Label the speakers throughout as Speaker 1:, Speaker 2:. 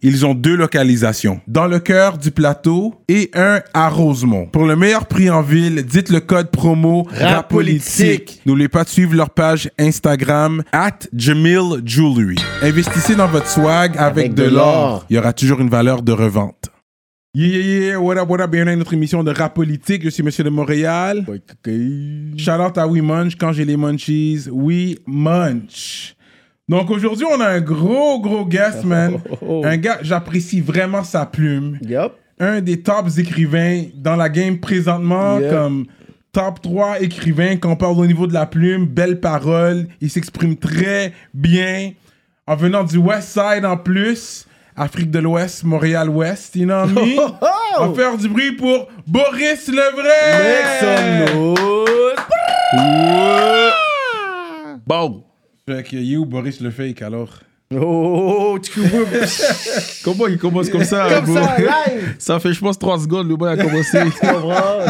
Speaker 1: ils ont deux localisations, dans le cœur du plateau et un à Rosemont. Pour le meilleur prix en ville, dites le code promo RAPOLITIQUE. N'oubliez pas de suivre leur page Instagram at Jamil Jewelry. Investissez dans votre swag avec,
Speaker 2: Avec
Speaker 1: de
Speaker 2: de
Speaker 1: l'or.
Speaker 2: l'or.
Speaker 1: Il y aura toujours une valeur de revente. Yeah, yeah, yeah. What up, what up? Bienvenue à notre émission de rap politique. Je suis Monsieur de Montréal. Shout out à We Munch quand j'ai les munchies. We Munch. Donc aujourd'hui, on a un gros, gros guest, man. Un gars, j'apprécie vraiment sa plume.
Speaker 2: Yup.
Speaker 1: Un des tops écrivains dans la game présentement,
Speaker 2: Yeah.
Speaker 1: comme top 3 écrivain. Quand on parle au niveau de la plume, belle parole. Il s'exprime très bien. En venant du West Side en plus. Afrique de l'Ouest, Montréal-Ouest, you know what I mean?
Speaker 3: Oh!
Speaker 1: On va faire du bruit pour Boris Levray!
Speaker 3: Bon.
Speaker 1: Fait que you, Boris le fake alors.
Speaker 2: Oh, tu veux
Speaker 3: Comment il commence comme ça
Speaker 2: Comme
Speaker 3: bon?
Speaker 2: ça, live.
Speaker 3: Ça fait, je pense, 3 secondes, le boy a commencé.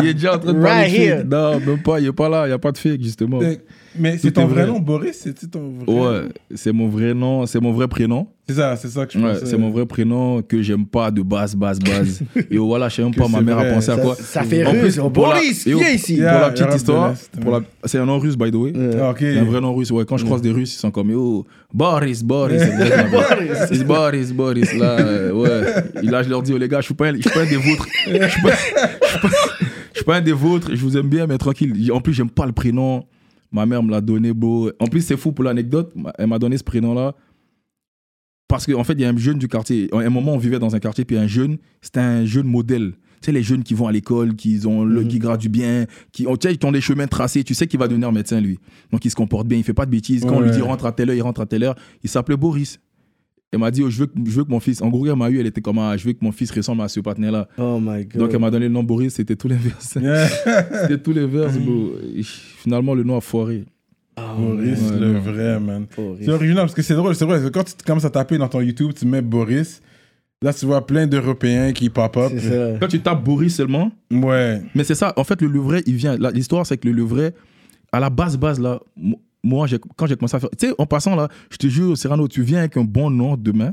Speaker 3: il est déjà en train de parler
Speaker 2: Right
Speaker 3: de fake.
Speaker 2: here.
Speaker 3: Non, même pas, il est pas là, il n'y a pas de fake, justement.
Speaker 1: Fait- Euh, Mais c'est
Speaker 3: Oh. Tout
Speaker 1: ton
Speaker 3: est
Speaker 1: vrai
Speaker 3: vrai.
Speaker 1: nom, Boris? C'est ton vrai
Speaker 3: Ouais,
Speaker 1: nom?
Speaker 3: c'est mon vrai nom, c'est mon vrai prénom.
Speaker 1: C'est ça, c'est ça que je
Speaker 3: Ouais,
Speaker 1: pensais.
Speaker 3: c'est mon vrai prénom que j'aime pas de base, base, base. Et voilà, je sais même
Speaker 1: Que
Speaker 3: pas, ma
Speaker 1: c'est
Speaker 3: mère
Speaker 1: vrai.
Speaker 3: a pensé à
Speaker 2: Ça-
Speaker 3: quoi.
Speaker 2: ça fait
Speaker 3: En
Speaker 2: russe.
Speaker 3: pour la-
Speaker 2: Boris, qui
Speaker 3: Yo,
Speaker 2: est ici
Speaker 3: Pour
Speaker 1: Yeah,
Speaker 3: la
Speaker 1: Europe
Speaker 3: petite
Speaker 1: de
Speaker 3: histoire,
Speaker 1: l'Est,
Speaker 3: pour la- c'est un nom russe, by the way.
Speaker 1: Ah, Ok.
Speaker 3: C'est un vrai nom russe, ouais. Quand je croise des Russes, ils sont comme yo, Boris, Boris, c'est vrai,
Speaker 2: Boris.
Speaker 3: c'est Boris, Boris, là, euh, ouais. Et là, je leur dis, oh les gars, je suis pas, un- je suis pas un des vôtres. Je suis pas, je suis pas- je suis pas un des vôtres, je vous aime bien, mais tranquille. En plus, j'aime pas le prénom. Ma mère me l'a donné, bro. En plus, c'est fou pour l'anecdote, elle m'a donné ce prénom-là. Parce qu'en fait, il y a un jeune du quartier. À un moment, on vivait dans un quartier, puis un jeune, c'était un jeune modèle. Tu sais, les jeunes qui vont à l'école, qui ont le qui gras du bien, qui ont, tu sais, qui ont des chemins tracés, tu sais qu'il va devenir médecin, lui. Donc, il se comporte bien, il fait pas de bêtises. Quand on lui
Speaker 1: Ouais.
Speaker 3: dit rentre à telle heure, il rentre à telle heure. Il s'appelait Boris. Elle m'a dit, oh, je, veux que, je veux que mon fils. En gros, elle m'a eu, elle était comme, ah, je veux que mon fils ressemble à ce partenaire-là.
Speaker 2: Oh my god.
Speaker 3: Donc, elle m'a donné le nom Boris, c'était tous les verses. c'était tous les verses, bro. Et Finalement, le nom a foiré.
Speaker 2: Ah,
Speaker 1: Boris
Speaker 3: Ouais,
Speaker 1: le
Speaker 3: non.
Speaker 1: vrai, man.
Speaker 2: Boris.
Speaker 1: C'est original parce que c'est drôle, c'est vrai. Quand tu commences à taper dans ton YouTube, tu mets Boris. Là, tu vois plein d'Européens qui pop-up.
Speaker 2: C'est ça.
Speaker 3: Quand tu tapes Boris seulement,
Speaker 1: Ouais.
Speaker 3: Mais c'est ça, en fait, le Louvret, il vient. La- L'histoire, c'est que le Louvret, à la base, base, là, m- moi, j'ai- quand j'ai commencé à faire. Tu sais, en passant, là, je te jure, Serrano, tu viens avec un bon nom demain,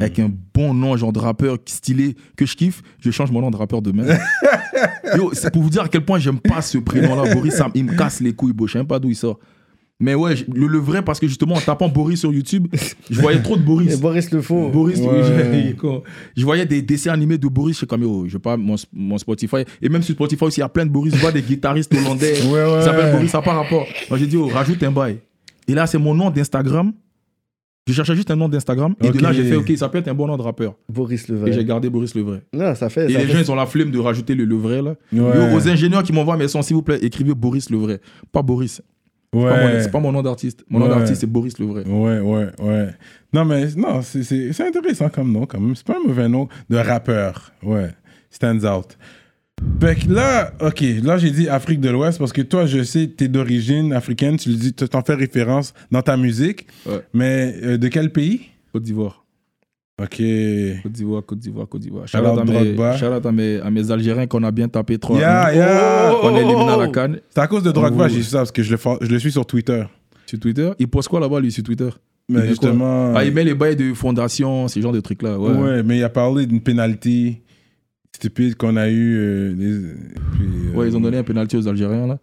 Speaker 3: avec un bon nom, genre de rappeur stylé que je kiffe, je change mon nom de rappeur demain. Yo, c'est pour vous dire à quel point j'aime pas ce prénom-là, Boris, ça, il me casse les couilles, bro, je sais même pas d'où il sort. Mais ouais, je- le, le vrai, parce que justement, en tapant Boris sur YouTube, je voyais trop de
Speaker 2: Et
Speaker 3: Boris.
Speaker 2: Boris le faux.
Speaker 3: Boris, oui,
Speaker 1: Oh. Ouais.
Speaker 3: j'ai- quand- je voyais des dessins animés de Boris, je suis comme, oh, je sais pas, mon, mon Spotify. Et même sur Spotify aussi, il y a plein de Boris, je vois des guitaristes hollandais
Speaker 1: Ouais, ouais.
Speaker 3: qui s'appellent Boris, ça n'a pas rapport. Moi, j'ai dit, oh, rajoute un bail. Et là, c'est mon nom d'Instagram. Je cherchais juste un nom d'Instagram. Et
Speaker 1: Ok.
Speaker 3: de là, j'ai fait, ok, ça peut être un bon nom de rappeur.
Speaker 2: Boris le
Speaker 3: Et j'ai
Speaker 2: vrai.
Speaker 3: gardé Boris le vrai.
Speaker 2: Non, ça fait.
Speaker 3: Et
Speaker 2: ça
Speaker 3: les
Speaker 2: fait-
Speaker 3: gens, ils ont la flemme de rajouter le, le vrai, là.
Speaker 1: Ouais.
Speaker 3: Yo, aux ingénieurs qui m'envoient mes sons, s'il vous plaît, écrivez Boris le vrai. Pas Boris. C'est pas mon-
Speaker 1: Ouais.
Speaker 3: C'est pas mon nom d'artiste. Mon
Speaker 1: Ouais.
Speaker 3: nom d'artiste, c'est Boris le vrai.
Speaker 1: Ouais, ouais, ouais. Non, mais non, c'est- c'est c'est intéressant comme nom quand même. C'est pas un mauvais nom de rappeur. Ouais, stands out. Fait que là, ok, là j'ai dit Afrique de l'Ouest parce que toi, je sais, t'es d'origine africaine, tu le dis, tu t'en fais référence dans ta musique.
Speaker 3: Ouais.
Speaker 1: Mais euh, de quel pays
Speaker 3: Côte d'Ivoire.
Speaker 1: Ok.
Speaker 3: Côte d'Ivoire, Côte d'Ivoire, Côte d'Ivoire.
Speaker 1: Shout
Speaker 3: Shout
Speaker 1: out
Speaker 3: out à mes,
Speaker 1: Drogba.
Speaker 3: shout out à mes, à mes Algériens qu'on a bien tapé 3
Speaker 1: Yeah, yeah.
Speaker 3: On est éliminé à la canne
Speaker 1: C'est à cause de Drogba,
Speaker 3: Oh.
Speaker 1: j'ai su ça parce que je le, fa- je le suis sur Twitter.
Speaker 3: sur Twitter. Il poste quoi là-bas, lui, sur Twitter Il
Speaker 1: Mais
Speaker 3: met
Speaker 1: justement. euh,
Speaker 3: quoi Ah, il met les bails de fondation, ces genres de trucs-là. Ouais.
Speaker 1: ouais. mais il a parlé d'une pénalité stupide qu'on a eue. euh, des- puis, euh,
Speaker 3: Ouais, ils ont donné un penalty aux Algériens, là.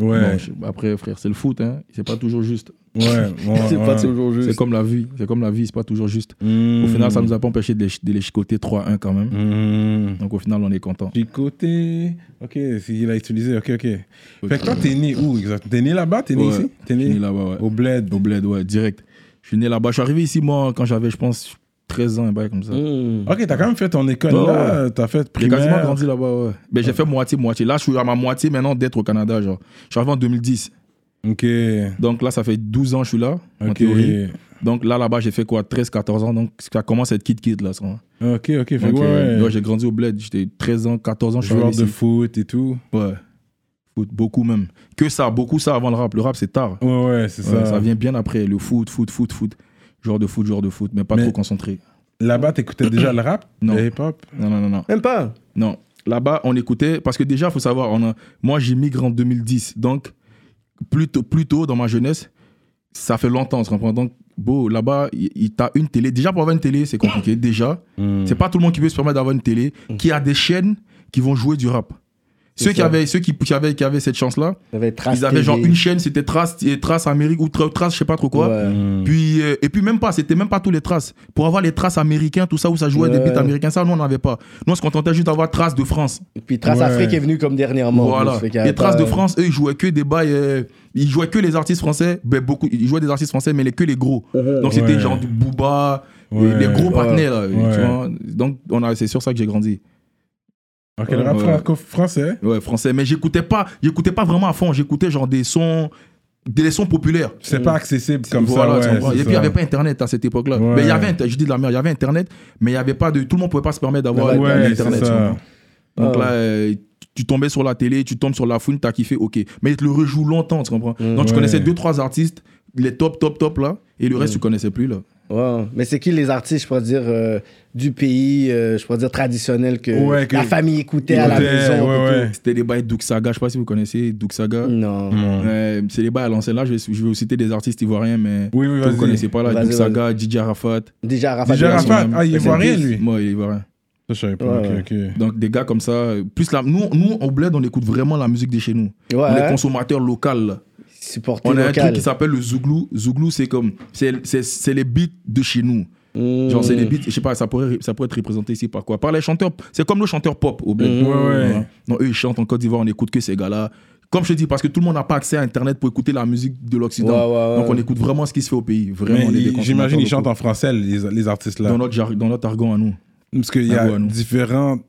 Speaker 1: Ouais,
Speaker 3: Bon, je- après, frère, c'est le foot, hein. C'est pas toujours juste.
Speaker 1: ouais, ouais,
Speaker 2: C'est pas
Speaker 1: ouais.
Speaker 2: toujours
Speaker 3: C'est
Speaker 2: juste.
Speaker 3: comme la vie. C'est comme la vie, c'est pas toujours juste. Hmm.
Speaker 1: Mmh.
Speaker 3: Au final, ça nous a pas empêché de les, de les chicoter 3-1 quand même.
Speaker 1: Mmh.
Speaker 3: Donc, au final, on est content.
Speaker 1: Chicoté. Ok, c'est- il a utilisé. Ok, ok. Fait que toi, t'es né où exactement T'es né là-bas T'es né
Speaker 3: Ouais,
Speaker 1: ici T'es
Speaker 3: Je suis né
Speaker 1: né
Speaker 3: là-bas, ouais.
Speaker 1: au bled.
Speaker 3: Au bled, ouais, direct. Je suis né là-bas. Je suis arrivé ici, moi, quand j'avais, je pense, 13 ans, un bail comme ça.
Speaker 2: Mm.
Speaker 1: Ok, t'as quand même fait ton école
Speaker 3: Ouais,
Speaker 1: là. T'as fait
Speaker 3: J'ai quasiment
Speaker 1: primaire.
Speaker 3: grandi là-bas, ouais. Mais
Speaker 1: Ah.
Speaker 3: j'ai fait moitié-moitié. Là, je suis à ma moitié maintenant d'être au Canada, genre. Je suis arrivé en 2010.
Speaker 1: Ok,
Speaker 3: Donc là, ça fait 12 ans que je suis là, en
Speaker 1: ok.
Speaker 3: théorie. Donc là, là-bas, j'ai fait quoi 13, 14 ans. Donc ça commence à être kid-kid là. ça.
Speaker 1: Ok, ok. Fait que
Speaker 3: Donc,
Speaker 1: ouais,
Speaker 3: euh,
Speaker 1: ouais.
Speaker 3: ouais, j'ai grandi au bled. J'étais 13 ans, 14 ans. Je suis
Speaker 1: joueur
Speaker 3: arrivé
Speaker 1: de
Speaker 3: ici.
Speaker 1: foot et tout.
Speaker 3: Ouais. Foot, beaucoup même. Que ça, beaucoup ça avant le rap. Le rap, c'est tard.
Speaker 1: Ouais, ouais, c'est
Speaker 3: Ouais,
Speaker 1: ça.
Speaker 3: ça vient bien après. Le foot, foot, foot, foot. Joueur de foot, joueur de foot, mais pas
Speaker 1: Mais-
Speaker 3: trop concentré.
Speaker 1: Là-bas, t'écoutais déjà le rap
Speaker 3: Non.
Speaker 1: Le hip-hop
Speaker 3: Non, non, non, non.
Speaker 2: Même pas.
Speaker 3: Non. Là-bas, on écoutait, parce que déjà, il faut savoir, on a- moi, j'immigre en 2010. Donc, plus tôt, plus tôt dans ma jeunesse, ça fait longtemps, tu comprends Donc, beau, là-bas, il, il- t'as une télé. Déjà, pour avoir une télé, c'est compliqué, déjà.
Speaker 2: Mm.
Speaker 3: C'est pas tout le monde qui peut se permettre d'avoir une télé, qui a des chaînes qui vont jouer du rap. Ceux qui
Speaker 2: ça.
Speaker 3: avaient, ceux qui, qui avaient, qui avaient cette chance-là,
Speaker 2: Ça va être Trace
Speaker 3: ils avaient genre
Speaker 2: TV.
Speaker 3: une chaîne, c'était Trace, Trace Amérique ou Tra- Trace, je sais pas trop quoi.
Speaker 2: Ouais.
Speaker 3: Puis, euh, et puis même pas, c'était même pas tous les traces. Pour avoir les traces américains, tout ça, où ça jouait des
Speaker 2: Ouais.
Speaker 3: beats américains, ça, nous, on n'avait pas. Nous, on se contentait juste d'avoir traces de France.
Speaker 2: Puis Trace
Speaker 1: Ouais.
Speaker 2: Afrique est venu comme dernièrement.
Speaker 3: voilà.
Speaker 2: Ça fait qu'il y a
Speaker 3: Les traces
Speaker 2: pas-
Speaker 3: de France, eux, ils jouaient que des bails. euh, ils jouaient que les artistes français. Ben, beaucoup, ils jouaient des artistes français, mais les, que les gros.
Speaker 2: Oh,
Speaker 1: Ouais.
Speaker 3: Donc, c'était genre du Booba,
Speaker 1: Ouais.
Speaker 3: les gros
Speaker 2: Ouais.
Speaker 3: partenaires, là. tu
Speaker 1: Ouais.
Speaker 3: vois. Donc, on a- c'est sur ça que j'ai grandi.
Speaker 1: Ok, le rap
Speaker 3: Ouais.
Speaker 1: franco-français
Speaker 3: Ouais, français. Mais j'écoutais pas, j'écoutais pas vraiment à fond. J'écoutais genre des sons, des sons populaires.
Speaker 1: C'est pas accessible comme
Speaker 3: Voilà, tu
Speaker 1: ça. ouais,
Speaker 3: comprends.
Speaker 1: c'est
Speaker 3: et puis il n'y
Speaker 1: ça.
Speaker 3: avait pas Internet à cette époque-là.
Speaker 1: Ouais.
Speaker 3: Mais il y avait, Inter- je dis de la merde, il y avait Internet, mais il y avait pas de, tout le monde pouvait pas se permettre d'avoir
Speaker 2: Ouais,
Speaker 1: Ouais, c'est
Speaker 3: Internet. tu
Speaker 1: ça.
Speaker 3: comprends. Donc
Speaker 2: Ah.
Speaker 3: là, euh, tu tombais sur la télé, tu tombes sur la foule, t'as kiffé, ok. Mais ils te le rejouent longtemps, tu comprends. Donc tu
Speaker 1: Ouais.
Speaker 3: connaissais deux, trois artistes, les top, top, top là, et le reste tu connaissais plus là.
Speaker 2: Ouais. Mais c'est qui les artistes, je pourrais dire, euh, du pays, euh, je pourrais dire traditionnel que,
Speaker 1: Ouais, que-
Speaker 2: la famille écoutait à la
Speaker 1: Écoutait,
Speaker 2: maison.
Speaker 1: ouais,
Speaker 2: et
Speaker 1: ouais.
Speaker 3: C'était des bails Duxaga, je sais pas si vous connaissez Duxaga.
Speaker 2: tout. Non.
Speaker 1: Hmm.
Speaker 3: Euh, c'est des bails à l'ancienne là, je vais, je vais vous citer des artistes ivoiriens, mais
Speaker 1: Oui, oui,
Speaker 3: que vous
Speaker 1: vas-y.
Speaker 3: connaissez pas là,
Speaker 2: Vas-y,
Speaker 3: Duxaga, Didi Arafat.
Speaker 2: Déjà Rafa
Speaker 1: Déjà
Speaker 2: Diaz,
Speaker 1: Rafa,
Speaker 3: son-
Speaker 1: ah, il
Speaker 2: Ouais,
Speaker 1: voit rien
Speaker 2: c'est
Speaker 1: lui.
Speaker 3: Moi, il est ivoirien.
Speaker 1: Ça, je savais pas.
Speaker 2: Ouais,
Speaker 1: ok, ok.
Speaker 3: Donc des gars comme ça, euh, plus la, nous, nous au bled, on écoute vraiment la musique de chez nous.
Speaker 2: Ouais,
Speaker 3: On est
Speaker 2: hein.
Speaker 3: consommateur local. là.
Speaker 2: supporter
Speaker 3: On a un
Speaker 2: local.
Speaker 3: truc qui s'appelle le zouglou. Zouglou, c'est comme, c'est c'est- c'est les beats de chez nous.
Speaker 2: Mmh.
Speaker 3: Genre c'est les beats, je sais pas, ça pourrait, ça pourrait être représenté ici par quoi Par les chanteurs, c'est comme nos chanteurs pop au bled.
Speaker 2: Mhm.
Speaker 1: Ouais, ouais.
Speaker 3: Voilà. Non, eux ils chantent en Côte d'Ivoire, on écoute que ces gars-là. Comme je te dis, parce que tout le monde n'a pas accès à Internet pour écouter la musique de l'Occident.
Speaker 2: Ouais, ouais, ouais.
Speaker 3: Donc on écoute vraiment ce qui se fait au pays. Vraiment,
Speaker 1: Mais
Speaker 3: on est des
Speaker 1: il- j'imagine
Speaker 3: consommateurs
Speaker 1: ils chantent
Speaker 3: locaux.
Speaker 1: en français, les, les artistes là.
Speaker 3: dans notre, jar- dans notre argon à nous.
Speaker 1: Parce qu'il y a
Speaker 3: Ah, ouais, non.
Speaker 1: différentes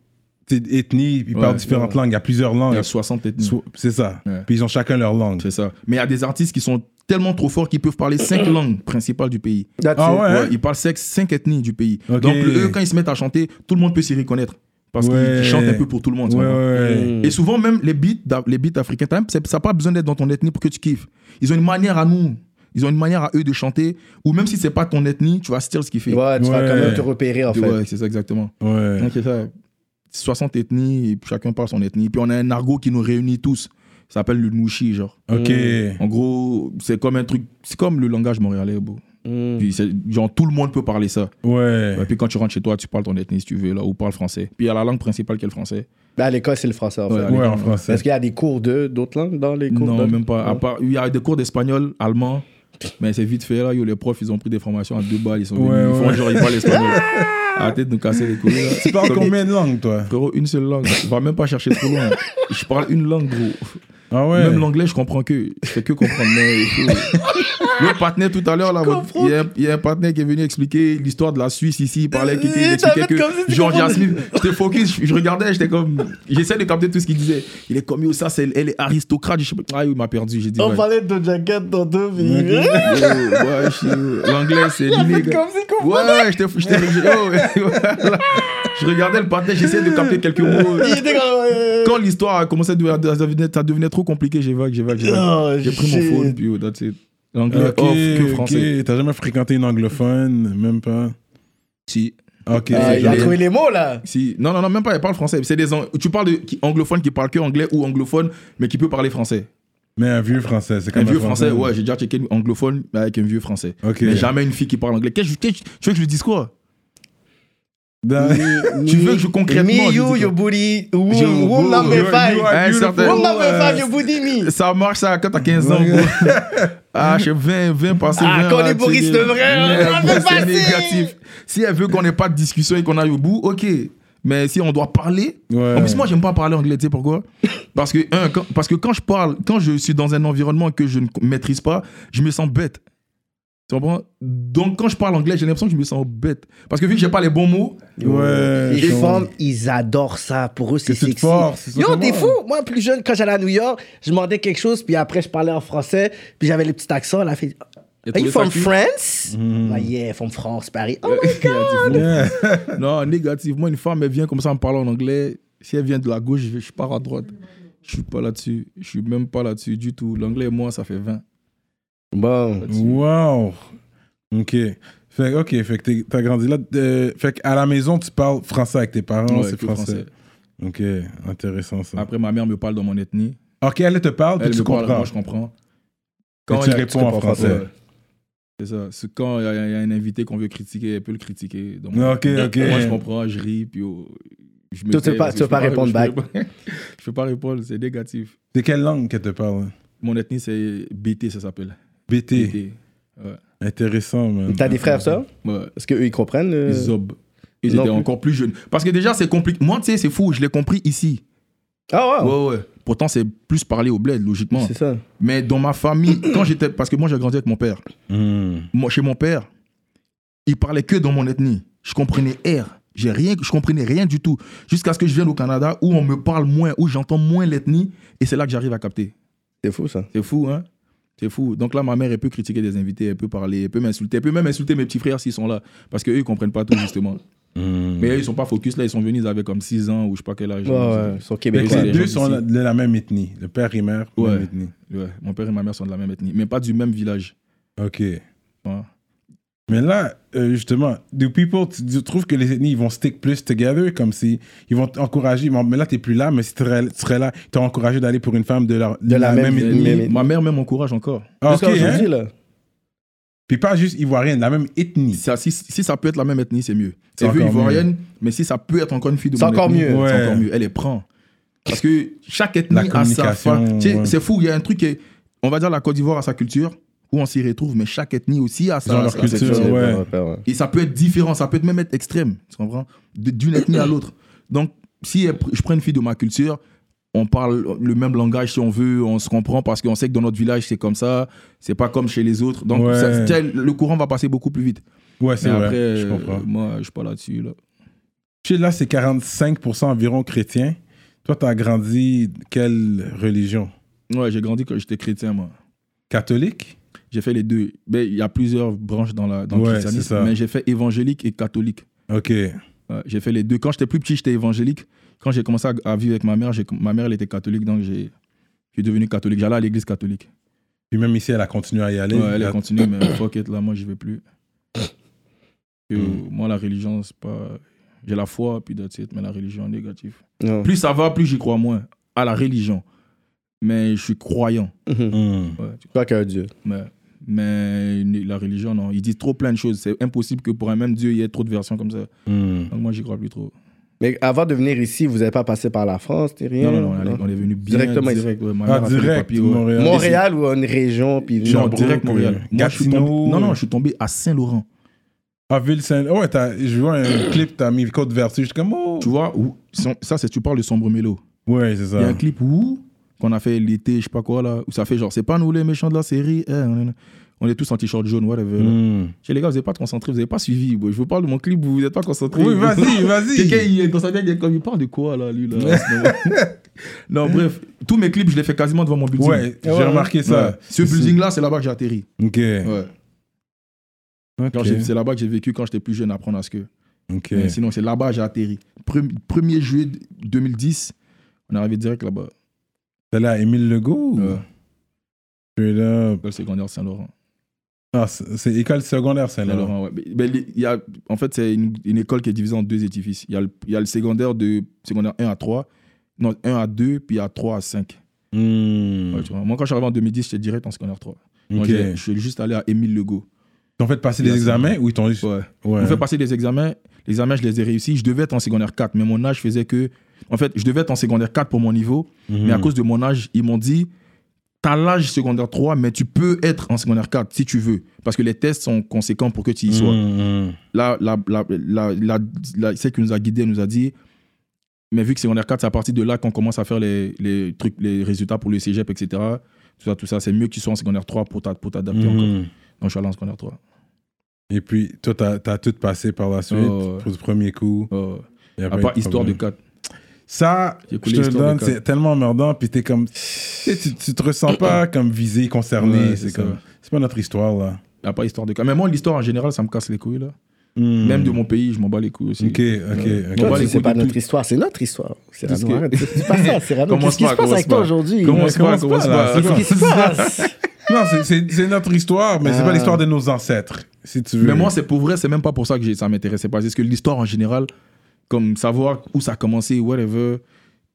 Speaker 1: t'sais, ethnies, ils
Speaker 3: Ouais.
Speaker 1: parlent différentes langues, il y a plusieurs
Speaker 3: Il
Speaker 1: langues.
Speaker 3: y a 60 ethnies.
Speaker 1: So- C'est ça.
Speaker 3: Ouais.
Speaker 1: Puis ils ont chacun leur langue.
Speaker 3: C'est ça. Mais il y a des artistes qui sont tellement trop forts qu'ils peuvent parler cinq langues principales du pays.
Speaker 2: That's
Speaker 1: Ah
Speaker 2: it.
Speaker 1: ouais, hein?
Speaker 3: Ouais, ils parlent cinq, cinq ethnies du pays.
Speaker 1: Ok.
Speaker 3: Donc, le- eux, quand ils se mettent à chanter, tout le monde peut s'y reconnaître. Parce qu'ils
Speaker 1: Ouais.
Speaker 3: ils chantent un peu pour tout le monde.
Speaker 1: Ouais,
Speaker 3: tu
Speaker 1: ouais.
Speaker 3: vois.
Speaker 1: ouais.
Speaker 2: Mmh.
Speaker 3: Et souvent, même les beats, d'a- les beats africains, t'as même- c'est- ça n'a pas besoin d'être dans ton ethnie pour que tu kiffes. Ils ont une manière à nous. Ils ont une manière à eux de chanter. Ou même si c'est pas ton ethnie, tu vas still ce qu'ils font.
Speaker 2: Ouais, tu vas
Speaker 1: Ouais.
Speaker 2: quand même te repérer en fait.
Speaker 3: Ouais, c'est ça exactement.
Speaker 1: Ouais.
Speaker 3: Donc, c'est ça. 60 ethnies, et puis chacun parle son ethnie. Puis on a un argot qui nous réunit tous. Ça s'appelle le Nouchi, genre.
Speaker 1: Ok.
Speaker 3: En gros, c'est comme un truc, c'est comme le langage montréalais, bro.
Speaker 2: Mmh.
Speaker 3: Puis c'est- genre tout le monde peut parler ça.
Speaker 1: Ouais.
Speaker 3: Et puis quand tu rentres chez toi, tu parles ton ethnie si tu veux là, ou parle français. Puis il y a la langue principale qui est le français.
Speaker 2: Ben, à l'école, c'est le français en
Speaker 3: Ouais,
Speaker 2: fait.
Speaker 1: Ouais, en français.
Speaker 2: Est-ce qu'il y a des cours de d'autres langues dans les cours
Speaker 3: non,
Speaker 2: de-
Speaker 3: même pas. À
Speaker 2: Ouais.
Speaker 3: part, il y a des cours d'espagnol, allemand, mais c'est vite fait là. yo, les profs, ils ont pris des formations à deux balles, ils sont venus,
Speaker 1: Ouais,
Speaker 3: ils font
Speaker 1: ouais.
Speaker 3: genre ils parlent espagnol. Arrêtez de nous casser les couilles. là.
Speaker 1: Tu parles combien de langues, toi
Speaker 3: Frérot, une seule langue. Va même pas chercher trop loin. Je parle une langue, gros.
Speaker 1: Ah ouais.
Speaker 3: Même l'anglais, je comprends que. Je fais que comprendre. mais il faut- le partenaire tout à l'heure, là, votre- il y, a un- il y a un partenaire qui est venu expliquer l'histoire de la Suisse ici. Il parlait, qui était- il
Speaker 2: Il
Speaker 3: expliquait
Speaker 2: t'arrête
Speaker 3: que
Speaker 2: comme si tu
Speaker 3: George
Speaker 2: comprenais.
Speaker 3: Smith, j'étais focus, je, je regardais, j'étais comme. J'essaie de capter tout ce qu'il disait. Il est comme, yo, ça, c'est, elle est aristocrate. Je sais pas. Ah, il m'a perdu. J'ai dit,
Speaker 2: On
Speaker 3: ouais.
Speaker 2: parlait de jacket dans deux vies.
Speaker 3: Yo, ouais, je- L'anglais, c'est liné. gars. Ouais, ouais, j'étais. j'étais- je- yo, voilà. Je regardais le partenaire, j'essayais de capter quelques mots.
Speaker 2: Il était comme.
Speaker 3: Quand l'histoire a commencé à devenir- à devenir, ça devenait trop compliqué, j'évoque, j'évoque, j'évoque.
Speaker 2: Oh,
Speaker 3: J'ai pris mon
Speaker 2: shit.
Speaker 3: phone, puis oh, that's it. L'anglais
Speaker 1: Euh, Ok,
Speaker 3: off que français.
Speaker 1: ok. T'as jamais fréquenté une anglophone Même pas.
Speaker 3: Si.
Speaker 1: Ok.
Speaker 2: Ah, il a
Speaker 3: J'ai-
Speaker 2: trouvé les mots là.
Speaker 3: si. Non, non, non, même pas, elle parle français. C'est des ang- Tu parles de qui- anglophones qui parlent que anglais ou anglophone, mais qui peut parler français.
Speaker 1: Mais un vieux français, c'est
Speaker 3: Un
Speaker 1: comme
Speaker 3: vieux français, ouais, j'ai déjà checké une anglophone avec un vieux français.
Speaker 1: Ok.
Speaker 3: Mais jamais une fille qui parle anglais. Qu'est-ce que- qu'est-ce que- tu veux que je lui dise quoi
Speaker 1: Dans-
Speaker 3: Tu veux que je concrètement,
Speaker 2: Me,
Speaker 3: je dis
Speaker 2: you,
Speaker 3: quoi
Speaker 2: your booty. Womb
Speaker 3: Je-
Speaker 2: womb number
Speaker 1: you
Speaker 2: five.
Speaker 1: are
Speaker 3: Hein,
Speaker 1: beautiful.
Speaker 3: certains-
Speaker 2: Womb number
Speaker 1: Euh,
Speaker 2: five, your booty me.
Speaker 3: Ça marche ça quand t'as 15 ans.
Speaker 1: Ouais.
Speaker 3: gros. Ah, je suis 20, 20 passé.
Speaker 2: Ah,
Speaker 3: 20,
Speaker 2: quand on
Speaker 3: là,
Speaker 2: est Boris
Speaker 3: c'est-
Speaker 2: Devray, on
Speaker 3: Mais
Speaker 2: l'a fait
Speaker 3: après, c'est
Speaker 2: passer.
Speaker 3: négatif. Si elle veut qu'on n'ait pas de discussion et qu'on aille au bout, ok. Mais si on doit parler.
Speaker 1: Ouais.
Speaker 3: En plus, moi, j'aime pas parler anglais, tu sais pourquoi parce que, un, quand, parce que quand je parle, quand je suis dans un environnement que je ne maîtrise pas, je me sens bête. Tu comprends Donc, quand je parle anglais, j'ai l'impression que je me sens bête. Parce que vu que j'ai pas les bons mots,
Speaker 1: Ouais.
Speaker 2: Les
Speaker 1: je-
Speaker 2: femmes, ils adorent ça. Pour eux, c'est
Speaker 1: Que tu te
Speaker 2: sexy.
Speaker 1: forces, c'est ça
Speaker 2: Yo,
Speaker 1: que
Speaker 2: t'es
Speaker 1: moi.
Speaker 2: fou. Moi, plus jeune, quand j'allais à New York, je demandais quelque chose, puis après, je parlais en français, puis j'avais les petits accents. La fille,
Speaker 3: Il a
Speaker 2: Are
Speaker 3: trouvé
Speaker 2: you
Speaker 3: ça
Speaker 2: from
Speaker 3: cute.
Speaker 2: France? Ah, yeah, from France, Paris. Oh my God.
Speaker 3: Non, négativement, une femme, elle vient comme ça en parlant en anglais. Si elle vient de la gauche, je, je pars à droite. Je suis pas là-dessus. Je suis même pas là-dessus du tout. L'anglais et moi, ça fait 20.
Speaker 2: Bon.
Speaker 1: Wow. OK. Fait, que- OK, fait que t'es- t'as grandi là. Euh, fait que à la maison, tu parles français avec tes parents,
Speaker 3: Ouais,
Speaker 1: c'est
Speaker 3: tout
Speaker 1: français. OK, intéressant ça.
Speaker 3: Après, ma mère me parle dans mon ethnie.
Speaker 1: OK, elle te parle, puis
Speaker 3: Ah. Elle
Speaker 1: tu
Speaker 3: me parle,
Speaker 1: comprends.
Speaker 3: moi, je comprends.
Speaker 1: Quand tu
Speaker 3: il y a-
Speaker 1: réponds en
Speaker 3: comprends,
Speaker 1: français.
Speaker 3: ouais. C'est ça. C'est quand il y, a- il y a un invité qu'on veut critiquer, elle peut le critiquer. Donc,
Speaker 1: OK, OK.
Speaker 3: Moi, je comprends, je ris, puis oh, je me
Speaker 2: Toi, tu
Speaker 3: tais,
Speaker 2: veux pas-
Speaker 3: parce que
Speaker 2: tu veux
Speaker 3: je
Speaker 2: pas
Speaker 3: peux
Speaker 2: répondre
Speaker 3: je
Speaker 2: back.
Speaker 3: peux pas- Je peux pas répondre, c'est négatif.
Speaker 1: C'est quelle langue qu'elle te parle?
Speaker 3: Mon ethnie, c'est BT, ça s'appelle.
Speaker 1: BT.
Speaker 3: BT.
Speaker 1: Intéressant, man.
Speaker 2: T'as des frères, ça?
Speaker 3: Ouais.
Speaker 2: Est-ce qu'eux, ils comprennent? euh,
Speaker 3: Zob. Ils
Speaker 2: non
Speaker 3: étaient
Speaker 2: plus.
Speaker 3: encore plus jeunes. Parce que déjà, c'est compliqué. Moi, tu sais, c'est fou, je l'ai compris ici.
Speaker 2: Ah, ouais.
Speaker 3: Ouais, ouais. Pourtant, c'est plus parler au bled, logiquement.
Speaker 2: C'est ça.
Speaker 3: Mais dans ma famille, quand j'étais. Parce que moi, j'ai grandi avec mon père.
Speaker 1: Hmm.
Speaker 3: Moi, chez mon père, il parlait que dans mon ethnie. Je comprenais R. J'ai rien, je comprenais rien du tout. Jusqu'à ce que je vienne au Canada où on me parle moins, où j'entends moins l'ethnie. Et c'est là que j'arrive à capter.
Speaker 2: C'est fou, ça.
Speaker 3: C'est fou, hein C'est fou. Donc là, ma mère, elle peut critiquer des invités, elle peut parler, elle peut m'insulter, elle peut même insulter mes petits frères s'ils sont là. Parce qu'eux, ils comprennent pas tout, justement.
Speaker 1: Hmm.
Speaker 3: Mais eux, ils sont pas focus, là, ils sont venus, ils avaient comme 6 ans ou je sais pas quel âge.
Speaker 2: Ouais, ouais, ils sont
Speaker 1: Fait que
Speaker 2: québécois.
Speaker 3: c'est
Speaker 1: les
Speaker 3: des
Speaker 1: deux
Speaker 3: gens
Speaker 1: sont
Speaker 3: d'ici.
Speaker 1: de la même ethnie. Le père et mère,
Speaker 3: Ouais.
Speaker 1: même ethnie.
Speaker 3: Ouais, Mon père et ma mère sont de la même ethnie, mais pas du même village.
Speaker 1: OK.
Speaker 3: hein.
Speaker 1: Mais là, euh, justement, do people, tu, tu trouves que les ethnies, ils vont stick plus together, comme si ils vont t'encourager, mais mais là, t'es plus là, mais si tu serais, tu serais là, ils t'ont encouragé d'aller pour une femme de la, de
Speaker 2: la même ethnie.
Speaker 3: Et Ma mère même encourage encore.
Speaker 1: Ah, OK,
Speaker 2: Jusqu'à
Speaker 1: hein?
Speaker 2: aujourd'hui, là.
Speaker 1: Puis pas juste ivoirienne, la même ethnie.
Speaker 3: Ça, si, si ça peut être la même ethnie, c'est mieux.
Speaker 1: C'est
Speaker 3: C'est vu
Speaker 1: encore
Speaker 3: ivoirienne, mais si ça peut être encore une fille de
Speaker 2: C'est
Speaker 3: mon
Speaker 2: encore
Speaker 3: ethnie,
Speaker 2: mieux.
Speaker 1: Ouais.
Speaker 3: C'est encore mieux. Elle les prend. Parce que chaque
Speaker 1: La
Speaker 3: ethnie a sa
Speaker 1: communication,
Speaker 3: fa- Tu sais,
Speaker 1: ouais.
Speaker 3: C'est fou, il y a un truc, qui est- on va dire la Côte d'Ivoire a sa culture, où on s'y retrouve, mais chaque ethnie aussi a
Speaker 1: Ils ont
Speaker 3: sa,
Speaker 1: leur
Speaker 3: sa
Speaker 1: culture,
Speaker 3: section.
Speaker 1: ouais.
Speaker 3: Et ça peut être différent, ça peut être même être extrême, tu comprends De- D'une ethnie à l'autre. Donc, si elle pr- je prends une fille de ma culture, on parle le même langage si on veut, on se comprend parce qu'on sait que dans notre village c'est comme ça, c'est pas comme chez les autres. Donc,
Speaker 1: Ouais.
Speaker 3: ça- tu sais, le courant va passer beaucoup plus vite.
Speaker 1: Ouais, c'est
Speaker 3: Mais
Speaker 1: vrai,
Speaker 3: après,
Speaker 1: je
Speaker 3: euh,
Speaker 1: comprends.
Speaker 3: moi, je suis pas là-dessus. Là.
Speaker 1: Chez là, c'est 45% environ chrétien. Toi, t'as grandi quelle religion?
Speaker 3: Ouais, j'ai grandi quand j'étais chrétien, moi.
Speaker 1: Catholique?
Speaker 3: J'ai fait les deux. Mais il y a plusieurs branches dans, la, dans le
Speaker 1: Ouais, c'est
Speaker 3: christianisme,
Speaker 1: ça.
Speaker 3: mais j'ai fait évangélique et catholique.
Speaker 1: OK.
Speaker 3: Ouais, j'ai fait les deux. Quand j'étais plus petit, j'étais évangélique. Quand j'ai commencé à, à vivre avec ma mère, j'ai- ma mère, elle était catholique, donc j'ai je suis devenu catholique. J'allais à l'église catholique.
Speaker 1: Puis même ici, elle a continué à y aller.
Speaker 3: Ouais, elle
Speaker 1: La-
Speaker 3: a continué, mais fuck it, là, moi, je vais plus. Que, Moi, la religion, c'est pas. J'ai la foi, puis that's it, mais la religion est négative.
Speaker 2: Non.
Speaker 3: Plus ça va, plus j'y crois moins à la religion. Mais je suis croyant.
Speaker 2: Mhm.
Speaker 1: Hmm.
Speaker 3: Ouais, tu-
Speaker 2: Je crois qu'il y a un Dieu.
Speaker 3: mais, mais la religion, non. Ils disent trop plein de choses. C'est impossible que pour un même Dieu, il y ait trop de versions comme ça.
Speaker 1: Hmm.
Speaker 3: Donc, moi, j'y crois plus trop.
Speaker 2: Mais avant de venir ici, vous n'avez pas passé par la France, t'es rien?
Speaker 3: Non, non, non, on est- on est venu bien
Speaker 2: Directement ici.
Speaker 3: direct. ouais, ma
Speaker 1: Ah,
Speaker 3: mère a fait les
Speaker 1: direct,
Speaker 3: papiers, ouais.
Speaker 1: Montréal.
Speaker 2: Montréal ou une région, puis venir-
Speaker 3: Non,
Speaker 1: Sherbrooke,
Speaker 3: direct Montréal.
Speaker 1: euh,
Speaker 3: Moi, je suis
Speaker 1: Gatineau.
Speaker 3: tombé- Non, non, je suis tombé à Saint-Laurent.
Speaker 1: Ah, Ville-Saint... Ouais, t'as- je vois un clip, t'as mis Côte Vertu, je suis comme... Oh.
Speaker 3: Tu vois, où- son- ça, c'est tu parles de Sombre Mélo.
Speaker 1: Ouais, c'est
Speaker 3: Il y a
Speaker 1: ça.
Speaker 3: un clip où, qu'on a fait l'été, je sais pas quoi, là, où ça fait genre, c'est pas nous les méchants de la série. eh, on, est, on est tous en t-shirt jaune, whatever. là.
Speaker 1: Hmm.
Speaker 3: Chez les gars, vous n'êtes pas concentrés, vous n'avez pas suivi. boy. Je vous parle de mon clip, vous n'êtes pas concentrés.
Speaker 1: Oui, vas-y,
Speaker 3: Quelqu'un,
Speaker 1: vas-y.
Speaker 3: il est dans sa tête, il est comme, il parle de quoi, là, lui, là en ce moment Non, bref, tous mes clips, je les fais quasiment devant mon building.
Speaker 1: Ouais, j'ai
Speaker 2: ouais.
Speaker 1: remarqué
Speaker 3: Ouais.
Speaker 1: ça.
Speaker 3: Ce building-là, c'est là-bas que j'ai atterri.
Speaker 1: Ok.
Speaker 3: Quand
Speaker 1: Ok.
Speaker 3: j'ai- C'est là-bas que j'ai vécu quand j'étais plus jeune, apprendre à ce que.
Speaker 1: Ok.
Speaker 3: Mais sinon, c'est là-bas que j'ai atterri. Premi- 1er juillet 2010, on est arrivé direct là-bas.
Speaker 1: T'es là, Émile Legault? ou-
Speaker 3: Ouais.
Speaker 1: Straight up.
Speaker 3: École secondaire Saint-Laurent.
Speaker 1: Ah, c'est c'est école secondaire, ça, là.
Speaker 3: Saint-Laurent, ouais. Mais- mais les- il y a- en fait, c'est une, une école qui est divisée en deux édifices. Il y a le, il y a le secondaire, de, secondaire 1 à 3, non, 1 à 2, puis il y a 3 à 5.
Speaker 1: Hmm.
Speaker 3: Ouais, tu vois. Moi, quand je suis arrivé en 2010, j'étais direct en secondaire 3. Moi,
Speaker 1: Ok.
Speaker 3: j'ai- je suis juste allé à Émile Legault.
Speaker 1: T'ont fait passer les
Speaker 3: Là, c'est-
Speaker 1: examens ou ils t'ont juste.
Speaker 3: Ouais.
Speaker 1: Ouais.
Speaker 3: On fait passer des examens. Les examens, je les ai réussis. Je devais être en secondaire 4, mais mon âge faisait que. En fait, je devais être en secondaire 4 pour mon niveau,
Speaker 1: Mhm.
Speaker 3: mais à cause de mon âge, ils m'ont dit T'as l'âge secondaire 3, mais tu peux être en secondaire 4 si tu veux, parce que les tests sont conséquents pour que tu y sois.
Speaker 1: Hmm, hmm.
Speaker 3: Là, la, la, la, la- la- celle qui nous a guidés elle nous a dit Mais vu que secondaire 4, c'est à partir de là qu'on commence à faire les, les trucs, les résultats pour le cégep, etc. Tout ça, tout ça, c'est mieux que tu sois en secondaire 3 pour t'a- pour t'adapter encore.
Speaker 1: Hmm.
Speaker 3: Donc, je suis allé en secondaire 3.
Speaker 1: Et puis, toi, t'as as tout passé par la suite
Speaker 3: Oh, ouais.
Speaker 1: pour le premier coup.
Speaker 3: Euh,
Speaker 1: Y a
Speaker 3: à
Speaker 1: pas eu
Speaker 3: part
Speaker 1: de
Speaker 3: histoire de
Speaker 1: problème.
Speaker 3: 4.
Speaker 1: Ça, je
Speaker 3: J'ai coulé
Speaker 1: te le
Speaker 3: histoire de
Speaker 1: donne,
Speaker 3: quatre.
Speaker 1: c'est tellement merdant. Puis t'es comme. Tu, sais, tu, tu te ressens pas comme visé, concerné.
Speaker 3: Ouais,
Speaker 1: c'est
Speaker 3: c'est ça.
Speaker 1: comme. C'est pas notre histoire, là.
Speaker 3: Il n'y a pas histoire de. Mais moi, l'histoire en général, ça me casse les couilles, là. Même de mon pays, je m'en bats les couilles aussi.
Speaker 1: Hmm. Ok, ok, ok.
Speaker 2: Toi,
Speaker 3: On va
Speaker 2: tu
Speaker 3: les
Speaker 2: dis, c'est
Speaker 3: couilles
Speaker 2: pas
Speaker 3: de
Speaker 2: notre
Speaker 3: tout.
Speaker 2: histoire, c'est notre histoire. C'est hein?
Speaker 3: Qu'est-ce que-
Speaker 2: arrête. Dis pas ça, Cyrano.
Speaker 3: Commence
Speaker 2: Qu'est-ce qui se
Speaker 3: pas,
Speaker 2: passe
Speaker 3: commence
Speaker 2: avec toi
Speaker 3: pas.
Speaker 2: aujourd'hui
Speaker 3: Commence pas,
Speaker 2: Qu'est-ce
Speaker 3: commence
Speaker 1: pas.
Speaker 3: pas.
Speaker 2: qui se passe
Speaker 1: Non, c'est- c'est c'est notre histoire, mais c'est pas l'histoire de nos ancêtres, si tu veux.
Speaker 3: Euh. Mais moi, c'est pour vrai, c'est même pas pour ça que j'ai- ça m'intéressait pas. C'est parce que l'histoire en général, comme savoir où ça a commencé, whatever,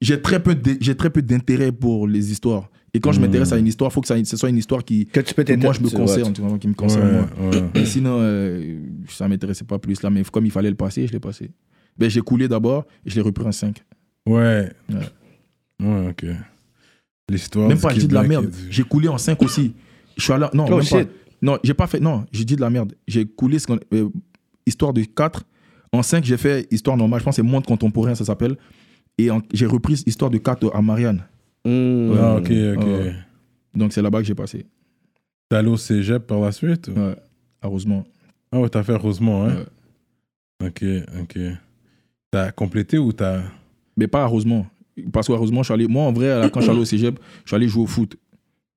Speaker 3: j'ai très peu d'in- j'ai très peu d'intérêt pour les histoires. Et quand je
Speaker 1: Hmm.
Speaker 3: m'intéresse à une histoire, faut que ça, ce soit une histoire qui
Speaker 2: Que tu peux
Speaker 3: que moi je me
Speaker 2: t'intéresser, ouais,
Speaker 3: concerne, tu vois, qui me concerne moi.
Speaker 1: Ouais, ouais.
Speaker 3: Et sinon, euh, ça m'intéressait pas plus là. Mais comme il fallait le passer, je l'ai passé. Ben, j'ai coulé d'abord et je l'ai repris en 5.
Speaker 1: Ouais.
Speaker 3: Ouais.
Speaker 1: Ouais, ok. L'histoire.
Speaker 3: Même
Speaker 1: du
Speaker 3: pas, j'ai dit de la
Speaker 1: Québec
Speaker 3: merde.
Speaker 1: et du-
Speaker 3: J'ai coulé en 5 aussi. Je suis allé. Non,
Speaker 2: Oh,
Speaker 3: même
Speaker 2: shit.
Speaker 3: pas. Non, j'ai pas fait. Non, j'ai dit de la merde. J'ai coulé ce qu'on- euh, histoire de 4. En 5, j'ai fait histoire normale. Je pense que c'est monde contemporain, ça s'appelle. Et en- j'ai repris histoire de 4 à Marianne.
Speaker 2: Mmh.
Speaker 1: Ah, ok, ok.
Speaker 3: Ouais. Donc c'est là-bas que j'ai passé.
Speaker 1: T'es allé au cégep par la suite ou-
Speaker 3: Ouais. Heureusement.
Speaker 1: Ah ouais, t'as fait Rosemont, hein Ok, ok. T'as complété ou t'as.
Speaker 3: Mais pas heureusement. Parce que heureusement, je suis allé. Moi, en vrai, là, quand je suis allé au cégep, je suis allé jouer au foot.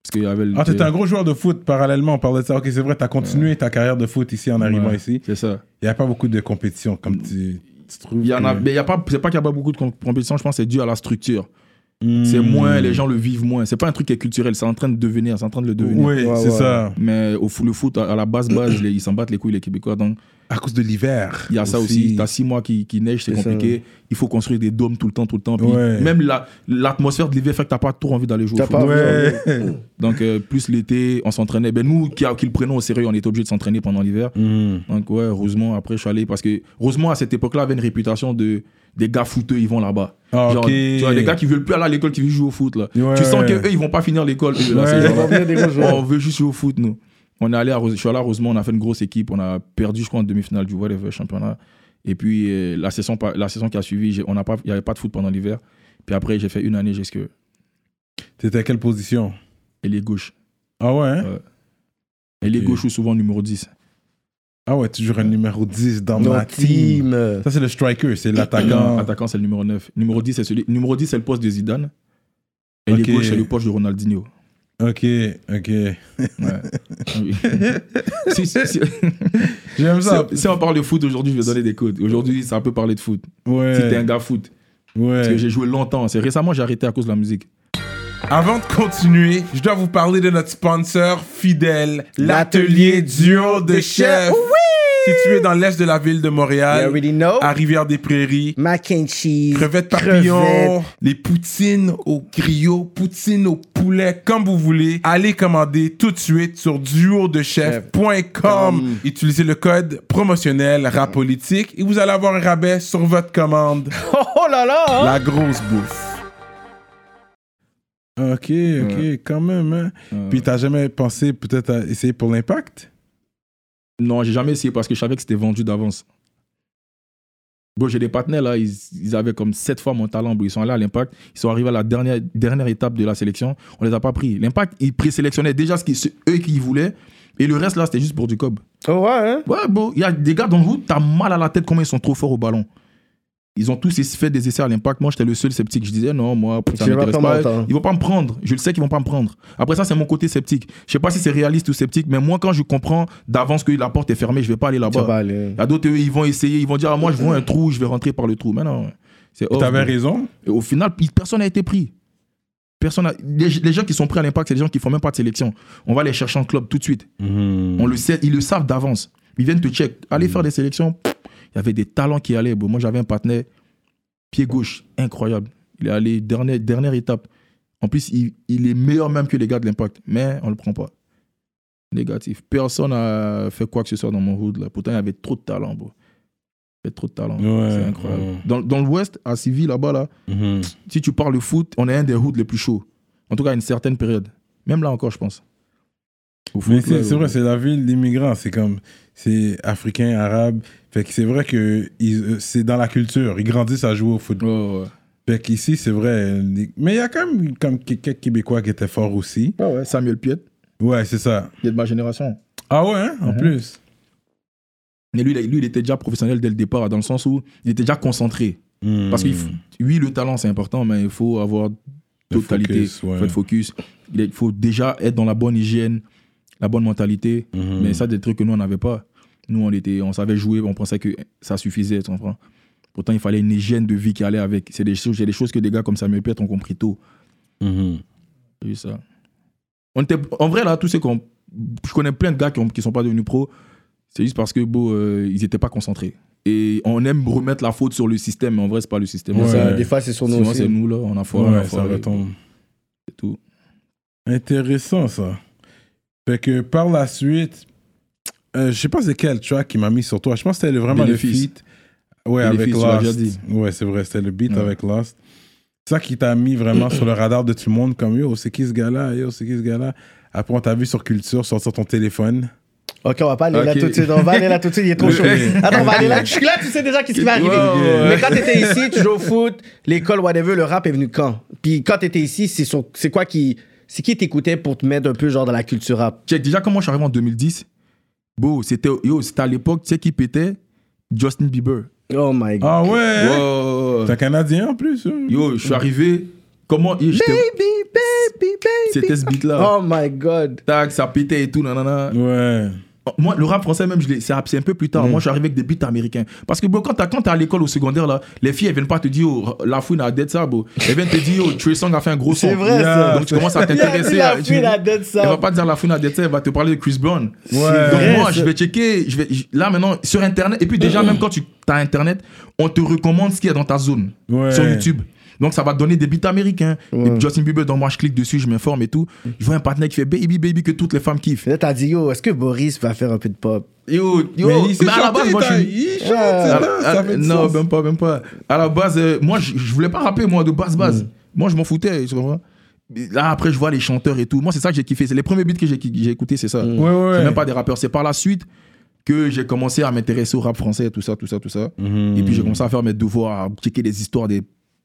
Speaker 3: Parce qu'il y avait le-
Speaker 1: Ah, t'étais un gros joueur de foot parallèlement, on parlait de ça. Ok, c'est vrai, t'as continué ta carrière de foot ici en arrivant
Speaker 3: Ouais.
Speaker 1: ici.
Speaker 3: C'est ça.
Speaker 1: Il n'y a pas beaucoup de compétition, comme tu, tu trouves.
Speaker 3: Il y en a,
Speaker 1: que-
Speaker 3: mais il y a pas, c'est pas qu'il n'y a pas beaucoup de comp- compétition, je pense que c'est dû à la structure. Mm. C'est
Speaker 1: Hmm.
Speaker 3: moins, les gens le vivent moins. C'est pas un truc qui est culturel, c'est en train de devenir, c'est en train de le devenir.
Speaker 1: Oui,
Speaker 2: Ouais, ouais.
Speaker 1: c'est ça.
Speaker 3: Mais au fou- le foot, à à la base, base les- ils s'en battent les couilles, les Québécois. Donc,
Speaker 1: À cause de l'hiver.
Speaker 3: il y a ça aussi. T'as six mois qui, qui neige, c'est
Speaker 2: C'est ça,
Speaker 3: compliqué. Il faut construire des dômes tout le temps, tout le temps. Puis
Speaker 1: Ouais.
Speaker 3: Même la- l'atmosphère de l'hiver fait que t'as pas trop envie d'aller jouer au
Speaker 2: T'as
Speaker 3: foot.
Speaker 2: pas-
Speaker 1: Ouais.
Speaker 3: Donc, euh, plus l'été, on s'entraînait. Ben, nous, qui, qui le prenons au sérieux, on était obligé de s'entraîner pendant l'hiver.
Speaker 1: Hmm.
Speaker 3: Donc, ouais, heureusement, après, je suis allé parce que, heureusement, à cette époque-là, avait une réputation de des gars fouteux, ils vont là-bas.
Speaker 1: Ah,
Speaker 3: Genre,
Speaker 1: ok.
Speaker 3: tu vois, les gars qui veulent plus aller à l'école, qui veulent jouer au foot, là.
Speaker 1: Ouais,
Speaker 3: tu sens
Speaker 1: ouais.
Speaker 3: qu'eux, ils vont pas finir l'école. eux, là,
Speaker 1: Ouais.
Speaker 3: ces gens-là.
Speaker 2: On vient des gros joueurs.
Speaker 3: on veut juste jouer au foot, nous. On est allé à Rose- je suis allé à Rosemont, on a fait une grosse équipe, on a perdu, je crois, en demi-finale du whatever championnat. Et puis, euh, la, saison, par- la saison qui a suivi, j'ai- on n'a pas- il n'y avait pas de foot pendant l'hiver. Puis après, j'ai fait une année jusque
Speaker 1: T'étais à quelle position
Speaker 3: ailier gauche.
Speaker 1: Ah ouais, hein?
Speaker 3: Ailier
Speaker 1: Ok.
Speaker 3: gauche ou souvent numéro 10.
Speaker 1: Ah ouais, toujours un numéro 10 dans ma
Speaker 2: Notre
Speaker 1: team.
Speaker 2: team.
Speaker 1: Ça, c'est le striker, c'est l'attaquant.
Speaker 3: Attaquant, attaquant c'est le numéro 9. Numéro 10, c'est celui... numéro 10, c'est le poste de Zidane. Ailier
Speaker 1: Ok.
Speaker 3: gauche, c'est le poste de Ronaldinho.
Speaker 1: Ok, ok.
Speaker 3: Ouais. si, si- si-
Speaker 1: J'aime ça.
Speaker 3: si- si on parle de foot aujourd'hui, je vais donner des codes. Aujourd'hui, ça peut parler de foot. Si t'es un
Speaker 1: Ouais.
Speaker 3: gars foot. Parce que
Speaker 1: ouais.
Speaker 3: j'ai joué longtemps. C'est récemment, j'ai arrêté à cause de la musique.
Speaker 4: Avant de continuer, je dois vous parler de notre sponsor fidèle, l'atelier duo de chef. Situé dans l'est de la ville de
Speaker 2: You
Speaker 4: Montréal,
Speaker 2: already know.
Speaker 3: Ah.
Speaker 4: à Rivière-des-Prairies.
Speaker 2: Mac and cheese.
Speaker 4: Crevettes papillons,
Speaker 2: crevettes.
Speaker 4: les poutines au griot, poutines au poulet, comme vous voulez. Allez commander tout de suite sur duodechef.com. Utilisez le code promotionnel rapolitique et vous allez avoir un rabais sur votre commande.
Speaker 2: Oh, oh là là. hein.
Speaker 4: La grosse bouffe.
Speaker 1: Ok, ok, quand même. Hein.
Speaker 3: Euh,
Speaker 1: Puis t'as jamais pensé peut-être à essayer pour l'impact
Speaker 3: Non, j'ai jamais essayé parce que je savais que c'était vendu d'avance. Bon, j'ai des partenaires là, ils, ils avaient comme sept fois mon talent, bro. ils sont allés à l'impact, ils sont arrivés à la dernière, dernière étape de la sélection, on les a pas pris. L'impact, ils présélectionnaient déjà ce qu'ils- ce- eux qu'ils voulaient, et le reste là, c'était juste pour du cob.
Speaker 2: Oh ouais, hein.
Speaker 3: Ouais, bon, il y a des gars dans le route, t'as mal à la tête comment ils sont trop forts au ballon. Ils ont tous essayé- fait des essais à l'impact. Moi, j'étais le seul sceptique. Je disais, non, moi, ça
Speaker 2: Tu vas
Speaker 3: m'intéresse
Speaker 2: pas
Speaker 3: pas.
Speaker 2: m'entendre.
Speaker 3: Ils vont pas me prendre. Je le sais qu'ils vont pas me prendre. Après ça, c'est mon côté sceptique. Je sais pas si c'est réaliste ou sceptique, mais moi, quand je comprends d'avance que la porte est fermée, je vais pas aller
Speaker 2: Tu vas pas
Speaker 3: là-bas.
Speaker 2: aller.
Speaker 3: Il y a d'autres, eux, ils vont essayer. Ils vont dire, ah, moi, je vois un trou, je vais rentrer par le trou. Mais non, c'est off,
Speaker 1: T'avais
Speaker 3: bro.
Speaker 1: raison.
Speaker 3: Et au final, pi- personne n'a été pris. Personne a- les, les gens qui sont pris à l'impact, c'est les gens qui font même pas de sélection. On va les chercher en club tout de suite.
Speaker 1: Mm-hmm.
Speaker 3: On le sait, ils le savent d'avance. Ils viennent te check. Aller faire des sélections, pff, il y avait des talents qui allaient. Bon, moi, j'avais un partenaire, pied gauche, incroyable. Il est allé, dernière, dernière étape. En plus, il, il est meilleur même que les gars de l'impact. Mais on le prend pas. Négatif. Personne n'a fait quoi que ce soit dans mon hood. Là. Pourtant, il y avait trop de talent. Bro. Il y avait trop de talent.
Speaker 1: Ouais,
Speaker 3: C'est incroyable.
Speaker 1: ouais.
Speaker 3: Dans, dans l'Ouest, à Civil, là-bas, là,
Speaker 1: Mhm.
Speaker 3: si tu parles de foot, on est un des hoods les plus chauds. En tout cas, à une certaine période. Même là encore, je pense. Au
Speaker 1: Mais
Speaker 3: foot,
Speaker 1: c'est
Speaker 3: là,
Speaker 1: c'est
Speaker 3: ouais.
Speaker 1: vrai, c'est la ville d'immigrants. C'est comme. C'est africain, arabe. Fait que c'est vrai que ils- euh, c'est dans la culture. Ils grandissent à jouer au football.
Speaker 3: Ouais, ouais.
Speaker 1: Fait qu'ici, c'est vrai. les- Mais il y a quand même comme quelques Québécois qui étaient forts aussi.
Speaker 3: Ah ouais, Samuel Piet,
Speaker 1: Ouais, c'est ça.
Speaker 3: il est de ma génération.
Speaker 1: Ah ouais, hein,
Speaker 3: Mhm.
Speaker 1: en plus.
Speaker 3: Mais lui, il a- lui, il était déjà professionnel dès le départ, dans le sens où il était déjà concentré. Parce que, oui, le talent, c'est important, mais il faut avoir
Speaker 1: Hmm. Le
Speaker 3: totalité.
Speaker 1: focus, ouais.
Speaker 3: Il faut être focus. Il est- il faut déjà être dans la bonne hygiène. la bonne mentalité.
Speaker 1: Mm. Hmm.
Speaker 3: Mais ça, des trucs que nous, on n'avait pas. Nous, on, était, on savait jouer, on pensait que ça suffisait, tu comprends Pourtant, il fallait une hygiène de vie qui allait avec. C'est des, choses- c'est des choses que des gars comme Samuel Piet ont compris tôt.
Speaker 1: Mm-hmm.
Speaker 3: C'est juste ça. On était, en vrai, là, tous ceux qu'on. Je connais plein de gars qui, ont- qui sont pas devenus pro. C'est juste parce que, bon, euh, ils n'étaient pas concentrés. Et on aime remettre la faute sur le système, mais en vrai, c'est pas le système.
Speaker 1: Ouais.
Speaker 2: Ça, des fois, c'est sur nous
Speaker 3: Souvent,
Speaker 2: aussi.
Speaker 3: c'est nous, là, on a foiré, on a
Speaker 1: Ouais, ça
Speaker 3: foiré,
Speaker 1: retombe.
Speaker 3: c'est tout.
Speaker 1: Intéressant ça. Fait que par la suite, euh, je sais pas c'est quel track qui m'a mis sur toi. Je pense que c'était le- vraiment
Speaker 3: Bénéfice.
Speaker 1: le feat. Ouais, avec
Speaker 3: Bénéfice, tu l'as
Speaker 1: Lost.
Speaker 3: déjà dit.
Speaker 1: Ouais, c'est vrai, c'était le beat
Speaker 3: Ouais.
Speaker 1: avec Lost. C'est ça qui t'a mis vraiment sur le radar de tout le monde, comme yo, c'est qui ce gars-là, yo, c'est qui ce gars-là. Après, on t'a vu sur Culture sortir ton téléphone.
Speaker 2: Ok, on va pas aller là
Speaker 3: Ok.
Speaker 2: tout de suite. On va aller là tout de suite, il est trop chaud. Attends, on va aller là. Je suis là, tu sais déjà qu'est-ce qui va arriver.
Speaker 3: Ouais, ouais.
Speaker 2: Mais quand t'étais ici, tu joues au foot, l'école, whatever, le rap est venu quand Puis quand t'étais ici, c'est sur- c'est quoi qui. C'est qui t'écoutait pour te mettre un peu genre dans la culture rap
Speaker 3: Check, déjà, comment je suis arrivé en 2010 Bon, c'était yo, c'était à l'époque, tu sais qui pétait Justin Bieber.
Speaker 2: Oh my god.
Speaker 1: Ah ouais!
Speaker 3: Wow.
Speaker 1: T'es un Canadien en plus. hein?
Speaker 3: Yo, je suis arrivé. Comment yo, j'étais-
Speaker 2: Baby, baby, baby.
Speaker 3: C'était ce beat-là.
Speaker 2: Oh my god.
Speaker 3: Tac, ça pétait et tout, nanana.
Speaker 1: Ouais.
Speaker 3: Moi, le rap français, même, je l'ai- c'est un c'est un peu plus
Speaker 2: Mm.
Speaker 3: tard. Moi, je suis arrivé avec des beats américains. Parce que, bro, quand t'as- quand t'es à l'école au secondaire, là, les filles, elles viennent pas te dire, oh, la fouine a dead ça, bro. Elles viennent te dire, oh, Trey Song a fait un gros son.
Speaker 2: C'est vrai, ça.
Speaker 3: Donc, tu commences à
Speaker 2: Il a
Speaker 3: t'intéresser.
Speaker 2: dit la
Speaker 3: à- tu-
Speaker 2: fouine a dead ça.
Speaker 3: Elle va pas te dire la fouine a dead ça, elle va te parler de Chris Brown.
Speaker 1: Ouais.
Speaker 3: Donc,
Speaker 2: vrai,
Speaker 3: moi,
Speaker 2: ça.
Speaker 3: je vais checker. Je vais, je- là, maintenant, sur Internet. Et puis, déjà, même quand tu as Internet, on te recommande ce qu'il y a dans ta zone.
Speaker 1: Ouais.
Speaker 3: Sur YouTube. Donc, ça va te donner des beats américains. Et Justin Bieber, donc, moi, je clique dessus, je m'informe et tout. Je vois un partenaire qui fait Baby Baby que toutes les femmes kiffent.
Speaker 2: Là, t'as dit, yo, est-ce que Boris va faire un peu de pop
Speaker 3: Yo, yo,
Speaker 1: Mais il s'est
Speaker 3: mais à la
Speaker 1: chanté,
Speaker 3: base, moi, je
Speaker 1: t'as-
Speaker 3: suis.
Speaker 1: il chante, c'est
Speaker 3: à la-
Speaker 1: là, ça
Speaker 3: à-
Speaker 1: fait du
Speaker 3: non, ben,
Speaker 1: sens.
Speaker 3: même pas, même pas. À la base, euh, moi, je je voulais pas rapper, moi, de
Speaker 1: Mm.
Speaker 3: base, base. Moi, je m'en foutais, tu vois. Mais Là, après, je vois les chanteurs et tout. Moi, c'est ça que j'ai kiffé. C'est les premiers beats que j'ai j'ai écouté, c'est
Speaker 1: Ouais,
Speaker 3: ça.
Speaker 1: Mm. ouais,
Speaker 3: C'est
Speaker 1: ouais.
Speaker 3: même pas des rappeurs. C'est par la suite que j'ai commencé à m'intéresser au rap français, tout ça, tout ça, tout ça.
Speaker 1: Mm. Mhm.
Speaker 3: Et puis, j'ai commencé à faire mes devoirs, à checker les histoires des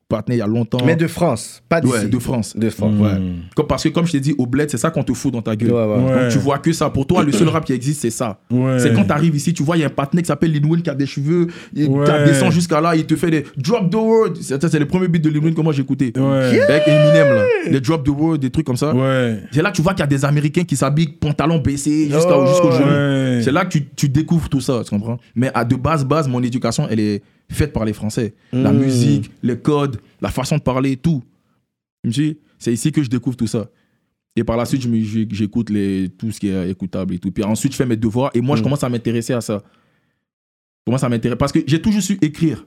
Speaker 3: partenaires il y a longtemps.
Speaker 2: Mais de France, pas d'ici.
Speaker 3: Ouais, de France. Mm.
Speaker 2: De
Speaker 1: Mhm.
Speaker 2: France.
Speaker 3: Ouais. Comme- Parce que, comme je t'ai dit, au bled, c'est ça qu'on te fout dans ta gueule.
Speaker 2: Ouais, ouais.
Speaker 1: Ouais.
Speaker 3: Donc, tu vois que ça. Pour toi, le seul rap qui existe, c'est ça.
Speaker 1: Ouais.
Speaker 3: C'est quand t'arrives ici, tu vois, il y a un partenaire qui s'appelle Lil Wayne qui a des cheveux. Il
Speaker 1: Ouais.
Speaker 3: t'as- descend jusqu'à là, il te fait des Drop the Word. C'est ça, c'est le premier beat de Lil Wayne que moi j'ai écouté.
Speaker 1: Ouais.
Speaker 3: Avec Eminem, là. Les Drop the Word, des trucs comme ça.
Speaker 1: Ouais.
Speaker 3: C'est là que tu vois qu'il y a des Américains qui s'habillent pantalon baissé jusqu'à-
Speaker 2: Oh,
Speaker 3: jusqu'au genou.
Speaker 1: ouais.
Speaker 3: C'est là que tu, tu découvres tout ça, tu comprends Mais à de base, base, mon éducation, elle est faite par les Français. La musique, les codes, la façon de parler, tout. Je me suis dit, c'est ici que je découvre tout ça. Et par la suite, je me- j'ai- j'écoute les- tout ce qui est écoutable et tout. Puis ensuite, je fais mes devoirs et moi, je commence à m'intéresser à ça. Je commence à m'intéresser. Parce que j'ai toujours su écrire,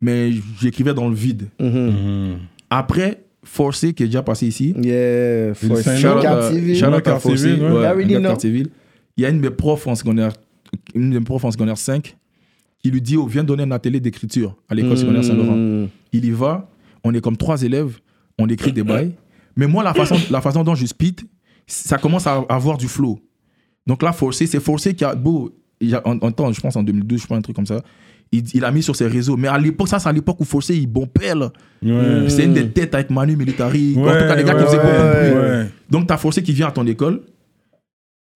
Speaker 3: mais j'écrivais dans le vide.
Speaker 2: Mhm.
Speaker 3: Après, Forcé, qui est déjà passé ici,
Speaker 2: Yeah, for
Speaker 1: Saint-Laurent,
Speaker 2: sure.
Speaker 1: euh,
Speaker 2: Carte civile.
Speaker 3: Shout out à
Speaker 1: Carte
Speaker 3: Fossé,
Speaker 1: civile, ouais.
Speaker 3: ouais,
Speaker 2: I really
Speaker 3: un gars de
Speaker 2: know.
Speaker 3: Carte civile. Il y a une de mes profs en secondaire, une de mes profs en secondaire 5 qui lui dit oh, Viens donner un atelier d'écriture à l'école secondaire Saint-Laurent.
Speaker 2: Mhm.
Speaker 3: Il y va, on est comme trois élèves, on écrit des bails. Mais moi, la façon, la façon dont je spit, ça commence à avoir du flow. Donc là, Forcé, c'est Forcé qui a. Beau, il a- en, en temps, je pense en 2012, je pense un truc comme ça. Il, il a mis sur ses réseaux. Mais à l'époque, ça, c'est à l'époque où Forcé, il bompait. là.
Speaker 1: Ouais.
Speaker 3: C'est une des têtes avec Manu Militari. en
Speaker 1: Ouais,
Speaker 3: tout cas, les gars qui
Speaker 1: ouais,
Speaker 3: faisaient beaucoup de bruit.
Speaker 1: ouais.
Speaker 3: Donc, t'as forcé qui vient à ton école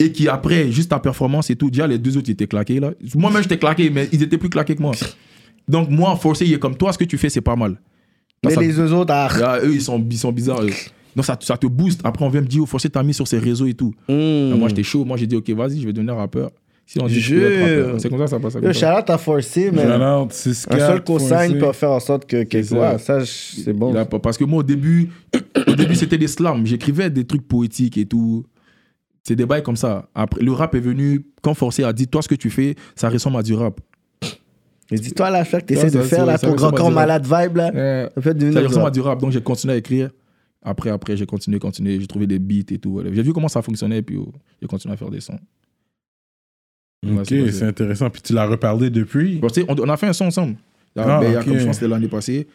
Speaker 3: et qui, après, juste ta performance et tout, déjà, les deux autres, ils étaient claqués, là. Moi-même, j'étais claqué, mais ils étaient plus claqués que moi. Donc, moi, forcé, il est comme toi, ce que tu fais, c'est pas mal. Ça,
Speaker 2: Mais
Speaker 3: ça-
Speaker 2: les deux autres, ah.
Speaker 3: Ah, eux, ils sont, ils sont bizarres, eux. Donc, ça, ça te booste. Après, on vient me dire, oh, forcé, t'as mis sur ces réseaux et tout.
Speaker 2: Mhm.
Speaker 3: Là, Ah, moi, j'étais chaud. Moi, j'ai dit, OK, vas-y, je vais devenir rappeur. Si on dit, je
Speaker 2: Jure.
Speaker 3: peux être rappeur. C'est comme ça, ça passe.
Speaker 2: Yo, shout out à Forcé, mais
Speaker 1: Shout out, c'est ce
Speaker 2: un
Speaker 1: gars,
Speaker 2: seul cosign
Speaker 1: foncé.
Speaker 2: peut faire en sorte que quelque
Speaker 3: ça.
Speaker 2: ouais, ça, je- c'est bon.
Speaker 3: Il a pas- parce que moi, au début, au début c'était des slams. J'écrivais des trucs poétiques et tout. C'est des bails comme ça. Après, le rap est venu quand Forcé a dit Toi, ce que tu fais, ça ressemble à du rap.
Speaker 2: Mais dis-toi là, frère, que t'essaies
Speaker 3: Ça,
Speaker 2: de
Speaker 3: ça,
Speaker 2: faire
Speaker 3: ça,
Speaker 2: là,
Speaker 3: ça,
Speaker 2: ton
Speaker 3: ça,
Speaker 2: grand
Speaker 3: ça,
Speaker 2: corps
Speaker 3: ça.
Speaker 2: malade vibe là. Ça peut
Speaker 3: Ça
Speaker 2: devenir
Speaker 3: ressemble à
Speaker 2: grave.
Speaker 3: du rap. Donc, j'ai continué à écrire. Après, après, j'ai continué, continué. J'ai trouvé des beats et tout. voilà. J'ai vu comment ça fonctionnait. Puis, oh, j'ai continué à faire des sons. Ouais,
Speaker 1: Ok,
Speaker 3: c'est passé.
Speaker 1: c'est intéressant. Puis tu l'as reparlé depuis.
Speaker 3: Bon, tu sais, on, on a fait un son ensemble. Là,
Speaker 1: Ah,
Speaker 3: ben, il y a
Speaker 1: ok.
Speaker 3: comme je pense que c'était l'année passée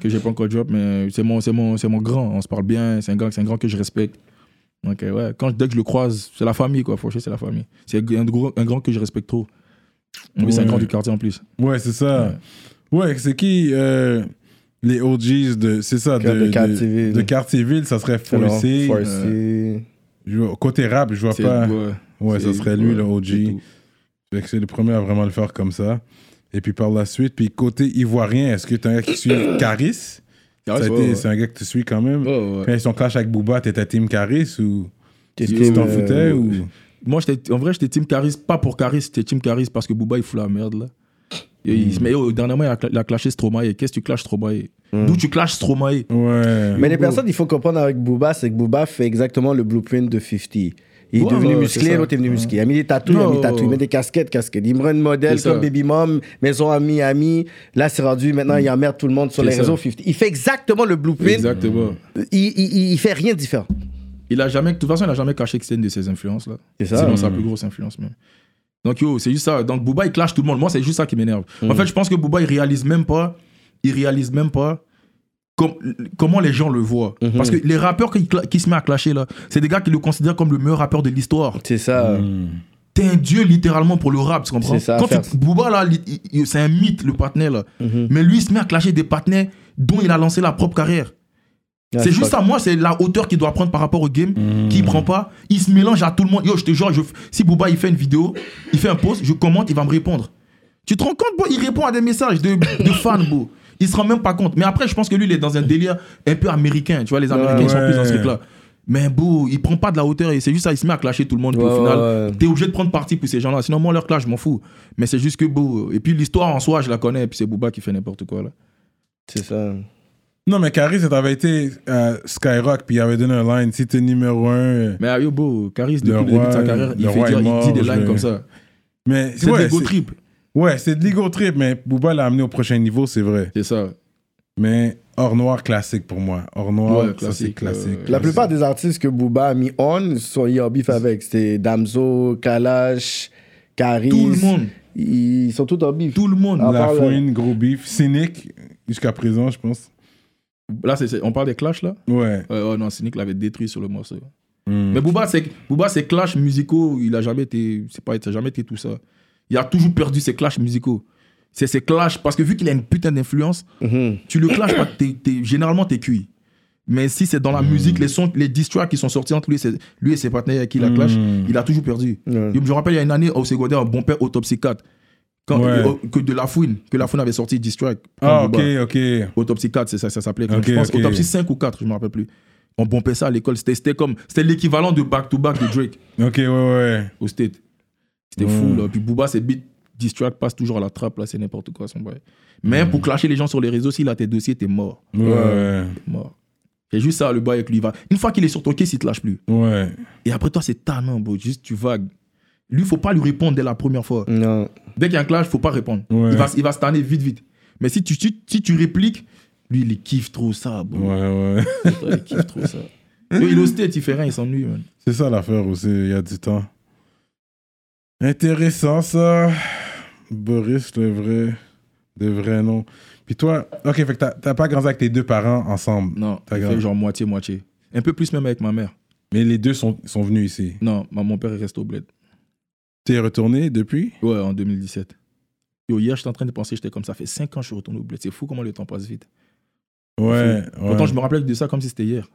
Speaker 3: que j'ai pas encore drop, mais c'est mon, c'est mon, c'est mon grand. On se parle bien. C'est un grand, c'est un grand que je respecte. Donc euh, ouais, quand dès que je le croise, c'est la famille quoi. Fauché, c'est la famille. C'est un, gros- un grand que je respecte trop. En plus, C'est un
Speaker 1: Ouais.
Speaker 3: grand du quartier en plus.
Speaker 1: Ouais, c'est ça. Ouais, c'est qui euh, les OGs de. C'est ça,
Speaker 2: Que
Speaker 1: de,
Speaker 2: de Cartierville.
Speaker 1: de Cartierville, ça serait Forcé.
Speaker 3: euh,
Speaker 2: Forcé.
Speaker 1: Je vois- Côté rap, je vois
Speaker 3: C'est-
Speaker 1: pas.
Speaker 3: ouais,
Speaker 1: Ouais,
Speaker 3: c'est-
Speaker 1: ça serait lui,
Speaker 3: ouais,
Speaker 1: le
Speaker 3: c'est
Speaker 1: OG.
Speaker 3: tout.
Speaker 1: Fait que c'est le premier à vraiment le faire comme ça. Et puis par la suite, puis côté ivoirien, est-ce que t'es un gars qui suit Caris Ça a
Speaker 3: Ah, Ouais,
Speaker 1: été-
Speaker 3: ouais, ouais.
Speaker 1: C'est un gars que tu suis quand même.
Speaker 3: Ouais, ouais.
Speaker 1: Quand ils sont clash avec Booba, t'étais Team Caris ou.
Speaker 2: T'étais,
Speaker 1: t'en
Speaker 2: euh,
Speaker 1: foutais ou.
Speaker 3: Moi, j'étais- en vrai, j'étais Team Caris, pas pour Caris, c'était Team Caris parce que Booba, il fout la merde, là. Et il
Speaker 1: Hmm.
Speaker 3: se met, yo, dernièrement, il a, cla- il a clashé Stromae. Qu'est-ce que tu clashes Stromae
Speaker 1: Hmm.
Speaker 3: D'où tu clashes Stromae
Speaker 1: Ouais.
Speaker 2: Mais les personnes, il faut comprendre avec Booba, c'est que Booba fait exactement le blueprint de 50. Il est
Speaker 3: Ouais,
Speaker 2: devenu
Speaker 3: ouais, c'est
Speaker 2: musclé,
Speaker 3: ça.
Speaker 2: l'autre est devenu musclé. Il a mis des tatous, il a mis
Speaker 3: Non.
Speaker 2: des tatous. Il met des casquettes, casquettes. Il me rend une modèle
Speaker 3: C'est ça.
Speaker 2: comme Baby Mom, Maison Ami, Ami. Là, c'est rendu, maintenant, il emmerde tout le monde sur
Speaker 3: Mm. C'est
Speaker 2: les
Speaker 3: ça.
Speaker 2: réseaux 50. Il fait exactement le blueprint.
Speaker 3: Exactement.
Speaker 2: Il, il, il- il fait rien de différent.
Speaker 3: Il a jamais, de toute façon, il a jamais caché que c'était une de ses influences, là.
Speaker 2: C'est ça. hmm.
Speaker 3: Sinon, c'est la plus grosse influence, même. Donc, yo, c'est juste ça. Donc, Booba, il clash tout le monde. Moi, c'est juste ça qui m'énerve.
Speaker 2: Hmm.
Speaker 3: En fait, je pense que Booba, il réalise même pas, il réalise même pas com- comment les gens le voient.
Speaker 2: Hmm.
Speaker 3: Parce que les rappeurs qui, cla- qui se mettent à clasher, là, c'est des gars qui le considèrent comme le meilleur rappeur de l'histoire.
Speaker 2: C'est
Speaker 3: euh,
Speaker 2: ça.
Speaker 1: Hmm.
Speaker 3: T'es un dieu littéralement pour le rap, tu comprends
Speaker 2: C'est ça,
Speaker 3: Quand
Speaker 2: faire- Hmm.
Speaker 3: tu, Booba, là, il- il- c'est un mythe, le partenaire, là.
Speaker 2: Mm-hmm.
Speaker 3: Mais lui, il se met à clasher des partenaires dont il a lancé la propre carrière.
Speaker 2: Ah,
Speaker 3: C'est
Speaker 2: fuck.
Speaker 3: juste à moi, c'est la hauteur qu'il doit prendre par rapport au game, qu'il prend pas. Il se mélange à tout le monde. Yo, je te jure, je- si Booba il fait une vidéo, il fait un post, je commente, il va me répondre. Tu te rends compte, bro Il répond à des messages de, de fans, bro. Il se rend même pas compte. Mais après, je pense que lui, il est dans un délire un peu américain. Tu vois, les Américains ils sont
Speaker 1: ouais.
Speaker 3: plus dans ce truc-là. Mais bro, il prend pas de la hauteur et c'est juste ça, il se met à clasher tout le monde. puis
Speaker 2: Ouais,
Speaker 3: au final,
Speaker 2: ouais, ouais.
Speaker 3: t'es obligé de prendre parti pour ces gens-là. Sinon, moi, leur clash, je m'en fous. Mais c'est juste que, bro. Et puis l'histoire en soi, je la connais. Et puis c'est Booba qui fait n'importe quoi, là.
Speaker 2: C'est ça.
Speaker 1: Non, mais Caris, t'avais été à Skyrock, puis il avait donné un line. Si t'es numéro un. euh,
Speaker 3: Mais ah, yo, bro, Caris, depuis
Speaker 1: Le
Speaker 3: le, début de sa
Speaker 1: roi-
Speaker 3: carrière, il,
Speaker 1: le
Speaker 3: fait
Speaker 1: roi
Speaker 3: dire,
Speaker 1: est mort,
Speaker 3: il dit des lines
Speaker 1: je-
Speaker 3: comme ça.
Speaker 1: Mais
Speaker 3: C'est
Speaker 1: ouais,
Speaker 3: des go trip.
Speaker 1: Ouais, c'est de l'ego trip, mais Booba l'a amené au prochain niveau, c'est vrai.
Speaker 3: C'est ça.
Speaker 1: Mais hors noir, classique pour moi. Hors noir,
Speaker 3: Ouais,
Speaker 1: ça, c'est
Speaker 3: classique,
Speaker 1: classique.
Speaker 3: euh,
Speaker 2: La plupart des artistes que Booba a mis on, son yo beef avec. C'est Damso, Kalash, Karis.
Speaker 3: Tout le monde.
Speaker 2: Ils sont tous en beef.
Speaker 3: Tout le monde.
Speaker 2: Ah,
Speaker 1: La
Speaker 2: part le-
Speaker 3: euh,
Speaker 1: fouine, gros beef, cynique, jusqu'à présent, je pense.
Speaker 3: Là, c'est- c'est- on parle des clashs, là
Speaker 1: Ouais.
Speaker 3: Ouais, Oh non, Cynic l'avait détruit sur le morceau. Mais Booba, c'est Booba, ses clashs musicaux, il a jamais été, c'est pas, ça a jamais été tout ça. Il a toujours perdu ses clashs musicaux. C'est ses clashs, parce que vu qu'il a une putain d'influence,
Speaker 2: Mhm.
Speaker 3: tu le clashes pas, t'es- t'es- généralement t'es cuit. Mais si c'est dans
Speaker 1: Hmm.
Speaker 3: la musique, les sons, les diss tracks qui sont sortis entre lui et ses, lui et ses partenaires avec qui il a clash,
Speaker 1: Hmm.
Speaker 3: il a toujours perdu.
Speaker 2: Ouais.
Speaker 3: Je me rappelle, il y a une année au secondaire, au bon père Autopsy 4, quand,
Speaker 1: Ouais.
Speaker 3: euh, que de la fouine, que la fouine avait sorti diss track.
Speaker 1: Ah, ok,
Speaker 3: Booba.
Speaker 1: ok.
Speaker 3: Autopsie 4, c'est ça, ça s'appelait.
Speaker 1: Ok,
Speaker 3: je pense
Speaker 1: ok.
Speaker 3: Autopsie 5 ou 4, je me rappelle plus. On pompait ça à l'école. C'était c'était comme c'était l'équivalent de back-to-back de Drake
Speaker 1: Ok, ouais, ouais.
Speaker 3: au State. C'était
Speaker 1: Hmm.
Speaker 3: fou, là. Puis Booba, ses beats distract passe toujours à la trappe, là. C'est n'importe quoi, son bail.
Speaker 1: Hmm.
Speaker 3: Mais pour clasher les gens sur les réseaux, s'il a tes dossiers, t'es mort.
Speaker 1: Ouais, ouais.
Speaker 3: T'es mort. C'est juste ça, le bail avec lui. il va- Une fois qu'il est sur ton case, il te lâche plus.
Speaker 1: Ouais.
Speaker 3: Et après, toi, c'est ta main, bro. Juste, tu vagues. Lui, faut pas lui répondre dès la première fois.
Speaker 2: Non.
Speaker 3: Dès qu'il y a un clash, faut pas répondre.
Speaker 1: Mm. Ouais.
Speaker 3: Il va, il va se tanner vite, vite. Mais si tu, si, si tu répliques, lui, il kiffe trop ça, bro.
Speaker 1: Ouais, ouais.
Speaker 3: Ouais, il kiffe trop ça. Yo, il est au state, il fait rien, il s'ennuie, man.
Speaker 1: C'est ça l'affaire aussi, il y a du temps. Intéressant ça. Boris, le vrai. De vrai nom. Puis toi, ok, fait que t'as- t'as pas grandi avec tes deux parents ensemble.
Speaker 3: Non,
Speaker 1: T'as
Speaker 3: il
Speaker 1: grave.
Speaker 3: fait genre moitié-moitié. Un peu plus même avec ma mère.
Speaker 1: Mais les deux sont, sont venus ici.
Speaker 3: Non, ma- mon père est resté au bled.
Speaker 1: T'es retourné depuis
Speaker 3: Ouais, en 2017. Yo, hier, j'étais en train de penser, j'étais comme ça. fait 5 ans que je suis retourné au bled. C'est fou comment le temps passe vite.
Speaker 1: Ouais. ouais.
Speaker 3: Pourtant, je me rappelle de ça comme si c'était hier.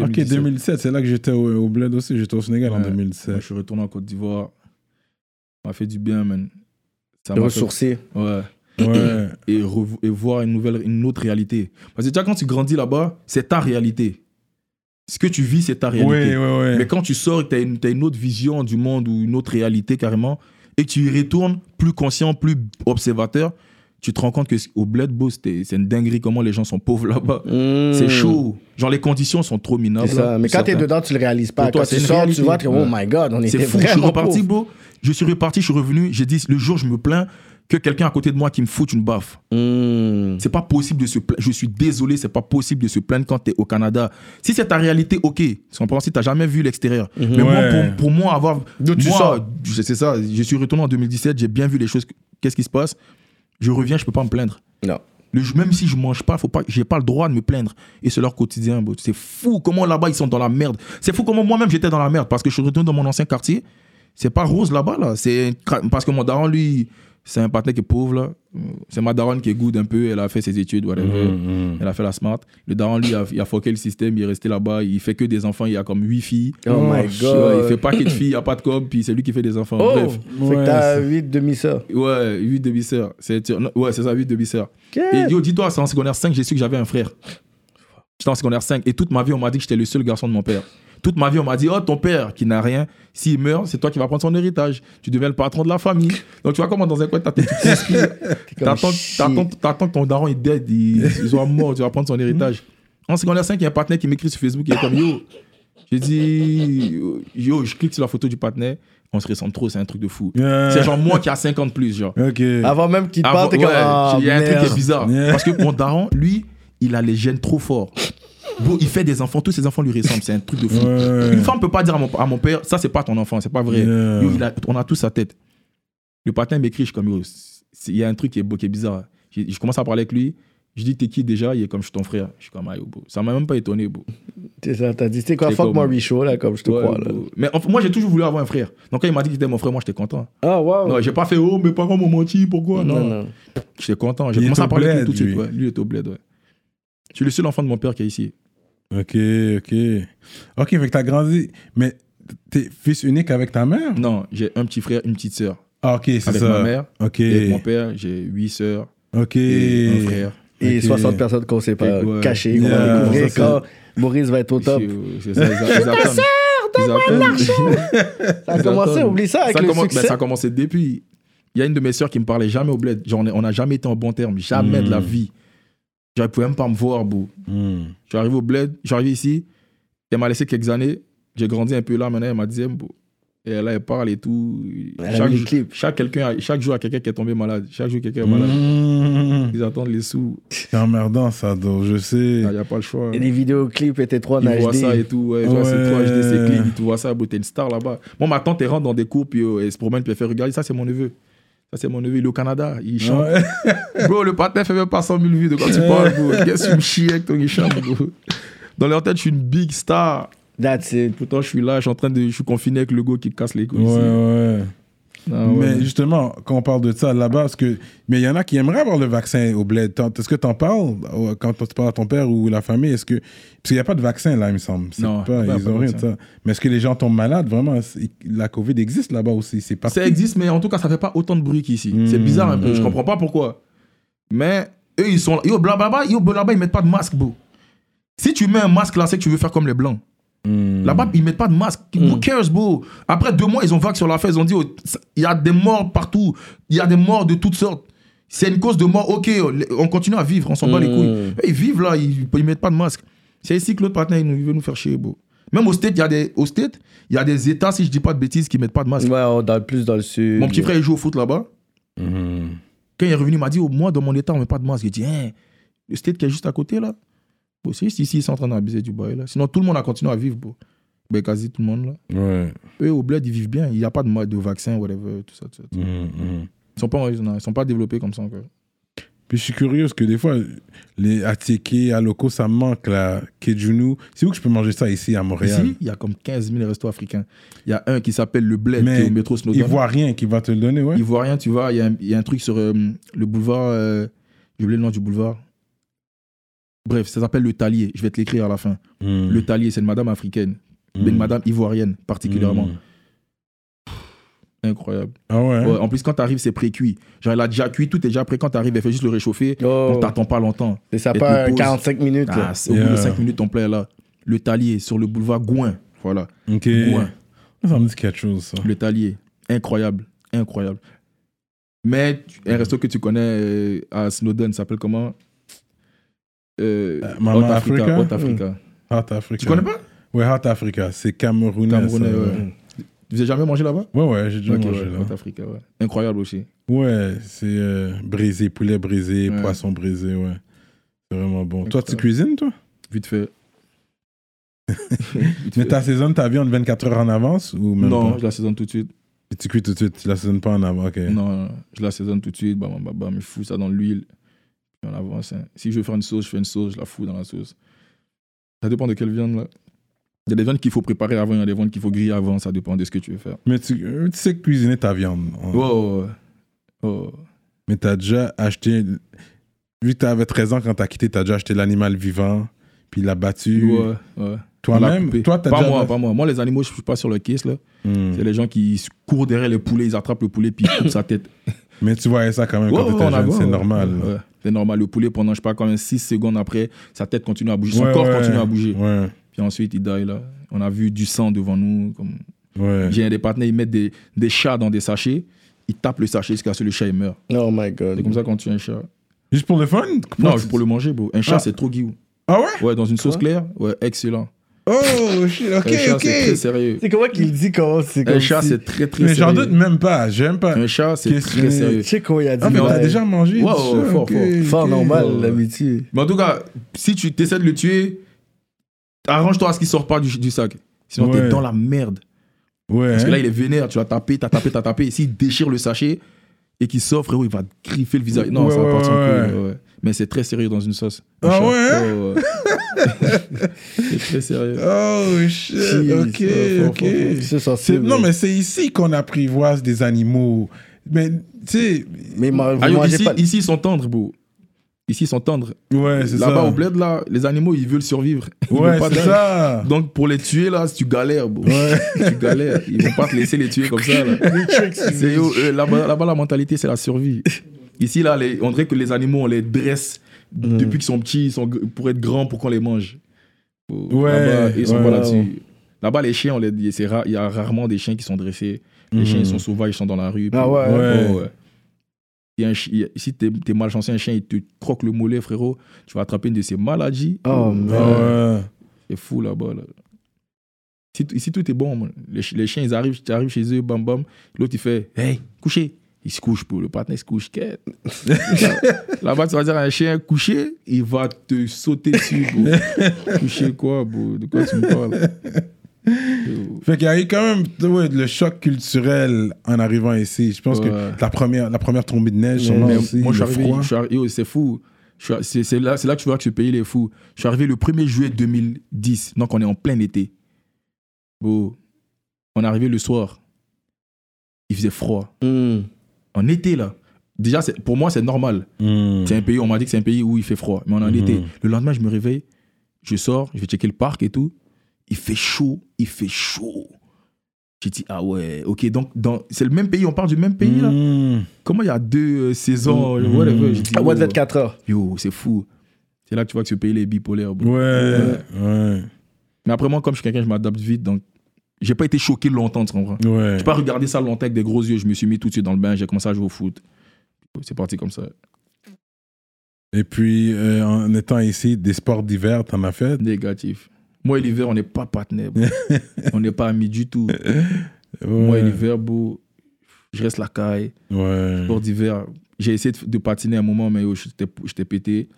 Speaker 1: Ok, 2017, c'est là que j'étais au, au bled aussi. J'étais au Sénégal en
Speaker 3: Ouais. Ouais,
Speaker 1: 2017.
Speaker 3: je suis retourné en Côte d'Ivoire. Ça m'a fait du bien, man. Ça m'a fait-
Speaker 2: Ressourcé.
Speaker 3: Ouais.
Speaker 1: Ouais.
Speaker 3: et, revo- et voir une nouvelle, une autre réalité. Parce que déjà, quand tu grandis là-bas, c'est ta réalité. Ce que tu vis, c'est ta réalité.
Speaker 1: Ouais, ouais, ouais.
Speaker 3: Mais quand tu sors et que tu as une, t'as une autre vision du monde ou une autre réalité carrément, et que tu y retournes plus conscient, plus observateur, tu te rends compte que c- au Bled Beau, c'était- c'est une dinguerie comment les gens sont pauvres là-bas. C'est chaud. Genre, les conditions sont trop
Speaker 2: C'est
Speaker 3: minables. là,
Speaker 2: ça. Hmm. Mais
Speaker 3: pour
Speaker 2: quand t'es
Speaker 3: certains.
Speaker 2: dedans, tu le réalises pas.
Speaker 3: Pour toi,
Speaker 2: quand
Speaker 3: c'est
Speaker 2: tu
Speaker 3: une
Speaker 2: sors,
Speaker 3: réalité.
Speaker 2: tu vois que, oh
Speaker 3: Ouais.
Speaker 2: my god, on
Speaker 3: C'est
Speaker 2: était
Speaker 3: fou, je suis
Speaker 2: vraiment
Speaker 3: reparti,
Speaker 2: pauvres.
Speaker 3: bro. Je suis reparti, je suis revenu. J'ai dit, le jour, je me plains que quelqu'un à côté de moi qui me fout une baffe.
Speaker 2: Mm.
Speaker 3: C'est pas possible de se plaindre. Je suis désolé, c'est pas possible de se plaindre quand t'es au Canada. Si c'est ta réalité, ok. Tu comprends Si t'as jamais vu l'extérieur. Mais moi,
Speaker 1: Ouais.
Speaker 3: pour, pour moi, avoir.
Speaker 2: Mhm. D'où tu
Speaker 3: moi,
Speaker 2: sors
Speaker 3: je- C'est ça. Je suis retourné en 2017, j'ai bien vu les choses. Qu'est-ce qui se passe Je reviens, je peux pas me plaindre.
Speaker 2: Non.
Speaker 3: Le, même si je mange pas, faut pas, j'ai pas le droit de me plaindre. Et c'est leur quotidien. bro. C'est fou comment là-bas ils sont dans la merde. C'est fou comment moi-même j'étais dans la merde parce que je suis retourné dans mon ancien quartier. C'est pas rose là-bas là. C'est un cra- parce que mon daron lui, c'est un partenaire qui est pauvre là. C'est ma daronne qui est good un peu. Elle a fait ses études, whatever.
Speaker 2: Mm,
Speaker 3: Elle a fait la smart. Le daron lui, a- il a foqué le système. Il est resté là-bas. Il fait que des enfants. Il y a comme huit filles.
Speaker 2: Oh my
Speaker 3: shit,
Speaker 2: God.
Speaker 3: Il fait pas que de filles. Il y a pas de com. Puis c'est lui qui fait des enfants.
Speaker 2: Oh!
Speaker 3: Bref.
Speaker 2: Fait
Speaker 1: Ouais,
Speaker 2: que t'as 8 demi-sœurs.
Speaker 3: Ouais, 8 demi-sœurs. C'est- tu- non, Ouais, c'est ça, 8 demi-sœurs.
Speaker 2: Qu'est-ce?
Speaker 3: Et yo, dis-toi, c'est en secondaire 5, j'ai su que j'avais un frère. J'étais en secondaire 5 et toute ma vie, on m'a dit que j'étais le seul garçon de mon père. Toute ma vie, on m'a dit, oh, ton père qui n'a rien, s'il meurt, c'est toi qui vas prendre son héritage. Tu deviens le patron de la famille. Donc, tu vois comment dans un coin, t'as tes petites excuses.
Speaker 2: comme
Speaker 3: T'attends
Speaker 2: shit.
Speaker 3: t'attends- t'attends que ton daron est dead, il, il soit mort, tu vas prendre son héritage.
Speaker 2: Hmm.
Speaker 3: En secondaire 5, il y a un partenaire qui m'écrit sur Facebook, il est comme, yo, j'ai dit, yo, je clique sur la photo du partenaire, on se ressemble trop, c'est un truc de fou.
Speaker 1: Yeah.
Speaker 3: C'est genre moi qui a 50 plus, genre.
Speaker 1: Ok.
Speaker 2: Avant même qu'il te
Speaker 3: Ah,
Speaker 2: parle, t'es
Speaker 3: ouais,
Speaker 2: comme. ah,
Speaker 3: il y a un truc
Speaker 2: merde.
Speaker 3: qui est bizarre.
Speaker 1: Yeah.
Speaker 3: Parce que mon daron, lui, il a les gènes trop forts. Bro, il fait des enfants, tous ses enfants lui ressemblent, c'est un truc de fou.
Speaker 1: Ouais.
Speaker 3: Une femme peut pas dire à mon, à mon père, ça c'est pas ton enfant, c'est pas vrai.
Speaker 1: Yeah.
Speaker 3: Yo, il a- on a tous sa tête. Le patin m'écrit, je suis comme, yo, c'est- il y a un truc qui est, beau, qui est bizarre. Je, je commence à parler avec lui, je dis, t'es qui déjà Il est comme, je suis ton frère. Je suis comme, ah, yo, bro. ça m'a même pas étonné, bro.
Speaker 2: C'est ça, t'as dit, tu sais quoi,
Speaker 3: C'est
Speaker 2: fuck
Speaker 3: comme-
Speaker 2: moi Richaud, là, comme je te
Speaker 3: Ouais,
Speaker 2: crois, là.
Speaker 3: bro. Mais enfin, moi j'ai toujours voulu avoir un frère. Donc quand il m'a dit qu'il était mon frère, moi j'étais content.
Speaker 2: Ah, waouh.
Speaker 3: Non, j'ai pas fait, oh, mes parents m'ont menti, pourquoi
Speaker 2: Non,
Speaker 3: Non.
Speaker 2: non.
Speaker 3: J'étais content. J'ai
Speaker 1: Il est
Speaker 3: commencé à
Speaker 1: au
Speaker 3: parler avec
Speaker 1: bled,
Speaker 3: lui tout de suite.
Speaker 1: lui.
Speaker 3: ouais. Lui est au bled, ouais. Je suis le seul enfant de mon père qui est ici.
Speaker 1: Ok, ok. Ok, fait que t'as grandi. Mais t'es fils unique avec ta mère
Speaker 3: Non, j'ai un petit frère, une petite sœur.
Speaker 1: Ah, ok, c'est ça.
Speaker 3: Avec ma mère
Speaker 1: Ok.
Speaker 3: Et avec mon père, j'ai huit sœurs
Speaker 1: Ok.
Speaker 3: et un frère.
Speaker 2: Et
Speaker 1: Ok.
Speaker 2: 60 personnes qu'on sait pas
Speaker 3: Et euh, ouais.
Speaker 2: cachées, qu'on
Speaker 1: Yeah,
Speaker 2: va découvrir
Speaker 1: ça,
Speaker 2: quand Maurice va être au top.
Speaker 3: euh, C'est ça, ils a- ils attendent. Ils attendent.
Speaker 2: Ça a
Speaker 3: Ils
Speaker 2: commencé,
Speaker 3: attendent.
Speaker 2: oublie ça, avec
Speaker 3: ça
Speaker 2: le
Speaker 3: commence- ben,
Speaker 2: succès.
Speaker 3: ça a commencé depuis. Il y a une de mes sœurs qui me parlait jamais au bled. Genre, on est- on n'a jamais été en bon terme, jamais de la
Speaker 1: Mm.
Speaker 3: vie. Genre, elle pouvait même pas me voir, bro.
Speaker 1: Hmm.
Speaker 3: Je suis arrivé au bled, je suis arrivé ici, elle m'a laissé quelques années, j'ai grandi un peu là, maintenant elle m'a dit, Eh, bro. et là elle parle et tout.
Speaker 2: Elle a
Speaker 3: chaque,
Speaker 2: mis le
Speaker 3: jour-
Speaker 2: clip. Mhm.
Speaker 3: chaque, quelqu'un a- chaque jour, il y a quelqu'un qui est tombé malade, chaque jour, quelqu'un est malade.
Speaker 1: Hmm.
Speaker 3: Ils attendent les sous,
Speaker 1: C'est emmerdant, ça, donc, je sais.
Speaker 3: il n'y a pas le choix.
Speaker 2: Et les vidéoclips étaient trop en
Speaker 3: Ils voient ça et
Speaker 2: HD.
Speaker 3: tout, ouais, tu vois,
Speaker 1: Ouais.
Speaker 3: c'est toi, HD, c'est clean, tu vois ça, bro, t'es une star là-bas. Moi, ma tante, elle rentre dans des cours, puis euh, elle se promène, puis elle fait, regarder ça, c'est mon neveu. Ça, c'est mon neveu, il est au Canada, il chante.
Speaker 1: Ouais.
Speaker 3: Bro, le patin fait même pas 100 000 vues de quand tu parles, bro. Qu'est-ce que tu me chies avec ton Hicham, bro Dans leur tête, je suis une big star.
Speaker 2: That's it.
Speaker 3: Pourtant, je suis là, je suis en train de. Je suis confiné avec le go qui casse les couilles.
Speaker 1: Ouais,
Speaker 3: ici.
Speaker 1: ouais.
Speaker 3: Ah, ouais.
Speaker 1: Mais justement, quand on parle de ça là-bas, parce que. Mais il y en a qui aimeraient avoir le vaccin au bled. T'en- Est-ce que t'en parles euh, quand tu parles à ton père ou la famille Est-ce que. Parce qu'il n'y a pas de vaccin là, il me semble. C'est
Speaker 3: Non,
Speaker 1: pas,
Speaker 3: pas-
Speaker 1: ils
Speaker 3: pas
Speaker 1: ont
Speaker 3: de
Speaker 1: rien de
Speaker 3: vaccin.
Speaker 1: ça. Mais est-ce que les gens tombent malades Vraiment, c'est- la COVID existe là-bas aussi. C'est partout.
Speaker 3: Ça existe, mais en tout cas, ça fait pas autant de bruit qu'ici.
Speaker 1: Mmh,
Speaker 3: c'est bizarre un peu, je
Speaker 1: mmh.
Speaker 3: comprends pas pourquoi. Mais eux, ils sont là. Yo, blablabla, yo, blablabla, ils mettent pas de masque, bro. Si tu mets un masque là, c'est que tu veux faire comme les blancs.
Speaker 1: Hmm.
Speaker 3: Là-bas, ils mettent pas de masque. Who cares, bro? Après deux mois, ils ont vague sur la fête. Ils ont dit, oh, ça- il y a des morts partout. Il y a des morts de toutes sortes. C'est une cause de mort. Ok, on continue à vivre. On s'en bat les couilles. Eh, Ils vivent là, ils, ils mettent pas de masque. C'est ici que l'autre partenaire, il, nous- il veut nous faire chier, bro. Même au State, il y a des, au State, il y a des États, si je dis pas de bêtises, qui mettent pas de masque.
Speaker 2: Ouais, on dans, plus dans le sud.
Speaker 3: Mon petit frère, il joue au foot là-bas.
Speaker 1: Hmm.
Speaker 3: Quand il est revenu, il m'a dit, oh, moi, dans mon État, on met pas de masque. J'ai dit, hein, le State qui est juste à côté là. Bon, c'est juste ici, ils sont en train d'abuser du bail là. Sinon, tout le monde a continué à vivre, bro. Ben, quasi tout le monde là.
Speaker 1: Ouais.
Speaker 3: Eux, au bled, ils vivent bien. Il n'y a pas de, ma- de vaccin, whatever, tout ça. tout ça.
Speaker 1: Hmm, hmm.
Speaker 3: Ils sont pas originaux, ils sont pas développés comme ça encore.
Speaker 1: Puis je suis curieux parce que des fois, les atikés, alocos, ça me manque là. Kejunu. C'est où que je peux manger ça ici à Montréal
Speaker 3: Ici, il y a comme 15 000 restos africains. Il y a un qui s'appelle le Bled, qui
Speaker 1: Mais
Speaker 3: est au métro Snowden.
Speaker 1: Il voit rien qui va te le donner, ouais.
Speaker 3: Ivoirien, tu vois, il y, a un- il y a un truc sur euh, le boulevard. euh, J'ai oublié le nom du boulevard. Bref, ça s'appelle le Talier. Je vais te l'écrire à la fin.
Speaker 1: Hmm.
Speaker 3: Le Talier, c'est une madame africaine. Mais une
Speaker 1: Hmm.
Speaker 3: madame ivoirienne, particulièrement.
Speaker 1: Hmm.
Speaker 3: Incroyable.
Speaker 1: Ah ouais.
Speaker 3: Ouais, en plus, quand t'arrives, c'est pré-cuit. Genre, elle a déjà cuit, tout est déjà prêt. Quand t'arrives, elle fait juste le réchauffer.
Speaker 2: Oh.
Speaker 3: On t'attend pas longtemps.
Speaker 2: C'est ça,
Speaker 3: Et
Speaker 2: pas un
Speaker 3: tu poses.
Speaker 2: 45 minutes.
Speaker 3: Ah,
Speaker 2: là.
Speaker 3: c'est- au bout de
Speaker 1: Yeah.
Speaker 3: 5 minutes, ton plat est là. Le talier sur le boulevard Gouin. Voilà.
Speaker 1: Ok.
Speaker 3: Gouin.
Speaker 1: Ça me dit quelque chose, ça.
Speaker 3: Le talier. Incroyable. Incroyable. Mais tu- un resto que tu connais euh, à Snowden s'appelle comment euh,
Speaker 1: Euh, Mama
Speaker 3: Hot Africa.
Speaker 1: Africa?
Speaker 3: Hot Africa.
Speaker 1: Hot Africa.
Speaker 3: Tu connais pas
Speaker 1: Ouais, Hot Africa. C'est camerounais.
Speaker 3: Camerounais,
Speaker 1: ça,
Speaker 3: ouais. Tu faisais jamais mangé là-bas
Speaker 1: Ouais, ouais, j'ai déjà
Speaker 3: Ok,
Speaker 1: mangé
Speaker 3: ouais,
Speaker 1: là.
Speaker 3: Hot Africa, ouais. Incroyable aussi.
Speaker 1: Ouais, c'est euh, brisé, poulet brisé,
Speaker 3: Ouais.
Speaker 1: poisson brisé, ouais. C'est vraiment bon. Toi, tu
Speaker 3: Incroyable.
Speaker 1: cuisines, toi
Speaker 3: Vite fait. Vite
Speaker 1: Mais
Speaker 3: fait.
Speaker 1: t'assaisonnes ta viande 24 heures en avance ou même
Speaker 3: Non,
Speaker 1: pas
Speaker 3: je l'assaisonne tout de suite.
Speaker 1: Tu cuis tout de suite, tu l'assaisonnes pas en avant, ok.
Speaker 3: Non, non, non, je l'assaisonne tout de suite. Bam, bam, bam, je fous ça dans l'huile. Puis on avance. hein. Si je veux faire une sauce, je fais une sauce, je la fous dans la sauce. Ça dépend de quelle viande, là. Il y a des viandes qu'il faut préparer avant, il y a des viandes qu'il faut griller avant. Ça dépend de ce que tu veux faire.
Speaker 1: Mais tu, euh, tu sais cuisiner ta viande. hein.
Speaker 3: Oh, oh.
Speaker 1: Mais t'as déjà acheté. Vu que t'avais 13 ans quand t'as quitté, t'as déjà acheté l'animal vivant, puis il l'a battu.
Speaker 3: Ouais, ouais. On l'a
Speaker 1: Toi-même
Speaker 3: coupé.
Speaker 1: Toi, t'as
Speaker 3: pas
Speaker 1: déjà.
Speaker 3: moi, pas moi. Moi, les animaux, je suis pas sur le kiss, là.
Speaker 1: Hmm.
Speaker 3: C'est les gens qui se courent derrière les poulets, ils attrapent le poulet, puis ils coupent sa tête.
Speaker 1: Mais tu voyais ça quand même
Speaker 3: Ouais,
Speaker 1: quand
Speaker 3: ouais, on
Speaker 1: t'étais
Speaker 3: la
Speaker 1: jeune,
Speaker 3: voit,
Speaker 1: c'est
Speaker 3: ouais.
Speaker 1: normal.
Speaker 3: Ouais, C'est normal. Le poulet, pendant, je sais pas, quand même 6 secondes après, sa tête continue à bouger, son
Speaker 1: Ouais,
Speaker 3: corps
Speaker 1: ouais.
Speaker 3: continue à bouger.
Speaker 1: Ouais.
Speaker 3: Puis ensuite, il die là. On a vu du sang devant nous. Comme...
Speaker 1: Ouais.
Speaker 3: J'ai des partenaires, ils mettent des, des chats dans des sachets. Ils tapent le sachet jusqu'à ce que le chat il meurt.
Speaker 2: Oh my
Speaker 3: C'est
Speaker 2: god.
Speaker 3: comme ça qu'on tue un chat.
Speaker 1: Juste pour le fun
Speaker 3: Non, c'est pour le manger, bro. Un chat, c'est trop guillou.
Speaker 1: Ah ouais
Speaker 3: Ouais, dans une sauce claire, ouais, excellent.
Speaker 1: Oh, shit, ok,
Speaker 3: un chat, Euh, c'est très
Speaker 1: ok.
Speaker 3: sérieux.
Speaker 2: C'est comment qu'il dit comment c'est comme
Speaker 3: Un chat,
Speaker 2: si-
Speaker 3: c'est très, très
Speaker 1: Mais j'en
Speaker 3: sérieux.
Speaker 1: doute même pas, j'aime pas.
Speaker 3: Un chat, c'est
Speaker 1: Qu'est-ce
Speaker 3: très
Speaker 1: que-
Speaker 3: sérieux.
Speaker 2: Tu sais comment il a dit.
Speaker 1: Ah, mais
Speaker 2: ouais.
Speaker 1: t'as déjà mangé
Speaker 3: Ouais,
Speaker 1: du
Speaker 3: ouais,
Speaker 1: chat,
Speaker 3: fort,
Speaker 1: ok,
Speaker 3: fort.
Speaker 2: Fort
Speaker 1: ok.
Speaker 2: normal, l'habitude.
Speaker 3: Mais en tout cas, si tu essaies de le tuer, arrange-toi à ce qu'il sorte pas du, du sac. Sinon,
Speaker 1: Ouais.
Speaker 3: t'es dans la merde.
Speaker 1: Ouais.
Speaker 3: Parce que là, il est vénère. Tu l'as tapé, t'as tapé, t'as tapé. Et s'il déchire le sachet et qu'il sort, frérot, il va te griffer le visage. Non,
Speaker 1: Ouais,
Speaker 3: ça va
Speaker 1: ouais,
Speaker 3: partir
Speaker 1: ouais.
Speaker 3: en couille. ouais, ouais. Mais c'est très sérieux dans une sauce. Un
Speaker 1: Ah
Speaker 3: chat.
Speaker 1: ouais
Speaker 3: ouais. C'est très sérieux.
Speaker 1: Oh
Speaker 3: Euh,
Speaker 1: shit,
Speaker 2: Jeez,
Speaker 1: ok,
Speaker 3: ouais, fort,
Speaker 1: ok.
Speaker 3: fort, fort.
Speaker 2: C'est
Speaker 1: C'est-
Speaker 2: sensible.
Speaker 1: Non, mais c'est ici qu'on apprivoise des animaux. Mais tu sais,
Speaker 2: Mais ma- vous
Speaker 3: Ah, yo,
Speaker 2: mangez
Speaker 3: ici,
Speaker 2: pas.
Speaker 3: ici, ils sont tendres, bro. Ici, ils sont tendres.
Speaker 1: ouais, c'est ça.
Speaker 3: Là-bas, au bled, là, les animaux, ils veulent survivre. Ils
Speaker 1: Ouais,
Speaker 3: veulent pas
Speaker 1: c'est
Speaker 3: d'aide.
Speaker 1: ça.
Speaker 3: Donc, pour les tuer, là, tu galères, bro. tu galères. Ils vont pas te laisser les tuer comme ça, là. C'est, yo, euh, là-bas, là-bas, la mentalité, c'est la survie. Ici, là, les- on dirait que les animaux, on les dresse
Speaker 1: Hmm.
Speaker 3: depuis qu'ils sont petits, ils sont, g- pour être grands, pour qu'on les mange. Oh,
Speaker 1: Ouais,
Speaker 3: là-bas, ils sont
Speaker 1: ouais.
Speaker 3: pas là-dessus. Là-bas, les chiens, on les- c'est rare- il y a rarement des chiens qui sont dressés. Les chiens, ils sont sauvages, ils sont dans la rue.
Speaker 2: Ah
Speaker 3: Puis-
Speaker 2: ouais.
Speaker 1: Hmm. Ouais.
Speaker 3: Oh, ouais. Il y a un chi- il y a- si t'es, t'es malchanceux, un chien, il te croque le mollet, frérot, tu vas attraper une de ces maladies.
Speaker 1: Ah
Speaker 2: Oh, man.
Speaker 1: Ouais.
Speaker 3: C'est fou là-bas. Là. Ici, tout- ici, tout est bon. man. Les, chi- les chiens, ils arrivent, tu arrives chez eux, bam bam. L'autre, il fait Hey, couché. Il se couche, pour le partenaire se couche. quête. Là-bas, tu vas dire à un chien couché, il va te sauter dessus. bro. couché quoi, bro De quoi tu me parles Yo.
Speaker 1: Fait qu'il y a eu quand même ouais, le choc culturel en arrivant ici. Je pense
Speaker 3: Ouais.
Speaker 1: que la première, la première tombée de neige, sûrement
Speaker 3: Mais
Speaker 1: aussi,
Speaker 3: Moi, je suis
Speaker 1: le
Speaker 3: arrivé,
Speaker 1: froid.
Speaker 3: je suis arri- yo, c'est fou. Je suis ar- C'est c'est là, c'est là que tu vois que ce pays il est fou. Je suis arrivé le 1er juillet 2010, donc on est en plein été. Bon, on est arrivé le soir. Il faisait froid.
Speaker 2: Hmm.
Speaker 3: En été, là. Déjà, c'est- pour moi, c'est normal.
Speaker 1: Mm.
Speaker 3: C'est un pays, on m'a dit que c'est un pays où il fait froid. Mais on est en
Speaker 1: Mhm.
Speaker 3: été. Le lendemain, je me réveille, je sors, je vais checker le parc et tout. Il fait chaud, il fait chaud. J'ai dit, ah ouais, ok, donc dans- c'est le même pays, on parle du même pays, là.
Speaker 1: Mm.
Speaker 3: Comment il y a deux euh, saisons,
Speaker 1: Mhm.
Speaker 3: whatever. J'ai dit,
Speaker 2: Ah, ouais,
Speaker 3: oh.
Speaker 2: 24 heures.
Speaker 3: Yo, c'est fou. C'est là que tu vois que ce pays il est bipolaire.
Speaker 1: Mm.
Speaker 3: bro.
Speaker 1: Ouais, ouais,
Speaker 3: Mais après, moi, comme je suis quelqu'un, je m'adapte vite. Donc, j'ai pas été choqué longtemps, tu comprends.
Speaker 1: ouais.
Speaker 3: J'ai pas regardé ça longtemps avec des gros yeux. Je me suis mis tout de suite dans le bain. J'ai commencé à jouer au foot. C'est parti comme ça.
Speaker 1: Et puis, euh, en étant ici, des sports d'hiver, t'en as fait
Speaker 3: Négatif.
Speaker 1: Mm.
Speaker 3: Moi et l'hiver, on n'est pas partenaires. bro. on n'est pas amis du tout.
Speaker 1: ouais.
Speaker 3: Moi et l'hiver, bro, je reste la caille.
Speaker 1: Ouais.
Speaker 3: Sport d'hiver. J'ai essayé de, de patiner un moment, mais yo, j'étais j'étais pété.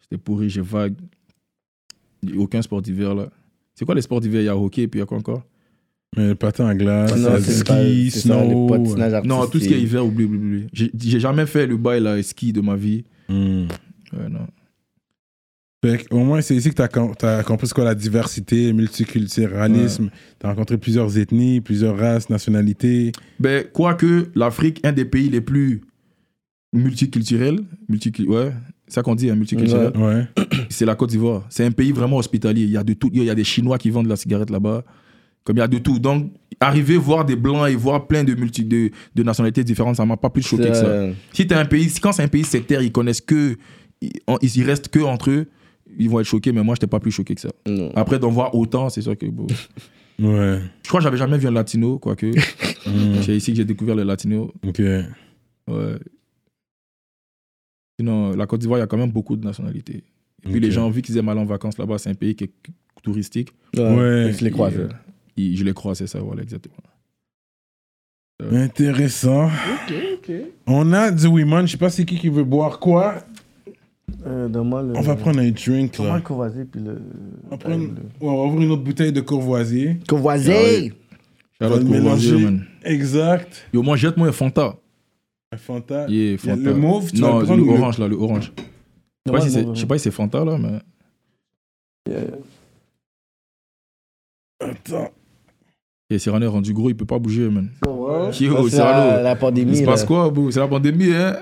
Speaker 3: J'étais pourri, j'ai vague. Y a Aucun sport d'hiver là. C'est quoi les sports d'hiver Il y a hockey et puis il y a quoi encore
Speaker 1: Mais le patin à
Speaker 3: Ah,
Speaker 1: glace,
Speaker 2: Non,
Speaker 1: le
Speaker 2: c'est
Speaker 1: ski,
Speaker 2: ça, c'est ça, les
Speaker 1: snow.
Speaker 2: patinages artistiques.
Speaker 3: Non, tout ce qui est hiver, oublie, oublie, oublie. J'ai- J'ai jamais fait le bail là, ski de ma vie.
Speaker 1: Mm.
Speaker 3: Ouais, non.
Speaker 1: Fait qu'au moins, c'est ici que tu as, compris ce qu'est la diversité, multiculturalisme. Tu as rencontré plusieurs ethnies, plusieurs races, nationalités.
Speaker 3: Ben, quoique l'Afrique, un des pays les plus multiculturels, multicu- ouais, c'est ça qu'on dit, hein, multiculturel,
Speaker 1: Ouais.
Speaker 3: c'est la Côte d'Ivoire. C'est un pays vraiment hospitalier. Il y a de tout. Il y a des Chinois qui vendent de la cigarette là-bas. Comme il y a de tout. Donc, arriver voir des Blancs et voir plein de, multi, de, de nationalités différentes, ça m'a pas plus choqué que ça.
Speaker 2: Euh,
Speaker 3: Si t'es un pays, si- quand c'est un pays sectaire, ils connaissent que, ils, en- ils y restent que entre eux, ils vont être choqués, mais moi, j'étais pas plus choqué que ça.
Speaker 2: Non.
Speaker 3: Après, d'en voir autant, c'est sûr que. bon.
Speaker 1: Ouais. Hmm,
Speaker 3: Je crois que j'avais jamais vu un latino, quoique. C'est ici que j'ai découvert le latino.
Speaker 1: Ok.
Speaker 3: Ouais. Sinon, la Côte d'Ivoire, il y a quand même beaucoup de nationalités. Et puis
Speaker 1: Ok.
Speaker 3: les gens, vu qu'ils aiment aller en vacances là-bas, c'est un pays qui est touristique.
Speaker 1: Ouais.
Speaker 2: Je les croise.
Speaker 3: Et, euh, ils- je les crois, c'est ça, voilà, exactement.
Speaker 1: Intéressant. On a du Wiman. Je sais pas c'est qui qui veut boire quoi.
Speaker 2: Euh, Donne-moi le.
Speaker 1: On va prendre un drink
Speaker 2: Donne-moi
Speaker 1: là.
Speaker 2: le courvoisier puis le. euh,
Speaker 1: On va, prendre- ouais, on va ouvrir une autre bouteille de courvoisier.
Speaker 3: Ah
Speaker 2: Courvoisier
Speaker 1: On va
Speaker 3: Shout-out
Speaker 1: le
Speaker 3: Courvoisier,
Speaker 1: mélanger.
Speaker 3: man.
Speaker 1: Exact.
Speaker 3: Yo, moi, jette-moi un Fanta.
Speaker 1: Un Fanta.
Speaker 3: Yeah,
Speaker 1: Il y a
Speaker 3: Fanta.
Speaker 1: le mauve, tu
Speaker 3: Non,
Speaker 1: vas le prendre
Speaker 3: le
Speaker 1: ou le-
Speaker 3: orange, là, le orange. Je sais pas
Speaker 2: Ouais,
Speaker 3: si c'est-
Speaker 2: non,
Speaker 3: je sais pas si c'est Fanta, là, mais...
Speaker 2: Euh,
Speaker 1: Attends.
Speaker 3: Et eh, Cyrano est rendu gros, il peut pas bouger, man. Yo,
Speaker 2: Ça, c'est
Speaker 3: c'est
Speaker 2: hein. la,
Speaker 3: allô.
Speaker 2: la
Speaker 3: Il
Speaker 2: pandémie.
Speaker 3: se passe
Speaker 2: là.
Speaker 3: quoi, bro C'est la pandémie, hein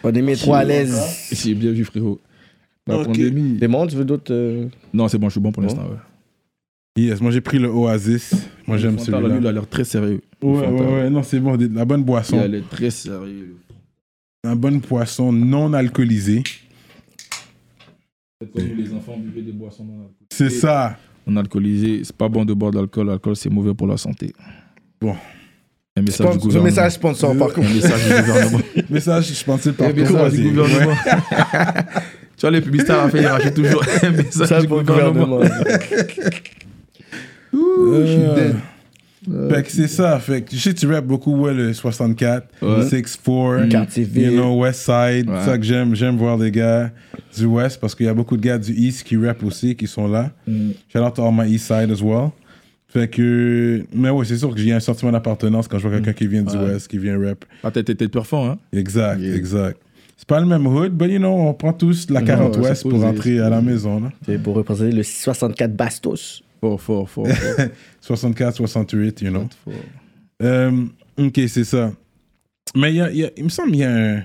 Speaker 2: Pandémie est trop à l'aise.
Speaker 3: J'ai bien vu, frérot. La
Speaker 1: Ok.
Speaker 3: pandémie.
Speaker 2: Des mondes, tu veux d'autres. euh,
Speaker 3: Non, c'est bon, je suis bon pour
Speaker 2: Bon.
Speaker 3: l'instant, ouais.
Speaker 1: Yes, moi j'ai pris le Oasis. Moi j'aime
Speaker 3: Le Fanta, là,
Speaker 1: celui-là.
Speaker 3: Lui, il a l'air très sérieux. Le
Speaker 1: Ouais,
Speaker 3: Fanta.
Speaker 1: ouais, ouais. Non, c'est bon. des- La bonne
Speaker 3: Il a
Speaker 1: boisson.
Speaker 3: l'air très sérieux.
Speaker 1: La bonne poisson non alcoolisée.
Speaker 3: C'est comme les enfants buvaient des boissons
Speaker 1: C'est ça.
Speaker 3: on est alcoolisé, c'est pas bon de boire de l'alcool, l'alcool c'est mauvais pour la santé.
Speaker 1: Bon.
Speaker 3: Un message du
Speaker 2: Ce
Speaker 3: gouvernement.
Speaker 2: message sponsor, par
Speaker 3: Un
Speaker 2: contre.
Speaker 3: message du gouvernement.
Speaker 1: Mais ça, je je pensais pas.
Speaker 3: Un message du gouvernement. Tu vois, les publicitaires, à fait, ils rachètent toujours un message du gouvernement.
Speaker 1: Je suis
Speaker 3: dead.
Speaker 1: Euh, Fait que c'est ça. Fait que je sais que tu rappes beaucoup, ouais, le 64, le
Speaker 3: Ouais. Mm.
Speaker 1: 6-4,
Speaker 2: Quartier
Speaker 1: you
Speaker 2: ville.
Speaker 1: know, West Side.
Speaker 3: Ouais.
Speaker 1: C'est ça que j'aime. J'aime voir des gars du West parce qu'il y a beaucoup de gars du East qui rappent aussi, qui sont là.
Speaker 3: Mm.
Speaker 1: Shout out to all my East Side as well. Fait que. Mais ouais, c'est sûr que j'ai un sentiment d'appartenance quand je vois quelqu'un qui vient du West, qui vient rap.
Speaker 3: Ah, t'es- t'es t'es perfant, hein.
Speaker 1: Exact, exact. C'est pas le même hood, but you know, on prend tous la 40
Speaker 3: ouais,
Speaker 1: Ouest
Speaker 3: c'est
Speaker 1: pour
Speaker 3: posé,
Speaker 1: rentrer
Speaker 3: c'est
Speaker 1: à la maison, là.
Speaker 2: C'est pour représenter le 64 Bastos.
Speaker 3: Fort, fort, fort. fort,
Speaker 1: 64, 68, you know.
Speaker 3: fort.
Speaker 1: Euh, ok, c'est ça. Mais il y a, il y a- il me semble qu'il y a un.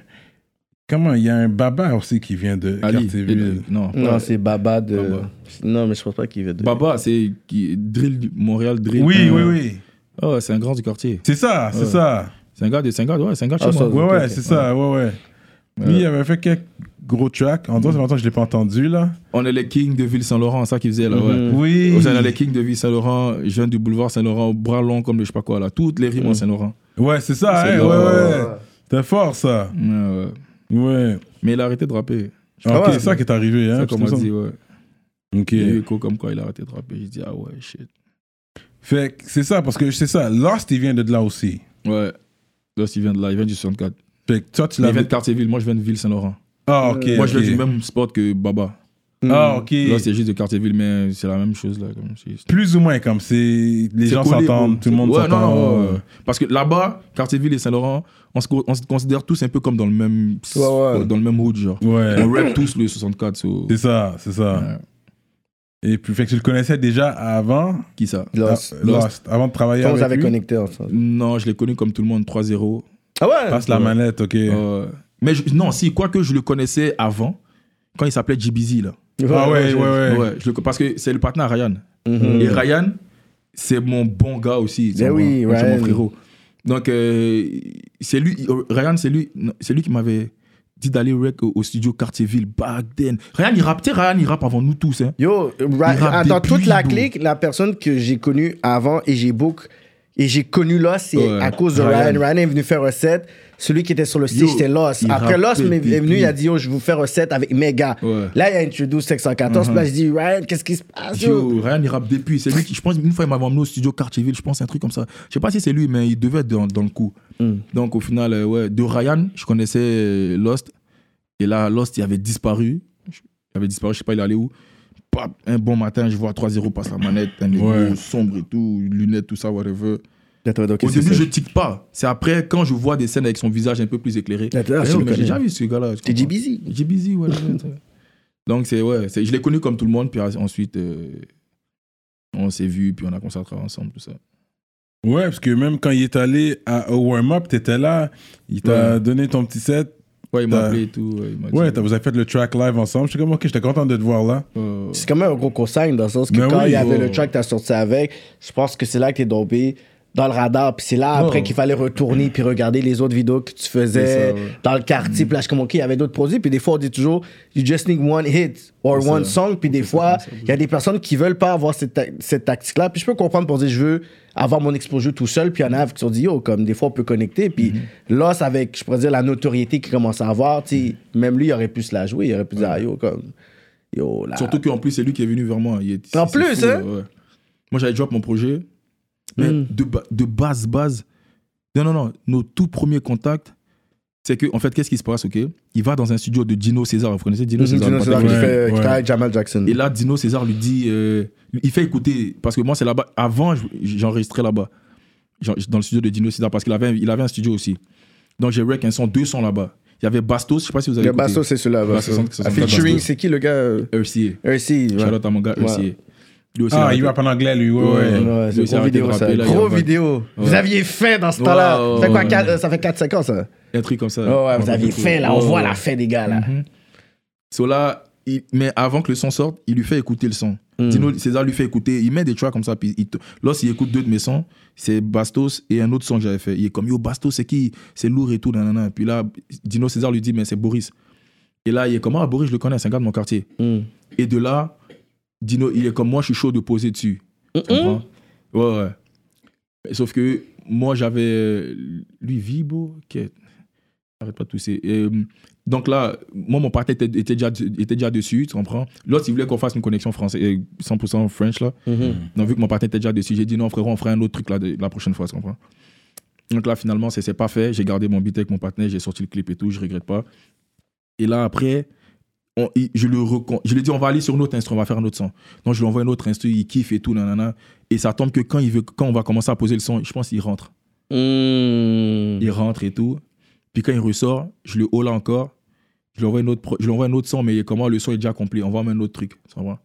Speaker 1: Comment Il y a un baba aussi qui vient de
Speaker 3: Ali,
Speaker 1: Cartierville.
Speaker 3: il- non.
Speaker 2: Non, c'est Baba de.
Speaker 3: Baba.
Speaker 2: Non, mais je pense pas qu'il veut de.
Speaker 3: Baba, c'est qui, drill, du- Montréal drill.
Speaker 1: Oui,
Speaker 3: Euh,
Speaker 1: oui, oui.
Speaker 3: Ah ouais, c'est un grand du quartier.
Speaker 1: C'est ça, c'est
Speaker 3: Ouais.
Speaker 1: ça.
Speaker 3: C'est un gars de, c'est un gars, de- ouais, c'est un gars de
Speaker 2: Ah,
Speaker 3: chez
Speaker 2: ça,
Speaker 3: moi.
Speaker 1: Ouais,
Speaker 2: Ok,
Speaker 1: ouais,
Speaker 2: ok.
Speaker 1: c'est ça, ouais, ouais. Lui, il avait fait quelques gros tracks. En tout cas, longtemps que je l'ai pas entendu, là.
Speaker 3: On est les kings de Ville-Saint-Laurent, ça qu'ils faisaient là, ouais.
Speaker 1: Oui.
Speaker 3: On est les kings Mm. de Ville-Saint-Laurent, jeunes du boulevard Saint-Laurent, bras longs comme le je sais pas quoi là. Toutes les rimes en Saint-Laurent.
Speaker 1: Ouais, c'est ça,
Speaker 3: C'est
Speaker 1: hein,
Speaker 3: le-
Speaker 1: ouais, ouais. T'es fort, ça.
Speaker 3: Ouais, ouais.
Speaker 1: Ouais.
Speaker 3: Mais il a arrêté de rapper.
Speaker 1: Ok,
Speaker 2: ouais.
Speaker 1: c'est ça qui est arrivé, hein.
Speaker 3: Ah ça, comme
Speaker 1: je
Speaker 3: on
Speaker 1: te
Speaker 3: dit,
Speaker 1: sens-
Speaker 3: ouais.
Speaker 1: Ok.
Speaker 3: Il y a eu écho comme quoi il a arrêté de rapper. J'ai dit, ah ouais, shit.
Speaker 1: Fait que c'est ça, parce que c'est ça. Lost, il vient de là aussi.
Speaker 3: Ouais. Là, il vient de là, il vient du 64.
Speaker 1: Fait que toi, tu
Speaker 3: Il vient
Speaker 1: l'avais.
Speaker 3: de Quartier-Ville, moi je viens de Ville-Saint-Laurent.
Speaker 1: Ah, ok.
Speaker 3: Moi je
Speaker 1: ok.
Speaker 3: viens du même spot que Baba.
Speaker 2: Hmm.
Speaker 1: Ah, ok.
Speaker 3: Hmm. Là, c'est juste de Quartier-Ville, mais c'est la même chose là. Comme si-
Speaker 1: Plus ou moins comme c'est les
Speaker 3: C'est
Speaker 1: gens
Speaker 3: collé,
Speaker 1: s'entendent,
Speaker 3: bro.
Speaker 1: tout le monde
Speaker 3: Ouais, non,
Speaker 1: s'entend. euh,
Speaker 3: non, ouais, ouais. Parce que là-bas, Quartier-Ville et Saint-Laurent, on se, co- on se considère tous un peu comme dans le même,
Speaker 2: Ouais, ouais.
Speaker 3: Dans le même hood, genre.
Speaker 1: Ouais,
Speaker 3: On rap tous le 64, so-
Speaker 1: c'est ça, c'est ça.
Speaker 3: Ouais.
Speaker 1: Et puis fait que tu le connaissais déjà avant
Speaker 3: Qui ça
Speaker 2: Lost.
Speaker 1: ah, Lost, avant de travailler
Speaker 2: Quand vous
Speaker 1: avec
Speaker 2: avez
Speaker 1: lui.
Speaker 2: connecté ensemble.
Speaker 3: Non, je l'ai connu comme tout le monde, 3-0.
Speaker 2: Ah ouais?
Speaker 1: Passe la
Speaker 3: Ouais.
Speaker 1: manette, ok.
Speaker 3: Euh, mais je- non, si, quoique je le connaissais avant, quand il s'appelait GBZ, là.
Speaker 1: ah ouais, ouais, ouais.
Speaker 3: Ouais, je le- parce que c'est le partenaire à Ryan.
Speaker 2: Mhm.
Speaker 3: Et Ryan, c'est mon bon gars aussi. C'est
Speaker 2: Ben
Speaker 3: mon-
Speaker 2: oui,
Speaker 3: c'est
Speaker 2: Ryan.
Speaker 3: mon frérot. Donc, euh, c'est lui, euh, Ryan, c'est lui, c'est lui qui m'avait dit d'aller rec au, au studio Cartierville back then. Ryan, il rappe, tu sais, Ryan, il rappe avant nous tous. Hein.
Speaker 2: Yo, ra-
Speaker 3: Il rappe
Speaker 2: attends,
Speaker 3: des
Speaker 2: toute la
Speaker 3: pubs, bro.
Speaker 2: clique, la personne que j'ai connue avant et j'ai book et j'ai connu Lost, c'est
Speaker 3: Ouais,
Speaker 2: à cause de
Speaker 3: Ryan.
Speaker 2: Ryan. Ryan est venu faire un set. Celui qui était sur le
Speaker 3: Yo,
Speaker 2: stage, c'était Lost.
Speaker 3: il
Speaker 2: Après, Lost
Speaker 3: rappait
Speaker 2: m'est-
Speaker 3: des
Speaker 2: est venu, il a
Speaker 3: pubs.
Speaker 2: dit Yo, je vais vous faire un set avec mes gars.
Speaker 3: Ouais. Uh-huh.
Speaker 2: Là, il a introduit 514. puis Là, je dis Ryan, qu'est-ce qui se passe yo?
Speaker 3: Yo, Ryan, il rappe depuis. C'est lui qui, je pense, une fois, il m'avait emmené au studio Cartierville, je pense, un truc comme ça. Je sais pas si c'est lui, mais il devait être dans, dans le coup.
Speaker 2: Hmm.
Speaker 3: Donc, au final, euh, ouais, de Ryan, je connaissais euh, Lost. Et là, Lost, il avait disparu. Il avait disparu, je sais pas, il est allé où. Pap, un bon matin, je vois 3-0 passe la manette, un négro
Speaker 1: Ouais.
Speaker 3: sombre et tout, lunettes, tout ça, whatever.
Speaker 2: Là, t'as- donc,
Speaker 3: Au
Speaker 2: c'est
Speaker 3: début,
Speaker 2: ça.
Speaker 3: je tique pas. C'est après, quand je vois des scènes avec son visage un peu plus éclairé.
Speaker 2: Là, t'as-
Speaker 3: Eh,
Speaker 2: je
Speaker 3: oh,
Speaker 2: le
Speaker 3: mais J'ai
Speaker 2: connais.
Speaker 3: déjà vu ce gars-là. tu
Speaker 2: C'est
Speaker 3: comprends.
Speaker 2: JBZ.
Speaker 3: J'ai busy, ouais. ouais, ouais. Donc, c'est, ouais, c'est- je l'ai connu comme tout le monde, puis ensuite, euh, on s'est vu, puis on a commencé à travailler ensemble, tout ça.
Speaker 1: Ouais, parce que même quand il est allé à, au warm-up, t'étais là, il t'a
Speaker 3: Ouais.
Speaker 1: donné ton petit set.
Speaker 3: Ouais, il m'a
Speaker 1: T'as-
Speaker 3: appelé et tout. Ouais, il m'a dit,
Speaker 1: Ouais, t'as- vous avez fait le track live ensemble. J'étais comme, ok, j'étais content de te voir là.
Speaker 3: euh,
Speaker 2: C'est quand même un gros consigne dans le sens que
Speaker 1: Ben
Speaker 2: quand
Speaker 1: oui,
Speaker 2: il y avait
Speaker 3: wow.
Speaker 2: le track que t'as sorti avec, je pense que c'est là que t'es tombé dans le radar. Puis c'est là après
Speaker 3: Wow.
Speaker 2: qu'il fallait retourner puis regarder les autres vidéos que tu faisais
Speaker 3: Oh. C'est ça, ouais.
Speaker 2: dans le quartier. Puis là, je suis comme, OK, il y avait d'autres produits. Puis des fois, on dit toujours, you just need one hit or
Speaker 3: C'est
Speaker 2: one
Speaker 3: ça.
Speaker 2: song. Puis
Speaker 3: On
Speaker 2: des
Speaker 3: fait ça
Speaker 2: fois,
Speaker 3: comme ça,
Speaker 2: il y a des personnes qui veulent pas avoir cette, ta- cette tactique-là. Puis je peux comprendre pour dire, je veux avoir mon exposure tout seul. Puis il y en a qui se sont dit, yo, comme des fois, on peut connecter. Puis
Speaker 3: Mm-hmm.
Speaker 2: là, c'est avec, je pourrais dire, la notoriété qu'il commence à avoir, tu sais, même lui, il aurait pu se la jouer. Il aurait pu dire, ah, yo, comme, yo, là.
Speaker 3: Surtout qu'en plus, c'est lui qui est venu vers moi. Il est-
Speaker 2: En
Speaker 3: c'est
Speaker 2: plus, hein?
Speaker 3: ouais. Moi, j'avais drop mon projet, mais
Speaker 2: Mm.
Speaker 3: de, ba- de base, base. Non, non, non. Nos tout premiers contacts, c'est que, en fait, qu'est-ce qui se passe, ok Il va dans un studio de Dino César. Vous connaissez Dino
Speaker 2: Mhm,
Speaker 3: César
Speaker 2: Dino
Speaker 3: le
Speaker 2: César
Speaker 3: patron?
Speaker 2: qui
Speaker 1: Ouais,
Speaker 2: fait- qui
Speaker 1: ouais.
Speaker 2: travaille avec Jamal Jackson.
Speaker 3: Et là, Dino César lui dit, euh, il fait écouter, parce que moi, c'est là-bas, avant, je- j'enregistrais là-bas, J'en- dans le studio de Dino César, parce qu'il avait, un- il avait un studio aussi. Donc, j'ai rec un son, deux sons là-bas. Il y avait Bastos, je sais pas si vous avez
Speaker 2: le
Speaker 3: écouté.
Speaker 2: basso, c'est celui-là.
Speaker 3: Ouais,
Speaker 2: basso.
Speaker 3: 60,
Speaker 2: Ah, Featuring,
Speaker 3: 60.
Speaker 2: c'est qui le gars euh,
Speaker 3: RCA.
Speaker 2: RC. ouais.
Speaker 3: Shout out à mon gars,
Speaker 2: Ouais.
Speaker 3: RCA. Lui aussi,
Speaker 1: Ah,
Speaker 3: a
Speaker 1: il rappe en anglais, lui, ouais,
Speaker 3: Ouais.
Speaker 1: ouais.
Speaker 2: Ouais,
Speaker 3: Lui,
Speaker 2: c'est
Speaker 3: il s'est
Speaker 2: gros
Speaker 3: arrêté de
Speaker 2: vidéo,
Speaker 3: rapper,
Speaker 2: ça.
Speaker 3: là, il
Speaker 2: gros
Speaker 3: a-
Speaker 2: vidéo. Vous
Speaker 3: Ouais.
Speaker 2: aviez fait dans ce
Speaker 3: Ouais,
Speaker 2: temps-là.
Speaker 3: ouais,
Speaker 2: ça fait quoi,
Speaker 3: ouais.
Speaker 2: quatre- euh, ça fait 4-5 ans, ça?
Speaker 3: un truc comme ça.
Speaker 2: Oh, Ouais, ouais, vous
Speaker 3: Un
Speaker 2: aviez
Speaker 3: truc-
Speaker 2: fait, là. On
Speaker 3: Ouais,
Speaker 2: voit
Speaker 3: ouais.
Speaker 2: la fin des gars, là.
Speaker 3: Mhm. So là, il- mais avant que le son sorte, il lui fait écouter le son.
Speaker 2: Mm. Hmm.
Speaker 3: Dino César lui fait écouter, il met des tracks comme ça. Puis il te- lorsqu'il écoute deux de mes sons, c'est Bastos et un autre son que j'avais fait. Il est comme Yo, Bastos, c'est qui C'est lourd et tout. Nanana. Puis là, Dino César
Speaker 2: Mm.
Speaker 3: lui dit Mais c'est Boris. Et là, il est comme Ah, Boris, je le connais, c'est un gars de mon quartier.
Speaker 2: Mhm.
Speaker 3: Et de là, Dino, il est comme moi, je suis chaud de poser dessus.
Speaker 2: Mm,
Speaker 3: Tu comprends? Mm-hmm. Ouais, ouais. Mais Sauf que moi, j'avais. euh, Lui, Vibo, qui est- Arrête pas de tousser. Et, euh, donc là, moi, mon partenaire était, était déjà, était déjà dessus, tu comprends? L'autre, il voulait qu'on fasse une connexion française, euh, 100% French, là.
Speaker 2: mm,
Speaker 3: Hmm. Donc, vu que mon partenaire était déjà dessus, j'ai dit non, frérot, on fera un autre truc là, de- la prochaine fois, tu comprends? Donc là, finalement, c'est c'est pas fait. J'ai gardé mon beat avec mon partenaire, j'ai sorti le clip et tout, je regrette pas. Et là, après, on- il- je, le recon- je lui ai dit, on va aller sur notre instru, on va faire un autre son. Donc, je lui envoie un autre instru, il kiffe et tout, nanana. Et ça tombe que quand, il veut, quand on va commencer à poser le son, je pense qu'il rentre.
Speaker 2: Mhm.
Speaker 3: Il rentre et tout. Puis quand il ressort, je le haut là encore. Je lui envoie un autre, pro- je lui envoie un autre son, mais comment le son est déjà complet. On va même un autre truc. tu comprends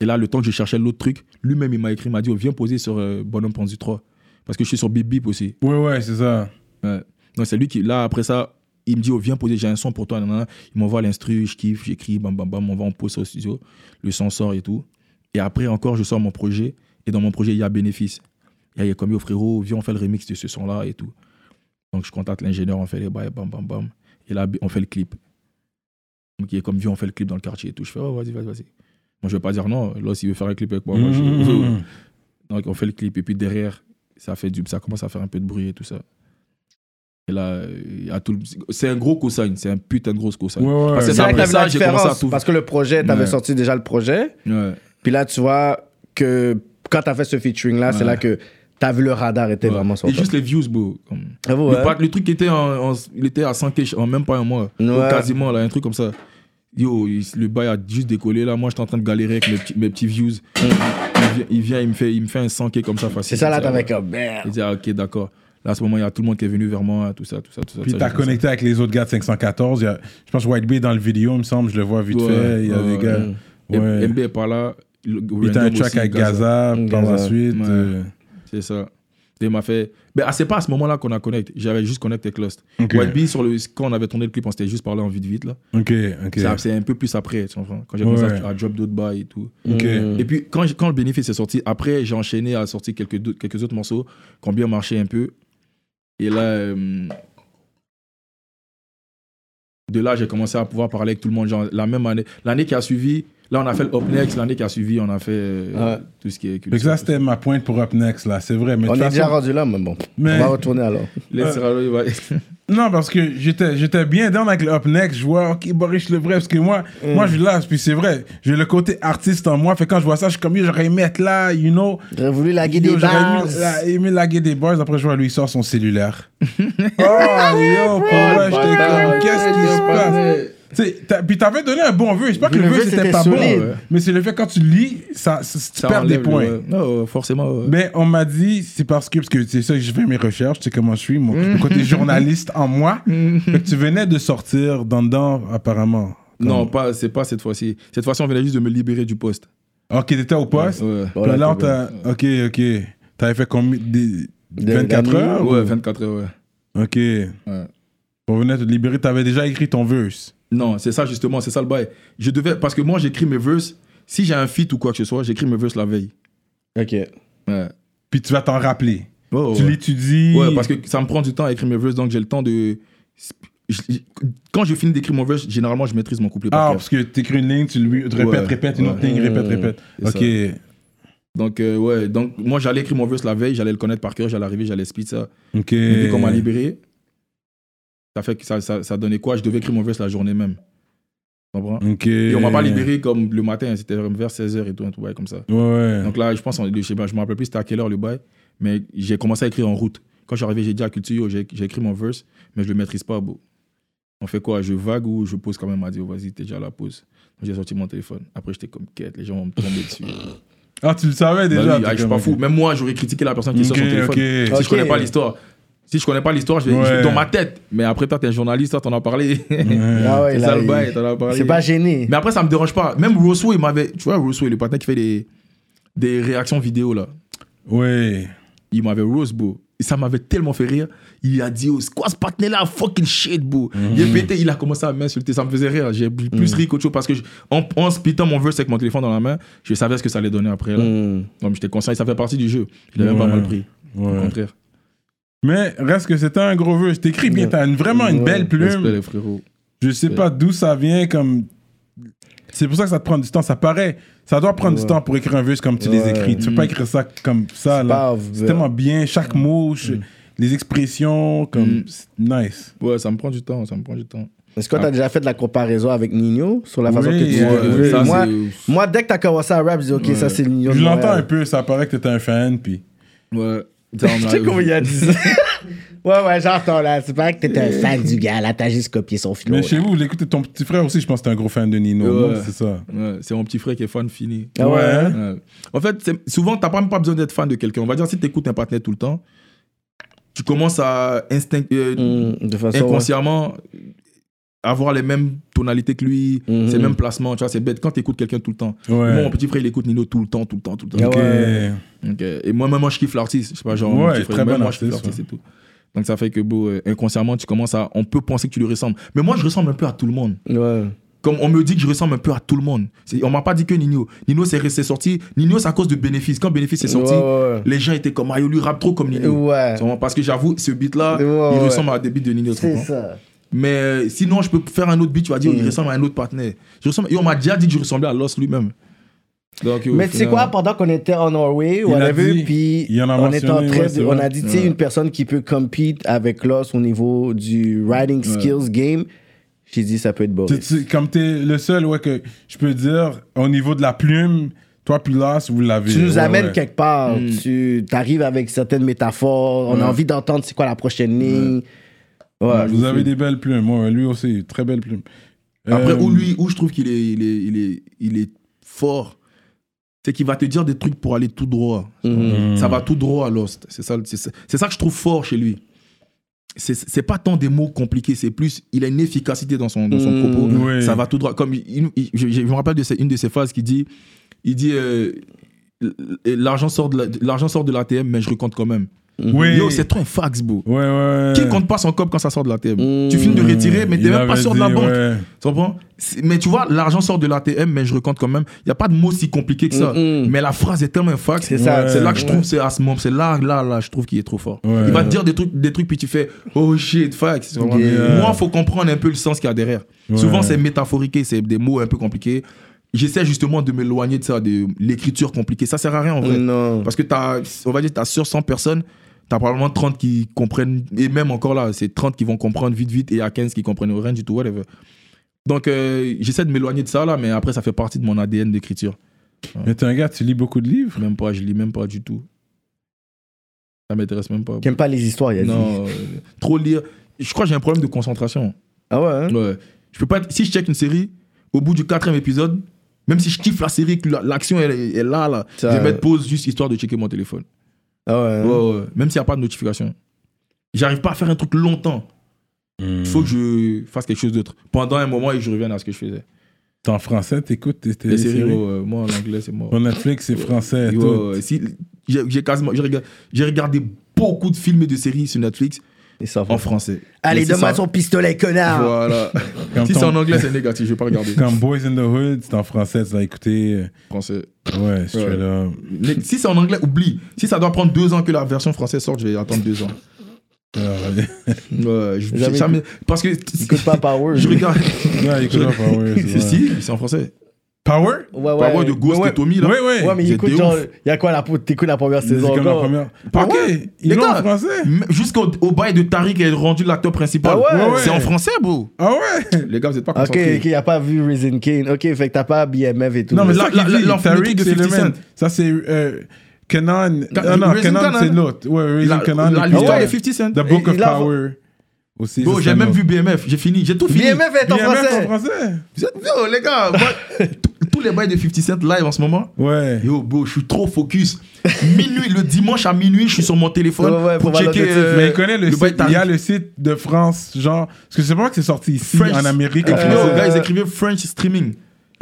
Speaker 3: et là, le temps que je cherchais l'autre truc, lui-même, il m'a écrit, il m'a dit, oh, viens poser sur euh, Bonhomme Pendu 3. Parce que je suis sur Bip Bip aussi.
Speaker 1: Ouais, ouais, c'est ça.
Speaker 3: Donc c'est lui qui, là, après ça, il me dit, oh, viens poser, j'ai un son pour toi. nanana. Il m'envoie l'instru, je kiffe, j'écris, bam, bam, bam, on va en poser au studio. Le son sort et tout. Et après, encore, je sors mon projet. Et dans mon projet, il y a bénéfice. Il y a comme, yo, frérot, viens, on fait le remix de ce son-là et tout. Donc je contacte l'ingénieur, on fait les bails, bam, bam, bam. Et là, on fait le clip. Donc il est comme, viens, on fait le clip dans le quartier et tout. Je fais, oh, vas-y, vas-y, vas-y. Moi, je vais pas dire non. Là, s'il veut faire un clip avec moi, moi, je...
Speaker 1: Mhm.
Speaker 3: Donc on fait le clip et puis derrière, ça fait du, ça commence à faire un peu de bruit et tout ça. Et là, euh, il y a tout le- c'est un gros cosign, c'est un putain de gros cosign.
Speaker 1: Ouais, ouais.
Speaker 3: Parce que
Speaker 2: C'est là
Speaker 3: après
Speaker 2: que t'as vu la
Speaker 3: ça, j'ai commencé à
Speaker 2: différence.
Speaker 3: tout.
Speaker 2: Parce que le projet, t'avais
Speaker 3: Ouais.
Speaker 2: sorti déjà le projet.
Speaker 3: Ouais.
Speaker 2: Puis là, tu vois que quand t'as fait ce featuring-là, c'est
Speaker 3: Ouais.
Speaker 2: là que t'as vu le radar était
Speaker 3: Ouais.
Speaker 2: vraiment sur
Speaker 3: Et
Speaker 2: toi.
Speaker 3: juste les views, bro. Comme-
Speaker 2: Bravo,
Speaker 3: Le,
Speaker 2: hein.
Speaker 3: pack- le truc était, en, en- il était à 100K en même pas un mois.
Speaker 2: Ouais.
Speaker 3: Donc, Quasiment, là, un truc comme ça. Yo, il- le bail a juste décollé. Là, moi, j'étais en train de galérer avec mes, petits- mes petits views. Il vient, il, vient, il me fait, il me fait un 100K comme ça facile.
Speaker 2: C'est ça là,
Speaker 3: Il dit,
Speaker 2: t'avais
Speaker 3: ah,
Speaker 2: comme
Speaker 3: Il
Speaker 2: merde.
Speaker 3: dit, ah, ok, d'accord. Là, à ce moment, il y a tout le monde qui est venu vers moi, tout ça, tout ça, tout ça.
Speaker 1: Puis
Speaker 3: tout ça,
Speaker 1: t'as
Speaker 3: j'ai fait ça.
Speaker 1: connecté avec les autres gars de 514. il y a- je pense White Bay dans le vidéo, il me semble, je le vois vite
Speaker 3: Ouais,
Speaker 1: fait. Il y a
Speaker 3: ouais,
Speaker 1: des gars.
Speaker 3: M-
Speaker 1: Ouais.
Speaker 3: MB est par là. le-
Speaker 1: Il était un
Speaker 3: Random
Speaker 1: track
Speaker 3: aussi,
Speaker 1: avec Gaza, par la
Speaker 2: Gaza.
Speaker 1: suite.
Speaker 3: Ouais.
Speaker 1: euh,
Speaker 3: C'est ça. Et il m'a fait. Mais ah, c'est pas à ce moment-là qu'on a connect. J'avais juste connecté avec Lust.
Speaker 1: Ok.
Speaker 3: White Bee, sur le... quand on avait tourné le clip, on s'était juste parlé en vite vite. là.
Speaker 1: Ok, ok.
Speaker 3: C'est- C'est un peu plus après, tu comprends, Quand j'ai commencé
Speaker 1: Ouais.
Speaker 3: à, à drop d'autres bails et tout.
Speaker 1: Ok.
Speaker 2: Mm.
Speaker 3: Et puis, quand, j- quand le bénéfice est sorti, après, j'ai enchaîné à sortir quelques, dou- quelques autres morceaux qui ont bien marché un peu. Et là, euh, de là, j'ai commencé à pouvoir parler avec tout le monde. Genre, la même année, l'année qui a suivi, là, on a fait le Up Next. L'année qui a suivi, on a fait euh,
Speaker 2: Ouais.
Speaker 3: tout ce qui est
Speaker 1: Fait que
Speaker 3: culture.
Speaker 1: ça, c'était ma pointe pour Up Next, là, c'est vrai. Mais de
Speaker 2: On
Speaker 1: toute
Speaker 2: est déjà
Speaker 1: façon-
Speaker 2: rendu là, mais bon.
Speaker 1: Mais-
Speaker 2: On va retourner alors.
Speaker 3: Les Sierra Leone, ouais.
Speaker 1: Non, parce que j'étais j'étais bien down avec le Up Next. Je vois, OK, Boris le vrai. Parce que moi,
Speaker 2: Mm.
Speaker 1: moi je suis là, puis c'est vrai. J'ai le côté artiste en moi. Fait que quand je vois ça, je suis comme, yo, j'aurais aimé être là, you know.
Speaker 2: J'aurais voulu laguer
Speaker 1: Yo,
Speaker 2: des
Speaker 1: j'aurais
Speaker 2: barres. Ah,
Speaker 1: aimé, la- aimé laguer des bars. Après, je vois, lui, il sort son cellulaire. oh, yo, pour vrai, j'étais comme, qu'est-ce qui se passe? Tu sais, t'as- Puis t'avais donné un bon vœu. Je sais pas que le, vœu, c'était pas
Speaker 2: solide.
Speaker 1: bon. Mais c'est le fait que quand tu lis, ça, ça- tu
Speaker 3: Ça
Speaker 1: perds des
Speaker 3: enlève le-
Speaker 1: points.
Speaker 3: Non, euh, forcément. ouais.
Speaker 1: Mais on m'a dit, c'est parce que, parce que c'est ça, que je fais mes recherches, tu sais comment je suis, mon, mon côté journaliste en moi. Fait que tu venais de sortir dans dedans, apparemment.
Speaker 3: non, pas, c'est pas cette fois-ci. Cette fois-ci, on venait juste de me libérer du poste.
Speaker 1: Ok, t'étais au poste.
Speaker 3: Ouais.
Speaker 1: Puis
Speaker 2: Voilà,
Speaker 1: là, on
Speaker 2: t'es
Speaker 1: t'a. Ok, ok. T'avais fait combien des-
Speaker 2: Des
Speaker 1: 24
Speaker 2: derniers.
Speaker 1: heures
Speaker 3: Ouais,
Speaker 1: ou-
Speaker 3: 24 heures, ouais.
Speaker 1: Ok. On venait te libérer, t'avais déjà écrit ton verse.
Speaker 3: Non, c'est ça justement, c'est ça le bail. Je devais, parce que moi j'écris mes verses, si j'ai un feat ou quoi que ce soit, j'écris mes verses la veille.
Speaker 2: Ok.
Speaker 3: Ouais.
Speaker 1: Puis tu vas t'en rappeler.
Speaker 3: Oh,
Speaker 1: Tu
Speaker 3: ouais.
Speaker 1: l'étudies.
Speaker 3: Ouais, parce que ça me prend du temps à écrire mes verses, donc j'ai le temps de. je- je- Quand je finis d'écrire mon verse, généralement je maîtrise mon couplet par
Speaker 1: Ah,
Speaker 3: cœur.
Speaker 1: parce que t'écris une ligne, tu lui tu répètes,
Speaker 3: Ouais.
Speaker 1: répètes, une autre
Speaker 3: Ouais.
Speaker 1: ligne, répète, répète.
Speaker 3: C'est
Speaker 1: Ok.
Speaker 3: Donc, euh, ouais, donc moi j'allais écrire mon verse la veille, j'allais le connaître par cœur, j'allais arriver, j'allais split ça.
Speaker 1: Ok.
Speaker 3: Mais vu qu'on m'a libéré, ça, fait que ça, ça, ça donnait quoi Je devais écrire mon verse la journée même. Tu comprends
Speaker 1: Ok.
Speaker 3: Et on m'a pas libéré comme le matin, c'était vers 16h et tout, un tout bail comme ça.
Speaker 1: Ouais, ouais.
Speaker 3: Donc là, je pense, on- je sais pas, je me rappelle plus c'était à quelle heure le bail, mais j'ai commencé à écrire en route. Quand je suis arrivé, j'ai dit à Culture, yo, j'ai j'ai écrit mon verse, mais je le maîtrise pas, bro. On fait quoi Je vague ou je pose quand même à dire, oh, vas-y, t'es déjà à la pause. Donc, J'ai sorti mon téléphone. Après, j'étais comme quête, les gens vont me tomber dessus.
Speaker 1: Ah, tu le savais
Speaker 3: Bah
Speaker 1: déjà.
Speaker 3: oui,
Speaker 1: t'es
Speaker 3: ah, je suis
Speaker 1: comme,
Speaker 3: pas
Speaker 1: ok.
Speaker 3: fou. Même moi, j'aurais critiqué la personne qui sort son
Speaker 1: Ok,
Speaker 3: téléphone.
Speaker 1: ok.
Speaker 3: Si je connais
Speaker 2: Ok.
Speaker 3: pas l'histoire. Si je connais pas l'histoire, je vais
Speaker 1: Ouais.
Speaker 3: je vais dans ma tête. Mais après, toi, t'es un journaliste, toi, t'en as parlé.
Speaker 2: Ah ouais,
Speaker 3: C'est
Speaker 2: là,
Speaker 3: ça le
Speaker 2: il-
Speaker 3: bail, t'en as parlé.
Speaker 2: C'est pas gêné.
Speaker 3: Mais après, ça me dérange pas. Même Rosso, il m'avait. Tu vois, Rosso, le patin qui fait des, des réactions vidéo, là.
Speaker 1: Ouais.
Speaker 3: Il m'avait roast, bro. Et ça m'avait tellement fait rire. Il a dit, oh, c'est quoi ce partenaire là Fucking shit, bro.
Speaker 2: Mhm.
Speaker 3: Il est pété, il a commencé à m'insulter. Ça me faisait rire. J'ai plus ri qu'autre chose parce que, je- en, en spitant mon verse avec mon téléphone dans la main, je savais ce que ça allait donner après. Là.
Speaker 2: Mm.
Speaker 3: Donc, j'étais conscient, ça fait partie du jeu. Je l'avais pas
Speaker 1: Ouais.
Speaker 3: mal pris. Au
Speaker 1: Ouais.
Speaker 3: contraire.
Speaker 1: Mais reste que c'était un gros vœu. Je t'écris bien. T'as une- vraiment une
Speaker 2: Ouais.
Speaker 1: belle
Speaker 3: Respect,
Speaker 1: plume.
Speaker 3: les frérots.
Speaker 1: Je sais pas d'où ça vient. Comme C'est pour ça que ça te prend du temps. Ça paraît. Ça doit prendre du temps pour écrire un verse comme tu les
Speaker 2: Ouais.
Speaker 1: écris. Tu peux pas écrire ça comme ça.
Speaker 2: C'est
Speaker 1: là.
Speaker 2: pas-
Speaker 1: C'est tellement bien. Chaque
Speaker 3: Mm.
Speaker 1: mot, ch- les expressions, comme. c'est Nice.
Speaker 3: Ouais, ça me prend du temps, ça me prend du temps.
Speaker 2: Est-ce que t'as déjà fait de la comparaison avec Nino sur la façon
Speaker 1: Oui,
Speaker 2: que tu
Speaker 1: ouais,
Speaker 2: écrivais?
Speaker 3: ça,
Speaker 2: moi,
Speaker 3: c'est-
Speaker 2: moi, dès que t'as commencé à rap, je dis ok, ça c'est le Nino.
Speaker 1: Je
Speaker 2: de
Speaker 1: l'entends
Speaker 2: Montréal.
Speaker 1: un peu. Ça paraît que t'es un fan. Puis.
Speaker 3: Ouais. Ça, on
Speaker 2: Tu
Speaker 3: me
Speaker 2: sais
Speaker 3: l'a-
Speaker 2: comment il a dit ça? ouais, ouais, j'entends là. C'est pas que t'étais un fan du gars, là, t'as juste copié son flow.
Speaker 1: Mais
Speaker 2: là.
Speaker 1: chez vous, vous l'écoutez. Ton petit frère aussi, je pense que t'es un gros fan de Nino.
Speaker 3: Ouais.
Speaker 1: non? C'est ça.
Speaker 3: Ouais, c'est mon petit frère qui est fan fini.
Speaker 2: Ah ouais, hein?
Speaker 3: Ouais. Euh, En fait, c'est- souvent, t'as pas même pas besoin d'être fan de quelqu'un. On va dire, si t'écoutes un partenaire tout le temps, tu commences à instinct- euh,
Speaker 2: Mm, de façon.
Speaker 3: inconsciemment avoir les mêmes tonalités que lui,
Speaker 2: Mhm.
Speaker 3: ces mêmes placements. Tu vois, c'est bête quand t'écoutes quelqu'un tout le temps.
Speaker 1: Mm-hmm. Ouais.
Speaker 3: Moi, mon petit frère, il écoute Nino tout le temps, tout le temps, tout le temps.
Speaker 2: Ah
Speaker 1: Ok.
Speaker 2: ouais.
Speaker 3: Donc, euh, et moi, même moi, je kiffe l'artiste. Je sais pas, genre, mon
Speaker 1: Ouais,
Speaker 3: petit frère,
Speaker 1: très
Speaker 3: même
Speaker 1: bon
Speaker 3: moi, je kiffe
Speaker 1: artiste,
Speaker 3: l'artiste et tout. Donc, ça fait que, beau, euh, inconsciemment, tu commences à. On peut penser que tu lui ressembles. Mais moi, je ressemble un peu à tout le monde.
Speaker 2: ouais. Ouais.
Speaker 3: Comme on me dit que je ressemble un peu à tout le monde. C'est- On m'a pas dit que Nino. Nino, c'est c'est sorti. Nino, c'est à cause de bénéfice. Quand bénéfice est sorti,
Speaker 2: Ouais, ouais, ouais.
Speaker 3: les gens étaient comme, ah, yo, lui rappe trop comme Nino.
Speaker 2: Ouais.
Speaker 3: C'est vraiment Parce que j'avoue, ce beat-là,
Speaker 2: Ouais,
Speaker 3: il
Speaker 2: ouais.
Speaker 3: ressemble à des beats de Nino. tu
Speaker 2: C'est
Speaker 3: comprends
Speaker 2: ça.
Speaker 3: Mais euh, sinon, je peux faire un autre beat, tu vas dire, il
Speaker 2: Mm.
Speaker 3: ressemble à un autre partenaire. Je ressemble, et on m'a déjà dit que je ressemblais à Lost lui-même. Donc, euh, au
Speaker 2: Mais tu sais
Speaker 3: final-
Speaker 2: quoi, pendant qu'on était en Norway,
Speaker 1: Il
Speaker 2: on
Speaker 1: a
Speaker 2: a vu,
Speaker 1: dit-
Speaker 2: puis
Speaker 1: il en a
Speaker 2: on
Speaker 1: mentionné,
Speaker 2: était en train
Speaker 1: ouais,
Speaker 2: de-
Speaker 1: c'est
Speaker 2: on
Speaker 1: vrai.
Speaker 2: a dit, tu sais, une personne qui peut compete avec l'os au niveau du writing skills game, j'ai dit, ça peut être
Speaker 1: Tu-
Speaker 2: Boris.
Speaker 1: tu- comme t'es le seul, ouais, que je peux dire, au niveau de la plume, toi puis Las, vous l'avez.
Speaker 2: Tu nous
Speaker 1: Ouais,
Speaker 2: amènes
Speaker 1: ouais.
Speaker 2: quelque part, tu arrives avec certaines métaphores, on a envie d'entendre c'est quoi la prochaine ligne. Ouais,
Speaker 1: Ouais,
Speaker 2: je
Speaker 1: vous
Speaker 2: me
Speaker 1: avez
Speaker 2: suis-
Speaker 1: des belles plumes. Ouais, lui aussi, très belles plumes.
Speaker 3: Après,
Speaker 1: Euh,
Speaker 3: où lui, où je trouve qu'il est, il est, il est, il est fort, c'est qu'il va te dire des trucs pour aller tout droit.
Speaker 2: Mhm.
Speaker 3: Ça va tout droit à Lost. C'est ça, c'est ça, c'est ça que je trouve fort chez lui. C'est c'est pas tant des mots compliqués, c'est plus, il a une efficacité dans son, dans son
Speaker 2: Mm.
Speaker 3: propos.
Speaker 1: Oui.
Speaker 3: Ça va tout droit. Comme il- il- je, je me rappelle de ces- une de ses phases qui dit, il dit, euh, l'argent sort de la- l'argent sort de l'ATM, mais je recompte quand même.
Speaker 1: Oui.
Speaker 3: Yo, c'est trop un fax, bro.
Speaker 1: Ouais, ouais.
Speaker 3: Qui compte pas son cop quand ça sort de l'ATM
Speaker 2: Mm.
Speaker 3: Tu finis de retirer, mais t'es
Speaker 1: Il
Speaker 3: même pas
Speaker 1: avait
Speaker 3: sûr de la
Speaker 1: dit,
Speaker 3: banque.
Speaker 1: ouais.
Speaker 3: Tu comprends C'est- Mais tu vois, l'argent sort de l'ATM, mais je recompte quand même. Il n'y a pas de mot si compliqué que ça.
Speaker 2: Mm-mm.
Speaker 3: Mais la phrase est tellement fax.
Speaker 2: Mm, C'est ça,
Speaker 3: C'est là que je
Speaker 2: ouais.
Speaker 3: trouve, c'est à ce moment, c'est là, là, là, je trouve qu'il est trop fort.
Speaker 1: Ouais.
Speaker 3: Il va te dire des trucs, des trucs, puis tu fais oh shit, fax. Tu comprends
Speaker 2: Yeah.
Speaker 3: Moi, il faut comprendre un peu le sens qu'il y a derrière.
Speaker 1: Ouais.
Speaker 3: Souvent, c'est métaphoriqué, c'est des mots un peu compliqués. J'essaie justement de m'éloigner de ça, de l'écriture compliquée. Ça sert à rien en vrai.
Speaker 2: Non.
Speaker 3: Parce que t'as, on va dire, t'as sur 100 personnes, t'as probablement 30 qui comprennent, et même encore là, c'est 30 qui vont comprendre vite, vite, et à 15 qui comprennent rien du tout, whatever. Donc, euh, j'essaie de m'éloigner de ça, là, mais après, ça fait partie de mon ADN d'écriture.
Speaker 1: Mais t'es un gars, tu lis beaucoup de livres.
Speaker 3: Même pas, je lis même pas du tout. Ça m'intéresse même pas.
Speaker 2: T'aimes pas les histoires, il a dit.
Speaker 3: Non, euh, trop lire. Je crois que j'ai un problème de concentration.
Speaker 2: Ah ouais, hein?
Speaker 3: Ouais. Je peux pas être- si je check une série, au bout du quatrième épisode, même si je kiffe la série, que la- l'action elle, est- est là, là,
Speaker 2: Ça- euh,
Speaker 3: je vais mettre pause juste histoire de checker mon téléphone.
Speaker 2: Ah ouais. hein?
Speaker 3: Ouais, ouais. Même s'il n'y a pas de notification. J'arrive pas à faire un truc longtemps. Il faut que je fasse quelque chose d'autre. Pendant un moment, et je revienne à ce que je faisais.
Speaker 1: T'es en français, t'écoutes tes, tes
Speaker 3: Les séries,
Speaker 1: séries.
Speaker 3: ouais, ouais. moi, l'anglais, c'est mort.
Speaker 1: Ton Netflix, c'est français.
Speaker 3: Ouais,
Speaker 1: tout.
Speaker 3: ouais. Si- J'ai j'ai quasiment- j'ai regard- j'ai regardé beaucoup de films et de séries sur Netflix
Speaker 2: Et ça va.
Speaker 3: en français.
Speaker 2: Allez,
Speaker 3: Mais si
Speaker 2: donne-moi
Speaker 3: ça-
Speaker 2: ton pistolet, connard!
Speaker 3: Voilà.
Speaker 1: Comme
Speaker 3: si
Speaker 1: ton-
Speaker 3: c'est en anglais, c'est négatif. Je vais pas regarder.
Speaker 1: Comme Boys in the Hood, c'est en français, tu l'as écouté.
Speaker 3: Français.
Speaker 1: Ouais, straight
Speaker 3: Ouais.
Speaker 1: up.
Speaker 3: Mais Si c'est en anglais, oublie. Si ça doit prendre deux ans que la version française sorte, je vais attendre deux ans.
Speaker 1: Ouais,
Speaker 3: Ouais, je-
Speaker 2: Jamais
Speaker 3: jamais- Parce que
Speaker 2: Écoute pas Power.
Speaker 3: je regarde.
Speaker 1: Ouais, écoute pas Power. c'est
Speaker 3: Si,
Speaker 1: vrai.
Speaker 3: si, c'est en français.
Speaker 1: Power?
Speaker 2: Ouais, ouais.
Speaker 3: Parle-moi Bah de Ghost
Speaker 2: Ouais,
Speaker 3: et Tommy là.
Speaker 1: Ouais, ouais.
Speaker 2: Ouais, mais
Speaker 3: Vous
Speaker 2: il écoute
Speaker 3: êtes des
Speaker 2: genre.
Speaker 3: ouf.
Speaker 2: Il y a quoi la peau- T'écoutes la première
Speaker 1: C'est
Speaker 2: saison
Speaker 1: comme la
Speaker 2: encore?
Speaker 1: première.
Speaker 3: Ah
Speaker 1: Ok,
Speaker 3: ouais
Speaker 1: ils
Speaker 3: Les
Speaker 1: l'ont en
Speaker 3: gars.
Speaker 1: français.
Speaker 3: M- Jusqu'au au bail de Tariq est rendu l'acteur principal.
Speaker 2: Ah ouais
Speaker 1: Ouais, ouais.
Speaker 3: C'est en français, bro.
Speaker 1: Ah ouais?
Speaker 3: Les gars, vous êtes pas
Speaker 2: Ok, ok,
Speaker 3: concentrés.
Speaker 2: il a pas vu Risen Kane. Ok, fait que t'as pas BMF et tout.
Speaker 1: Non, mais
Speaker 3: La-
Speaker 1: ça,
Speaker 3: la-
Speaker 1: qu'il dit,
Speaker 3: la- l'enfant- le
Speaker 1: Tariq,
Speaker 3: truc de
Speaker 1: c'est le
Speaker 3: 50
Speaker 1: même.
Speaker 3: Cent.
Speaker 1: Ça, c'est euh, Kenan.
Speaker 3: Ka-
Speaker 1: Non, non,
Speaker 3: Raising
Speaker 1: Kenan,
Speaker 3: Kanan.
Speaker 1: c'est l'autre. Ouais,
Speaker 3: La-
Speaker 1: Raising Kenan.
Speaker 3: la-
Speaker 1: puis
Speaker 2: Ah
Speaker 3: L'histoire
Speaker 1: t'as
Speaker 3: de 50 Cent.
Speaker 1: The Book
Speaker 2: Et
Speaker 1: of
Speaker 2: il a-
Speaker 1: Power. Aussi.
Speaker 3: Bro,
Speaker 1: ça,
Speaker 3: j'ai
Speaker 1: c'est
Speaker 3: même
Speaker 1: un
Speaker 3: vu BMF. J'ai fini. J'ai tout fini.
Speaker 2: BMF est en
Speaker 1: autre. BMF
Speaker 2: français!
Speaker 1: en français.
Speaker 3: Vous êtes- Yo, les gars, moi, tous- tous les bails de 50 Cent live en ce moment.
Speaker 1: Ouais.
Speaker 3: Yo, bro, je suis trop focus. Minuit, le dimanche à minuit, je suis sur mon téléphone
Speaker 2: Ouais, ouais,
Speaker 3: pour
Speaker 2: pour voir
Speaker 3: checker.
Speaker 2: le notif.
Speaker 3: euh,
Speaker 1: Mais il connaît le,
Speaker 3: bail
Speaker 1: site. Il y a le site de France, genre. Parce que c'est pas que c'est sorti ici,
Speaker 3: French.
Speaker 1: en Amérique, en
Speaker 3: Tariq. Yo,
Speaker 1: français.
Speaker 3: gars, ils écrivaient French streaming.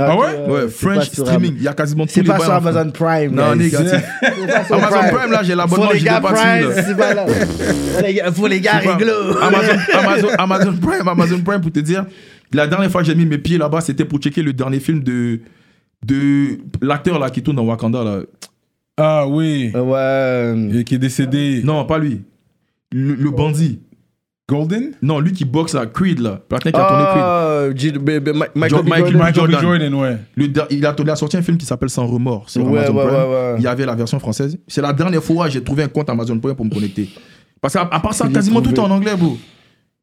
Speaker 1: Ah ouais?
Speaker 2: ok,
Speaker 3: Ouais,
Speaker 2: Euh, c'est pas
Speaker 3: French
Speaker 2: sur
Speaker 3: streaming. Il y a quasiment tous
Speaker 2: C'est
Speaker 3: les
Speaker 2: pas
Speaker 3: bails
Speaker 2: sur
Speaker 3: en
Speaker 2: Amazon Prime.
Speaker 3: Non,
Speaker 2: guys.
Speaker 3: négatif.
Speaker 2: C'est pas sur
Speaker 3: Amazon Prime, là, j'ai l'abonnement.
Speaker 2: Faut les
Speaker 3: j'ai
Speaker 2: gars
Speaker 3: dépassé, là.
Speaker 2: Prime, c'est pas là. Faut les gars- Faut les gars
Speaker 3: Je sais pas.
Speaker 2: réglo.
Speaker 3: Amazon, Amazon, Amazon Prime, Amazon Prime pour te dire, la dernière fois que j'ai mis mes pieds là-bas, c'était pour checker le dernier film de, de l'acteur là qui tourne dans Wakanda là.
Speaker 1: Ah oui.
Speaker 2: Euh, Ouais.
Speaker 3: Euh.
Speaker 1: Et qui est décédé.
Speaker 3: Non, pas lui. Le, le bandit.
Speaker 1: Golden?
Speaker 3: Non, lui qui boxe à Creed, là. Le Latin qui a tourné Creed.
Speaker 2: Ah, J- B- B- Ma- Michael
Speaker 3: John-
Speaker 2: B.
Speaker 3: Mike-
Speaker 2: Jordan.
Speaker 1: Michael B.
Speaker 3: Jordan.
Speaker 1: Jordan, ouais.
Speaker 3: Le der- il, a, il a sorti un film qui s'appelle Sans remords sur
Speaker 2: Ouais,
Speaker 3: Amazon
Speaker 2: ouais,
Speaker 3: Prime.
Speaker 2: ouais, ouais.
Speaker 3: Il y avait la version française. C'est la dernière fois que j'ai trouvé un compte Amazon Prime pour me connecter. Parce qu'à à part ça,
Speaker 2: Il est
Speaker 3: quasiment tout est
Speaker 2: trouvé.
Speaker 3: en anglais, bro.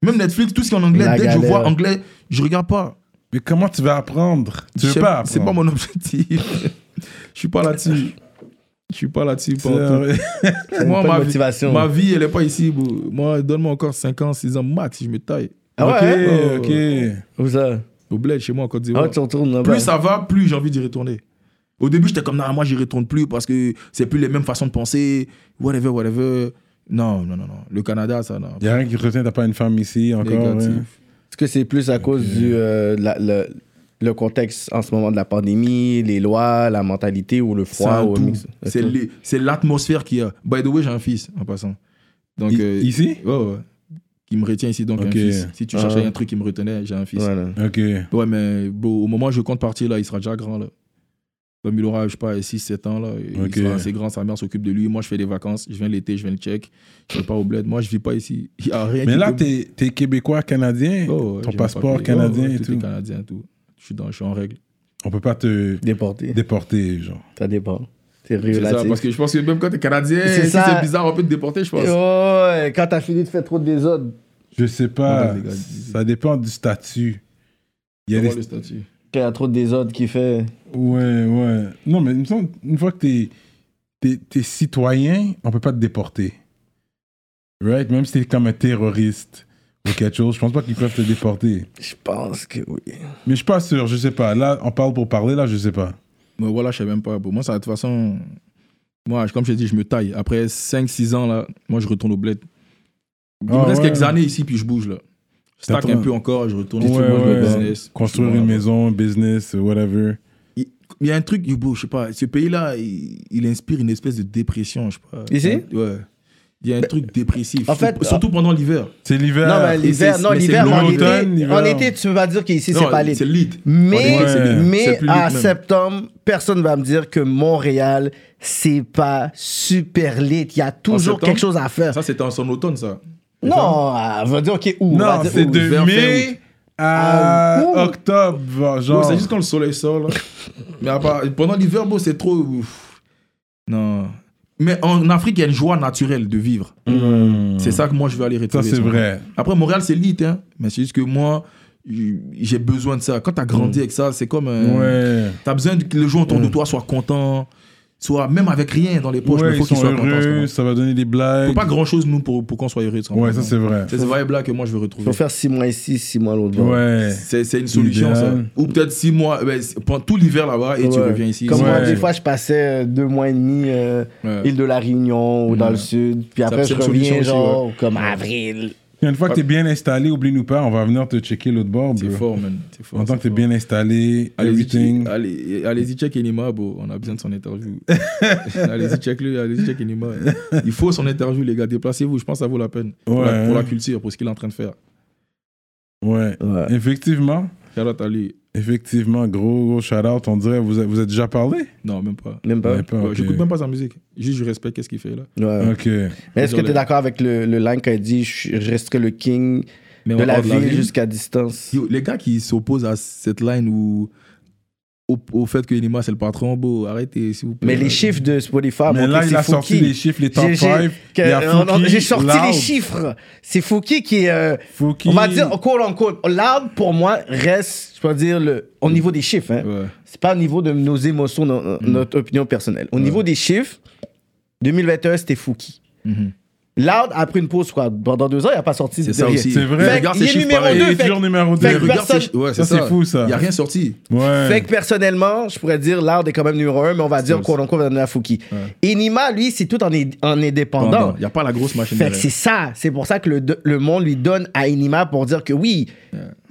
Speaker 3: Même Netflix, tout ce qui est en anglais,
Speaker 2: La
Speaker 3: dès que je
Speaker 2: galère.
Speaker 3: vois anglais, je regarde pas.
Speaker 1: Mais comment tu vas apprendre? Tu
Speaker 3: Je
Speaker 1: veux
Speaker 3: sais-
Speaker 1: pas apprendre.
Speaker 3: C'est pas mon objectif. Je suis pas là-dessus. Je suis pas là-dessus. pas en tout. Moi,
Speaker 2: pas de
Speaker 3: ma, vie-
Speaker 2: motivation.
Speaker 3: ma vie, elle est pas ici, bro. Moi, donne-moi encore 5 ans, 6 ans, max, je me taille.
Speaker 2: Ah
Speaker 1: Ok,
Speaker 2: ouais? hein?
Speaker 3: Oh.
Speaker 1: ok.
Speaker 2: Où ça?
Speaker 3: Au bled, chez moi, en Côte
Speaker 2: Ah,
Speaker 3: d'Ivoire.
Speaker 2: tu retournes là-bas.
Speaker 3: plus ça va, plus j'ai envie d'y retourner. Au début, j'étais comme, non, moi, j'y retourne plus parce que c'est plus les mêmes façons de penser, whatever, whatever. Non, non, non, non. Le Canada, ça, non.
Speaker 1: Il y a rien qui te retient, t'as pas une femme ici encore.
Speaker 3: Négatif.
Speaker 1: ouais.
Speaker 2: Est-ce que c'est plus à cause du euh, de la- le, le contexte en ce moment de la pandémie, les lois, la mentalité ou le
Speaker 3: C'est
Speaker 2: froid?
Speaker 3: un
Speaker 2: ou
Speaker 3: tout.
Speaker 2: mix-
Speaker 3: C'est
Speaker 2: tout.
Speaker 3: les- C'est l'atmosphère qu'il y a. By the way, j'ai un fils, en passant. Donc,
Speaker 1: I-
Speaker 3: euh,
Speaker 1: Ici?
Speaker 3: ouais, ouais. Qui me retient ici, donc
Speaker 1: Ok.
Speaker 3: un fils. Si tu
Speaker 2: Ah.
Speaker 3: cherchais un truc qui me retenait, j'ai un fils. Ouais,
Speaker 2: Voilà.
Speaker 1: Ok.
Speaker 3: mais bon, au moment où je compte partir, là, il sera déjà grand, là. Comme il aura, je sais pas, 6-7 ans, là. et
Speaker 1: Ok.
Speaker 3: Il sera assez grand, sa mère s'occupe de lui. Moi, je fais des vacances. Je viens l'été, je viens le check. Je vais pas au bled. Moi, je vis pas ici. Il y a rien
Speaker 1: Mais
Speaker 3: qui
Speaker 1: là,
Speaker 3: peut-
Speaker 1: t'es t'es Québécois, Canadien.
Speaker 3: Oh, ouais,
Speaker 1: ton
Speaker 3: j'ai un
Speaker 1: passeport
Speaker 3: papier.
Speaker 1: canadien
Speaker 3: Oh, ouais,
Speaker 1: et
Speaker 3: est
Speaker 1: tout.
Speaker 3: canadien et tout. Je suis, dans, je suis en règle.
Speaker 1: On peut pas te
Speaker 2: Déporté.
Speaker 1: déporter, genre.
Speaker 2: Ça dépend. C'est
Speaker 3: C'est ça,
Speaker 2: relatif.
Speaker 3: parce que je pense que même quand t'es canadien,
Speaker 2: C'est
Speaker 3: si
Speaker 2: ça.
Speaker 3: c'est bizarre, on peut te déporter, je pense.
Speaker 2: Oh, ouais, quand t'as fini de faire trop de désordre.
Speaker 1: Je sais pas.
Speaker 3: Ouais, les gars, dis-
Speaker 1: ça dépend du statut. Il y a
Speaker 3: Comment
Speaker 1: des...
Speaker 3: le statut
Speaker 2: Quand il y a trop de désordre qui fait.
Speaker 1: Ouais, ouais. Non, mais il me semble, une fois que t'es es, citoyen, on peut pas te déporter. Right? Même si t'es comme un terroriste ou quelque chose, je pense pas qu'ils peuvent te déporter.
Speaker 2: Je pense que oui.
Speaker 1: Mais je suis pas sûr, je sais pas. Là, on parle pour parler, là, je sais pas.
Speaker 3: Mais voilà, je sais même pas. Pour moi, ça, de toute façon, moi, je- comme je t'ai dit, je me taille. Après 5-6 ans, là, moi, je retourne au bled. Il me
Speaker 1: Ah,
Speaker 3: reste
Speaker 1: ouais.
Speaker 3: quelques années ici, puis je bouge, là. Je stack
Speaker 1: T'attends.
Speaker 3: un peu encore, je retourne
Speaker 1: Ouais,
Speaker 3: je fais mon
Speaker 1: ouais.
Speaker 3: business.
Speaker 1: Construire
Speaker 3: Je suis
Speaker 1: une
Speaker 3: là-bas.
Speaker 1: maison, business, whatever.
Speaker 3: Il y a un truc, bro, je sais pas, ce pays-là, il, il inspire une espèce de dépression, je sais pas.
Speaker 2: Ici
Speaker 3: Ouais. Il y a un truc dépressif.
Speaker 2: En
Speaker 3: surtout-
Speaker 2: fait,
Speaker 3: surtout pendant l'hiver.
Speaker 1: C'est l'hiver.
Speaker 2: non, mais l'hiver,
Speaker 3: Ah, c'est-
Speaker 2: non,
Speaker 3: mais c'est
Speaker 2: l'hiver, en,
Speaker 3: long,
Speaker 2: été,
Speaker 1: automne, l'hiver.
Speaker 2: en été, tu peux pas dire qu'ici,
Speaker 3: Non,
Speaker 2: c'est pas lit.
Speaker 3: C'est lit.
Speaker 2: Mais,
Speaker 3: En été, c'est
Speaker 1: Ouais.
Speaker 3: lit. C'est
Speaker 2: mais
Speaker 3: plus lit
Speaker 2: à
Speaker 3: même.
Speaker 2: septembre, personne va me dire que Montréal, c'est pas super lit. Il y a toujours
Speaker 3: septembre?
Speaker 2: quelque chose à faire.
Speaker 3: Ça, c'était en son automne, ça.
Speaker 2: non, on va dire, OK, où? On va
Speaker 1: Non,
Speaker 2: dire
Speaker 1: c'est
Speaker 2: où?
Speaker 1: de
Speaker 3: Vers fin
Speaker 1: mai
Speaker 3: août.
Speaker 1: à
Speaker 2: Ah, ouh.
Speaker 1: octobre,
Speaker 3: Bon,
Speaker 1: genre.
Speaker 3: c'est juste quand le soleil sort. là. Mais à part- pendant l'hiver, bon, c'est trop. ouf. Non. Mais en Afrique, il y a une joie naturelle de vivre.
Speaker 1: Hmm.
Speaker 3: C'est ça que moi, je veux aller
Speaker 1: Ça,
Speaker 3: retrouver.
Speaker 1: c'est
Speaker 3: tu
Speaker 1: vrai.
Speaker 3: comprends. Après, Montréal, c'est lit. Hein. Mais c'est juste que moi, j'ai besoin de ça. Quand t'as grandi avec ça, c'est comme. euh,
Speaker 1: Ouais.
Speaker 3: T'as besoin que les gens autour de toi soient contents. Soit même avec rien dans les poches,
Speaker 1: Ouais,
Speaker 3: mais
Speaker 1: ils
Speaker 3: faut qu'ils
Speaker 1: sont
Speaker 3: soient contents. tu
Speaker 1: heureux,
Speaker 3: comprends.
Speaker 1: ça va donner des blagues.
Speaker 3: Faut pas grand chose, nous, pour, pour qu'on soit heureux. tu comprends.
Speaker 1: Ouais, ça, c'est vrai.
Speaker 3: C'est ce vibe-là que moi, je veux retrouver.
Speaker 2: Faut faire six mois ici, six mois à l'autre bord.
Speaker 1: Ouais.
Speaker 3: C'est c'est une solution,
Speaker 1: Idéal.
Speaker 3: ça. Ou peut-être six mois, ben, c'est- pendant tout l'hiver là-bas, et tu
Speaker 2: Ouais.
Speaker 3: reviens ici.
Speaker 2: Comme
Speaker 3: Ouais.
Speaker 2: moi,
Speaker 1: Ouais.
Speaker 2: des fois, je passais euh, deux mois et demi euh,
Speaker 3: Ouais.
Speaker 2: île de la Réunion ou dans
Speaker 3: Ouais.
Speaker 2: le sud. Puis
Speaker 3: Ça
Speaker 2: après,
Speaker 3: peut
Speaker 2: je
Speaker 3: être une solution
Speaker 2: reviens
Speaker 3: aussi,
Speaker 2: genre comme avril.
Speaker 1: Une fois que t'es bien installé, oublie-nous pas, on va venir te checker l'autre bord,
Speaker 3: C'est
Speaker 1: bro.
Speaker 3: fort, man. C'est fort.
Speaker 1: En tant
Speaker 3: c'est
Speaker 1: que t'es
Speaker 3: fort.
Speaker 1: bien installé,
Speaker 3: Allez-y,
Speaker 1: everything.
Speaker 3: check- allez- allez-y, check Enima, bro. on a besoin de son interview. allez-y, check-le, allez-y, check Enima. Il faut son interview, les gars, déplacez-vous, je pense que ça vaut la peine. Pour,
Speaker 1: Ouais,
Speaker 3: la, pour la
Speaker 1: hein.
Speaker 3: culture, pour ce qu'il est en train de faire.
Speaker 1: Ouais.
Speaker 2: Ouais.
Speaker 1: Effectivement,
Speaker 3: Shout out à lui.
Speaker 1: effectivement, gros, gros shout-out. On dirait, vous, a- vous êtes déjà parlé?
Speaker 3: Non, même pas.
Speaker 2: Bah, Même Ah, pas.
Speaker 1: Ouais, pas,
Speaker 3: Ouais,
Speaker 1: Ah, ok.
Speaker 3: bah, J'écoute même pas sa musique. Juste, je respecte qu'est-ce qu'il fait là.
Speaker 2: Ouais.
Speaker 1: Ok.
Speaker 2: Mais est-ce que tu
Speaker 3: Désolé.
Speaker 2: es d'accord avec le, le line qui a dit je je resterai le king
Speaker 3: Même
Speaker 2: de
Speaker 3: en
Speaker 2: la
Speaker 3: dehors de
Speaker 2: ville, jusqu'à distance
Speaker 3: Yo, les gars qui s'opposent à cette line ou au, au fait que Enima c'est le patron, bro, arrêtez, s'il vous plaît.
Speaker 2: Mais les chiffres de Spotify.
Speaker 1: Mais
Speaker 2: montrent
Speaker 1: là,
Speaker 2: que
Speaker 1: il
Speaker 2: c'est
Speaker 1: a sorti
Speaker 2: Fouki.
Speaker 1: les chiffres, les top
Speaker 2: J'ai-
Speaker 1: 5.
Speaker 2: j'ai- que- on- on- J'ai sorti les chiffres. C'est Fouki qui est. euh, On va dire, quote unquote, loud pour moi reste, je peux dire, le, au niveau des chiffres. Hein.
Speaker 3: Ouais.
Speaker 2: C'est pas au niveau de nos émotions, no- no-
Speaker 3: Mm.
Speaker 2: notre opinion personnelle. Au niveau des chiffres, 2021, c'était Fouki.
Speaker 3: Mhm.
Speaker 2: Loud a pris une pause quoi. pendant deux ans, il n'a pas sorti de
Speaker 3: C'est ça
Speaker 2: rien.
Speaker 3: aussi.
Speaker 1: C'est vrai.
Speaker 2: Fait
Speaker 3: Regarde
Speaker 2: qu'il
Speaker 3: ces
Speaker 2: est
Speaker 3: chiffres
Speaker 2: numéro
Speaker 3: pareil.
Speaker 2: deux,
Speaker 1: Et
Speaker 2: fait-
Speaker 1: jour numéro
Speaker 2: fait que
Speaker 1: 2.
Speaker 3: Regarde
Speaker 2: personne-
Speaker 3: ces chi- Ouais,
Speaker 1: Ça, c'est fou, ça.
Speaker 3: Il n'y a rien sorti.
Speaker 2: Fait
Speaker 1: Ouais.
Speaker 2: que personnellement, je pourrais dire Loud est quand même numéro un, mais on va dire
Speaker 3: aussi.
Speaker 2: qu'on va donner à Fouki. Enima, lui, c'est tout en, é- en indépendant.
Speaker 3: Il n'y a pas la grosse machine
Speaker 2: Fait que
Speaker 3: derrière.
Speaker 2: c'est ça. C'est pour ça que le, le monde lui donne à Enima pour dire que oui,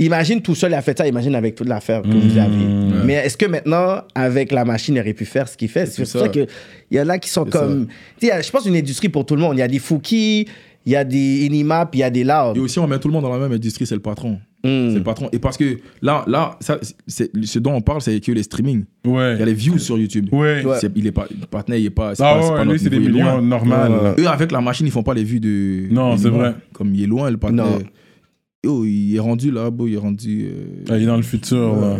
Speaker 2: imagine tout seul, il a fait ça, imagine avec toute l'affaire que
Speaker 3: Mmh.
Speaker 2: vous avez. Mais est-ce que maintenant, avec la machine, il aurait pu faire ce qu'il fait? C'est
Speaker 3: C'est
Speaker 2: pour ça,
Speaker 3: ça.
Speaker 2: que il y en a qui sont
Speaker 3: C'est
Speaker 2: comme. Tu sais, il y a- je pense une industrie pour tout le monde. Il y a des Fouki, il y a des Enima, puis il y a des Loud. Mmh.
Speaker 3: Et aussi, on met tout le monde dans la même industrie, c'est le patron.
Speaker 2: Hmm.
Speaker 3: C'est le patron. Et parce que là, là ça, c'est- ce dont on parle, c'est que les streamings. Il y a
Speaker 1: Ouais.
Speaker 3: les views sur YouTube.
Speaker 1: Ouais.
Speaker 2: Ouais.
Speaker 3: C'est- il est pas, le partenaire, il est pas. c'est
Speaker 1: Ah
Speaker 3: pas-
Speaker 1: ouais,
Speaker 3: pas
Speaker 1: lui,
Speaker 3: notre
Speaker 1: c'est des
Speaker 3: niveau, il est
Speaker 1: millions
Speaker 3: loin.
Speaker 1: normal.
Speaker 2: Ouais.
Speaker 1: là.
Speaker 3: Eux, avec la machine, ils font pas les vues de.
Speaker 1: Non,
Speaker 3: de
Speaker 1: c'est
Speaker 3: loin.
Speaker 1: vrai.
Speaker 3: Comme il est loin, le partenaire.
Speaker 2: Non.
Speaker 3: Yo, il est rendu là, beau, il est rendu. euh,
Speaker 1: Ah, Il est dans le futur,
Speaker 3: Ouais.
Speaker 1: là.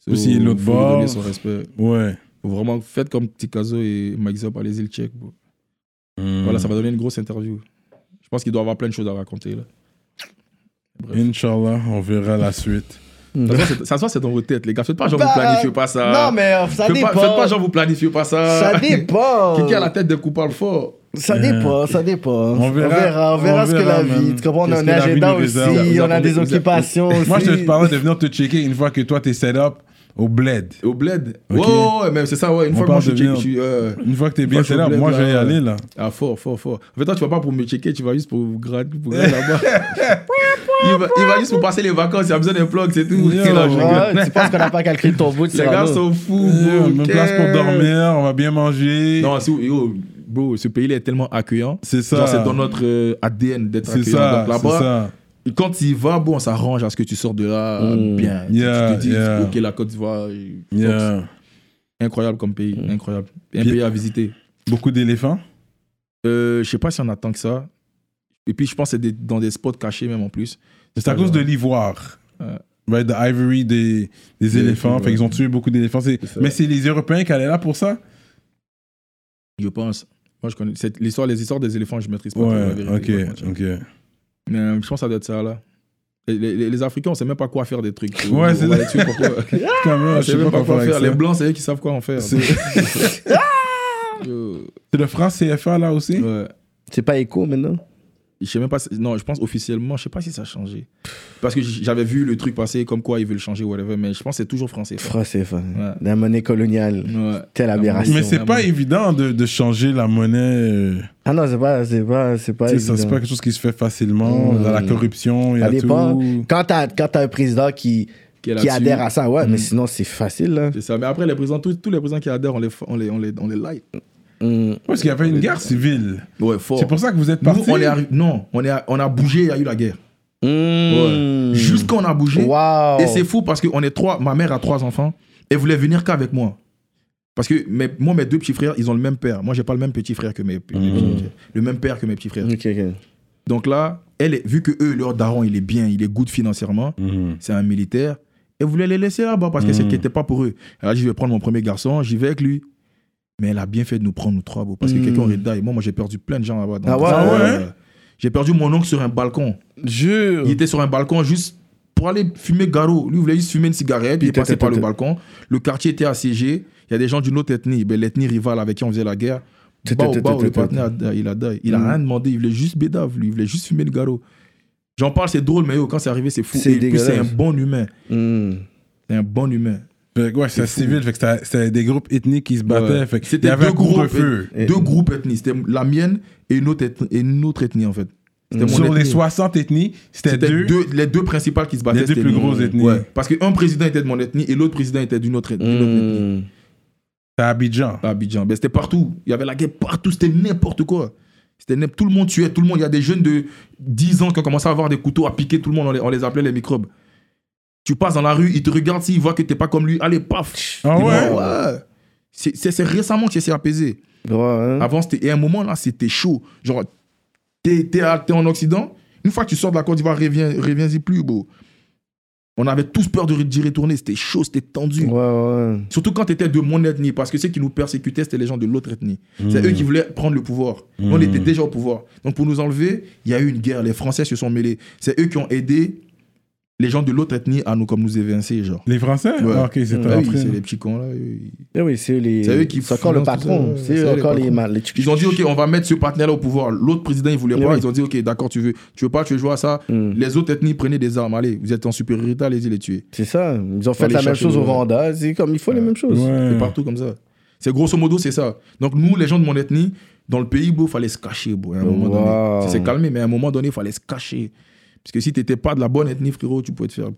Speaker 3: so,
Speaker 1: Aussi, il est l'autre
Speaker 3: faut lui donner
Speaker 1: bord.
Speaker 3: son respect.
Speaker 1: Ouais.
Speaker 3: Faut vraiment, faites comme Tikazo et Mike Zop, allez-y le check. bro.
Speaker 1: Hmm.
Speaker 3: Voilà, ça va donner une grosse interview. Je pense qu'il doit avoir plein de choses à raconter. Là. Bref.
Speaker 1: Inch'Allah, on verra la suite.
Speaker 3: Ça se voit, c'est- Ça se voit, c'est dans vos têtes, les gars. Faites pas genre vous
Speaker 2: Bah,
Speaker 3: planifiez pas ça.
Speaker 2: Non, mais euh, ça
Speaker 3: faites,
Speaker 2: dépend.
Speaker 3: pas, faites pas genre vous planifiez pas ça.
Speaker 2: Ça dépend.
Speaker 3: Qui a la tête de coupable fort
Speaker 2: Ça dépend, ça dépend.
Speaker 1: On verra-
Speaker 2: on verra
Speaker 1: on
Speaker 2: ce que
Speaker 1: verra,
Speaker 2: la vie.
Speaker 1: man.
Speaker 2: Tu comprends, on a un
Speaker 1: Qu'est-ce que la vie
Speaker 2: agenda
Speaker 1: nous réserve.
Speaker 2: aussi,
Speaker 3: Vous
Speaker 2: on a
Speaker 3: attendez-
Speaker 2: des
Speaker 3: vous attendez-
Speaker 2: occupations aussi.
Speaker 1: Moi, je te parlais de venir te checker une fois que toi, t'es set up au bled.
Speaker 3: au bled.
Speaker 1: Ok.
Speaker 3: Ouais, ouais, ouais, mais c'est ça, ouais. Une
Speaker 1: On
Speaker 3: fois que moi je
Speaker 1: parle
Speaker 3: suis,
Speaker 1: de
Speaker 3: check- je suis, euh,
Speaker 1: Une fois que t'es
Speaker 3: Une
Speaker 1: bien
Speaker 3: fois que je suis
Speaker 1: set
Speaker 3: au
Speaker 1: up,
Speaker 3: bled,
Speaker 1: moi,
Speaker 3: là,
Speaker 1: je vais y
Speaker 3: ouais.
Speaker 1: aller, là.
Speaker 3: ah, fort, fort, fort. En fait, toi, tu vas pas pour me checker, tu vas juste pour gratter, pour gratter là-bas. il, va, il va juste pour passer les vacances, il a besoin d'un plug, c'est tout.
Speaker 1: Yo,
Speaker 3: Non, je
Speaker 1: ouais.
Speaker 3: rigole.
Speaker 2: Ah, tu penses qu'on n'a pas calculé ton bout de
Speaker 3: Les gars
Speaker 2: Cyrano.
Speaker 3: sont fous,
Speaker 1: Euh,
Speaker 3: bro.
Speaker 1: Même
Speaker 3: ok.
Speaker 1: place pour dormir, on va bien manger.
Speaker 3: Non, c'est- yo, bro, ce pays-là est tellement accueillant.
Speaker 1: C'est ça.
Speaker 3: Genre, c'est dans notre euh, ADN d'être
Speaker 1: C'est
Speaker 3: accueillant.
Speaker 1: ça,
Speaker 3: Donc
Speaker 1: c'est
Speaker 3: là-bas,
Speaker 1: ça.
Speaker 3: quand tu y vas, bon, on s'arrange à ce que tu sors de là euh,
Speaker 2: Mm.
Speaker 3: bien.
Speaker 1: Yeah,
Speaker 3: tu te dis,
Speaker 1: yeah.
Speaker 3: ok, la Côte d'Ivoire, euh,
Speaker 1: Yeah. Mm.
Speaker 3: incroyable comme pays, incroyable. Un
Speaker 1: Puis-
Speaker 3: pays à visiter.
Speaker 1: Beaucoup d'éléphants.
Speaker 3: Euh, je sais pas si on attend que ça. Et puis, je pense que c'est des- dans des spots cachés, même en plus.
Speaker 1: C'est à cause de l'ivoire.
Speaker 3: Ouais.
Speaker 1: Right, the ivory des, des
Speaker 3: Des
Speaker 1: éléphants.
Speaker 3: éléphants,
Speaker 1: Fait qu'ils
Speaker 3: ouais.
Speaker 1: ont tué beaucoup d'éléphants. C'est-
Speaker 3: C'est ça.
Speaker 1: Mais c'est les Européens qui allaient là pour ça?
Speaker 3: Je pense. Moi, je connais. cette- l'histoire, les histoires des éléphants, je maîtrise pas. trop, la
Speaker 1: Ouais,
Speaker 3: vérité,
Speaker 1: ok,
Speaker 3: je vais pas mentir.
Speaker 1: ok.
Speaker 3: Mais euh, je pense que ça doit être ça, là. Les, les- les Africains, on sait même pas quoi faire des trucs.
Speaker 1: Ouais, c'est
Speaker 3: c'est
Speaker 1: ça. Quand même,
Speaker 3: Je
Speaker 1: je
Speaker 3: sais même pas quoi faire. Les Blancs, c'est eux qui savent quoi en faire.
Speaker 1: C'est
Speaker 3: Yo,
Speaker 1: c'est le franc CFA là aussi?
Speaker 3: ouais.
Speaker 2: C'est pas écho maintenant
Speaker 3: Je sais même pas. si- Non, je pense officiellement, je sais pas si ça a changé. Parce que j- j'avais vu le truc passer comme quoi ils veulent changer, whatever. Mais je pense que c'est toujours français. ça.
Speaker 2: Français, enfin.
Speaker 3: Ouais.
Speaker 2: La monnaie coloniale.
Speaker 3: Ouais.
Speaker 2: Telle aberration.
Speaker 1: Mais c'est pas évident de, de changer la monnaie. euh,
Speaker 2: Ah non, c'est pas. C'est pas. C'est pas.
Speaker 1: tu sais, ça, c'est
Speaker 2: évident.
Speaker 1: pas quelque chose qui se fait facilement.
Speaker 2: Mm.
Speaker 1: Dans la corruption, il y
Speaker 2: Ça
Speaker 1: a
Speaker 2: dépend.
Speaker 1: tout.
Speaker 2: Quand t'as quand t'as un président qui,
Speaker 3: Qui est
Speaker 2: qui
Speaker 3: là-dessus.
Speaker 2: adhère à ça, ouais,
Speaker 3: Mm.
Speaker 2: mais sinon c'est facile. hein. Là.
Speaker 3: C'est ça. Mais après, les présidents, tous, tous les présidents qui adhèrent, on les, fa- on les, on les, on les like.
Speaker 2: Mm.
Speaker 1: Parce qu'il y avait une guerre civile.
Speaker 3: Ouais, fort.
Speaker 1: C'est pour ça que vous êtes
Speaker 3: Oh. Nous,
Speaker 1: partis.
Speaker 3: on est arri- Non, on, est, a- on a bougé, il y a eu la guerre. Hmm.
Speaker 2: Mm.
Speaker 3: Jusqu'on a bougé.
Speaker 2: Wow.
Speaker 3: Et c'est fou parce qu'on est trois. Ma mère a trois enfants. Elle voulait venir qu'avec moi. Parce que mes- moi, mes deux petits frères, ils ont le même père. Moi, j'ai pas le même petit frère que mes, mes petits- le même père que mes petits frères.
Speaker 2: Ok, ok.
Speaker 3: Donc là, elle, est- vu que eux, leur daron, il est bien, il est good financièrement,
Speaker 1: Mhm.
Speaker 3: c'est un militaire. Elle voulait les laisser là-bas parce que c'est
Speaker 1: Mhm.
Speaker 3: qui n'était pas pour eux. Elle a dit, je vais prendre mon premier garçon, j'y vais avec lui. Mais elle a bien fait de nous prendre, nous trois, bro, parce que
Speaker 2: Mhm.
Speaker 3: quelqu'un aurait dit, Ah, moi, moi j'ai perdu plein de gens là-bas. dans-
Speaker 2: Ah ouais,
Speaker 3: dans-
Speaker 1: ah ouais.
Speaker 3: euh, J'ai perdu mon oncle sur un balcon.
Speaker 2: Jure.
Speaker 3: Il était sur un balcon juste pour aller fumer garrot. Lui, il voulait juste fumer une cigarette, puis il est
Speaker 2: Putain,
Speaker 3: passé par le
Speaker 2: putain.
Speaker 3: balcon. Le quartier était assiégé. Il y a des gens d'une autre ethnie, ben, l'ethnie rivale avec qui on faisait la guerre.
Speaker 2: Putain,
Speaker 3: Bao,
Speaker 2: putain,
Speaker 3: bao, le
Speaker 2: putain,
Speaker 3: partenaire, a die, il a die. Il a
Speaker 2: Mm.
Speaker 3: rien demandé, il voulait juste bédave, lui. Il voulait juste fumer le garrot. J'en parle, c'est drôle, mais yo, quand c'est arrivé, c'est fou.
Speaker 2: C'est
Speaker 3: Et puis, c'est un
Speaker 2: dégueulasse.
Speaker 3: bon humain.
Speaker 2: Mm.
Speaker 3: C'est un bon humain.
Speaker 1: Fait que ouais, c'est
Speaker 3: fou.
Speaker 1: civil. Fait que c'était- c'était des groupes ethniques qui se battaient.
Speaker 3: Ouais.
Speaker 1: Fait que il y
Speaker 3: C'était
Speaker 1: avait
Speaker 3: deux
Speaker 1: un
Speaker 3: groupes,
Speaker 1: couvre-feu.
Speaker 3: et-
Speaker 2: Mm.
Speaker 3: deux groupes ethnies. C'était la mienne et une autre ethnie, et une autre ethnie en fait. C'était mon
Speaker 1: Sur les
Speaker 3: ethnie.
Speaker 1: 60 ethnies, c'était
Speaker 3: C'était
Speaker 1: deux.
Speaker 3: deux- les deux principales qui se battaient.
Speaker 1: Les deux
Speaker 3: c'était
Speaker 1: plus
Speaker 3: nous.
Speaker 1: grosses ethnies.
Speaker 3: Ouais. Parce qu'un président était de mon ethnie et l'autre président était d'une autre, d'une autre ethnie.
Speaker 2: Mm.
Speaker 1: C'était à Abidjan.
Speaker 3: à Abidjan. Ben, c'était partout. Il y avait la guerre partout. C'était n'importe quoi. C'était n'im- tout le monde tuait tout le monde. Il y a des jeunes de 10 ans qui ont commencé à avoir des couteaux, à piquer tout le monde. On les, on les appelait les microbes. Tu passes dans la rue, ils te regardent, s'ils voient que t'es pas comme lui, allez, paf.
Speaker 1: Ah
Speaker 3: Ils
Speaker 1: ouais?
Speaker 3: meurent. Ouais. C'est c'est- c'est récemment que c'est apaisé.
Speaker 2: Ouais,
Speaker 1: Mmh.
Speaker 2: hein.
Speaker 3: Avant, c'était. Et à un moment, là, c'était chaud. Genre, t'es t'es à- t'es en Occident. Une fois que tu sors de la Côte d'Ivoire, reviens- reviens-y plus, beau. On avait tous peur de- d'y retourner. C'était chaud, c'était tendu.
Speaker 2: Ouais, ouais.
Speaker 3: Surtout quand tu étais de mon ethnie, parce que ceux qui nous persécutaient, c'était les gens de l'autre ethnie. C'est eux qui voulaient prendre le pouvoir. Nous, On
Speaker 1: Mmh.
Speaker 3: était déjà au pouvoir. Donc pour nous enlever, il y a eu une guerre. Les Français se sont mêlés. C'est eux qui ont aidé les gens de l'autre ethnie à nous, comme nous évincer, genre.
Speaker 1: Les Français
Speaker 3: Ouais.
Speaker 1: Ah, Ok, c'était
Speaker 3: Ah oui,
Speaker 1: après.
Speaker 3: c'est les petits cons, là. eux, ils-
Speaker 2: Eh oui, c'est eux les.
Speaker 3: C'est eux qui
Speaker 2: C'est encore le
Speaker 3: financent tout ça,
Speaker 2: patron.
Speaker 3: ouais.
Speaker 2: C'est
Speaker 3: C'est
Speaker 2: eux
Speaker 3: eux les
Speaker 2: encore les.
Speaker 3: patrons.
Speaker 2: ma- les-
Speaker 3: Ils ont dit, OK, on va mettre ce partenaire-là au pouvoir. L'autre président, il voulait pas.
Speaker 2: Oui.
Speaker 3: Ils ont dit, OK, d'accord, tu veux. Tu veux pas, tu veux jouer à ça.
Speaker 2: Mm.
Speaker 3: Les autres ethnies, prenez des armes. Allez, vous êtes en supériorité, allez-y les tuer.
Speaker 2: C'est ça. Ils ont fait
Speaker 3: aller
Speaker 2: la même
Speaker 3: chercher
Speaker 2: chose
Speaker 3: le-
Speaker 2: au Rwanda. C'est comme il faut les mêmes choses.
Speaker 1: Ouais.
Speaker 3: C'est partout comme ça. C'est grosso modo, c'est ça. Donc nous, les gens de mon ethnie, dans le pays, il fallait se cacher, bro, à un moment donné.
Speaker 2: Wow.
Speaker 3: Ça s'est calmé, mais à un moment donné, il fallait se cacher. Parce que si tu n'étais pas de la bonne ethnie, frérot, tu pouvais te faire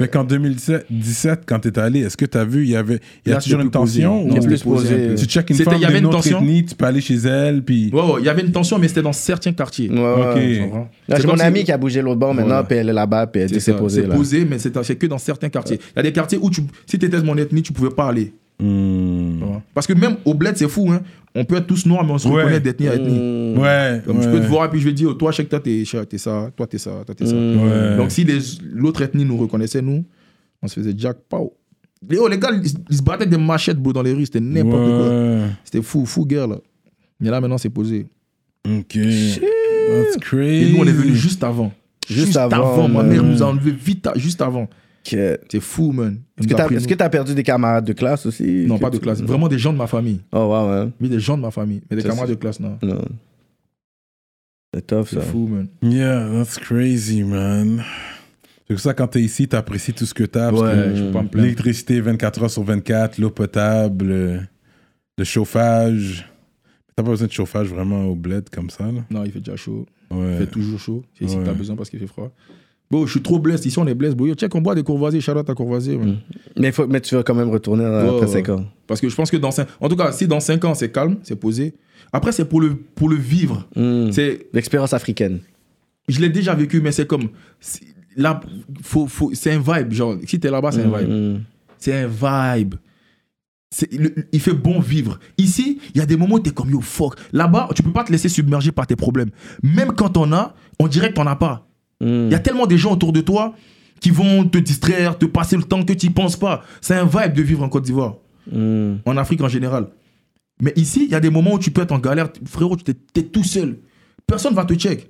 Speaker 1: Mais qu'en 2017, quand t'es allé, est-ce que t'as vu, il y avait, il y a
Speaker 3: Là,
Speaker 1: toujours
Speaker 3: c'était
Speaker 1: une
Speaker 3: plus posé. hein.
Speaker 1: tension
Speaker 3: Non,
Speaker 1: ou-
Speaker 2: c'était plus posé.
Speaker 3: un peu.
Speaker 1: Tu check une
Speaker 3: C'était-
Speaker 1: femme
Speaker 3: il y avait
Speaker 1: d'une
Speaker 3: une
Speaker 1: autre
Speaker 3: tension.
Speaker 1: ethnie, tu peux aller chez elle, puis.
Speaker 3: Ouais, ouais, il y avait une tension, mais c'était dans certains quartiers.
Speaker 2: Ouais, ouais, ouais, je
Speaker 1: Ok.
Speaker 2: comprends.
Speaker 3: C'est
Speaker 2: Là, j'ai
Speaker 3: comme
Speaker 2: mon
Speaker 3: si-
Speaker 2: ami qui a bougé l'autre bord maintenant,
Speaker 3: Voilà.
Speaker 2: puis elle est là-bas, puis elle dit c'est
Speaker 3: ça,
Speaker 2: posé.
Speaker 3: c'est
Speaker 2: là.
Speaker 3: posé, mais c'est c'est que dans certains quartiers. Il y a des quartiers où tu, si tu étais de mon ethnie, tu pouvais pas aller.
Speaker 1: Hmm.
Speaker 3: Parce que même au bled, c'est fou. Hein. On peut être tous noirs, mais on se
Speaker 1: Ouais.
Speaker 3: reconnaît d'ethnie à ethnie.
Speaker 2: Mm.
Speaker 1: Ouais.
Speaker 3: Comme
Speaker 1: ouais.
Speaker 3: je peux te voir, puis je vais dire, oh, toi, je sais que toi, t'es chef, t'es ça, toi, t'es ça, toi, t'es ça.
Speaker 2: Hmm. Euh.
Speaker 1: Ouais.
Speaker 3: Donc si les- l'autre ethnie nous reconnaissait, nous, on se faisait jack pow. Les, oh, les gars, ils, ils se battaient avec des machettes bro, dans les rues, c'était n'importe quoi.
Speaker 1: Ouais.
Speaker 3: C'était fou, fou guerre là. Mais là maintenant c'est posé.
Speaker 1: Ok. That's crazy.
Speaker 3: Et nous on est venus juste avant.
Speaker 2: Juste avant,
Speaker 3: ma
Speaker 2: man.
Speaker 3: mère nous a enlevé vite, à- juste avant.
Speaker 2: Ok. Est-ce
Speaker 3: C'est fou, man. Elle
Speaker 2: que
Speaker 3: nous a
Speaker 2: t'as-
Speaker 3: pris,
Speaker 2: Est-ce que
Speaker 3: nous.
Speaker 2: t'as perdu des camarades de classe aussi
Speaker 3: Non,
Speaker 2: que
Speaker 3: pas de
Speaker 2: tu-
Speaker 3: classe. Vraiment des gens de ma famille.
Speaker 2: Oh, ouais, ouais.
Speaker 3: Mais des gens de ma famille. Mais des
Speaker 2: Ça,
Speaker 3: camarades de classe, non.
Speaker 2: Non. C'est tough, ça.
Speaker 3: C'est fou, man.
Speaker 1: Yeah, that's crazy, man. C'est pour ça, quand t'es ici, t'apprécies tout ce que t'as. parce que
Speaker 3: Ouais, je peux pas me plaindre.
Speaker 1: L'électricité 24 heures sur 24, l'eau potable, euh, le chauffage. T'as pas besoin de chauffage vraiment au bled comme ça, là.
Speaker 3: Non, il fait déjà chaud. Il
Speaker 1: Ouais.
Speaker 3: fait toujours chaud. C'est ici que t'as
Speaker 1: Ouais.
Speaker 3: besoin parce qu'il fait froid. Bon, je suis trop blessé. Ici, on est blessé. Bon, yo, check, on boit des courvoisiers. Shout out à Courvoisier, man.
Speaker 2: Mais, faut, mais tu vas quand même retourner euh,
Speaker 3: Ouais,
Speaker 2: après
Speaker 3: ouais.
Speaker 2: 5 ans.
Speaker 3: Parce que je pense que dans 5... En tout cas, si dans 5 ans, c'est calme, c'est posé. Après, c'est pour le, pour le vivre.
Speaker 2: Mm.
Speaker 3: C'est...
Speaker 2: L'expérience africaine.
Speaker 3: Je l'ai déjà vécu, mais c'est comme... c'est- Là, faut, faut, c'est un vibe, genre. Si t'es là-bas, c'est un vibe.
Speaker 2: Mm.
Speaker 3: C'est un vibe. C'est- le- il fait bon vivre. Ici, il y a des moments où t'es comme yo fuck. Là-bas, tu peux pas te laisser submerger par tes problèmes. Même quand t'en as, on dirait que t'en as pas.
Speaker 2: Mm.
Speaker 3: Il y a tellement des gens autour de toi qui vont te distraire, te passer le temps que tu penses pas. C'est un vibe de vivre en Côte d'Ivoire,
Speaker 2: Mm.
Speaker 3: en Afrique en général. Mais ici, il y a des moments où tu peux être en galère. Frérot, tu es, tout seul. Personne va te check.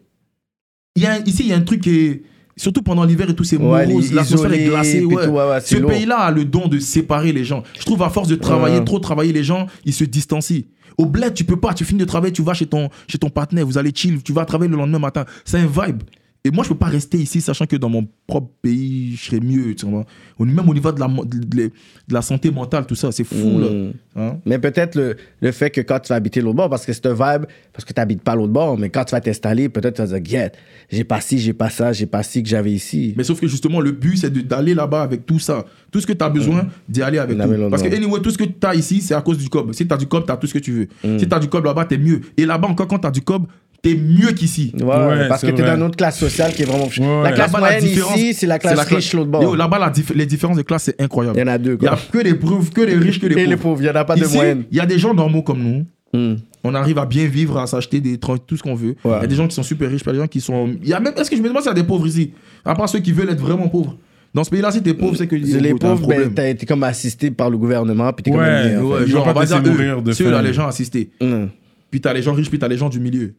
Speaker 3: Il y a un- ici, il y a un truc qui est- Surtout pendant l'hiver et tous ces
Speaker 2: Ouais, les
Speaker 3: moroses, l'atmosphère est
Speaker 2: isolés,
Speaker 3: glacée.
Speaker 2: puis
Speaker 3: ouais.
Speaker 2: tout, ouais, ouais,
Speaker 3: Ce
Speaker 2: c'est lourd.
Speaker 3: pays-là a le don de séparer les gens. Je trouve à force de travailler,
Speaker 2: Ouais.
Speaker 3: trop travailler les gens, ils se distancient. Au bled, tu peux pas, tu finis de travailler, tu vas chez ton, chez ton partenaire, vous allez chill, tu vas travailler le lendemain matin. C'est un vibe. Et moi, je peux pas rester ici, sachant que dans mon propre pays, je serais mieux. Tu vois. Au- Même au niveau de la, mo- de, de- de la santé mentale, tout ça, c'est fou. là.
Speaker 2: Mm.
Speaker 3: Hein?
Speaker 2: Mais peut-être le, le fait que quand tu vas habiter l'autre bord, parce que c'est un vibe, parce que tu n'habites pas l'autre bord, mais quand tu vas t'installer, peut-être tu vas dire, yeah, j'ai pas ci, j'ai pas ça, j'ai pas ci que j'avais ici.
Speaker 3: Mais sauf que justement, le but, c'est de- d'aller là-bas avec tout ça. Tout ce que tu as
Speaker 2: Mm.
Speaker 3: besoin, d'y aller avec
Speaker 2: La
Speaker 3: tout.
Speaker 2: mélodie.
Speaker 3: Parce que, anyway, tout ce que tu as ici, c'est à cause du cob. Si tu as du cob, tu as tout ce que tu veux.
Speaker 2: Mm.
Speaker 3: Si tu as du cob là-bas, tu es mieux. Et là-bas, encore, quand tu as du cob, tu es mieux qu'ici.
Speaker 2: Ouais,
Speaker 1: Ouais,
Speaker 2: parce que
Speaker 1: c'est
Speaker 2: tu es
Speaker 1: vrai.
Speaker 2: dans une autre classe sociale qui est vraiment.
Speaker 1: Ouais,
Speaker 2: La
Speaker 1: ouais.
Speaker 2: classe
Speaker 3: Là-bas,
Speaker 2: moyenne ici, c'est la classe
Speaker 3: cla-
Speaker 2: riche l'autre
Speaker 3: Yo,
Speaker 2: bord.
Speaker 3: Là-bas, la dif- les différences de classe, c'est incroyable.
Speaker 2: Il y en a deux,
Speaker 3: Il n'y
Speaker 2: quoi.
Speaker 3: a que des pauvres, que des riches, que des
Speaker 2: Et
Speaker 3: pauvres.
Speaker 2: les pauvres, il n'y en a pas de
Speaker 3: Ici,
Speaker 2: moyenne.
Speaker 3: Il y a des gens normaux comme nous.
Speaker 2: Mm.
Speaker 3: On arrive à bien vivre, à s'acheter des trucs, tout ce qu'on veut. Il
Speaker 2: Ouais.
Speaker 3: y a des gens qui sont super riches, il y a des gens qui sont. Il y a même. Est-ce que je me demande s'il y a des pauvres ici À part ceux qui veulent être vraiment pauvres. Dans ce pays-là, si t'es pauvre, c'est que
Speaker 2: C'est les
Speaker 3: oh, t'as un
Speaker 2: pauvres,
Speaker 3: problème.
Speaker 2: ben, t'as été comme assisté par le gouvernement, puis t'es comme.
Speaker 1: Ouais,
Speaker 2: une merde, en
Speaker 3: Ouais,
Speaker 1: Ils
Speaker 3: genre,
Speaker 1: vont pas
Speaker 3: on va
Speaker 1: te laisser
Speaker 3: dire eux.
Speaker 1: mourir de
Speaker 3: C'est eux, là,
Speaker 1: faim.
Speaker 3: les gens assistés.
Speaker 2: fait. Mm.
Speaker 3: Puis t'as les gens riches, puis t'as les gens du milieu.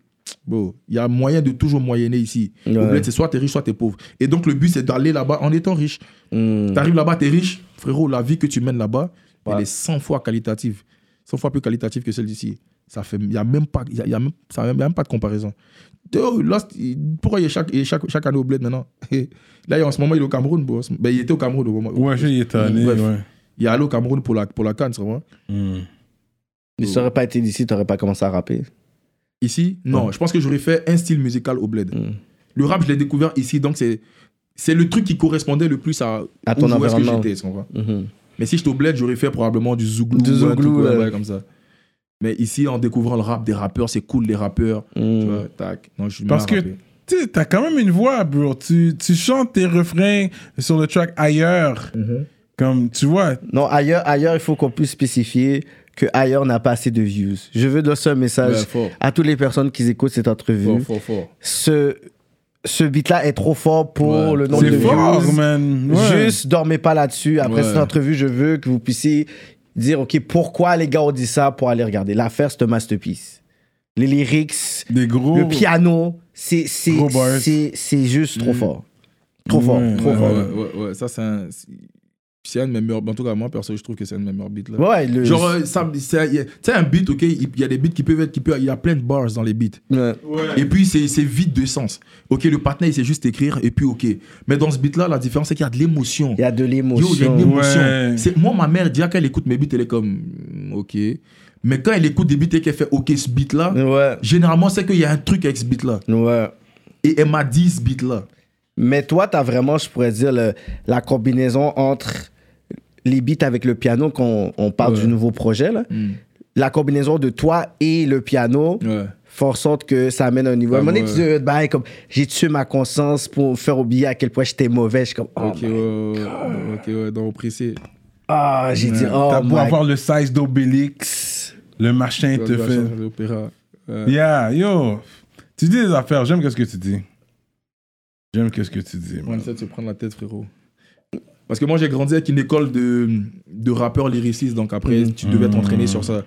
Speaker 3: Bon, il y a moyen de toujours moyenner ici. Au
Speaker 2: Ouais.
Speaker 3: bled, c'est soit t'es riche, soit t'es pauvre. Et donc, le but, c'est d'aller là-bas en étant riche.
Speaker 2: Mm.
Speaker 3: T'arrives là-bas, t'es riche. Frérot, la vie que tu mènes là-bas, elle
Speaker 2: Ouais.
Speaker 3: est 100 fois qualitative. 100 fois plus qualitative que celle d'ici. Ça fait, il y a même pas, il y a, y a même, ça a même, y a même pas de comparaison. Yo, Lost, il- pourquoi il est chaque, il est chaque, chaque année au bled maintenant Là, en ce moment, il est au Cameroun. bro. Ben, il était au Cameroun au moment.
Speaker 1: Ouais, j'ai été allé,
Speaker 3: Bref.
Speaker 1: ouais.
Speaker 3: Il est allé au Cameroun pour la, pour la Cannes, tu vois.
Speaker 1: Hmm.
Speaker 2: Mais si t'aurais pas été d'ici, t'aurais pas commencé à rapper.
Speaker 3: Ici, non. Je pense que j'aurais fait un style musical au bled.
Speaker 2: Mm.
Speaker 3: Le rap, je l'ai découvert ici, donc c'est c'est le truc qui correspondait le plus à,
Speaker 2: À ton
Speaker 3: où- où est-ce que
Speaker 2: environnement.
Speaker 3: j'étais. tu comprends.
Speaker 2: Mhm.
Speaker 3: Mais si j'étais au bled, j'aurais fait probablement du zouglou,
Speaker 2: Du
Speaker 3: ou un
Speaker 2: zouglou,
Speaker 3: truc, ouais,
Speaker 2: ouais.
Speaker 3: ouais, comme ça. Mais ici, en découvrant le rap des rappeurs, c'est cool les rappeurs. Tu
Speaker 2: Mm.
Speaker 3: vois, tac. Non, je suis
Speaker 1: Parce que
Speaker 3: mal rappé.
Speaker 1: tu sais, t'as quand même une voix, bro. Tu, tu chantes tes refrains sur le track ailleurs. Comme, tu vois,
Speaker 2: Non, ailleurs, ailleurs, il faut qu'on puisse spécifier que ailleurs n'a pas assez de views. Je veux lancer un
Speaker 3: Ouais,
Speaker 2: message
Speaker 3: fort.
Speaker 2: à toutes les personnes qui écoutent cette entrevue.
Speaker 3: fort, fort, fort.
Speaker 2: Ce, ce beat-là est trop fort pour
Speaker 3: Ouais.
Speaker 2: le nombre de
Speaker 1: c'est fort,
Speaker 2: views.
Speaker 1: man. Ouais.
Speaker 2: Juste, dormez pas là-dessus. Après
Speaker 3: Ouais.
Speaker 2: cette entrevue, je veux que vous puissiez dire, OK, pourquoi les gars ont dit ça pour aller regarder. L'affaire, c'est un masterpiece. Les lyrics,
Speaker 1: des gros.
Speaker 2: le piano, c'est c'est-
Speaker 1: Gros bars.
Speaker 2: c'est- c'est juste trop fort. Trop fort,
Speaker 1: Ouais,
Speaker 2: trop
Speaker 1: ouais,
Speaker 2: fort.
Speaker 3: Ouais, ouais, ouais, ça c'est un, c'est- c'est un de mes meilleurs. En tout cas, moi perso, je trouve que c'est un de mes meilleurs beats là.
Speaker 2: Ouais, le-
Speaker 3: Genre, euh, ça- c'est- y a- tu sais, un beat, ok, il il y a des beats qui peuvent être, qui peuvent- il y a plein de bars dans les beats.
Speaker 2: Ouais.
Speaker 3: Et puis, c'est c'est vide de sens. Ok, le partenaire, il sait juste écrire, et puis ok. Mais dans ce beat-là, la différence, c'est qu'il y a de l'émotion.
Speaker 2: Il y a de
Speaker 3: Yo, il y a une
Speaker 2: l'émotion.
Speaker 3: émotion.
Speaker 1: Ouais.
Speaker 3: C'est- Moi, ma mère, déjà, quand elle écoute mes beats, elle est comme, mm, ok. Mais quand elle écoute des beats et qu'elle fait, ok, ce beat-là,
Speaker 2: Ouais,
Speaker 3: généralement, c'est qu'il y a un truc avec ce beat-là.
Speaker 2: ouais.
Speaker 3: Et elle m'a dit ce beat-là.
Speaker 2: Mais toi, t'as vraiment, je pourrais dire, le- la combinaison entre les beats avec le piano, quand on, on parle du nouveau projet, là.
Speaker 1: Mm.
Speaker 2: la combinaison de toi et le piano
Speaker 3: Ouais.
Speaker 2: font en sorte que ça amène un niveau. À un moment donné, tu dis, bah, comme, j'ai tué ma conscience pour faire oublier à quel point j'étais mauvais. Je suis comme, oh,
Speaker 3: Ok, ouais,
Speaker 2: my-
Speaker 3: ouais, ouais. ok, ouais, donc précis.
Speaker 2: ah, j'ai dit, oh,
Speaker 1: T'as beau
Speaker 2: my-
Speaker 1: avoir le size d'Obélix, le machin
Speaker 3: Tu
Speaker 1: te
Speaker 3: vas
Speaker 1: fait.
Speaker 3: changer l'opéra. Ouais.
Speaker 1: Yeah, yo. Tu dis des affaires, j'aime qu'est-ce que tu dis. J'aime qu'est-ce que tu dis.
Speaker 3: On
Speaker 1: man.
Speaker 3: essaie de se prendre la tête, frérot. Parce que moi, j'ai grandi avec une école de, de rappeurs lyricistes, donc après, tu devais t'entraîner sur ça.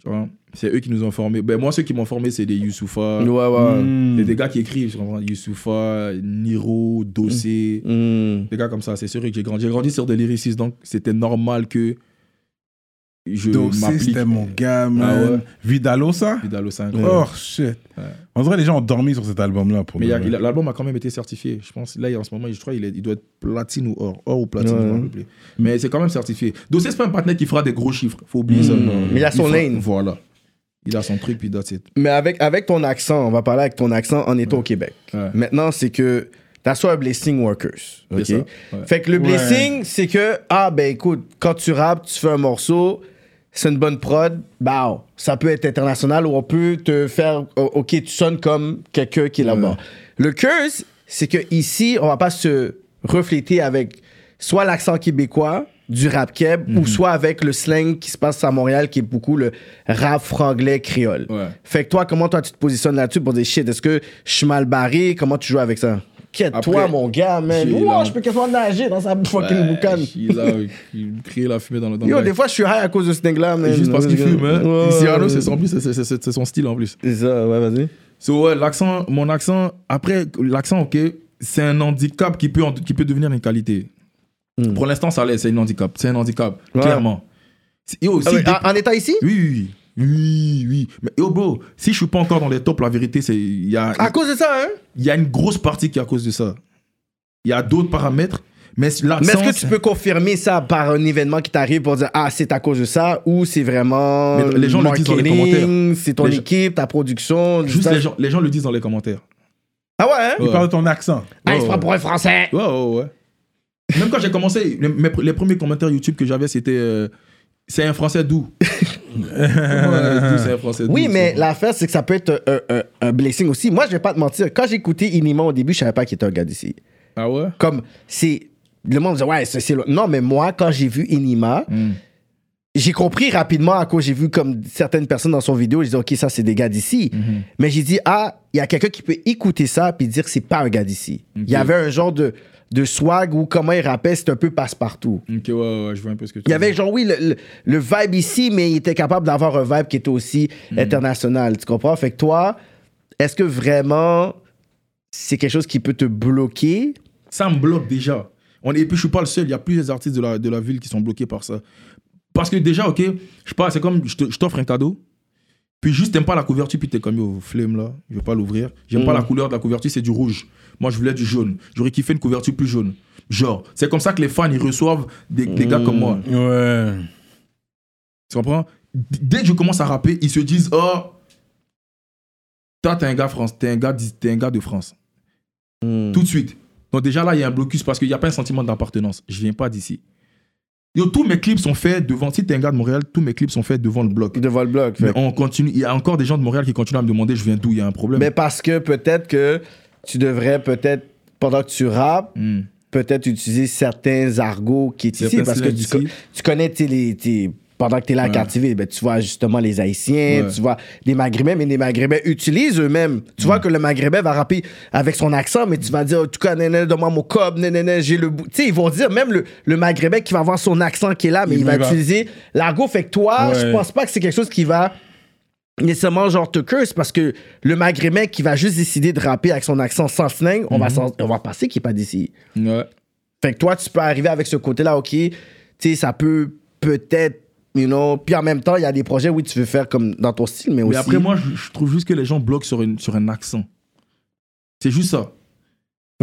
Speaker 3: Tu vois C'est eux qui nous ont formés. Ben, moi, ceux qui m'ont formé, c'est des Youssoufa. Mm.
Speaker 2: Ouais, ouais.
Speaker 3: C'est des gars qui écrivent, tu comprends Youssoufa, Niro, Dossé.
Speaker 2: Mm.
Speaker 3: Des gars comme ça, c'est sûr que j'ai grandi. J'ai grandi sur des lyricistes, donc c'était normal que je
Speaker 1: Dossé,
Speaker 3: m'applique.
Speaker 1: c'était mon gars, man.
Speaker 3: Ah ouais.
Speaker 1: Vidalo, ça
Speaker 3: Vidal au cinq.
Speaker 1: Oh shit.
Speaker 3: Ouais.
Speaker 1: On dirait les gens ont dormi sur cet album-là. pour
Speaker 3: Mais il
Speaker 1: de
Speaker 3: y a-
Speaker 1: vrai.
Speaker 3: il a- l'album a quand même été certifié. Je pense, là, il- en ce moment, je crois il, est- il doit être platine ou or. Or ou platine, je
Speaker 2: Ouais.
Speaker 3: me rappelle plus. Mais c'est quand même certifié. Dossier, c'est pas un partenaire qui fera des gros chiffres. Faut oublier ça.
Speaker 2: Mm. Mais il a son
Speaker 3: fera-
Speaker 2: lane.
Speaker 3: Voilà. Il a son truc, puis that's it.
Speaker 2: Mais avec, avec ton accent, on va parler avec ton accent en étant au Québec.
Speaker 3: Ouais.
Speaker 2: Maintenant, c'est que t'as soit un blessing workers. ok?
Speaker 3: C'est ça, ouais.
Speaker 2: Fait que le
Speaker 1: Ouais.
Speaker 2: blessing, c'est que, ah ben écoute, quand tu rappes, tu fais un morceau, c'est une bonne prod, bah oh, ça peut être international ou on peut te faire, oh, ok, tu sonnes comme quelqu'un qui est là-bas. Le curse, c'est que ici, on va pas se refléter avec soit l'accent québécois du rap keb
Speaker 3: Mhm.
Speaker 2: ou soit avec le slang qui se passe à Montréal qui est beaucoup le rap franglais créole.
Speaker 3: Ouais.
Speaker 2: Fait que toi, comment toi tu te positionnes là-dessus pour dire shit, est-ce que je suis mal barré? Comment tu joues avec ça? Quête-toi,
Speaker 3: Après,
Speaker 2: mon gars, man.
Speaker 3: j'ai
Speaker 2: Ouah,
Speaker 3: la-
Speaker 2: je peux qu'elle soit nager dans sa fucking boucane.
Speaker 3: Il a il crée la fumée dans le dans
Speaker 2: Yo,
Speaker 3: le-
Speaker 2: des fois, je suis high à cause de ce thing-là, man.
Speaker 3: Juste parce qu'il fume. Hein.
Speaker 2: Ouais,
Speaker 3: Ici,
Speaker 2: ouais,
Speaker 3: Arnaud,
Speaker 2: ouais.
Speaker 3: c'est son, Ah c'est- c'est- c'est- c'est son style en plus.
Speaker 2: C'est ça, ouais, vas-y.
Speaker 3: So, ouais, l'accent, mon accent, après, l'accent, ok, c'est un handicap qui peut, en- qui peut devenir une qualité.
Speaker 2: Mm.
Speaker 3: Pour l'instant, ça l'est, c'est un handicap. C'est un handicap,
Speaker 2: Ouais.
Speaker 3: clairement. Si- Yo, si
Speaker 2: Ah ouais,
Speaker 3: dé-
Speaker 2: en, en état ici?
Speaker 3: oui, oui, oui, oui, oui. Mais yo, bro, si je suis pas encore dans les tops, la vérité, c'est. Il y a,
Speaker 2: À cause de ça, hein?
Speaker 3: il y a une grosse partie qui est à cause de ça. Il y a d'autres paramètres, mais l'accent.
Speaker 2: Mais est-ce que tu peux confirmer ça par un événement qui t'arrive pour dire ah c'est à cause de ça ou c'est vraiment
Speaker 3: Mais les gens le disent dans les
Speaker 2: marketing,
Speaker 3: commentaires.
Speaker 2: c'est ton
Speaker 3: Les gens-
Speaker 2: équipe, ta production,
Speaker 3: Juste,
Speaker 2: ça-
Speaker 3: les gens, les gens le disent dans les commentaires.
Speaker 2: Ah ouais, hein?
Speaker 1: Il parle de ton accent.
Speaker 2: Ah, il se
Speaker 3: Ouais,
Speaker 2: prend pour un français.
Speaker 3: Ouais, ouais, ouais. Même quand j'ai commencé, les, mes- les premiers commentaires YouTube que j'avais, c'était euh, C'est un français doux. Ouais, d'où c'est un français
Speaker 2: Oui,
Speaker 3: doux,
Speaker 2: mais
Speaker 3: c'est-
Speaker 2: l'affaire, c'est que ça peut être un, un- un- un blessing aussi. Moi, je vais pas te mentir. Quand j'écoutais Inima au début, je savais pas qu'il était un gars d'ici.
Speaker 3: Ah ouais
Speaker 2: Comme, c'est. Le monde disait, ouais, c'est. c'est le- Non, mais moi, quand j'ai vu Inima, j'ai compris rapidement à quoi j'ai vu comme certaines personnes dans son vidéo. J'ai dit, OK, ça, c'est des gars d'ici. Mais j'ai dit, ah, il y a quelqu'un qui peut écouter ça puis dire que c'est pas un gars d'ici. Il y avait un genre de, de swag ou comment il rappelle, c'est un peu passe-partout.
Speaker 3: Ok, ouais, ouais, ouais, je vois un peu ce que tu
Speaker 2: Il y
Speaker 3: veux
Speaker 2: avait
Speaker 3: dire.
Speaker 2: genre, oui, le, le- le vibe ici, mais il était capable d'avoir un vibe qui était aussi international. Tu comprends? Fait que toi, est-ce que vraiment c'est quelque chose qui peut te bloquer?
Speaker 3: Ça me bloque déjà. On, est- et puis, je suis pas le seul. Il y a plusieurs artistes de la, de la ville qui sont bloqués par ça. Parce que déjà, ok, je sais pas, c'est comme je te- je t'offre un cadeau. Puis juste, t'aimes pas la couverture, puis t'es comme yo, flemme là, je vais pas l'ouvrir. J'aime pas la couleur de la couverture, c'est du rouge. Moi, je voulais du jaune. J'aurais kiffé une couverture plus jaune. Genre, c'est comme ça que les fans, ils reçoivent des, des gars comme moi.
Speaker 1: Ouais.
Speaker 3: Tu comprends D- Dès que je commence à rapper, ils se disent Oh, toi, t'es un gars, France, t'es un gars, d'I- t'es un gars de France. Tout de suite. Donc, déjà là, il y a un blocus parce qu'il n'y a pas un sentiment d'appartenance. Je viens pas d'ici. Yo, tous mes clips sont faits devant. Si t'es un gars de Montréal, tous mes clips sont faits devant le bloc.
Speaker 2: Devant le bloc.
Speaker 3: Mais on continue. Il y a encore des gens de Montréal qui continuent à me demander Je viens d'où Il y a un problème.
Speaker 2: Mais parce que peut-être que tu devrais peut-être, pendant que tu rappes,
Speaker 3: Hmm.
Speaker 2: peut-être utiliser certains argots qui est ici.
Speaker 3: Certains
Speaker 2: Parce que
Speaker 3: slangs
Speaker 2: tu, co-
Speaker 3: d'ici.
Speaker 2: tu connais, tu sais, les- tu- pendant que tu es là à Cartier, ben, tu vois justement les Haïtiens,
Speaker 3: Ouais.
Speaker 2: tu vois des Maghrébins, mais les Maghrébins utilisent eux-mêmes. Tu
Speaker 3: Hmm.
Speaker 2: vois que le Maghrébin va rapper avec son accent, mais tu vas dire, en tout cas, néné, donne-moi mon cob, néné, néné, j'ai le bout. Tu sais, ils vont dire, même le, le Maghrébin qui va avoir son accent qui est là, mais il, va, utiliser l'argot. Fait que toi, je
Speaker 1: Ouais.
Speaker 2: pense pas que c'est quelque chose qui va nécessairement genre te curse parce que le maghrébin qui va juste décider de rapper avec son accent sans slang, on, va s'en- on va passer qu'il n'est pas d'ici.
Speaker 3: Ouais.
Speaker 2: Fait que toi, tu peux arriver avec ce côté-là, ok, tu sais, ça peut peut-être, you know, puis en même temps, il y a des projets, oui, tu veux faire comme dans ton style, mais aussi...
Speaker 3: Mais après, moi, je, je trouve juste que les gens bloquent sur, une, sur un accent. C'est juste ça.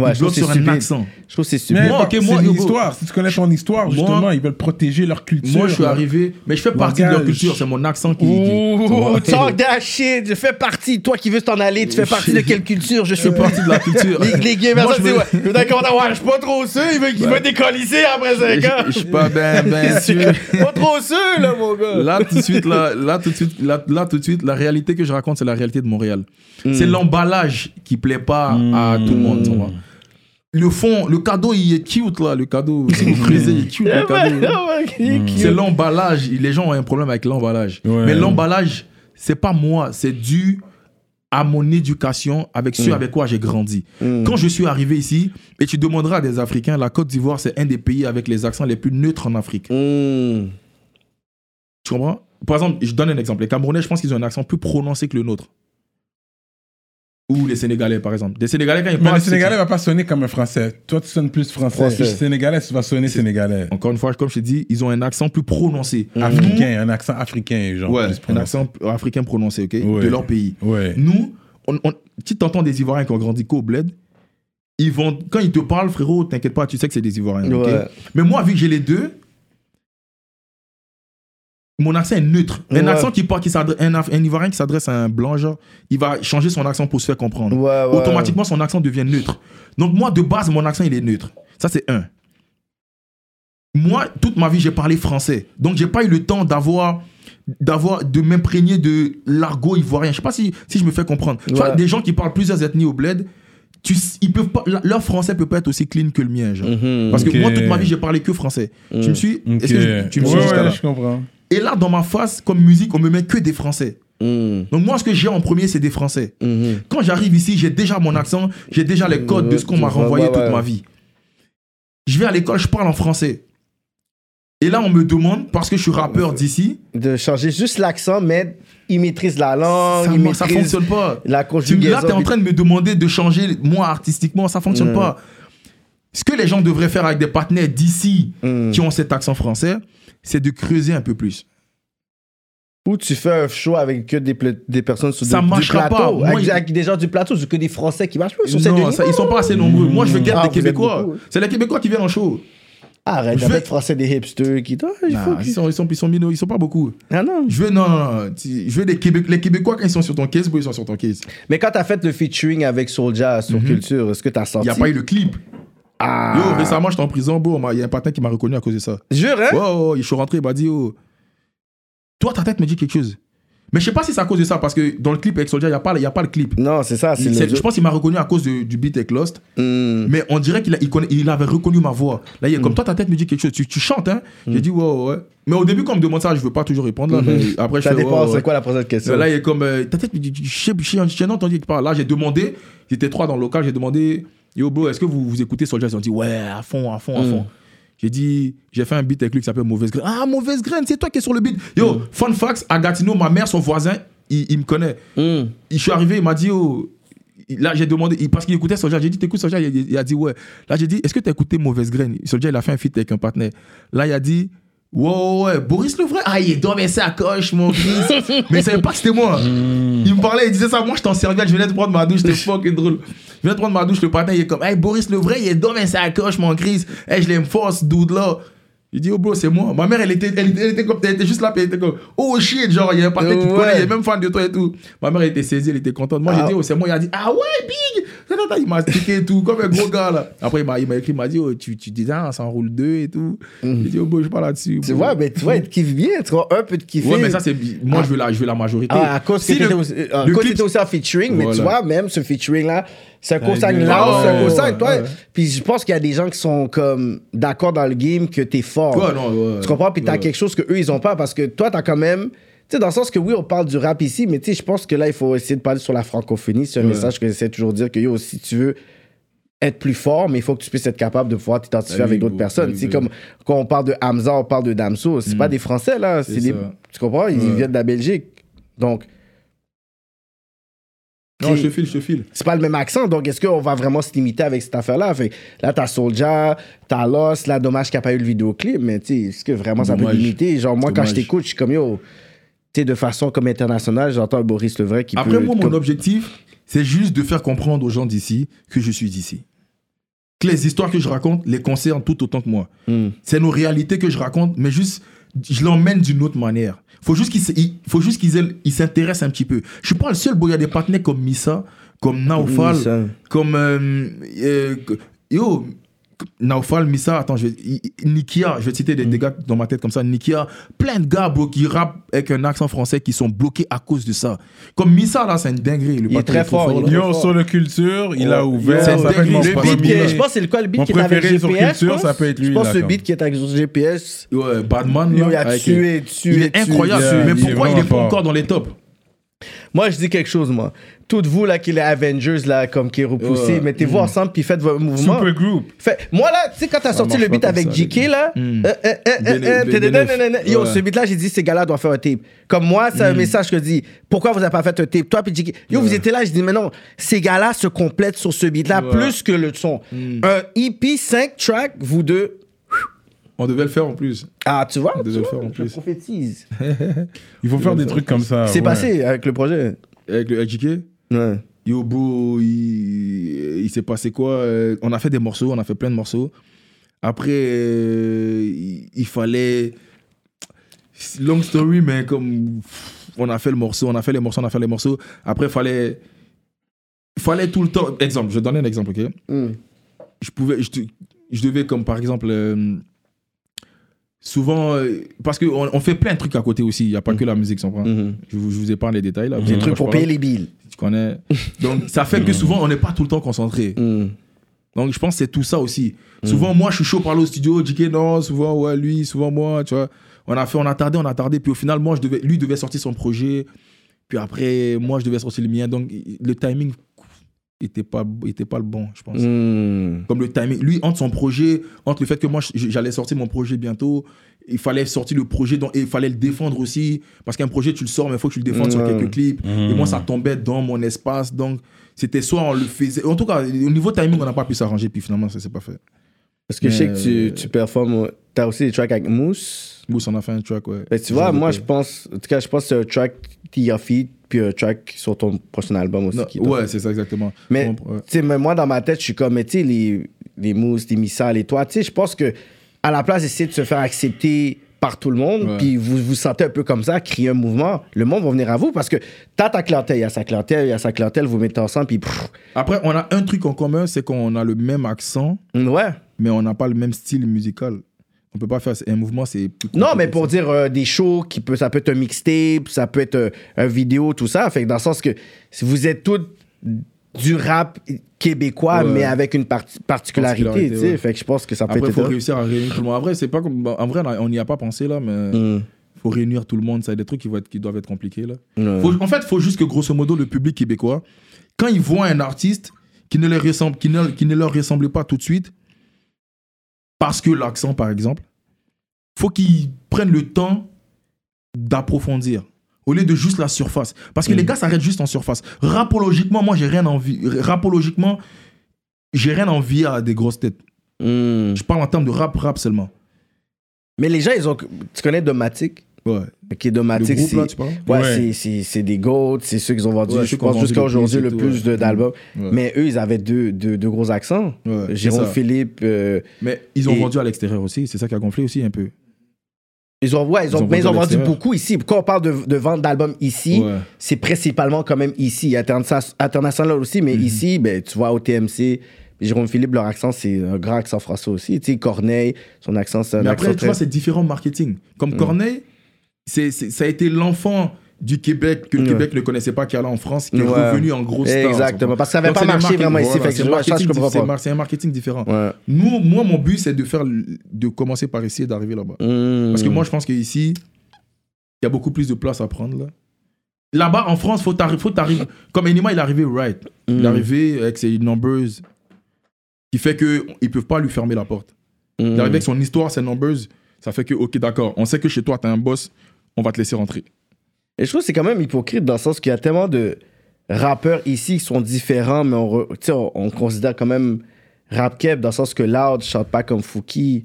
Speaker 2: Ouais,
Speaker 3: Ils
Speaker 2: je trouve
Speaker 3: bloquent
Speaker 2: que c'est
Speaker 3: sur un
Speaker 2: stupide.
Speaker 3: accent.
Speaker 2: Je trouve que c'est
Speaker 1: Mais
Speaker 2: stupide.
Speaker 3: Moi,
Speaker 1: par-
Speaker 3: ok,
Speaker 1: c'est
Speaker 3: moi,
Speaker 1: une
Speaker 3: Hugo.
Speaker 1: histoire. Si tu connais ton histoire, justement,
Speaker 3: Moi-
Speaker 1: ils veulent protéger leur culture.
Speaker 3: Moi, je suis
Speaker 1: leur-
Speaker 3: arrivé, mais je fais partie de leur
Speaker 1: Langage.
Speaker 3: culture, c'est mon accent qui. qui-
Speaker 2: Ouh,
Speaker 3: tu vois.
Speaker 2: talk that shit, je fais partie. Toi qui veux t'en aller, tu fais partie de quelle culture Je
Speaker 3: Je
Speaker 2: suis
Speaker 3: fais
Speaker 2: pas.
Speaker 3: partie de la culture.
Speaker 2: Les, les gays,
Speaker 3: Moi,
Speaker 2: personne
Speaker 3: je
Speaker 2: dit,
Speaker 3: me-
Speaker 2: ouais. Ils veulent qu'on a- ouais, je suis pas trop sûr, ils veulent qu'ils veulent décolliser après 5 ans.
Speaker 3: Je je suis pas ben, ben sûr.
Speaker 2: Pas trop sûr, là, mon gars.
Speaker 3: Là tout de suite, là, là tout de suite, là, là, tout de suite, la réalité que je raconte, c'est la réalité de Montréal. C'est l'emballage qui plaît pas à tout le monde. tu vois. Le fond, le cadeau, il est cute là, le cadeau. Si vous creusez, il est cute
Speaker 2: Eh
Speaker 3: le
Speaker 2: ben,
Speaker 3: cadeau. C'est l'emballage. Les gens ont un problème avec l'emballage.
Speaker 1: Ouais.
Speaker 3: Mais l'emballage, c'est pas moi, c'est dû à mon éducation avec ceux avec quoi j'ai grandi.
Speaker 2: Hmm.
Speaker 3: Quand je suis arrivé ici, et tu demanderas à des Africains, la Côte d'Ivoire, c'est un des pays avec les accents les plus neutres en Afrique. Tu comprends Par exemple, je donne un exemple. Les Camerounais, je pense qu'ils ont un accent plus prononcé que le nôtre. Ou les Sénégalais, par exemple. Des Sénégalais, quand ils
Speaker 1: Mais
Speaker 3: parlent.
Speaker 1: le
Speaker 3: c'est-
Speaker 1: Sénégalais va pas sonner comme un Français. Toi, tu sonnes plus Français.
Speaker 2: Français.
Speaker 1: Le Sénégalais va sonner Sénégalais.
Speaker 3: Encore une fois, comme je te dis, ils ont un accent plus prononcé.
Speaker 1: Mmh. Africain, un accent africain, genre.
Speaker 3: Ouais,
Speaker 1: plus
Speaker 3: un
Speaker 1: prononcé.
Speaker 3: accent africain prononcé, ok
Speaker 1: Ouais.
Speaker 3: De leur pays.
Speaker 1: Ouais.
Speaker 3: Nous, on, on- si t'entends des Ivoiriens qui ont grandi qu'au bled, ils vont, quand ils te parlent, frérot, t'inquiète pas, tu sais que c'est des Ivoiriens. ok
Speaker 2: Ouais.
Speaker 3: Mais moi, vu que j'ai les deux, mon accent est neutre. Un
Speaker 2: Ouais.
Speaker 3: accent qui parle, qui s'adresse, un, Af- un Ivoirien qui s'adresse à un blanc, genre, il va changer son accent pour se faire comprendre.
Speaker 2: Ouais, ouais.
Speaker 3: Automatiquement, son accent devient neutre. Donc moi, de base, mon accent, il est neutre. Ça, c'est un. Moi, toute ma vie, j'ai parlé français. Donc, j'ai pas eu le temps d'avoir d'avoir de m'imprégner de l'argot ivoirien. Je sais pas si, si je me fais comprendre. Tu vois,
Speaker 2: Ouais.
Speaker 3: des gens qui parlent plusieurs ethnies au bled, tu, s- ils peuvent pas, la- leur français peut pas être aussi clean que le mien. genre.
Speaker 2: Mm-hmm. Mhm.
Speaker 3: Parce
Speaker 1: Ok. Mm.
Speaker 3: que moi, toute ma vie, j'ai parlé que français. Tu me suis
Speaker 1: Ok.
Speaker 3: Est-ce que je- tu me suis
Speaker 1: ouais,
Speaker 3: jusqu'à
Speaker 1: ouais,
Speaker 3: là
Speaker 1: je comprends.
Speaker 3: Et là, dans ma face, comme musique, on me met que des français.
Speaker 2: Mhm.
Speaker 3: Donc, moi, ce que j'ai en premier, c'est des français. Quand j'arrive ici, j'ai déjà mon accent, j'ai déjà les codes de ce qu'on m'a
Speaker 2: Ouais,
Speaker 3: renvoyé
Speaker 2: ouais,
Speaker 3: toute
Speaker 2: ouais.
Speaker 3: ma vie. Je vais à l'école, je parle en français. Et là, on me demande, parce que je suis rappeur d'ici,
Speaker 2: De changer juste l'accent, mais il maîtrise la
Speaker 3: ça,
Speaker 2: langue, Oh, il
Speaker 3: ne
Speaker 2: maîtrise
Speaker 3: fonctionne pas.
Speaker 2: la
Speaker 3: Tu,
Speaker 2: conjugaison.
Speaker 3: là, tu es en train de me demander de changer, moi, artistiquement, ça fonctionne
Speaker 2: Mm.
Speaker 3: pas. Ce que les gens devraient faire avec des partenaires d'ici
Speaker 2: Mm.
Speaker 3: qui ont cet accent français, c'est de creuser un peu plus.
Speaker 2: Ou tu fais un show avec que des, pla- des personnes sur
Speaker 3: Ça
Speaker 2: du, du
Speaker 3: marchera
Speaker 2: plateau.
Speaker 3: pas. Moi,
Speaker 2: avec,
Speaker 3: il-
Speaker 2: avec des gens du plateau, c'est que des Français qui marchent. Sur cette
Speaker 3: Non, ça, ils sont pas assez nombreux. Moi, je veux guette
Speaker 2: Ah,
Speaker 3: des
Speaker 2: vous êtes
Speaker 3: Québécois.
Speaker 2: beaucoup, ouais.
Speaker 3: C'est les Québécois qui viennent en show.
Speaker 2: Arrête,
Speaker 3: Je
Speaker 2: d'appeler
Speaker 3: vais-
Speaker 2: de français des hipsters qui. Ah, il faut
Speaker 3: Nah,
Speaker 2: que-
Speaker 3: ils, sont, ils, sont, ils sont minots, ils sont pas beaucoup.
Speaker 2: Ah non.
Speaker 3: Je veux, non, non, non, tu- je veux des Québé- les Québécois quand ils sont sur ton case, bon, ils sont sur ton case.
Speaker 2: Mais quand t'as fait le featuring avec Soulja sur Culture, est-ce que t'as
Speaker 3: Il
Speaker 2: senti
Speaker 3: n'y Mhm. a pas eu le clip.
Speaker 2: Ah.
Speaker 3: Yo, récemment, j'étais en prison, bon, il y a un patin qui m'a reconnu à cause de ça.
Speaker 2: Jure, hein
Speaker 3: Ouais, ouais, ouais, je suis rentré, il m'a dit, oh, toi, ta tête me dit quelque chose. Mais je sais pas si c'est à cause de ça, parce que dans le clip avec Soldier, il n'y a, pas- il y a pas le clip.
Speaker 2: Non, c'est ça, c'est
Speaker 3: C'est-
Speaker 2: le.
Speaker 3: je pense qu'il m'a reconnu à cause de- du beat avec Lost,
Speaker 2: Hmm.
Speaker 3: mais on dirait qu'il a- il conna- il avait reconnu ma voix. Là,
Speaker 2: Mm.
Speaker 3: il est comme toi, ta tête me dit quelque chose. Tu, tu chantes, hein J'ai dit, ouais, ouais, ouais. Mais au début, quand on me demande ça, je veux pas toujours répondre. Là, mais après, je
Speaker 2: Mm-hmm. Ça
Speaker 3: fais, ouais,
Speaker 2: dépend,
Speaker 3: ouais, ouais.
Speaker 2: c'est quoi la prochaine question
Speaker 3: Là, il est comme. euh, ta tête, je- je- je je- je n'ai entendu quelque part. Là, j'ai demandé, j'étais trois dans le local, j'ai demandé, yo, bro, est-ce que vous, vous écoutez Soldier Ils ont dit, ouais, à fond, à fond, à fond. J'ai dit, j'ai fait un beat avec lui qui s'appelle Mauvaise Graine. Ah, Mauvaise Graine, c'est toi qui es sur le beat. Yo, fun fact, à Gatineau, ma mère, son voisin, il, il me connaît.
Speaker 2: Hmm.
Speaker 3: Il- Je suis arrivé, il m'a dit, oh. il- Là, j'ai demandé, il- parce qu'il écoutait Soldier, j'ai dit, t'écoutes Soldier il, il a dit, ouais. Là, j'ai dit, est-ce que t'as écouté Mauvaise Graine Soldier, il a fait un feat avec un partenaire. Là, il a dit, ouais, ouais, ouais, Boris Levray. Ah, il est dans mes sacoches, mon fils. Mais il savait pas que c'était moi. Il me parlait, il disait ça, moi, je t'en servais, je venais de prendre ma douche, c'était fucking drôle. Je venais de prendre ma douche, le partenaire, il est comme, hey, Boris Levray, il est dans mes sacoches, mon Chris. Hey, je l'aime fort, ce dude-là. Il dit, oh bro, c'est moi. Ma mère, elle était, elle, était- elle était comme, elle était juste là, puis elle était comme, oh shit, genre, il y a un partenaire qui te
Speaker 2: Ouais.
Speaker 3: connaît, il est même fan de toi et tout. Ma mère, elle était saisie, elle était contente. Moi,
Speaker 2: Ah.
Speaker 3: j'ai dit, oh, c'est moi. Il a dit, ah ouais, big. Tata, Il m'a expliqué et tout, comme un gros gars, là. Après, il m'a il m'a écrit, il m'a dit, oh, tu, tu dis, ah, on s'enroule deux et tout. J'ai dit, oh, bro, je suis pas là-dessus.
Speaker 2: Mm. Tu
Speaker 3: bro.
Speaker 2: vois, mais tu vois, il te kiffe bien, tu vois, un peu de kiffer.
Speaker 3: Ouais, mais ça, c'est. Moi, je veux la, je veux la majorité.
Speaker 2: Ah, à cause
Speaker 3: Si
Speaker 2: que
Speaker 3: le-
Speaker 2: t'étais aussi, à
Speaker 3: le
Speaker 2: cause que
Speaker 3: clip-
Speaker 2: t'étais aussi en featuring, mais tu
Speaker 3: Voilà.
Speaker 2: vois, même ce featuring-là, c'est un consigne
Speaker 1: gueule.
Speaker 2: large, c'est un
Speaker 3: Ouais,
Speaker 2: consigne,
Speaker 3: ouais,
Speaker 2: toi.
Speaker 3: ouais.
Speaker 2: Puis je pense qu'il y a des gens qui sont comme d'accord dans le game que t'es fort.
Speaker 3: Ouais, non, ouais.
Speaker 2: Tu comprends? Puis t'as
Speaker 3: Ouais.
Speaker 2: quelque chose que eux, ils ont pas parce que toi, t'as quand même. Tu sais, dans le sens que oui, on parle du rap ici, mais tu sais, je pense que là, il faut essayer de parler sur la francophonie. C'est un message que j'essaie toujours de dire que yo, si tu veux être plus fort, mais il faut que tu puisses être capable de pouvoir t'identifier
Speaker 3: Ah oui,
Speaker 2: avec d'autres
Speaker 3: bro,
Speaker 2: personnes.
Speaker 3: ah oui,
Speaker 2: C'est
Speaker 3: oui.
Speaker 2: comme quand on parle de Hamza, on parle de Damso. C'est pas des Français, là. C'est
Speaker 3: C'est
Speaker 2: des,
Speaker 3: ça.
Speaker 2: tu comprends? Ils
Speaker 3: Ouais.
Speaker 2: viennent de la Belgique. Donc,
Speaker 3: Non, je te file, je te file.
Speaker 2: c'est pas le même accent. Donc, est-ce qu'on va vraiment se limiter avec cette affaire-là? Fait que là, t'as Soulja, t'as Lost, là, dommage qu'il n'y a pas eu le vidéoclip, mais tu sais, est-ce que vraiment ça peut
Speaker 3: Dommage.
Speaker 2: limiter? Genre, moi, quand
Speaker 3: Dommage.
Speaker 2: je t'écoute, je suis comme yo. Tu sais, de façon comme internationale, j'entends Boris Levray qui
Speaker 3: Après,
Speaker 2: peut.
Speaker 3: moi, mon
Speaker 2: comme-
Speaker 3: objectif, c'est juste de faire comprendre aux gens d'ici que je suis d'ici. que les histoires que je raconte les concernent tout autant que moi.
Speaker 2: hmm,
Speaker 3: C'est nos réalités que je raconte, mais juste, je l'emmène d'une autre manière. Faut juste qu'ils s- il- faut juste qu'ils aient- ils s'intéressent un petit peu. Je suis pas le seul, bon, il y a des partenaires comme Missa, comme Naofal,
Speaker 2: Missa.
Speaker 3: comme. euh, euh, que- yo, Naofal, Missa, attends, je vais, I- I- Nikia, je vais citer des, des
Speaker 2: Mm.
Speaker 3: gars dans ma tête comme ça, Nikia, plein de gars, bro, qui rappent avec un accent français qui sont bloqués à cause de ça. Comme Missa, là, c'est une dinguerie. Le
Speaker 2: Il est
Speaker 3: patron
Speaker 2: très fort, il est
Speaker 3: là.
Speaker 1: Yo, sur le culture, il
Speaker 2: Oh,
Speaker 1: a ouvert.
Speaker 3: C'est
Speaker 1: ça peut être
Speaker 3: dingue,
Speaker 1: mon
Speaker 3: le
Speaker 2: Le
Speaker 3: premier.
Speaker 2: beat,
Speaker 1: premier.
Speaker 2: qui est- je pense que c'est le quoi le beat
Speaker 1: Mon
Speaker 2: qui est avec
Speaker 1: préféré
Speaker 2: GPS
Speaker 1: sur
Speaker 2: je
Speaker 1: Culture,
Speaker 2: pense.
Speaker 1: ça peut être lui,
Speaker 2: Je pense
Speaker 1: là,
Speaker 2: que ce
Speaker 1: quand
Speaker 2: beat qui est avec GPS.
Speaker 3: Ouais, Badman,
Speaker 2: Yo,
Speaker 3: là,
Speaker 2: il a
Speaker 3: avec-
Speaker 2: tué, tué,
Speaker 3: Il est
Speaker 2: tué,
Speaker 3: incroyable,
Speaker 2: tué.
Speaker 1: Yeah, il
Speaker 3: mais
Speaker 1: est
Speaker 3: pourquoi il
Speaker 1: vraiment
Speaker 3: est pas
Speaker 1: fort.
Speaker 3: encore dans les tops
Speaker 2: Moi, je dis quelque chose, moi. Toutes vous, là, qui les Avengers, là, comme qui est repoussé,
Speaker 3: Ouais.
Speaker 2: mettez-vous ensemble puis faites votre mouvement.
Speaker 1: Hmm. Super group.
Speaker 2: Fait- moi, là, tu sais, quand t'as sorti
Speaker 3: marche
Speaker 2: le beat
Speaker 3: pas comme
Speaker 2: avec
Speaker 3: ça, les
Speaker 2: JK, là, euh, euh, euh, euh,
Speaker 3: Mm. Béné-
Speaker 2: euh,
Speaker 3: Béné-
Speaker 2: tadadadadada,
Speaker 3: Bénéf.
Speaker 2: yo,
Speaker 3: Ouais. Mm.
Speaker 2: ce beat-là, j'ai dit, ces gars-là doivent faire un tape. Comme moi, c'est un message que je dis, pourquoi vous n'avez pas fait un tape? Toi, puis JK, yo, vous étiez là, je dis, mais non, ces gars-là se complètent sur ce beat-là plus que le son.
Speaker 3: Mm.
Speaker 2: Un EP, 5 tracks, vous deux.
Speaker 3: On devait le faire en plus.
Speaker 2: Ah, tu vois?
Speaker 3: Désolé,
Speaker 2: tu vois,
Speaker 3: en
Speaker 2: je
Speaker 3: plus. Ah
Speaker 2: prophétise.
Speaker 1: Il faut faire des trucs comme ça.
Speaker 2: C'est
Speaker 1: ouais.
Speaker 2: passé avec le projet.
Speaker 3: Avec le LJK,
Speaker 2: Ouais.
Speaker 3: yo bro, il, il s'est passé quoi euh, On a fait des morceaux, on a fait plein de morceaux. Après, euh, il, il fallait. Long story, mais comme. pff, On a fait le morceau, on a fait les morceaux, on a fait les morceaux. Après, il fallait. Il fallait tout le temps. Exemple, je vais donner un exemple, ok
Speaker 2: Mm.
Speaker 3: je pouvais je, te- je devais comme par exemple euh, souvent euh, parce que on, on fait plein de trucs à côté aussi il y a pas que la musique sans
Speaker 2: Mhm.
Speaker 3: je, vous- je vous épargne les détails là
Speaker 2: Mm. Des trucs
Speaker 3: Mm.
Speaker 2: pour payer les billes.
Speaker 3: tu connais donc ça fait que souvent on n'est pas tout le temps concentré
Speaker 2: Mm.
Speaker 3: donc je pense que c'est tout ça aussi souvent moi je suis chaud par là au studio JK non souvent ouais lui souvent moi tu vois on a fait on a tardé on a tardé puis au final moi je devais lui devait sortir son projet puis après moi je devais sortir le mien donc il- le timing était pas était pas le bon je pense
Speaker 2: Mm.
Speaker 3: comme le timing. Lui, entre son projet, entre le fait que moi, je- j'allais sortir mon projet bientôt, il fallait sortir le projet dont- et il fallait le défendre aussi. Parce qu'un projet, tu le sors, mais il faut que tu le défendes sur
Speaker 2: Ouais.
Speaker 3: quelques clips. Et moi, ça tombait dans mon espace. Donc, c'était soit on le faisait. En tout cas, au niveau timing, on n'a pas pu s'arranger. Puis finalement, ça s'est pas fait.
Speaker 2: Parce que je sais que
Speaker 3: Mais-
Speaker 2: tu, tu performes, t'as aussi des tracks avec Mousse.
Speaker 3: Mousse, on a fait un track, ouais.
Speaker 2: Ben, tu vois, moi, je pense, en tout cas, je pense que c'est un track qui a fit, puis un track sur ton prochain album aussi.
Speaker 3: Non,
Speaker 2: qui est
Speaker 3: ouais,
Speaker 2: ton-
Speaker 3: c'est ça, exactement.
Speaker 2: mais,
Speaker 3: Ouais.
Speaker 2: tu sais, mais moi, dans ma tête, je suis comme, mais tu sais, les, les mousses, les missales, les toits, tu sais, je pense que à la place d'essayer de se faire accepter par tout le monde,
Speaker 3: Ouais.
Speaker 2: puis vous vous sentez un peu comme ça, créer un mouvement, le monde va venir à vous parce que t'as ta clientèle, il y a sa clientèle, il y a sa clientèle, vous mettez ensemble, puis pff,
Speaker 3: Après, on a un truc en commun, c'est qu'on a le même accent,
Speaker 2: ouais.
Speaker 3: mais on n'a pas le même style musical. On peut pas faire un mouvement, c'est plus
Speaker 2: Non,
Speaker 3: compliqué
Speaker 2: mais
Speaker 3: que
Speaker 2: pour
Speaker 3: ça.
Speaker 2: dire euh, des shows, qui peut, ça peut être un mixtape, ça peut être euh, un, vidéo, tout ça. Fait que dans le sens que si vous êtes tous du rap québécois,
Speaker 3: Ouais.
Speaker 2: mais avec une parti- particularité,
Speaker 3: Particularité,
Speaker 2: tu sais.
Speaker 3: ouais.
Speaker 2: Fait que je pense que ça peut
Speaker 3: Après, il
Speaker 2: être...
Speaker 3: faut
Speaker 2: ça.
Speaker 3: réussir à réunir tout le monde. En vrai, c'est pas comme... En vrai, on n'y a pas pensé, là, mais...
Speaker 2: Mm.
Speaker 3: faut réunir tout le monde. Ça, y a des trucs qui, vont être- qui doivent être compliqués. Là.
Speaker 2: Ouais.
Speaker 3: Faut- en fait, faut juste que, grosso modo, le public québécois, quand ils voient un artiste qui ne, les ressemble, qui ne, qui ne leur ressemble pas tout de suite, parce que l'accent, par exemple, faut qu'ils prennent le temps d'approfondir. Au lieu de juste la surface. Parce
Speaker 2: Mm.
Speaker 3: que les gars s'arrêtent juste en surface. Rapologiquement, moi, j'ai rien envie. Rapologiquement, j'ai rien envie à des grosses têtes.
Speaker 2: Mm.
Speaker 3: Je parle en termes de rap, rap seulement.
Speaker 2: Mais les gens, ils ont... Tu connais Domatic?
Speaker 3: Ouais.
Speaker 2: Ok,
Speaker 3: Le
Speaker 2: Domatic,
Speaker 3: groupe,
Speaker 2: c'est...
Speaker 3: là, tu parles
Speaker 2: Ouais,
Speaker 1: Ouais.
Speaker 2: c'est- c'est c'est des GOATs, c'est ceux qu'ils ont vendu,
Speaker 3: Ouais,
Speaker 2: je
Speaker 3: ceux qui ont
Speaker 2: pense,
Speaker 3: vendu
Speaker 2: jusqu'à
Speaker 3: le plus
Speaker 2: aujourd'hui,
Speaker 3: et
Speaker 2: le
Speaker 3: tout,
Speaker 2: plus
Speaker 3: ouais.
Speaker 2: de- d'albums.
Speaker 3: Ouais.
Speaker 2: Mais eux, ils avaient deux, deux, deux gros accents.
Speaker 3: Ouais, c'est
Speaker 2: Jérôme
Speaker 3: ça.
Speaker 2: Philippe... euh,
Speaker 3: Mais ils ont
Speaker 2: Et-
Speaker 3: vendu à l'extérieur aussi, c'est ça qui a gonflé aussi un peu.
Speaker 2: Ils ont, ouais, ils ont,
Speaker 3: Ils ont
Speaker 2: mais ils
Speaker 3: vendu à
Speaker 2: ont vendu
Speaker 3: l'extérieur.
Speaker 2: beaucoup ici. Quand on parle de, de vente d'albums ici,
Speaker 3: Ouais.
Speaker 2: c'est principalement quand même ici. Interna- International aussi,
Speaker 3: Mhm.
Speaker 2: mais ici, ben, tu vois, au TMC, Jérôme Philippe, leur accent, c'est un grand accent français aussi. Tu sais, Corneille, son accent, c'est un
Speaker 3: Mais
Speaker 2: accent
Speaker 3: après, tu
Speaker 2: très...
Speaker 3: vois, c'est différent marketing. Comme Corneille, c'est, c'est- ça a été l'enfant du Québec que le
Speaker 2: Ouais.
Speaker 3: Québec ne connaissait pas, qui allait en France, qui est
Speaker 2: Ouais.
Speaker 3: revenu en gros star.
Speaker 2: Exactement, parce que ça avait
Speaker 3: Donc,
Speaker 2: pas
Speaker 3: c'est des
Speaker 2: marché
Speaker 3: marketing-
Speaker 2: vraiment ici,
Speaker 3: voilà,
Speaker 2: fait que
Speaker 3: c'est
Speaker 2: je- ça, je
Speaker 3: marketing-
Speaker 2: comprends
Speaker 3: c'est
Speaker 2: pas.
Speaker 3: mar- C'est un marketing différent.
Speaker 2: Ouais.
Speaker 3: Nous, moi, mon but, c'est de faire, le- de commencer par essayer d'arriver là-bas. Parce que
Speaker 2: Hmm.
Speaker 3: moi, je pense qu'ici, il y a beaucoup plus de place à prendre. Là. Là-bas, en France, faut t'arriver. Faut t'arriver. Comme Enima, il est arrivé right.
Speaker 2: Mm. Hmm.
Speaker 3: Il est arrivé avec ses numbers, qui fait qu'ils ne peuvent pas lui fermer la porte. Il est arrivé
Speaker 2: Hmm.
Speaker 3: avec son histoire, ses numbers, ça fait que, ok, d'accord, on sait que chez toi, t'as un boss, on va te laisser rentrer.
Speaker 2: Et je trouve que c'est quand même hypocrite dans le sens qu'il y a tellement de rappeurs ici qui sont différents, mais on, re- tu sais, on, on considère quand même rap keb dans le sens que Loud chante pas comme Fouki,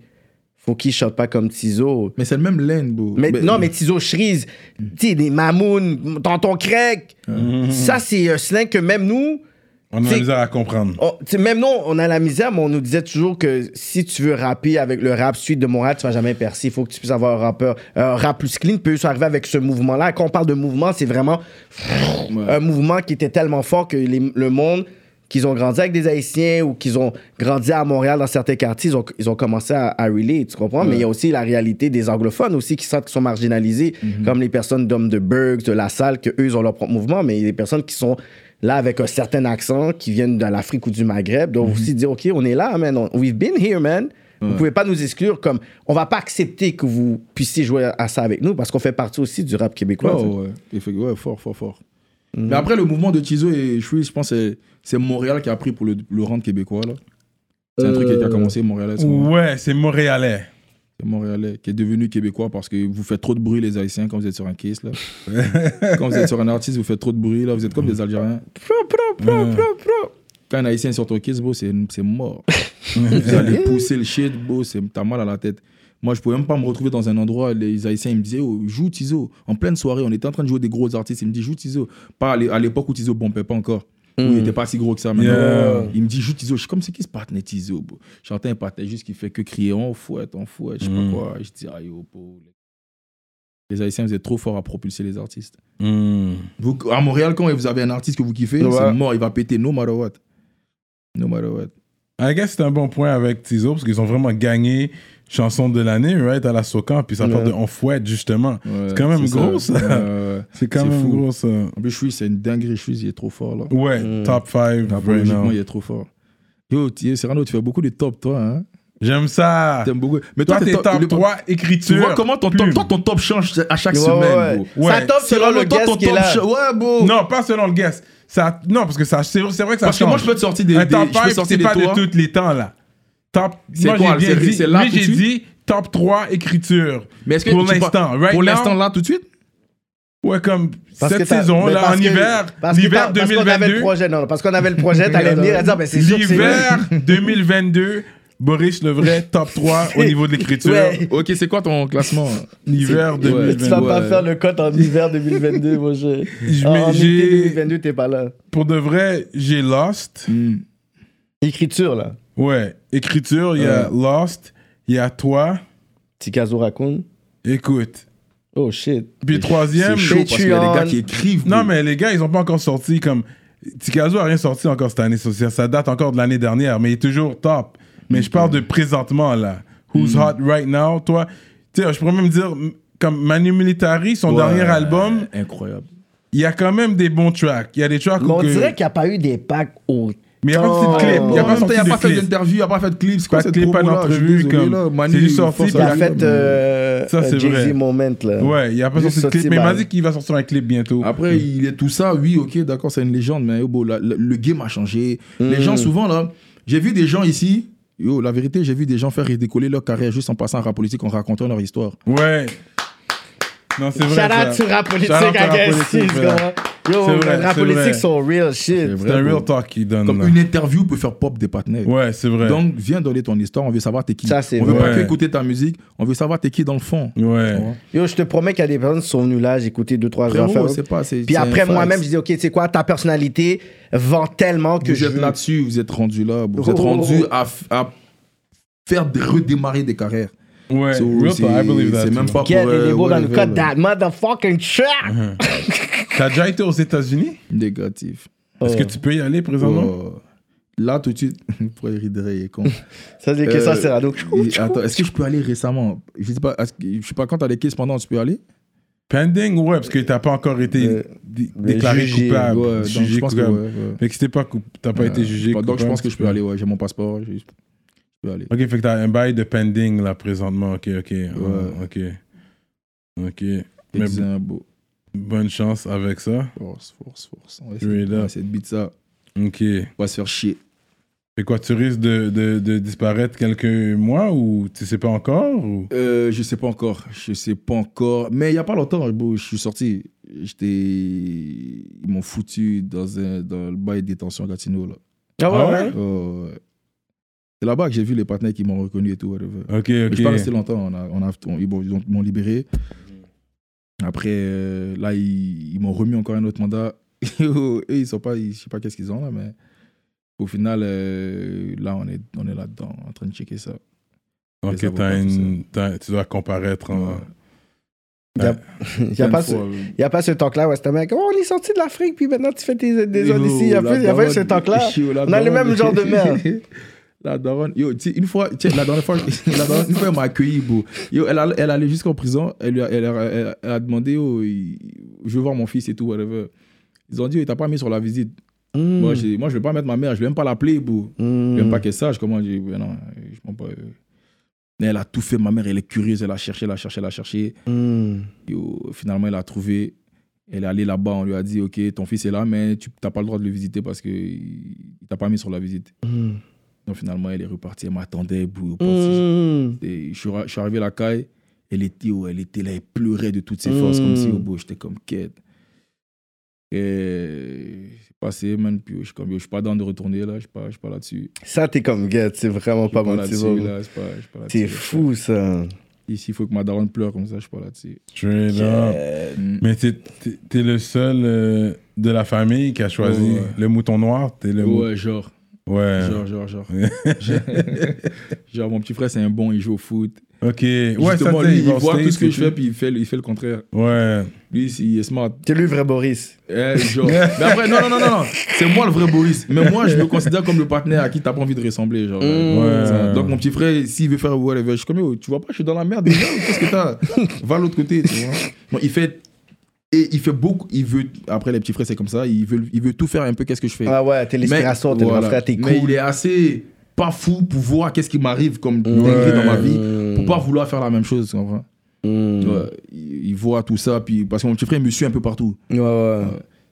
Speaker 2: Fouki chante pas comme Tizo.
Speaker 3: Mais c'est le même lane, bro.
Speaker 2: Mais, non, mais Tizo Cherise, tu sais, des Mamoun, Tonton Craig, ça, c'est un slang que même nous,
Speaker 1: On a
Speaker 2: C'est-
Speaker 1: la misère à comprendre.
Speaker 2: Oh, tu sais, même nous, on a la misère, mais on nous disait toujours que si tu veux rapper avec le rap suite de Montréal, tu vas jamais percer. Il faut que tu puisses avoir un rappeur, un rap plus clean. Puis eux sont arrivés avec ce mouvement-là. Quand on parle de mouvement, c'est vraiment un mouvement qui était tellement fort que les- le monde, qu'ils ont grandi avec des Haïtiens ou qu'ils ont grandi à Montréal dans certains quartiers, ils ont, ils ont commencé à, à relate, tu comprends? Mais il y a aussi la réalité des anglophones aussi qui sentent qu'ils sont marginalisés, comme les personnes d'hommes de Burgs, de La Salle, que eux, ils ont leur propre mouvement, mais il y a des personnes qui sont là avec un certain accent, qui viennent de l'Afrique ou du Maghreb, doivent aussi dire, OK, on est là, man, on- we've been here, man. Vous pouvez pas nous exclure comme on va pas accepter que vous puissiez jouer à ça avec nous parce qu'on fait partie aussi du rap québécois. tu sais.
Speaker 3: Oh, ouais. Effect- ouais, fort, fort, fort.
Speaker 2: Hmm.
Speaker 3: Mais après, le mouvement de Tizo et Chouis, je pense que c'est- c'est Montréal qui a pris pour le, le rendre québécois. là. C'est un truc
Speaker 2: Euh,
Speaker 3: qui a commencé montréalais. c'est Montréal.
Speaker 1: Ouais, c'est montréalais.
Speaker 3: C'est montréalais, qui est devenu québécois parce que vous faites trop de bruit, les Haïtiens, quand vous êtes sur un kiss. Là. quand vous êtes sur un artiste, vous faites trop de bruit. là. Vous êtes comme des Algériens. Pro, pro, pro, pro, pro. Quand un Haïtien sur ton kiss, bro, c'est c'est mort. vous allez pousser le shit, bro, c'est- t'as mal à la tête. Moi, je pouvais même pas me retrouver dans un endroit. Les Haïtiens, ils me disaient, oh, joue Tizo. En pleine soirée, on était en train de jouer des gros artistes. Ils me disent, joue Tizo. Pas à l'é- à l'époque où Tizo bombait pas encore. Où il était pas si gros que ça. Maintenant,
Speaker 1: Hmm. Yeah.
Speaker 3: il me dit, joue Tizo. Je suis comme, c'est qui ce partenaire Tizo bro? J'entends un partenaire juste qui fait que crier, on fouette, on fouette, je sais
Speaker 1: Hmm.
Speaker 3: pas quoi. Je dis, aïe, oh, pauvre. Les Haïtiens, vous êtes trop forts à propulser les artistes.
Speaker 1: Mm.
Speaker 3: Vous, à Montréal, quand vous avez un artiste que vous kiffez,
Speaker 2: Ouais.
Speaker 3: c'est mort, il va péter no matter what. No matter what.
Speaker 1: I guess c'est un bon point avec Tizo parce qu'ils ont vraiment gagné chanson de l'année, right, à la Socan, puis ça parle
Speaker 2: Ouais.
Speaker 1: de On Fouette, justement.
Speaker 3: Ouais,
Speaker 1: C'est quand même gros, ça.
Speaker 3: Ouais, ouais.
Speaker 1: C'est quand
Speaker 3: C'est
Speaker 1: même
Speaker 3: fou.
Speaker 1: gros, ça.
Speaker 3: En plus, Suisse, c'est une dinguerie. Suisse, il est trop fort, là.
Speaker 1: Ouais, top 5 right
Speaker 3: Logiquement,
Speaker 1: now.
Speaker 3: il est trop fort. Yo, Thierry Serrano, tu fais beaucoup de top, toi. Hein
Speaker 1: J'aime ça.
Speaker 3: T'aimes beaucoup. Mais
Speaker 1: Ah. Toi,
Speaker 3: t'es
Speaker 1: t'es
Speaker 3: le-
Speaker 1: top 3 écriture.
Speaker 3: Tu vois comment ton top,
Speaker 1: plume.
Speaker 3: toi, ton top change à chaque
Speaker 2: Ouais,
Speaker 3: semaine,
Speaker 2: ouais,
Speaker 3: bro.
Speaker 2: ouais. Ça
Speaker 1: Ouais.
Speaker 2: top selon
Speaker 3: Serrano,
Speaker 2: le
Speaker 3: toi,
Speaker 2: guest
Speaker 3: ton
Speaker 2: qui est
Speaker 3: top
Speaker 2: là.
Speaker 3: cha- Ouais, bro.
Speaker 1: Non, pas selon le guest. Ça, non, parce que ça, c'est c'est vrai que ça
Speaker 3: Oh. Parce que
Speaker 1: change.
Speaker 3: moi, je peux te sortir des.
Speaker 1: Un
Speaker 3: des-
Speaker 1: top
Speaker 3: je peux
Speaker 1: 5, c'est
Speaker 3: sortir des
Speaker 1: pas
Speaker 3: toits.
Speaker 1: de tous les temps, là. Top.
Speaker 3: C'est
Speaker 1: moi,
Speaker 3: quoi,
Speaker 1: j'ai
Speaker 3: c'est-
Speaker 1: bien dit,
Speaker 3: c'est là
Speaker 1: mais
Speaker 3: tout de
Speaker 1: j'ai
Speaker 3: suite
Speaker 1: dit top 3 écriture.
Speaker 3: Mais est-ce que
Speaker 1: pour
Speaker 3: tu
Speaker 1: l'instant,
Speaker 3: parles-
Speaker 1: right
Speaker 3: Pour
Speaker 1: now-
Speaker 3: l'instant, là, tout de suite
Speaker 1: Ouais, comme
Speaker 2: Parce que
Speaker 1: cette
Speaker 2: t'as-
Speaker 1: saison,
Speaker 2: mais
Speaker 1: là,
Speaker 2: parce
Speaker 1: en
Speaker 2: que-
Speaker 1: hiver,
Speaker 2: parce que
Speaker 1: l'hiver
Speaker 2: t'as- Parce qu'on avait le
Speaker 1: 2022.
Speaker 2: projet, non, parce qu'on avait le projet, t'allais venir et dire, ben c'est sûr que c'est
Speaker 1: L'hiver 2022, Boris le vrai top 3 au niveau de l'écriture.
Speaker 2: Ouais.
Speaker 3: Ok, c'est quoi ton classement
Speaker 1: L'hiver
Speaker 3: C'est-
Speaker 2: Tu vas
Speaker 1: 2022.
Speaker 2: pas
Speaker 3: Ouais.
Speaker 2: faire le cote en hiver 2022, moi je.
Speaker 1: Je
Speaker 2: En,
Speaker 1: mets-
Speaker 2: en
Speaker 1: j'ai-
Speaker 2: été 2022, t'es pas là.
Speaker 1: Pour de vrai, j'ai Lost.
Speaker 3: Hmm.
Speaker 2: Écriture, là.
Speaker 1: Ouais, écriture, il y a Lost, il y a toi.
Speaker 2: Tikazo Raccoon.
Speaker 1: Écoute.
Speaker 2: Oh shit.
Speaker 1: Puis troisième,
Speaker 3: C'est chaud parce qu'il y a des gars qui écrivent.
Speaker 1: Non,
Speaker 3: bro.
Speaker 1: mais les gars, ils ont pas encore sorti comme. Tikazo a rien sorti encore cette année. Ça, ça date encore de l'année dernière, mais il est toujours top. Mais je parle de présentement, là. Who's hot right now? Toi, tu sais, je pourrais même dire, m- comme Manu Militari, son
Speaker 3: Ouais,
Speaker 1: dernier album,
Speaker 3: Incroyable.
Speaker 1: il y a quand même des bons tracks. Il y a des tracks
Speaker 2: Mais on
Speaker 1: où. que-
Speaker 2: dirait qu'il n'y a pas eu des packs au.
Speaker 1: Mais il n'y a pas sorti de clip. Il n'y a
Speaker 2: Oh.
Speaker 1: pas sorti
Speaker 3: Il a
Speaker 1: de
Speaker 3: pas fait
Speaker 1: clip.
Speaker 3: d'interview, il a pas fait de clips. C'est quoi
Speaker 1: Pas de
Speaker 3: cette
Speaker 1: clip, pas
Speaker 3: promo-là Je suis
Speaker 1: d'entrevue,
Speaker 3: désolé,
Speaker 1: comme-
Speaker 3: là. Manu,
Speaker 1: c'est juste
Speaker 3: il
Speaker 1: sorti,
Speaker 3: force
Speaker 1: puis
Speaker 2: Il
Speaker 3: la
Speaker 2: a
Speaker 1: Ouais.
Speaker 3: gueule,
Speaker 2: fait
Speaker 3: mais-
Speaker 2: euh,
Speaker 1: Ça, c'est
Speaker 2: euh, Jay-Z
Speaker 1: vrai.
Speaker 2: Moment, là.
Speaker 1: Ouais, il n'y a pas
Speaker 2: Juste
Speaker 1: sorti de
Speaker 2: sorti
Speaker 1: clip. Mais il
Speaker 2: par-
Speaker 1: m'a dit qu'il va sortir un clip bientôt.
Speaker 3: Après, il est tout ça, oui, ok, d'accord, c'est une légende, mais yo, bon, la- la- le game a changé. Les gens, souvent, là, j'ai vu des gens ici, yo, la vérité, j'ai vu des gens faire redécoller leur carrière juste en passant à rap politique, en racontant leur histoire.
Speaker 1: Ouais. Non, c'est vrai.
Speaker 2: Shout out
Speaker 1: ça.
Speaker 2: to Rap Politique,
Speaker 1: Shout out to
Speaker 2: I
Speaker 1: Rap
Speaker 2: guess.
Speaker 1: Politique,
Speaker 2: c'est
Speaker 1: ouais.
Speaker 2: comme- Yo,
Speaker 1: C'est vrai,
Speaker 2: Rap
Speaker 1: c'est vrai.
Speaker 2: Politique sont real shit.
Speaker 1: C'est un real talk qu'il donne.
Speaker 3: Comme
Speaker 1: là.
Speaker 3: une interview peut faire pop des partenaires.
Speaker 1: Ouais, c'est vrai.
Speaker 3: Donc, viens donner ton histoire, on veut savoir t'es qui.
Speaker 2: Ça, c'est
Speaker 3: on veut
Speaker 1: vrai.
Speaker 3: pas que
Speaker 1: Ouais.
Speaker 3: écouter ta musique, on veut savoir t'es qui dans le fond.
Speaker 1: Ouais.
Speaker 2: Yo, je te promets qu'il y a des personnes qui sont venues là, j'ai écouté deux, trois
Speaker 3: Frérot,
Speaker 2: affaires.
Speaker 3: c'est pas- c'est-
Speaker 2: Puis
Speaker 3: c'est un
Speaker 2: après,
Speaker 3: fax.
Speaker 2: moi-même, je dis, OK, tu sais quoi, ta personnalité vend tellement que
Speaker 3: Vous
Speaker 2: je.
Speaker 3: êtes
Speaker 2: veux-
Speaker 3: là-dessus, vous êtes rendu là, vous êtes
Speaker 2: Oh, oh, oh.
Speaker 3: rendu à, f- à faire des- redémarrer des carrières.
Speaker 1: Ouais.
Speaker 3: So,
Speaker 1: real
Speaker 3: c'est-
Speaker 1: talk, I believe that.
Speaker 3: c'est même
Speaker 1: too.
Speaker 3: pas
Speaker 2: Get
Speaker 3: pour,
Speaker 2: it,
Speaker 3: euh,
Speaker 2: les beaux dans le
Speaker 3: whatever,
Speaker 2: code that
Speaker 3: là.
Speaker 2: motherfucking track.
Speaker 1: T'as déjà été aux États-Unis
Speaker 3: Négatif.
Speaker 1: Est-ce que tu peux y aller présentement
Speaker 3: Oh. Là, tout de suite, pourquoi il riderait, il est con.
Speaker 2: Ça, c'est
Speaker 3: Euh,
Speaker 2: que ça, c'est Rado.
Speaker 3: Et attends, est-ce que je peux aller récemment Je sais pas, est-ce que- je sais pas quand t'as les caisses pendant, tu peux aller
Speaker 1: Pending, ouais, parce que t'as pas encore été
Speaker 2: Euh,
Speaker 1: dé- déclaré
Speaker 2: jugé,
Speaker 1: coupable.
Speaker 3: Ouais, donc
Speaker 1: jugé
Speaker 3: je pense que
Speaker 1: coupable.
Speaker 3: ouais, ouais.
Speaker 1: Fait que si t'es pas coup- t'as pas été
Speaker 3: Euh,
Speaker 1: jugé
Speaker 3: bah,
Speaker 1: coupable.
Speaker 3: Donc je pense que je peux
Speaker 1: tu
Speaker 3: aller, ouais, j'ai mon passeport, je, je peux aller.
Speaker 1: Ok, fait que t'as un bail de pending là présentement. Ok, ok.
Speaker 3: Ouais.
Speaker 1: Ok. Ok.
Speaker 3: Et
Speaker 1: Mais
Speaker 3: dis un beau.
Speaker 1: bonne chance avec ça.
Speaker 3: Force, force, force. On va essayer,
Speaker 1: Straight
Speaker 3: on va
Speaker 1: up.
Speaker 3: essayer de beat ça.
Speaker 1: Ok. Fait
Speaker 3: On va se faire chier.
Speaker 1: quoi, tu risques de, de, de disparaître quelques mois ou tu sais pas encore ou...
Speaker 3: Euh, je sais pas encore, je sais pas encore. Mais il y a pas longtemps, bon, je suis sorti. J'étais, ils m'ont foutu dans un dans le bail de détention à Gatineau là.
Speaker 2: Ah
Speaker 1: ouais, ouais?
Speaker 3: Oh, ouais. C'est là-bas que j'ai vu les partenaires qui m'ont reconnu et tout. whatever.
Speaker 1: Ok,
Speaker 3: Mais Je suis pas resté
Speaker 1: ok.
Speaker 3: longtemps. On a, on a, on- ils m'ont- ils ont- m'ont libéré. Après, euh, là, ils, ils m'ont remis encore un autre mandat. Eux, ils sont pas, ils- je sais pas qu'est-ce qu'ils ont là, mais Au final, euh, là, on est, on est là-dedans, en train de checker ça.
Speaker 1: Donc,
Speaker 3: ça vaut
Speaker 1: t'as
Speaker 3: pas tout
Speaker 1: une- t'as- tu dois comparaître en.
Speaker 3: Ouais.
Speaker 2: Il n'y a,
Speaker 1: Ouais.
Speaker 2: y a
Speaker 3: Plein
Speaker 2: pas
Speaker 3: de
Speaker 2: ce,
Speaker 3: fois, euh,
Speaker 2: y a pas ce temps-là, ouais, c'était mec. Oh, on est sorti de l'Afrique, puis maintenant tu fais tes, des
Speaker 3: Yo,
Speaker 2: zones ici. Il n'y a
Speaker 3: la
Speaker 2: pas y a pas
Speaker 3: daronne,
Speaker 2: ce temps-là.
Speaker 3: chiot, la
Speaker 2: On a le
Speaker 3: daronne.
Speaker 2: même genre de merde.
Speaker 3: La daronne, yo, tu sais, une fois, tu sais, la dernière fois, la daronne, une fois, elle m'a accueilli, bro. Yo, elle, a- elle allait jusqu'en prison, elle, lui a- elle, a- elle a- elle a demandé, yo, il- je veux voir mon fils et tout, whatever. Ils ont dit, yo, t'as pas mis sur la visite.
Speaker 2: Mm.
Speaker 3: Moi, j'ai, moi, je vais pas mettre ma mère, je vais même pas l'appeler, bro. Je vais même pas qu'elle sache comment, j'ai, ouais, non, je m'en pas. euh. Mais elle a tout fait, ma mère, elle est curieuse, elle a cherché, elle a cherché, elle a cherché.
Speaker 2: Mm.
Speaker 3: Yo, finalement, elle a trouvé. Elle est allée là-bas. On lui a dit Ok, ton fils est là, mais tu n'as pas le droit de le visiter parce qu'il ne t'a pas mis sur la visite.
Speaker 2: Mm.
Speaker 3: Donc finalement, elle est repartie. Elle m'attendait. bou- au portique.
Speaker 2: Mm.
Speaker 3: Et Je suis ra- je suis arrivé à la caille. Elle était, oh, elle était là. Elle pleurait de toutes ses forces, comme si
Speaker 2: Mm.
Speaker 3: au bout, j'étais comme quête. Et c'est passé, man. Puis, oh, je suis comme, yo, je suis pas dans de retourner là. Je suis pas, je suis pas là-dessus.
Speaker 2: Ça, t'es comme guette, c'est vraiment
Speaker 3: Je suis
Speaker 2: pas
Speaker 3: pas
Speaker 2: motivant.
Speaker 3: là-dessus. là, Je suis pas- je suis pas là-dessus,
Speaker 2: T'es
Speaker 3: là, je suis pas-
Speaker 2: fou, ça.
Speaker 3: Ici, il faut que ma daronne pleure comme ça. Je suis pas là-dessus.
Speaker 1: Straight up.
Speaker 2: Euh,
Speaker 3: Mm.
Speaker 1: Mais t'es- t'es t'es le seul euh, de la famille qui a choisi
Speaker 3: Ouais.
Speaker 1: le mouton noir. T'es le mouton.
Speaker 3: Ouais, genre.
Speaker 1: Ouais.
Speaker 3: Genre, genre, genre. genre. Genre, mon petit frère, c'est un bon, il joue au foot.
Speaker 1: Ok. Ouais,
Speaker 3: Justement,
Speaker 1: ça, t'es-
Speaker 3: lui, il
Speaker 1: va au
Speaker 3: voit tout
Speaker 1: States
Speaker 3: ce que
Speaker 1: et
Speaker 3: je fais, puis il fait, le- il fait le contraire.
Speaker 1: Ouais.
Speaker 3: Lui, c'est- il est smart.
Speaker 2: T'es le vrai Boris.
Speaker 3: Eh, genre. Mais après, non, non, non, non, non. C'est moi le vrai Boris. Mais moi, je me considère comme le partenaire à qui t'as pas envie de ressembler. Genre.
Speaker 1: Ouais.
Speaker 3: Ça. Donc, mon petit frère, s'il veut faire whatever, je suis comme, Yo, tu vois pas, je suis dans la merde déjà. Qu'est-ce que t'as Va à l'autre côté, tu vois. Bon, il fait. Et il fait beaucoup. Il veut. Après, les petits frères, c'est comme ça. Il veut, il veut tout faire un peu. Qu'est-ce que je fais
Speaker 2: Ah ouais, t'es l'inspiration,
Speaker 3: Mais-
Speaker 2: t'es le
Speaker 3: voilà.
Speaker 2: grand frère, t'es
Speaker 3: Mais il
Speaker 2: cool.
Speaker 3: est assez pas fou pour voir qu'est-ce qui m'arrive comme dinguerie dans ma vie pour pas vouloir faire la même chose. tu comprends
Speaker 2: Mm.
Speaker 3: Ouais, il, il voit tout ça. Puis, parce que mon petit frère il me suit un peu partout.
Speaker 2: Ouais, ouais.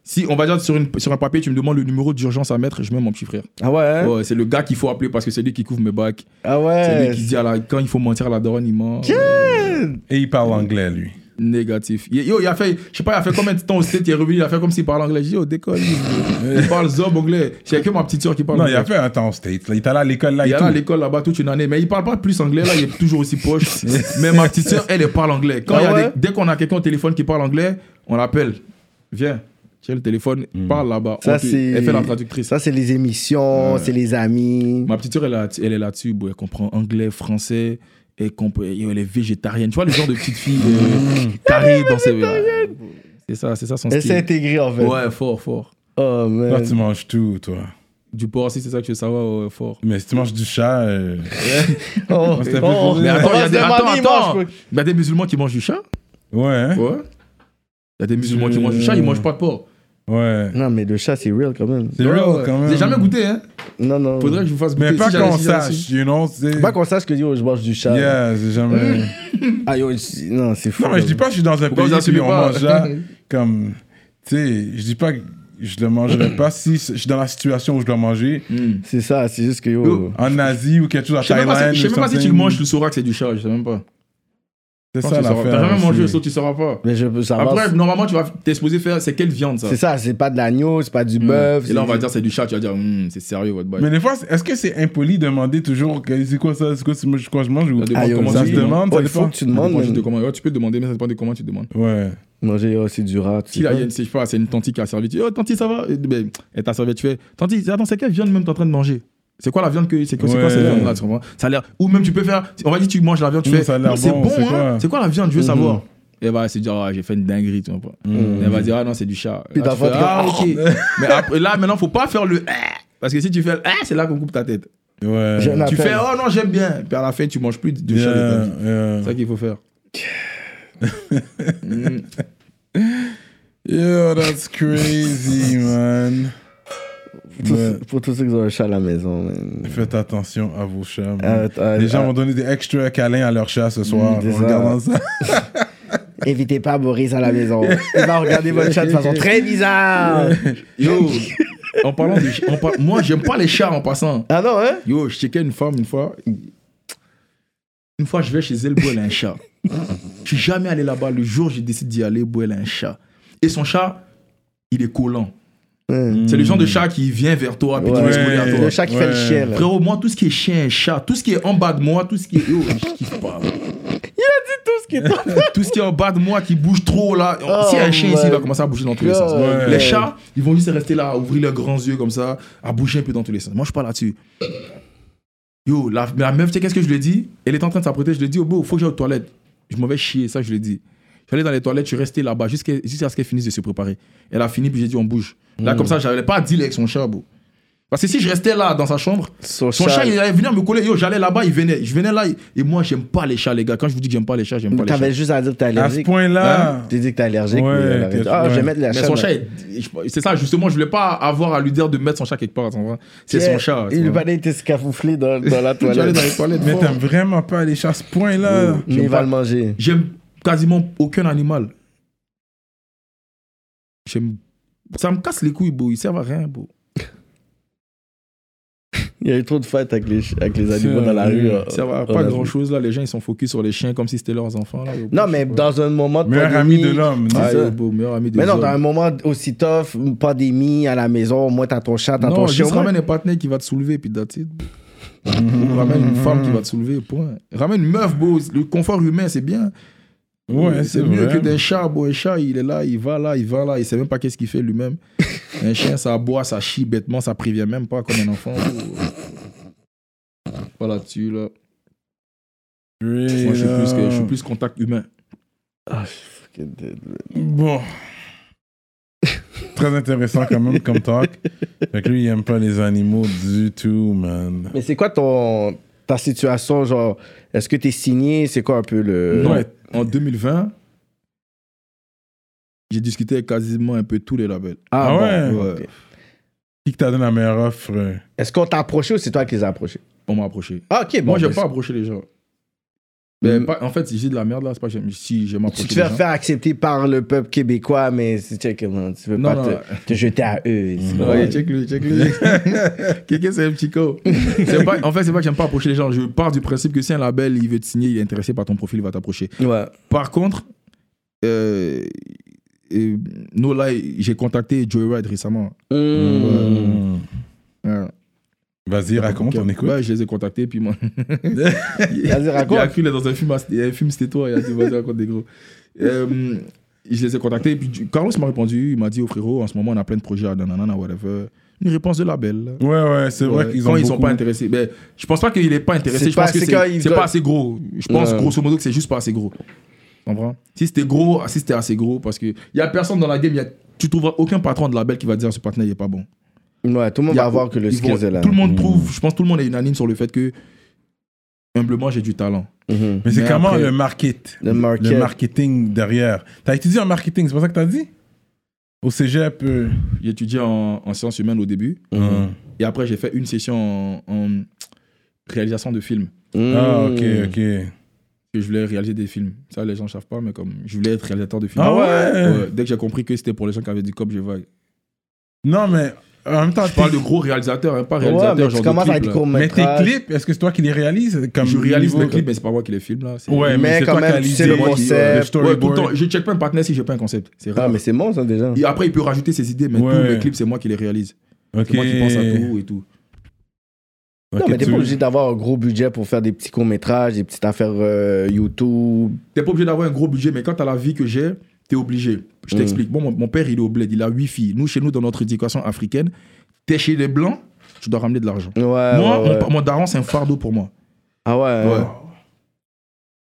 Speaker 3: Si on va dire sur, une, sur un papier, tu me demandes le numéro d'urgence à mettre, je mets mon petit frère.
Speaker 2: Ah ouais, hein?
Speaker 3: Ouais, c'est le gars qu'il faut appeler parce que c'est lui qui couvre mes bacs.
Speaker 2: Ah
Speaker 3: C'est
Speaker 2: ouais.
Speaker 3: lui qui dit à la, quand il faut mentir à la daronne, il ment.
Speaker 1: Et il parle anglais, lui.
Speaker 3: Négatif. Il- Yo, il a fait, je sais pas, il a fait combien de temps au state, il est revenu, il a fait comme s'il parlait anglais. J'ai dit, oh, décolle. lui. Il parle zob anglais. C'est que ma petite soeur qui parle
Speaker 1: Non,
Speaker 3: anglais.
Speaker 1: il a fait un temps aux States. là. Il est allé à l'école là
Speaker 3: Il
Speaker 1: et
Speaker 3: est allé à
Speaker 1: tout.
Speaker 3: l'école là-bas toute une année, mais il parle pas plus anglais, là, il est toujours aussi poche. mais ma petite soeur, elle, elle parle anglais. Quand
Speaker 2: Ah
Speaker 3: il y a
Speaker 2: ouais
Speaker 3: des- dès qu'on a quelqu'un au téléphone qui parle anglais, on l'appelle. Viens, tiens le téléphone,
Speaker 1: Hmm.
Speaker 3: parle là-bas.
Speaker 2: Ça,
Speaker 3: On te-
Speaker 2: c'est-
Speaker 3: Elle fait la traductrice.
Speaker 2: Ça, c'est les émissions, c'est les amis.
Speaker 3: Ma petite soeur, elle, a- elle est là-dessus, bon, elle comprend anglais, français, elle, comprend, yo, elle est végétarienne. Tu vois le genre de petite fille
Speaker 1: Hmm.
Speaker 3: euh, carrée dans ses. C'est ça, c'est ça son
Speaker 2: Elle s'est
Speaker 3: style.
Speaker 2: intégrée, en fait.
Speaker 3: Ouais, fort, fort.
Speaker 2: Oh,
Speaker 1: Toi,
Speaker 2: man.
Speaker 1: tu manges tout, toi.
Speaker 3: Du porc aussi, c'est ça que tu veux savoir, ouais, fort.
Speaker 1: Mais si tu manges du chat, euh,
Speaker 2: Oh,
Speaker 1: c'était
Speaker 2: oh,
Speaker 1: pas
Speaker 2: oh.
Speaker 1: posé.
Speaker 3: Mais attends,
Speaker 2: On
Speaker 3: il y
Speaker 2: va
Speaker 3: a
Speaker 2: se
Speaker 3: des, attends,
Speaker 2: demander, il mange,
Speaker 3: attends.
Speaker 2: quoi.
Speaker 3: Il y a des musulmans qui mangent du chat.
Speaker 1: ouais, hein?
Speaker 3: Ouais. Il y a des musulmans qui mangent du chat, ils mangent pas de porc.
Speaker 1: ouais.
Speaker 2: Non, mais le chat, c'est real quand même.
Speaker 1: C'est real quand même.
Speaker 3: J'ai jamais goûté, hein.
Speaker 2: Non, non.
Speaker 3: Faudrait que je vous fasse goûter.
Speaker 1: Mais pas
Speaker 3: Si j'avais-
Speaker 1: qu'on
Speaker 3: si j'avais
Speaker 1: sache,
Speaker 3: su.
Speaker 1: you know, c'est.
Speaker 2: Pas qu'on sache que yo, je mange du chat.
Speaker 1: Yeah, j'ai jamais.
Speaker 2: Ah, yo, je- non, c'est fou.
Speaker 1: Non, mais je dis pas que je suis dans un
Speaker 3: Pourquoi vous
Speaker 1: pays
Speaker 3: assumez
Speaker 1: où on
Speaker 3: pas
Speaker 1: mange là, comme, tu sais, je dis pas que je le mangerais pas si je suis dans la situation où je dois manger,
Speaker 2: C'est ça, c'est juste que
Speaker 3: Yo.
Speaker 2: yo.
Speaker 1: en Asie ou quelque chose à
Speaker 3: Oh. Je sais même pas
Speaker 1: Hmm. Thaïlande
Speaker 3: si- je sais
Speaker 1: ou
Speaker 3: même pas si tu
Speaker 1: something.
Speaker 3: le manges, tu sauras que c'est du chat, je sais même pas.
Speaker 1: C'est
Speaker 3: Je pense
Speaker 1: ça
Speaker 3: que tu sauras-
Speaker 1: l'affaire. hein,
Speaker 3: T'as jamais
Speaker 1: aussi.
Speaker 3: mangé, ça tu sauras pas.
Speaker 2: Mais je peux savoir.
Speaker 3: Après, normalement, tu vas t'es supposé faire, c'est quelle viande ça
Speaker 2: c'est ça, c'est pas de l'agneau, c'est pas du
Speaker 3: Mm.
Speaker 2: bœuf.
Speaker 3: Et là, on va
Speaker 2: c'est-
Speaker 3: dire c'est du chat, tu vas dire, Hum, c'est sérieux votre bail.
Speaker 1: Mais des fois, c'est- est-ce que c'est impoli de demander toujours que c'est quoi ça, c'est quoi, c'est moi, quoi je mange ou
Speaker 3: Ça dépend
Speaker 2: Ah, yo,
Speaker 3: comment
Speaker 1: ça
Speaker 3: tu
Speaker 1: se
Speaker 3: demandes.
Speaker 1: demande,
Speaker 2: Oh,
Speaker 1: ça
Speaker 2: il faut
Speaker 1: dépend.
Speaker 2: que tu
Speaker 3: Ça
Speaker 2: demandes.
Speaker 3: dépend juste de
Speaker 2: man.
Speaker 3: comment- ouais, tu peux demander, mais ça dépend de comment tu demandes.
Speaker 1: Ouais.
Speaker 2: Manger, oh, c'est du rat. tu
Speaker 3: Si là,
Speaker 2: sais
Speaker 3: il y a une- c'est- je sais pas, c'est une tantie qui a servi, tu dis, oh, tantie, ça va Et ben, Elle t'a servi, tu fais, tantie, attends, c'est quelle viande même t'es en train de manger C'est quoi la viande que. C'est quoi, c'est quoi cette
Speaker 1: Ouais.
Speaker 3: viande-là tu comprends Ça a l'air. Ou même tu peux faire, on va dire, tu manges la viande, tu
Speaker 1: Mm,
Speaker 3: fais,
Speaker 1: ça a l'air
Speaker 3: mm, c'est
Speaker 1: bon,
Speaker 3: bon,
Speaker 1: c'est
Speaker 3: hein
Speaker 1: quoi Mm-hmm.
Speaker 3: C'est quoi la viande Je veux savoir. Et bah, elle se dit, ah, j'ai fait une dinguerie, tu vois. Elle va dire, ah non, c'est du chat.
Speaker 2: Puis
Speaker 3: Là,
Speaker 2: dans
Speaker 3: tu fais,
Speaker 2: votre-
Speaker 3: ah, ok. Mais après, là, maintenant, faut pas faire le. Ah Parce que si tu fais le. Ah c'est là qu'on coupe ta tête.
Speaker 1: Ouais.
Speaker 2: J'ai un
Speaker 3: Tu
Speaker 2: appel.
Speaker 3: fais, oh non, j'aime bien. Puis à la fin, tu manges plus de
Speaker 1: Yeah,
Speaker 3: chat de ta vie.
Speaker 1: yeah.
Speaker 3: C'est ça qu'il faut faire. Mm.
Speaker 1: Yo, that's crazy, man.
Speaker 2: Pour tous-
Speaker 1: Ouais.
Speaker 2: Pour tous ceux qui ont un chat à la maison. man.
Speaker 1: Faites attention à vos chats. man.
Speaker 2: Arrête, arrête,
Speaker 1: Les gens
Speaker 2: arrête. Mm,
Speaker 1: vont donner des extra câlins à leurs chats ce soir.
Speaker 2: c'est
Speaker 1: en
Speaker 2: ça.
Speaker 1: regardant ça.
Speaker 2: Évitez pas Boris à la maison. Il va regarder votre chat de façon très bizarre.
Speaker 3: Yo, en parlant de. ch- en par- Moi, j'aime pas les chats en passant.
Speaker 2: Ah non, hein?
Speaker 3: Yo, je checkais une femme une fois. Une fois, je vais chez elle, boy, elle a un chat. Je suis jamais allé là-bas. Le jour, je décide d'y aller, boy, elle a un chat. Et son chat, il est collant.
Speaker 2: Mm.
Speaker 3: C'est le genre de chat qui vient vers toi, puis qui
Speaker 2: Ouais.
Speaker 3: veut se coller à toi.
Speaker 2: Le chat qui fait le
Speaker 1: Ouais.
Speaker 2: chien, là.
Speaker 3: Frérot, moi, tout ce qui est chien, chat, tout ce qui est en bas de moi, tout ce qui est. Yo, je kiffe pas.
Speaker 2: Tout ce qui est en
Speaker 3: Tout ce qui est en bas de moi qui bouge trop là. si y a un chien
Speaker 2: Oh my
Speaker 3: ici, il va commencer à bouger dans tous les
Speaker 2: God.
Speaker 3: sens.
Speaker 2: Ouais.
Speaker 3: Les chats, ils vont juste rester là, à ouvrir leurs grands yeux comme ça, à bouger un peu dans tous les sens. Moi, je suis pas là-dessus. Yo, la, mais la meuf, tu sais, qu'est-ce que je lui ai dit Elle est en train de s'apprêter. Je lui ai dit, oh, beau, faut que j'aille aux toilettes. Je m'en vais chier, ça, je lui ai dit. Je suis allé dans les toilettes, je suis resté là-bas jusqu'à jusqu'à ce qu'elle finisse de se préparer. Elle a fini, puis j'ai dit, on bouge. Là,
Speaker 2: Hmm.
Speaker 3: comme ça, j'avais pas à dealer avec son chat, beau. Parce que si je restais là, dans sa chambre,
Speaker 2: Son
Speaker 3: son
Speaker 2: chat,
Speaker 3: chat, il allait venir me coller. Yo, j'allais là-bas, il venait. Je venais là. il- Et moi, j'aime pas les chats, les gars. Quand je vous dis que j'aime pas les chats, j'aime pas les chats.
Speaker 2: T'avais juste à dire que t'es
Speaker 1: À ce
Speaker 2: allergique. Hein?
Speaker 1: point-là.
Speaker 2: T'as dit que t'es allergique.
Speaker 1: Ouais,
Speaker 2: mais elle aurait dit,
Speaker 1: t'es-
Speaker 2: Ah, je vais
Speaker 1: ouais.
Speaker 2: mettre la
Speaker 3: Mais
Speaker 2: chatte
Speaker 3: son
Speaker 2: dans-
Speaker 3: chat, il- je- c'est ça, justement, je voulais pas avoir à lui dire de mettre son chat quelque part. tu vois. C'est
Speaker 2: Yeah.
Speaker 3: son chat. tu
Speaker 2: Il
Speaker 3: vois.
Speaker 2: va aller te camoufler dans, dans la
Speaker 3: J'allais
Speaker 2: toilette.
Speaker 3: dans les toilettes,
Speaker 1: Mais
Speaker 3: fort. Oh.
Speaker 1: t'aimes vraiment pas les chats à ce point-là.
Speaker 2: Mais il va le manger.
Speaker 3: J'aime quasiment aucun animal. J'aime. Ça me casse les couilles, beau. Ils servent à rien, beau.
Speaker 2: Il y a eu trop de fêtes avec les, ch- avec les animaux dans la rue.
Speaker 3: Ils servent à
Speaker 2: Euh, on
Speaker 3: pas
Speaker 2: a vu.
Speaker 3: grand chose, là. Les gens, ils sont focus sur les chiens comme si c'était leurs enfants, là. Yo,
Speaker 2: Non,
Speaker 3: je
Speaker 2: mais
Speaker 3: sais pas.
Speaker 2: dans un moment de
Speaker 1: Meilleur ami
Speaker 2: pandémie-
Speaker 1: de l'homme. non?
Speaker 2: c'est
Speaker 3: Ah, yo,
Speaker 2: ça.
Speaker 3: beau, meilleur ami des
Speaker 2: Mais non,
Speaker 3: hommes.
Speaker 2: dans un moment aussi tough, une pandémie à la maison, moi, t'as ton chat, t'as ton
Speaker 3: Non,
Speaker 2: chien.
Speaker 3: juste
Speaker 2: au moins.
Speaker 3: ramène un partenaire qui va te soulever, puis that's it. Ou ramène une femme qui va te soulever, point. Ramène une meuf, beau. Le confort humain, c'est bien.
Speaker 1: Ouais,
Speaker 3: c'est mieux que des chats. Bon, un chat, il est là, il va là, il va là, il sait même pas qu'est-ce qu'il fait lui-même. un chien, ça aboie, ça chie bêtement, ça prévient même pas comme un enfant. voilà, tu là. Moi, je suis, plus que- je
Speaker 2: euh,
Speaker 3: suis plus contact humain.
Speaker 2: Ah,
Speaker 1: Bon. Très intéressant quand même comme talk. Fait que lui, il aime pas les animaux du tout, man.
Speaker 2: Mais c'est quoi ton, ta situation, genre, est-ce que t'es signé? C'est quoi un peu le...
Speaker 3: Non, en 2020, j'ai discuté avec quasiment un peu tous les labels.
Speaker 2: Ah,
Speaker 1: Ah
Speaker 2: ouais?
Speaker 1: ouais?
Speaker 3: Ouais.
Speaker 1: Qui que t'a donné la meilleure offre euh?
Speaker 2: Est-ce qu'on t'a approché ou c'est toi qui les as approchés?
Speaker 3: On m'a approché.
Speaker 2: Ah, ok. Bon,
Speaker 3: Moi, j'aime
Speaker 2: mais
Speaker 3: pas
Speaker 2: c'est-
Speaker 3: approcher les gens. Mais
Speaker 2: Mm.
Speaker 3: pas- en fait, si j'ai de la merde là, c'est pas hein. que j'aime. Si j'aime approcher
Speaker 2: Tu te
Speaker 3: les
Speaker 2: fais
Speaker 3: gens.
Speaker 2: faire accepter par le peuple québécois, mais c'est check, man, tu veux
Speaker 3: Non,
Speaker 2: pas
Speaker 3: non.
Speaker 2: Te, te jeter à eux. tu vois.
Speaker 3: Ouais, check lui, check lui. Quelqu'un, c'est un petit co. C'est pas- En fait, c'est pas que j'aime pas approcher les gens. Je pars du principe que si un label, il veut te signer, il est intéressé par ton profil, il va t'approcher.
Speaker 2: Ouais.
Speaker 3: Par contre, euh, euh, no lie, j'ai contacté Joyride récemment.
Speaker 2: Mmh.
Speaker 1: Hmm.
Speaker 3: Ouais.
Speaker 1: Vas-y,
Speaker 3: Ah,
Speaker 1: raconte, on écoute.
Speaker 3: Ouais, je les ai contactés, puis moi.
Speaker 2: Vas-y,
Speaker 3: Il a
Speaker 2: raconte.
Speaker 3: cru là, dans un film, il y a un film, c'était toi, il a dit vas-y raconte des gros. Euh, je les ai contactés, et puis du- Carlos m'a répondu, il m'a dit oh frérot, en ce moment on a plein de projets à nanana, whatever. Une réponse de label.
Speaker 1: Ouais, ouais, c'est vrai
Speaker 3: Ouais,
Speaker 1: qu'ils
Speaker 3: quand
Speaker 1: ont.
Speaker 3: ils sont
Speaker 1: beaucoup-
Speaker 3: pas intéressés. Ben, je pense pas qu'il est pas
Speaker 2: C'est
Speaker 3: intéressé, je
Speaker 2: pas-
Speaker 3: pense que
Speaker 2: c'est
Speaker 3: c'est
Speaker 2: qu'il
Speaker 3: c'est
Speaker 2: doit-
Speaker 3: pas assez gros. Je pense
Speaker 2: Ouais.
Speaker 3: grosso modo que c'est juste pas assez gros. Tu comprends Si c'était gros, si c'était assez gros, parce que il y a personne dans la game, il y a- tu trouveras aucun patron de label qui va dire ce partenaire il est pas bon.
Speaker 2: Ouais, tout le monde
Speaker 3: Il y a-
Speaker 2: va voir que le
Speaker 3: ils vont-
Speaker 2: skills est là.
Speaker 3: Tout le
Speaker 1: Mm.
Speaker 3: monde trouve, je pense que tout le monde est unanime sur le fait que humblement j'ai du talent.
Speaker 2: Mhm.
Speaker 1: Mais c'est
Speaker 3: Mais
Speaker 1: comment
Speaker 3: après-
Speaker 1: le market
Speaker 2: Le market.
Speaker 1: Le marketing derrière. T'as étudié en marketing, c'est pas ça que t'as dit Au cégep. euh,
Speaker 3: J'ai étudié en, en sciences humaines au début.
Speaker 2: Mm-hmm.
Speaker 1: hein.
Speaker 3: Et après, j'ai fait une session en, en réalisation de films.
Speaker 2: Mmh.
Speaker 1: Ah, ok,
Speaker 3: Hmm.
Speaker 1: ok.
Speaker 3: Que je voulais réaliser des films. Ça, les gens ne savent pas, mais comme je voulais être réalisateur de films.
Speaker 1: Ah ouais
Speaker 3: Ouais, dès que j'ai compris que c'était pour les gens qui avaient du cop, j'ai vague.
Speaker 1: Non, mais en même temps,
Speaker 3: Je parle
Speaker 1: tes-
Speaker 3: de gros réalisateurs, hein, pas
Speaker 2: Ouais,
Speaker 3: réalisateur
Speaker 2: mais
Speaker 3: genre
Speaker 2: tu
Speaker 3: de
Speaker 2: commences à
Speaker 3: clip,
Speaker 2: être
Speaker 3: là.
Speaker 2: court
Speaker 1: mais tes clips, est-ce que c'est toi qui les réalises comme
Speaker 3: Je réalise
Speaker 1: niveau-
Speaker 3: les clips, mais c'est pas moi qui les filme là. C'est-
Speaker 1: Ouais, mais,
Speaker 2: Mais
Speaker 1: c'est
Speaker 2: quand
Speaker 1: toi qui as
Speaker 2: même, tu sais
Speaker 1: l'idée,
Speaker 2: le
Speaker 1: moi qui-
Speaker 2: concept.
Speaker 1: le
Speaker 3: Ouais, tout le
Speaker 1: storyboard.
Speaker 3: temps. Je check pas un partenaire si j'ai pas un concept. C'est
Speaker 2: Ah,
Speaker 3: rare.
Speaker 2: mais c'est bon, ça, déjà.
Speaker 3: Et après, il peut rajouter ses idées, mais
Speaker 1: Ouais.
Speaker 3: tous mes clips, c'est moi qui les réalise.
Speaker 1: Ok.
Speaker 3: C'est moi qui pense à tout et tout.
Speaker 2: Non,
Speaker 1: Ok,
Speaker 2: mais t'es
Speaker 1: tu-
Speaker 2: pas obligé d'avoir un gros budget pour faire des petits courts-métrages, des petites affaires euh, YouTube.
Speaker 3: T'es pas obligé d'avoir un gros budget, mais quand t'as la vie que j'ai, t'es obligé. Je
Speaker 2: Mm.
Speaker 3: t'explique. Bon, mon, mon père, il est au bled, il a huit filles. Nous, chez nous, dans notre éducation africaine, t'es chez les blancs, tu dois ramener de l'argent.
Speaker 2: Ouais,
Speaker 3: moi,
Speaker 2: Ah ouais,
Speaker 3: mon
Speaker 2: ouais.
Speaker 3: pa- Mon, daron, c'est un fardeau pour moi.
Speaker 2: Ah ouais,
Speaker 3: Ouais.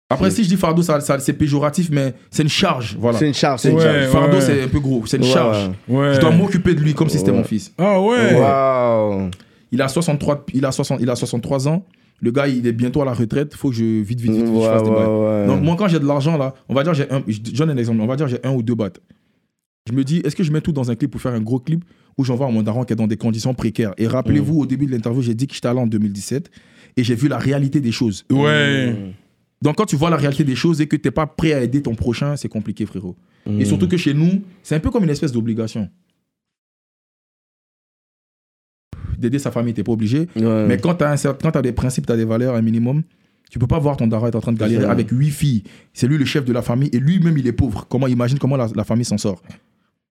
Speaker 3: Après, si je dis fardeau, ça, ça- c'est péjoratif, mais c'est une charge. Voilà.
Speaker 2: C'est une charge, c'est une
Speaker 1: Ouais,
Speaker 2: charge.
Speaker 3: fardeau,
Speaker 1: ouais.
Speaker 3: c'est un peu gros. C'est une
Speaker 2: Ouais,
Speaker 3: charge.
Speaker 2: ouais.
Speaker 1: Ouais.
Speaker 3: Je dois m'occuper de lui comme si c'était
Speaker 2: Ouais.
Speaker 3: mon fils.
Speaker 1: Ah ouais.
Speaker 2: Wow.
Speaker 3: Il a 63, il a 60, il a 63 ans. Le gars, il est bientôt à la retraite. Faut que je vite, vite, vite, vite, je
Speaker 2: Ouais,
Speaker 3: fasse des bails.
Speaker 2: ouais, ouais.
Speaker 3: Donc moi quand j'ai de l'argent là, on va dire j'ai un, je donne un exemple, on va dire j'ai un ou deux battes. Je me dis est-ce que je mets tout dans un clip pour faire un gros clip ou j'envoie à mon daron qui est dans des conditions précaires. Et
Speaker 2: Mm.
Speaker 3: rappelez-vous au début de l'interview j'ai dit que j'étais allé en 2017 et j'ai vu la réalité des choses.
Speaker 1: Ouais.
Speaker 3: Donc quand tu vois la réalité des choses et que t'es pas prêt à aider ton prochain c'est compliqué frérot.
Speaker 2: Mm. Hmm.
Speaker 3: Et surtout que chez nous c'est un peu comme une espèce d'obligation. D'aider sa famille t'es pas obligé.
Speaker 2: Ouais.
Speaker 3: Mais quand tu as, des principes, tu as des valeurs, un minimum, tu peux pas voir ton daron être en train de galérer
Speaker 2: ça.
Speaker 3: avec huit filles. C'est lui le chef de la famille et lui-même, il est pauvre. Comment Imagine comment la, la famille s'en sort.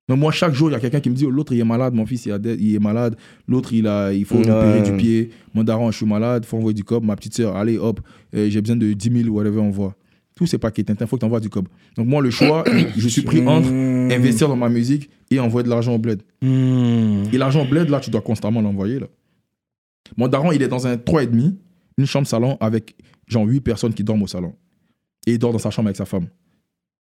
Speaker 3: Donc moi, chaque jour, il y a quelqu'un qui me dit, oh, l'autre, il est malade, mon fils, il, a des- il est malade, l'autre, il, a- il faut
Speaker 2: Ouais.
Speaker 3: opérer du pied, mon daron, je suis malade, faut envoyer du cop, ma petite soeur, allez, hop, euh, j'ai besoin de 10 000, whatever, on voit. Tout c'est paquet, Tintin, faut que t'envoies du cob. Donc moi, le choix, je suis
Speaker 2: Mm.
Speaker 3: pris entre
Speaker 1: Hmm.
Speaker 3: investir dans ma musique et envoyer de l'argent au bled.
Speaker 1: Hmm.
Speaker 3: Et l'argent au bled, là, tu dois constamment l'envoyer. là. Mon daron, il est dans un 3,5, une chambre salon avec genre 8 personnes qui dorment au salon. Et il dort dans sa chambre avec sa femme.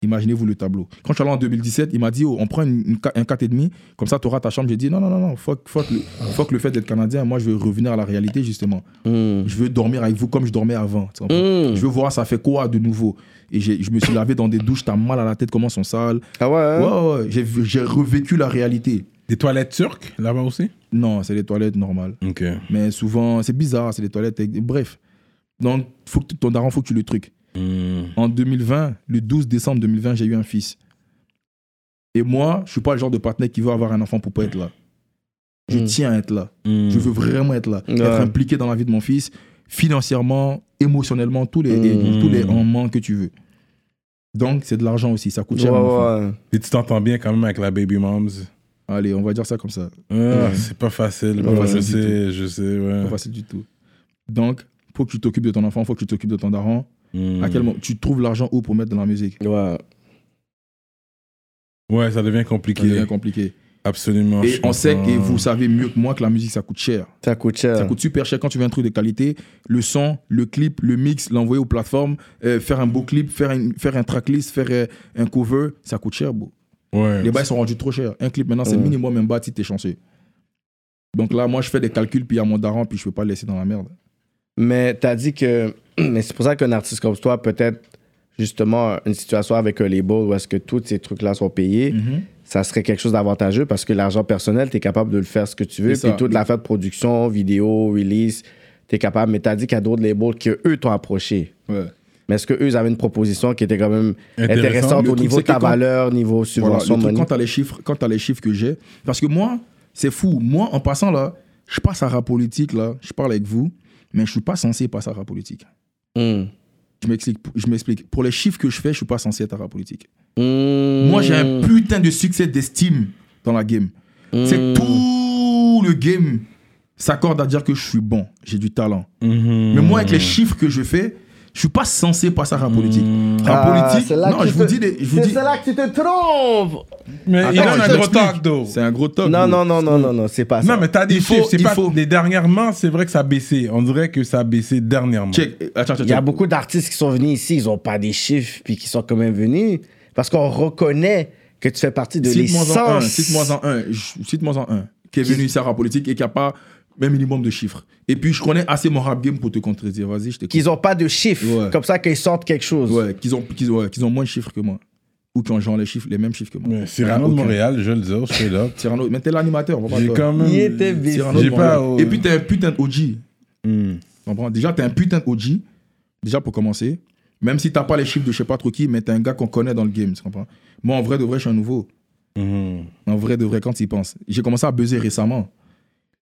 Speaker 3: Imaginez-vous le tableau. Quand je suis allé en 2017, il m'a dit oh, on prend une, une qua- un 4,5, comme ça tu auras ta chambre. J'ai dit non, non, non, non, fuck, fuck, le, fuck le fait d'être canadien. Moi, je veux revenir à la réalité, justement.
Speaker 2: Mm.
Speaker 3: Je veux dormir avec vous comme je dormais avant. tu comprends? Je veux voir ça fait quoi de nouveau. Et j'ai- je me suis lavé dans des douches, t'as mal à la tête, comment sont sales.
Speaker 2: Ah ouais,
Speaker 3: Ouais,
Speaker 2: hein?
Speaker 3: ouais, ouais, j'ai vu- j'ai revécu la réalité.
Speaker 1: Des toilettes turques, là-bas aussi
Speaker 3: Non, c'est les toilettes normales.
Speaker 1: Ok.
Speaker 3: Mais souvent, c'est bizarre, c'est les toilettes. avec- Bref. Donc, faut que t- ton daron, faut que tu le truc. En 2020, le 12 décembre 2020, j'ai eu un fils. Et moi, je suis pas le genre de partenaire qui veut avoir un enfant pour pas être là. Je
Speaker 2: Mm.
Speaker 3: tiens à être là.
Speaker 1: Hmm.
Speaker 3: Je veux vraiment être là.
Speaker 2: Ouais.
Speaker 3: Être impliqué dans la vie de mon fils, financièrement, émotionnellement, tous les,
Speaker 2: Mm.
Speaker 3: tous les moments que tu veux. Donc, c'est de l'argent aussi. Ça coûte
Speaker 2: Ouais,
Speaker 3: cher. un enfant.
Speaker 2: ouais.
Speaker 1: Et tu t'entends bien quand même avec la baby moms.
Speaker 3: Allez, on va dire ça comme ça.
Speaker 1: Ah, C'est pas facile.
Speaker 3: Hmm. Pas
Speaker 1: ouais,
Speaker 3: facile
Speaker 1: je
Speaker 3: du
Speaker 1: sais, je sais, ouais.
Speaker 3: Pas facile du tout. Donc, faut que tu t'occupes de ton enfant, faut que tu t'occupes de ton daron.
Speaker 1: Mm.
Speaker 2: Hmm.
Speaker 3: À quel moment tu trouves l'argent où pour mettre dans la musique
Speaker 2: Ouais.
Speaker 1: Ouais, ça devient
Speaker 3: Ça
Speaker 1: compliqué.
Speaker 3: devient compliqué.
Speaker 1: Absolument.
Speaker 3: Et
Speaker 1: je
Speaker 3: on sait que
Speaker 1: comprends.
Speaker 3: vous savez mieux que moi que la musique ça coûte cher.
Speaker 2: Ça coûte cher.
Speaker 3: Ça coûte super cher quand tu veux un truc de qualité. Le son, le clip, le mix, l'envoyer aux plateformes, euh, faire un beau clip, faire, une- faire un tracklist, faire euh, un cover, ça coûte cher. Bro.
Speaker 1: Ouais.
Speaker 3: Les bails sont rendus trop chers. Un clip maintenant c'est
Speaker 2: Ouais.
Speaker 3: minimum un bas si t'es chanceux. Donc là, moi je fais des calculs, puis à mon daron, puis je peux pas le laisser dans la merde.
Speaker 2: Mais t'as dit que. Mais c'est pour ça qu'un artiste comme toi, peut-être, justement, une situation avec un label où est-ce que tous ces trucs-là sont payés,
Speaker 3: Mhm.
Speaker 2: ça serait quelque chose d'avantageux parce que l'argent personnel, t'es capable de le faire ce que tu veux.
Speaker 3: C'est ça.
Speaker 2: Puis toute l'affaire de production, vidéo, release, t'es capable. Mais t'as dit qu'il y a d'autres labels que eux t'ont approché.
Speaker 3: Ouais.
Speaker 2: Mais est-ce qu'eux, ils avaient une proposition qui était quand même
Speaker 1: Intéressant.
Speaker 2: intéressante
Speaker 3: Le
Speaker 2: au
Speaker 3: truc,
Speaker 2: niveau
Speaker 3: c'est
Speaker 2: de ta
Speaker 3: que quand-
Speaker 2: valeur, niveau
Speaker 3: Voilà,
Speaker 2: subvention,
Speaker 3: le truc, quand
Speaker 2: money?
Speaker 3: t'as les chiffres, quand t'as les chiffres que j'ai, parce que moi, c'est fou. Moi, en passant là, je passe à rap politique là, je parle avec vous, mais je suis pas censé passer à rap politique.
Speaker 2: Hum.
Speaker 3: Je m'explique. Je m'explique. Pour les chiffres que je fais, je suis pas censé être à rap politique.
Speaker 2: Hum.
Speaker 3: Moi, j'ai un putain de succès d'estime dans la game. C'est
Speaker 2: Hum.
Speaker 3: que tout le game s'accorde à dire que je suis bon, j'ai du talent. Mais moi,
Speaker 2: Hmm.
Speaker 3: avec les chiffres que je fais, je suis pas censé passer à rap politique. Rap
Speaker 2: Ah,
Speaker 3: politique,
Speaker 2: c'est là
Speaker 3: non,
Speaker 2: que
Speaker 3: je
Speaker 2: tu
Speaker 3: vous
Speaker 2: te-
Speaker 3: dis, des- je vous
Speaker 2: C'est
Speaker 3: dis, Ah,
Speaker 2: là que tu te trompes!
Speaker 1: Mais il donne
Speaker 3: Attends, je
Speaker 1: un gros
Speaker 3: t'explique.
Speaker 1: talk, though.
Speaker 3: c'est un gros top.
Speaker 2: Non,
Speaker 3: gros.
Speaker 2: non, non, non, non, non, c'est pas ça.
Speaker 1: Non, mais t'as des
Speaker 3: Il faut-
Speaker 1: chiffres. C'est
Speaker 3: il
Speaker 1: pas...
Speaker 3: faut-
Speaker 1: Les dernièrement, c'est vrai que ça a baissé. On dirait que ça a baissé dernièrement.
Speaker 3: Check, euh, attends, attends,
Speaker 2: Il y a
Speaker 3: attends.
Speaker 2: beaucoup d'artistes qui sont venus ici, ils ont pas des chiffres, puis qui sont quand même venus. Parce qu'on reconnaît que tu fais partie de l'essence.
Speaker 3: Cite-moi en un, cite-moi en un, je- cite-moi en un, qui est
Speaker 2: Qui-
Speaker 3: venu ici à Rap Politique et qui a pas même minimum de chiffres. Et puis je connais assez mon rap game pour te contredire. Vas-y, je t'écoute.
Speaker 2: Qu'ils ont pas de chiffres.
Speaker 3: Ouais.
Speaker 2: Comme ça qu'ils sortent quelque chose.
Speaker 3: Ouais, qu'ils ont, qu'ils ouais, qu'ils ont moins de chiffres que moi. Ou qui ont genre les chiffres, les mêmes chiffres que moi.
Speaker 1: Mais Cyrano de
Speaker 3: Aucun.
Speaker 1: Montréal, je le dis, oh, straight up.
Speaker 3: Cyrano, mais t'es l'animateur, on va pas
Speaker 1: J'ai
Speaker 3: te-
Speaker 1: quand même.
Speaker 2: Il était busy.
Speaker 3: Cyrano de
Speaker 1: J'ai
Speaker 3: Montréal.
Speaker 1: pas, oh.
Speaker 3: Et puis t'es un putain de OG. Tu
Speaker 1: Hmm.
Speaker 3: comprends Déjà, t'es un putain de OG. Déjà pour commencer. Même si t'as pas les chiffres de je sais pas trop qui, mais t'es un gars qu'on connaît dans le game, tu comprends Moi, en vrai de vrai, je suis un nouveau.
Speaker 1: Mhm.
Speaker 3: En vrai de vrai, quand tu y penses. J'ai commencé à buzzer récemment.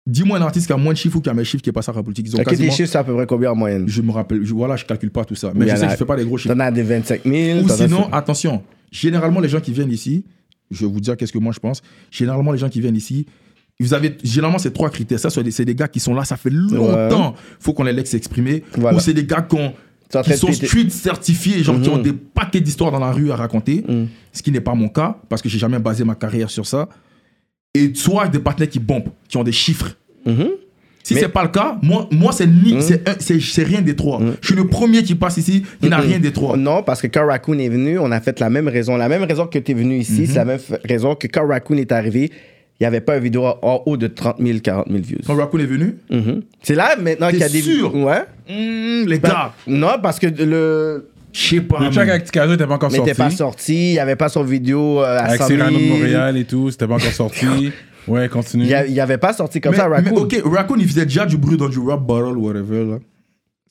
Speaker 3: Dis-moi un artiste qui a moins de chiffres ou qui a mes chiffres qui est passé à la politique. Ils ont
Speaker 2: Ok,
Speaker 3: quasiment...
Speaker 2: des chiffres, c'est à peu près combien en moyenne?
Speaker 3: Je me rappelle, je, voilà, je calcule pas tout ça. Mais
Speaker 2: Il y
Speaker 3: je
Speaker 2: en
Speaker 3: sais
Speaker 2: a-
Speaker 3: que je fais pas les gros chiffres.
Speaker 2: T'en as des 25 000.
Speaker 3: Ou
Speaker 2: t'en as-
Speaker 3: sinon, attention, généralement, les gens qui viennent ici, je vais vous dire qu'est-ce que moi je pense. Généralement, les gens qui viennent ici, vous avez généralement ces trois critères. Ça, soit des- c'est des gars qui sont là, ça fait longtemps. Faut qu'on les laisse s'exprimer.
Speaker 2: Voilà.
Speaker 3: Ou c'est des gars qu'on-
Speaker 2: T'es en train
Speaker 3: qui
Speaker 2: de
Speaker 3: sont
Speaker 2: péter.
Speaker 3: street certifiés, genre qui ont des paquets d'histoires dans la rue à raconter,
Speaker 2: Mhm.
Speaker 3: ce qui n'est pas mon cas parce que j'ai jamais basé ma carrière sur ça. Et soit des partenaires qui bombent, qui ont des chiffres.
Speaker 2: Mhm.
Speaker 3: Si
Speaker 2: Mais- Mhm.
Speaker 3: c'est pas le cas, moi, moi c'est ni, c'est un- c'est c'est rien des trois. Je suis le premier qui passe ici qui n'a
Speaker 2: Mhm.
Speaker 3: rien des trois.
Speaker 2: Non, parce que quand Raccoon est venu, on a fait la même raison. La même raison que tu es venu
Speaker 3: Mhm.
Speaker 2: ici, c'est la même f- raison que quand Raccoon est arrivé, il n'y avait pas une vidéo en haut de 30 000, 40 000 views.
Speaker 3: Quand Raccoon est venu,
Speaker 2: Mhm. C'est là maintenant
Speaker 3: T'es
Speaker 2: qu'il y a des.
Speaker 3: sûr?
Speaker 2: Ouais.
Speaker 3: hmm, les
Speaker 2: Ben,
Speaker 3: gars,
Speaker 2: Non, parce que le.
Speaker 3: je sais pas.
Speaker 1: Le
Speaker 3: man.
Speaker 1: track avec Ticado était pas encore
Speaker 2: n'était
Speaker 1: sorti.
Speaker 2: pas sorti, il n'y avait pas son vidéo euh, à
Speaker 1: Avec
Speaker 2: 100
Speaker 1: Cyrano de
Speaker 2: 000.
Speaker 1: Montréal et tout, c'était pas encore sorti. Ouais, continue.
Speaker 2: Il y a- il n'y avait pas sorti comme
Speaker 3: mais,
Speaker 2: ça, Raccoon.
Speaker 3: mais ok, Raccoon il faisait déjà du bruit dans du rap battle, whatever. Là.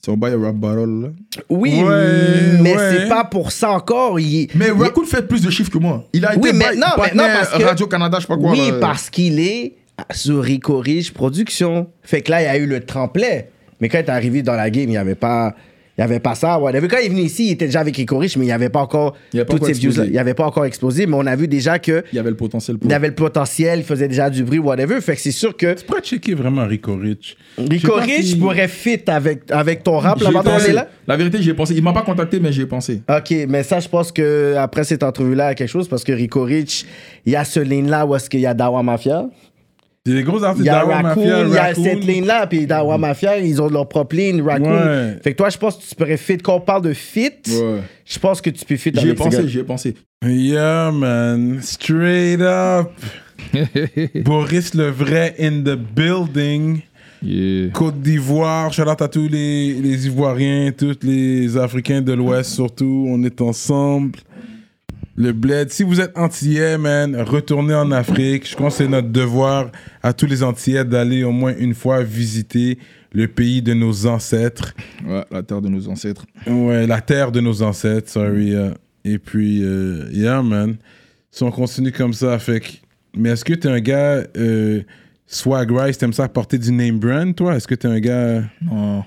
Speaker 3: Si on bail rap battle. Là.
Speaker 2: Oui,
Speaker 1: Ouais,
Speaker 2: mais
Speaker 1: ouais.
Speaker 2: c'est pas pour ça encore. il-
Speaker 3: Mais
Speaker 2: il-
Speaker 3: Raccoon fait plus de chiffres que moi. Il a
Speaker 2: Oui,
Speaker 3: été
Speaker 2: mais
Speaker 3: bail-
Speaker 2: non, mais
Speaker 3: partenaire
Speaker 2: non, parce que-
Speaker 3: Radio-Canada, je sais pas quoi.
Speaker 2: Oui,
Speaker 3: là.
Speaker 2: parce qu'il est sur Rico Rich Productions. Fait que là, il y a eu le tremplin. Mais quand il est arrivé dans la game, il n'y avait pas. Il n'y avait pas ça, whatever. Quand il est venu ici, il était déjà avec Rico Rich, mais il n'y avait pas encore
Speaker 3: Il y avait pas
Speaker 2: toutes
Speaker 3: encore
Speaker 2: ces views-là.
Speaker 3: explosé.
Speaker 2: Il n'y avait pas encore explosé, mais on a vu déjà que
Speaker 3: Il y avait le potentiel pour.
Speaker 2: il avait le potentiel, il faisait déjà du bruit, whatever. Fait que c'est sûr que
Speaker 1: Pourquoi checker vraiment Rico Rich Je sais
Speaker 2: Rico
Speaker 1: pas
Speaker 2: Rich
Speaker 1: si-
Speaker 2: pourrait fit avec, avec ton rap,
Speaker 3: J'y
Speaker 2: là,
Speaker 3: ai
Speaker 2: maintenant on
Speaker 3: pensé.
Speaker 2: est là.
Speaker 3: La vérité, j'ai pensé. Il m'a pas contacté, mais j'ai pensé.
Speaker 2: OK, mais ça, je pense que après cette entrevue-là, il y a quelque chose, parce que Rico Rich, il y a ce ligne-là où est-ce qu'il y a Dawa Mafia.
Speaker 1: C'est des gros artistes
Speaker 2: Il y a
Speaker 1: d'Awa
Speaker 2: Raccoon,
Speaker 1: Mafia,
Speaker 2: il y a
Speaker 1: Raccoon.
Speaker 2: cette ligne-là, puis Dawa Mafia, ils ont leur propre ligne, Raccoon.
Speaker 1: Ouais.
Speaker 2: Fait que toi, je pense que tu pourrais fit. Quand on parle de fit,
Speaker 3: Ouais.
Speaker 2: je pense que tu peux fit
Speaker 3: J'y ai
Speaker 2: avec ces gars.
Speaker 3: pensé, j'y ai pensé.
Speaker 1: Yeah, man. Straight up. Boris le vrai in the building.
Speaker 3: Yeah.
Speaker 1: Côte d'Ivoire, shout out à tous les, les Ivoiriens, tous les Africains de l'Ouest surtout. On est ensemble. Le bled. Si vous êtes Antillais, man, retournez en Afrique. Je pense que c'est notre devoir à tous les Antillais d'aller au moins une fois visiter le pays de nos ancêtres.
Speaker 3: Ouais, la terre de nos ancêtres.
Speaker 1: Ouais, la terre de nos ancêtres, sorry. euh. Et puis, euh, yeah, man. Si on continue comme ça, fait que... Mais est-ce que t'es un gars euh, swag rice, t'aimes ça porter du name brand, toi? Est-ce que t'es un gars...
Speaker 3: Non.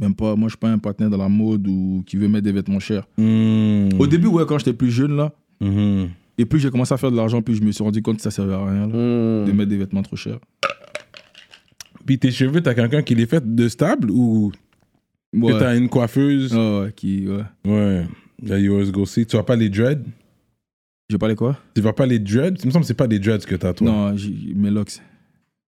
Speaker 3: Même pas. Moi, je suis pas un partenaire dans la mode ou qui veut mettre des vêtements chers.
Speaker 2: Mm.
Speaker 1: Hmm.
Speaker 3: Au début, ouais, quand j'étais plus jeune, là.
Speaker 1: Mhm.
Speaker 3: Et plus j'ai commencé à faire de l'argent, plus je me suis rendu compte que ça servait à rien, là, de
Speaker 2: Hmm.
Speaker 3: mettre des vêtements trop chers.
Speaker 1: Puis tes cheveux, t'as quelqu'un qui les fait de stable ou que
Speaker 3: Ouais.
Speaker 1: t'as une coiffeuse?
Speaker 3: Ah ouais, qui. Ouais.
Speaker 1: Ouais. Là, you always go see. Tu vois pas les dreads?
Speaker 3: J'ai parlé quoi
Speaker 1: Tu vois pas les dreads? Il me semble que c'est pas des dreads que t'as, toi.
Speaker 3: Non, j'ai- mes locks.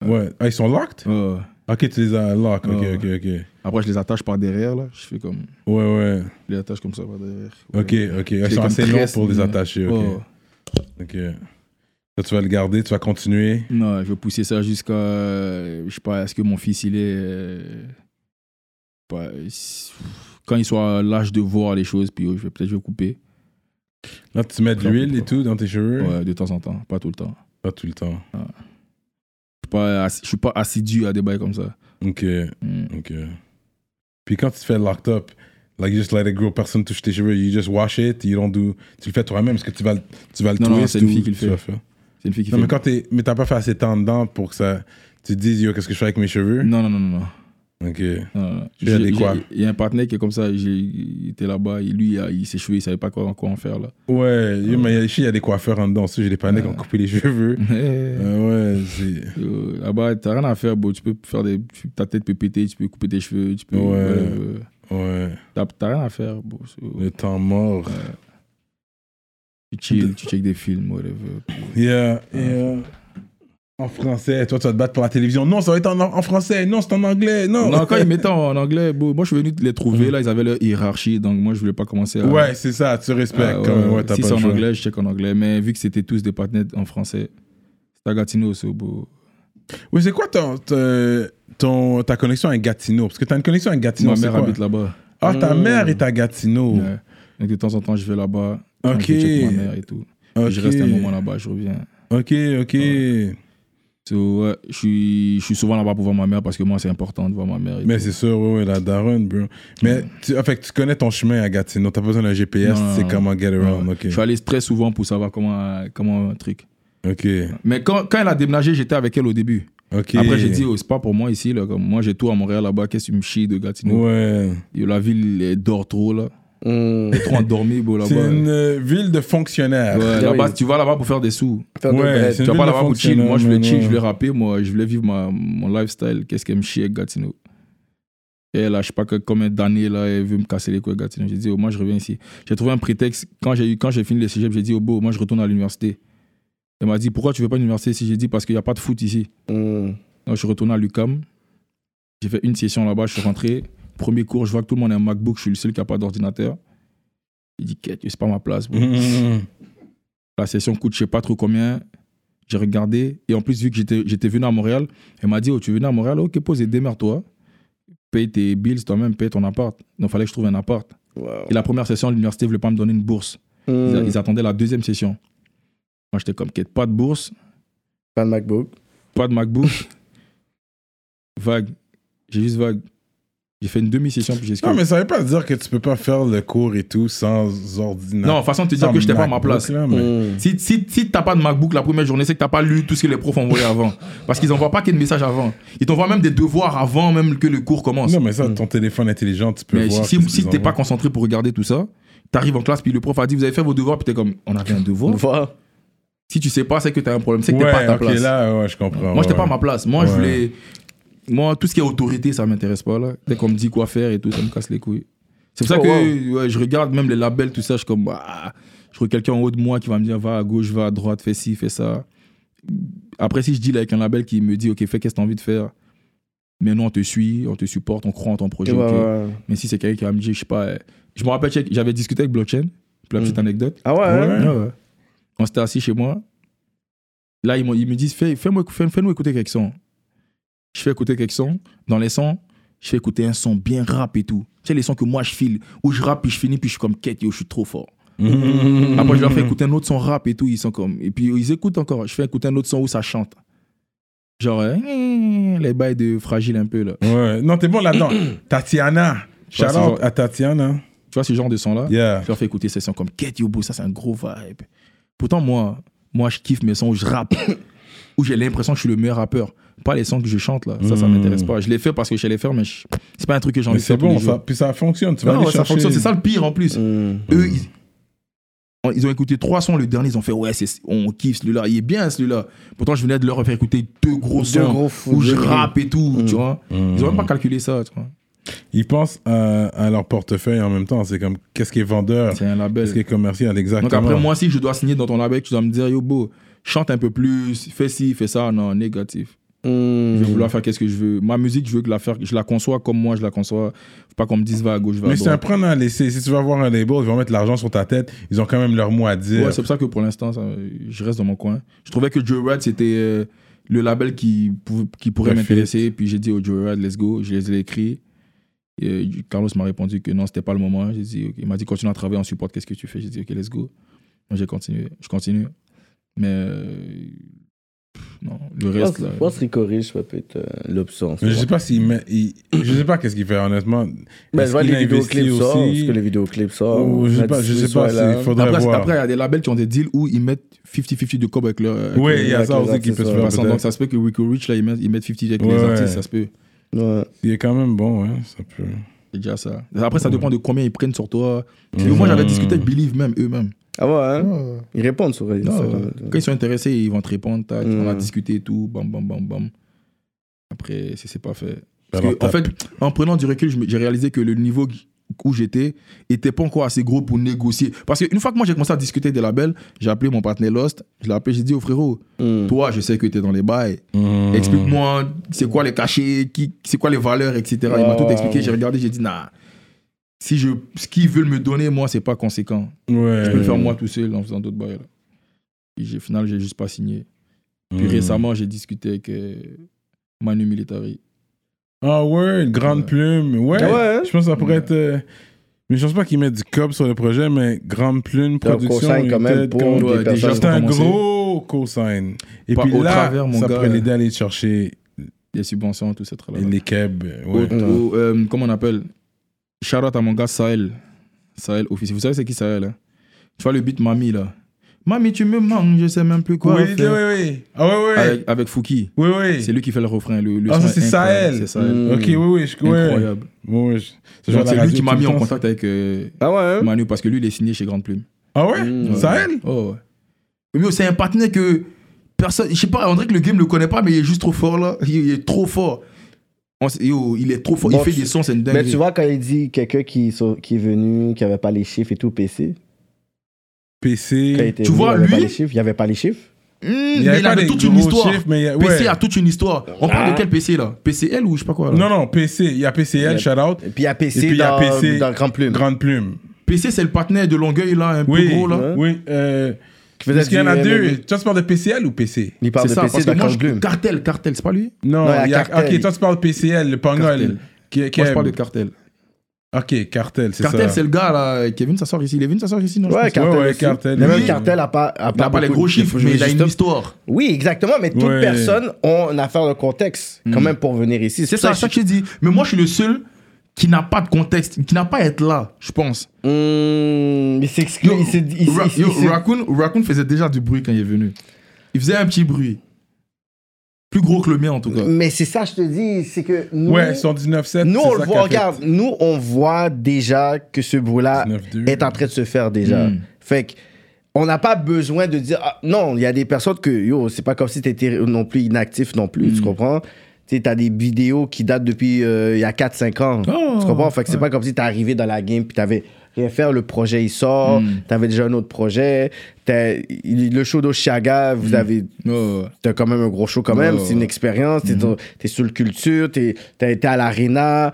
Speaker 1: Ouais. Ah, ils sont locked?
Speaker 3: Ouais, ouais.
Speaker 1: Ok, tu les as locked. Ok,
Speaker 3: Ouais.
Speaker 1: ok, ok.
Speaker 3: Après, je les attache par derrière, là. Je fais comme.
Speaker 1: Ouais, ouais.
Speaker 3: Je les attache comme ça par derrière. Ouais.
Speaker 1: Ok, ok. Ils
Speaker 3: les
Speaker 1: sont assez longs
Speaker 3: compresse,
Speaker 1: pour les
Speaker 3: mais-
Speaker 1: attacher. Ok.
Speaker 3: Ouais.
Speaker 1: Ok. Là, tu vas le garder, tu vas continuer.
Speaker 3: Non, je vais pousser ça jusqu'à. euh, Je sais pas, est-ce que mon fils, il est. euh, pas- s- quand il soit à l'âge de voir les choses, puis euh, je vais peut-être je vais couper.
Speaker 1: Là, tu mets de l'huile et tout dans tes cheveux.
Speaker 3: Ouais, de temps en temps, pas tout le temps.
Speaker 1: Pas tout le temps.
Speaker 3: Je suis pas, ass- je suis pas assidu à des bails comme ça.
Speaker 1: Ok,
Speaker 3: Mm.
Speaker 1: ok. Puis quand tu te fais locked up, like you just let it grow, personne touche tes cheveux, you just wash it, you don't do. Tu le fais toi-même parce que tu vas le, tu vas le
Speaker 3: Non, non,
Speaker 1: twist
Speaker 3: c'est une
Speaker 1: ou
Speaker 3: fille qui le
Speaker 1: tu
Speaker 3: fait.
Speaker 1: vas faire.
Speaker 3: C'est une fille qui
Speaker 1: Non,
Speaker 3: fait.
Speaker 1: mais quand t'es. Mais t'as pas fait assez de temps dedans pour que ça. Tu te dises, yo, qu'est-ce que je fais avec mes cheveux?
Speaker 3: Non, non, non, non. non.
Speaker 1: Ok.
Speaker 3: non, non.
Speaker 1: Tu as des
Speaker 3: J'ai-
Speaker 1: quoi
Speaker 3: j'ai- Il y a un partenaire qui est comme ça, j'ai- il était là-bas, et lui, il, a- il s'est cheveux, il savait pas quoi, quoi en faire là.
Speaker 1: Ouais, yo, mais ici, il y a des coiffeurs en dedans. aussi, J'ai des panneaux qui ont coupé les cheveux. Euh, ouais, c'est.
Speaker 3: Euh, Là-bas, t'as rien à faire, bro. Tu peux faire des. tu- Ta tête peut péter, tu peux couper tes cheveux, tu peux.
Speaker 1: Ouais.
Speaker 3: euh,
Speaker 1: Ouais,
Speaker 3: t'as t'as rien à faire, bro. C'est-
Speaker 1: le temps mort.
Speaker 3: Tu chill, tu check des films, whatever.
Speaker 1: Yeah, yeah. En français, toi, tu vas te battre pour la télévision. Non, ça va être en, en français. Non, c'est en anglais. Non.
Speaker 3: Non, quand ils mettaient en anglais, bon, moi je suis venu les trouver, là, ils avaient leur hiérarchie, donc moi je voulais pas commencer à.
Speaker 1: Mm. Ouais, c'est ça. Tu respectes
Speaker 3: Ah,
Speaker 1: quand
Speaker 3: ouais,
Speaker 1: même. Ouais, t'as
Speaker 3: si
Speaker 1: pas
Speaker 3: c'est
Speaker 1: le
Speaker 3: en
Speaker 1: choix.
Speaker 3: anglais, je check en anglais, mais vu que c'était tous des partenaires en français, c'était à Gatineau, so, bro.
Speaker 1: Oui, c'est quoi ton, ton, ton- ta connexion à Gatineau Parce que t'as une connexion à Gatineau.
Speaker 3: Ma
Speaker 1: c'est
Speaker 3: mère
Speaker 1: quoi?
Speaker 3: habite là-bas.
Speaker 1: Ah, ta mère est à Gatineau.
Speaker 3: Ouais. Donc de temps en temps, je vais là-bas.
Speaker 1: Ok.
Speaker 3: Je check ma mère et tout. Puis
Speaker 1: Ok.
Speaker 3: Je reste un moment là-bas, je reviens.
Speaker 1: Ok, ok.
Speaker 3: So, ouais, je suis, je suis souvent là-bas pour voir ma mère parce que moi, c'est important de voir ma mère. et
Speaker 1: Mais
Speaker 3: tout.
Speaker 1: c'est sûr, ouais, ouais, la daronne, bro. Mais tu, en fait, tu connais ton chemin à Gatineau. T'as pas besoin d'un GPS.
Speaker 3: Non,
Speaker 1: tu sais
Speaker 3: non,
Speaker 1: comment get around.
Speaker 3: Ouais.
Speaker 1: Ok.
Speaker 3: Je suis allé très souvent pour savoir comment, comment un truc.
Speaker 1: Ok.
Speaker 3: Mais quand, quand elle a déménagé, j'étais avec elle au début.
Speaker 1: Ok.
Speaker 3: Après, j'ai dit, oh, c'est pas pour moi ici. Là, comme moi, j'ai tout à Montréal là-bas. Qu'est-ce que tu me chies de Gatineau
Speaker 1: Ouais.
Speaker 3: Et La ville elle dort trop. Là.
Speaker 2: Mm.
Speaker 3: Trop endormie, bro,
Speaker 1: C'est
Speaker 3: là-bas.
Speaker 1: une euh, ville de fonctionnaires.
Speaker 3: Ouais, là-bas, tu vas là-bas pour faire des sous.
Speaker 2: Faire de
Speaker 1: Ouais,
Speaker 2: vrai.
Speaker 1: c'est-
Speaker 3: Tu
Speaker 1: une
Speaker 3: vas
Speaker 1: ville
Speaker 3: pas
Speaker 1: de
Speaker 3: là-bas pour chill. Moi, je voulais
Speaker 1: fonctionnaires,
Speaker 3: chill,
Speaker 1: ouais,
Speaker 3: je voulais
Speaker 1: ouais.
Speaker 3: rapper. Moi, je voulais vivre ma, mon lifestyle. Qu'est-ce qu'elle me chie avec Gatineau Et là, je sais pas que, combien d'années, là, elle veut me casser les couilles avec Gatineau. J'ai dit, oh, moi, je reviens ici. J'ai trouvé un prétexte. Quand j'ai eu- quand j'ai fini les cégep, j'ai dit, oh, beau, moi, je retourne à l'université. Elle m'a dit, pourquoi tu veux pas à l'université ici J'ai dit, parce qu'il n'y a pas de foot ici.
Speaker 2: Mm.
Speaker 3: Donc, je suis retourné à l'UCAM. J'ai fait une session là-bas, je suis rentré. Premier cours, je vois que tout le monde a un MacBook, je suis le seul qui n'a pas d'ordinateur. J'ai dit, quête, c'est pas ma place. bro.
Speaker 1: Mhm.
Speaker 3: La session coûte je sais pas trop combien. J'ai regardé. Et en plus, vu que j'étais j'étais venu à Montréal, elle m'a dit, oh, tu es venu à Montréal, ok, pose et démerde-toi. Paye tes bills toi-même, paye ton appart. Donc, fallait que je trouve un appart.
Speaker 2: Wow.
Speaker 3: Et la première session, l'université voulait pas me donner une bourse. Ils,
Speaker 2: Mm.
Speaker 3: ils attendaient la deuxième session. Moi, j'étais comme, quête, pas de bourse,
Speaker 2: Hmm. Pas de MacBook.
Speaker 3: pas de MacBook. vague. J'ai juste vague. J'ai fait une demi-session puis j'ai skip.
Speaker 1: Non, mais ça veut pas dire que tu peux pas faire le cours et tout sans ordinateur.
Speaker 3: Non, de toute façon, te dire
Speaker 1: Sans
Speaker 3: que j'étais pas à ma
Speaker 1: MacBook,
Speaker 3: place.
Speaker 1: là, mais-
Speaker 2: Hmm.
Speaker 3: Si, si, si t'as pas de MacBook la première journée, c'est que t'as pas lu tout ce que les profs ont envoyé avant. Parce qu'ils envoient pas que de messages avant. Ils t'envoient même des devoirs avant même que le cours commence.
Speaker 1: Non, mais ça, ton téléphone intelligent, tu peux
Speaker 3: Mm. mais
Speaker 1: voir.
Speaker 3: si,
Speaker 1: qu'est-ce
Speaker 3: si, si
Speaker 1: qu'ils
Speaker 3: t'es pas
Speaker 1: envoient.
Speaker 3: concentré pour regarder tout ça, t'arrives en classe puis le prof a dit vous avez fait vos devoirs puis t'es comme on avait un devoir.
Speaker 2: Voilà.
Speaker 3: Si tu sais pas, c'est que t'as un problème, c'est que t'es
Speaker 1: ouais,
Speaker 3: pas à ta
Speaker 1: ok,
Speaker 3: place.
Speaker 1: là, ouais, je comprends.
Speaker 3: Moi, j'étais
Speaker 1: Ah ouais.
Speaker 3: pas à ma place. Moi, je
Speaker 1: Ouais.
Speaker 3: voulais. Moi, tout ce qui est autorité, ça m'intéresse pas. Là. Dès qu'on me dit quoi faire et tout, ça me casse les couilles. C'est pour ça
Speaker 2: Oh,
Speaker 3: que ouais, je regarde même les labels, tout ça. Je suis comme. ah, je trouve quelqu'un en haut de moi qui va me dire va à gauche, va à droite, fais ci, fais ça. Après, si je deal avec un label qui me dit ok, fais qu'est-ce que t'as envie de faire. Mais nous, on te suit, on te supporte, on croit en ton projet.
Speaker 2: Ouais,
Speaker 3: ok.
Speaker 2: ouais.
Speaker 3: Mais si c'est quelqu'un qui va me dire, je sais pas. euh, Je me rappelle, j'avais discuté avec Blockchain, pour la petite anecdote.
Speaker 2: Ah ouais, hein?
Speaker 1: Ouais.
Speaker 3: Ouais, ouais. On s'était assis chez moi. Là, ils, m'ont- ils me disent fais, fais-moi- fais- Fais-nous écouter quelques sons. Je fais écouter quelques sons. Dans les sons, je fais écouter un son bien rap et tout. Tu sais, les sons que moi je file, où je rappe, puis je finis, puis je suis comme quête, yo, je suis trop fort.
Speaker 1: Mm.
Speaker 3: Après, je leur fais écouter un autre son rap et tout. Ils sont comme. Et puis, ils écoutent encore. Je fais écouter un autre son où ça chante. Genre, euh, les bails de fragile un peu, là.
Speaker 1: Ouais. Non, t'es bon là-dedans.
Speaker 3: Mm.
Speaker 1: Tatiana. Shout
Speaker 3: c'est
Speaker 1: out
Speaker 3: genre-
Speaker 1: à Tatiana.
Speaker 3: Tu vois, ce genre de son-là.
Speaker 1: Yeah.
Speaker 3: Je leur fais écouter ces sons comme Get You Boo, ça c'est un gros vibe. Pourtant, moi, moi, je kiffe mes sons où je rappe, où j'ai l'impression que je suis le meilleur rappeur. Pas les sons que je chante là, ça, ça
Speaker 1: Mm.
Speaker 3: m'intéresse pas. Je les fais parce que je sais les faire, mais je- c'est pas un truc que j'ai
Speaker 1: Mais
Speaker 3: envie de
Speaker 1: c'est
Speaker 3: faire. tous
Speaker 1: bon,
Speaker 3: les jours.
Speaker 1: ça, puis ça fonctionne. Tu vas
Speaker 3: Non,
Speaker 1: aller
Speaker 3: ouais, ça
Speaker 1: chercher- Hmm.
Speaker 3: fonctionne, c'est ça le pire en plus.
Speaker 2: Mm.
Speaker 3: Eux, ils, ils ont écouté trois sons, le dernier, ils ont fait ouais, c'est- on kiffe celui-là, il est bien celui-là. Pourtant, je venais de leur faire écouter deux gros
Speaker 2: Deux
Speaker 3: sons
Speaker 2: gros
Speaker 3: où
Speaker 2: fous,
Speaker 3: je
Speaker 2: deux gros.
Speaker 3: rappe et tout, tu vois. Ils ont même
Speaker 1: Mm.
Speaker 3: pas calculé ça, tu vois.
Speaker 1: Ils pensent à, à leur portefeuille en même temps. C'est comme, qu'est-ce qui est vendeur
Speaker 3: C'est un label.
Speaker 1: Qu'est-ce qui est commercial Exactement.
Speaker 3: Donc après, moi, si je dois signer dans ton label, tu dois me dire, yo, beau, chante un peu plus, fais ci, fais ça. Non, négatif. Je
Speaker 1: Mhm.
Speaker 3: vais
Speaker 2: Mm.
Speaker 3: vouloir faire qu'est-ce que je veux. Ma musique, je veux que la faire, je la conçois comme moi, je la conçois. Faut pas qu'on me dise va à gauche, va à
Speaker 1: Mais c'est un
Speaker 3: droite.
Speaker 1: prenant à laisser. Si tu vas voir un label, ils vont mettre l'argent sur ta tête. Ils ont quand même leur mot à dire.
Speaker 3: Ouais, c'est pour ça que pour l'instant, ça, je reste dans mon coin. Je trouvais que Joe Rad, c'était euh, le label qui, pou- qui pourrait
Speaker 1: Le
Speaker 3: m'intéresser. Puis j'ai dit au Joe Rad, let's go. Je les ai écrits. Et, euh, Carlos m'a répondu que non, c'était pas le moment. J'ai dit, ok. Il m'a dit, continue à travailler en support, qu'est-ce que tu fais J'ai dit, ok, let's go. Moi, j'ai continué. Je continue. Mais. euh, pff, non, le
Speaker 2: Je pense-
Speaker 3: reste. là,
Speaker 2: Je pense que Rico Rich, ça peut être euh, l'option.
Speaker 1: Mais je sais pas s'il met- il- je sais pas qu'est-ce qu'il fait honnêtement.
Speaker 2: Mais je
Speaker 1: Est-ce
Speaker 2: vois
Speaker 1: qu'il
Speaker 2: les
Speaker 1: investit
Speaker 2: vidéoclips sortent. Parce
Speaker 1: aussi
Speaker 2: que les vidéoclips
Speaker 3: Oh,
Speaker 2: sortent.
Speaker 1: Ou je sais pas, je sais pas. Il faudrait
Speaker 3: Après,
Speaker 1: voir.
Speaker 3: après, il y a des labels qui ont des deals où ils mettent 50-50 de cob avec leur. avec
Speaker 1: oui,
Speaker 3: leur-
Speaker 1: il y a
Speaker 2: avec
Speaker 1: ça
Speaker 2: les
Speaker 1: aussi qui peut se
Speaker 2: accessoires.
Speaker 1: faire.
Speaker 3: passant.
Speaker 1: peut-être.
Speaker 3: donc ça se peut que Rico Rich, là, ils mettent, ils mettent 50 avec les
Speaker 1: Ouais.
Speaker 3: artistes, ça se peut.
Speaker 2: Ouais.
Speaker 1: Il est quand même bon, hein, ça peut.
Speaker 3: C'est déjà ça. Après, ça dépend de combien ils prennent sur toi. Puis Moi, j'avais discuté avec Believe même, eux-mêmes.
Speaker 2: Ah euh, ouais, hein? Ils répondent sur Instagram.
Speaker 3: Quand ils sont intéressés, ils vont te répondre. tac, On a
Speaker 2: Mm.
Speaker 3: discuté et tout. Bam, bam, bam, bam. Après, c'est c'est pas fait. Parce
Speaker 1: Alors,
Speaker 3: que, en
Speaker 1: bah, t'as-
Speaker 3: fait, en prenant du recul, je me- j'ai réalisé que le niveau où j'étais était pas encore assez gros pour négocier. Parce qu'une fois que moi j'ai commencé à discuter des labels, j'ai appelé mon partenaire Lost, je l'ai appelé, j'ai dit au frérot,
Speaker 2: Mm.
Speaker 3: toi je sais que t'es dans les bails,
Speaker 1: Mm.
Speaker 3: explique-moi c'est quoi les cachets, qui, c'est quoi les valeurs, etc. Il m'a
Speaker 2: Ouais,
Speaker 3: tout
Speaker 2: ouais,
Speaker 3: expliqué,
Speaker 2: ouais.
Speaker 3: j'ai regardé, j'ai dit nah, si je, ce qu'ils veulent me donner, moi c'est pas conséquent.
Speaker 1: Ouais.
Speaker 3: Je peux le faire moi tout seul en faisant d'autres bails. là. Et j'ai- au final, j'ai juste pas signé. Puis
Speaker 1: Mm.
Speaker 3: récemment, j'ai discuté avec euh, Manu Militari.
Speaker 1: Ah ouais, une grande
Speaker 3: Ouais.
Speaker 1: plume. Ouais.
Speaker 2: Ah ouais, hein?
Speaker 1: Je pense que ça pourrait
Speaker 3: Ouais.
Speaker 1: être. euh, Mais je pense pas qu'ils mettent du cob sur le projet, mais grande plume,
Speaker 2: T'as un
Speaker 1: production.
Speaker 2: consigne quand même
Speaker 1: United,
Speaker 2: pour
Speaker 1: Compte.
Speaker 2: des
Speaker 3: Ouais, déjà,
Speaker 2: personnes.
Speaker 1: C'est un
Speaker 3: Pour commencer.
Speaker 1: gros cosign. Et
Speaker 3: Pas-
Speaker 1: puis
Speaker 3: au
Speaker 1: là,
Speaker 3: travers, mon
Speaker 1: ça
Speaker 3: gars,
Speaker 1: pourrait
Speaker 3: euh,
Speaker 1: l'aider à aller chercher
Speaker 3: Des subventions, tout ce travail.
Speaker 1: les keb. Ouais.
Speaker 3: Au- au- euh, comment on appelle Shout out à mon gars Sahel. Sahel officier. Vous savez c'est qui Sahel hein Tu vois le beat Mami là. Mami, tu me manques, je sais même plus quoi.
Speaker 1: oui, oui,
Speaker 3: faire.
Speaker 1: oui. Ah ouais, ouais.
Speaker 3: Avec, avec Fouki.
Speaker 1: Oui, oui.
Speaker 3: C'est lui qui fait le refrain. Le, le
Speaker 1: Ah, ça,
Speaker 3: son est
Speaker 1: c'est
Speaker 3: incroyable.
Speaker 1: Sahel.
Speaker 3: C'est Sahel.
Speaker 1: Ok, oui, oui. Je... Ouais.
Speaker 3: Incroyable.
Speaker 1: Ouais, ouais, je- je joue à la
Speaker 3: Donc, C'est lui
Speaker 1: radio
Speaker 3: qui m'a
Speaker 1: tout le
Speaker 3: mis en
Speaker 1: temps,
Speaker 3: contact avec euh,
Speaker 2: Ah ouais, hein?
Speaker 3: Manu parce que lui, il est signé chez Grande Plume.
Speaker 1: ça. Ah ouais
Speaker 2: Mm.
Speaker 1: Ça elle
Speaker 3: Oh, ouais. Mais yo, c'est un partenaire que personne. Je sais pas, on dirait que le game le connaît pas, mais il est juste trop fort là. Il, il est trop fort. On s- yo, il est trop fort.
Speaker 2: Bon,
Speaker 3: il fait
Speaker 2: tu-
Speaker 3: des sons, c'est une
Speaker 2: Mais
Speaker 3: dinguerie.
Speaker 2: tu vois, quand il dit quelqu'un qui, so- qui est venu, qui avait pas les chiffres et tout, PC. Quand il
Speaker 1: PC.
Speaker 2: était
Speaker 3: Tu
Speaker 2: venu,
Speaker 3: vois,
Speaker 2: il avait pas
Speaker 3: lui-
Speaker 2: les chiffres. Il n'y avait pas les chiffres.
Speaker 3: Mmh,
Speaker 1: Il
Speaker 3: mais
Speaker 1: y avait
Speaker 3: il
Speaker 1: pas
Speaker 3: avait
Speaker 1: des
Speaker 3: toute une
Speaker 1: gros
Speaker 3: histoire.
Speaker 1: chiffres, mais il y a-
Speaker 3: PC
Speaker 1: ouais.
Speaker 3: a toute une histoire. On parle de quel PC là PCL ou je sais pas quoi là
Speaker 1: Non, non, PC. Il y a PCL,
Speaker 2: Il y
Speaker 1: shout out.
Speaker 2: Et puis il y a PC,
Speaker 1: Et puis, il y a
Speaker 2: dans,
Speaker 1: PC.
Speaker 2: dans Grand Plume.
Speaker 1: Grande plume.
Speaker 3: PC c'est le partenaire de Longueuil là, un
Speaker 1: Oui,
Speaker 3: peu gros là.
Speaker 1: oui. Euh,
Speaker 2: faisait
Speaker 1: parce qu'il y en a
Speaker 2: du
Speaker 1: deux.
Speaker 2: MMA.
Speaker 1: Toi, tu parles de PCL ou PC
Speaker 2: Il
Speaker 3: C'est
Speaker 2: parle de
Speaker 3: ça,
Speaker 2: PC
Speaker 3: parce que
Speaker 2: dans
Speaker 3: moi
Speaker 2: Grand
Speaker 3: je.
Speaker 2: Plume.
Speaker 3: Cartel, cartel, c'est pas lui
Speaker 2: Non,
Speaker 1: Non,
Speaker 2: il y a
Speaker 1: il y a-
Speaker 2: Cartel.
Speaker 1: Ok, toi, tu parles de PCL, le
Speaker 3: Cartel.
Speaker 1: Pangol. Qui, qui
Speaker 3: Moi je
Speaker 1: est-
Speaker 3: parle de cartel.
Speaker 1: Ok, Cartel, c'est ça.
Speaker 3: Cartel c'est le gars là, Kevin sa soeur ici. Il est venu sa soeur ici, non je
Speaker 2: Ouais,
Speaker 3: pense.
Speaker 2: Cartel bah,
Speaker 1: ouais,
Speaker 2: aussi.
Speaker 1: Cartel.
Speaker 2: Le même
Speaker 1: Oui.
Speaker 2: Cartel a pas. a
Speaker 3: Il a pas les
Speaker 2: beaucoup
Speaker 3: gros
Speaker 2: de-
Speaker 3: chiffres, mais il a une histoire.
Speaker 2: Oui, exactement. Mais toute
Speaker 1: Ouais.
Speaker 2: personne a une affaire de contexte quand même pour venir ici.
Speaker 3: C'est
Speaker 2: pour
Speaker 3: ça, ça
Speaker 2: que
Speaker 3: que j'ai dit. Mais moi, je suis le seul qui n'a pas de contexte, qui n'a pas à être là, je pense.
Speaker 2: Hum, il s'exclut.
Speaker 3: Yo,
Speaker 2: il se- il se-
Speaker 3: Ra-
Speaker 2: il se-
Speaker 3: yo,
Speaker 2: il se-
Speaker 3: Raccoon, Raccoon faisait déjà du bruit quand il est venu. Il faisait un petit bruit. Plus gros que le mien, en tout cas.
Speaker 2: Mais c'est ça, je te dis, c'est que nous,
Speaker 1: Ouais, son 19-7.
Speaker 2: nous
Speaker 1: c'est
Speaker 2: on
Speaker 1: ça
Speaker 2: le
Speaker 1: qu'a
Speaker 2: voit,
Speaker 1: fait.
Speaker 2: regarde, nous, on voit déjà que ce bruit-là
Speaker 1: 19-2.
Speaker 2: est en train de se faire déjà.
Speaker 3: Mm.
Speaker 2: Fait que, on n'a pas besoin de dire, ah, non, il y a des personnes que, yo, c'est pas comme si t'étais non plus inactif non plus, tu comprends? Tu sais, t'as des vidéos qui datent depuis euh, il y a 4-5 ans.
Speaker 1: Oh,
Speaker 2: tu comprends? Fait que c'est pas comme si t'es arrivé dans la game puis t'avais rien fait, le projet il sort, t'avais déjà un autre projet, t'as- il- le show d'Oshiaga, vous avez
Speaker 3: Oh, ouais.
Speaker 2: t'as quand même un gros show quand
Speaker 3: Ouais,
Speaker 2: même,
Speaker 3: ouais,
Speaker 2: c'est une
Speaker 3: ouais.
Speaker 2: expérience, t'es dans- t'es sur le culture, t'es- t'as été à l'arena,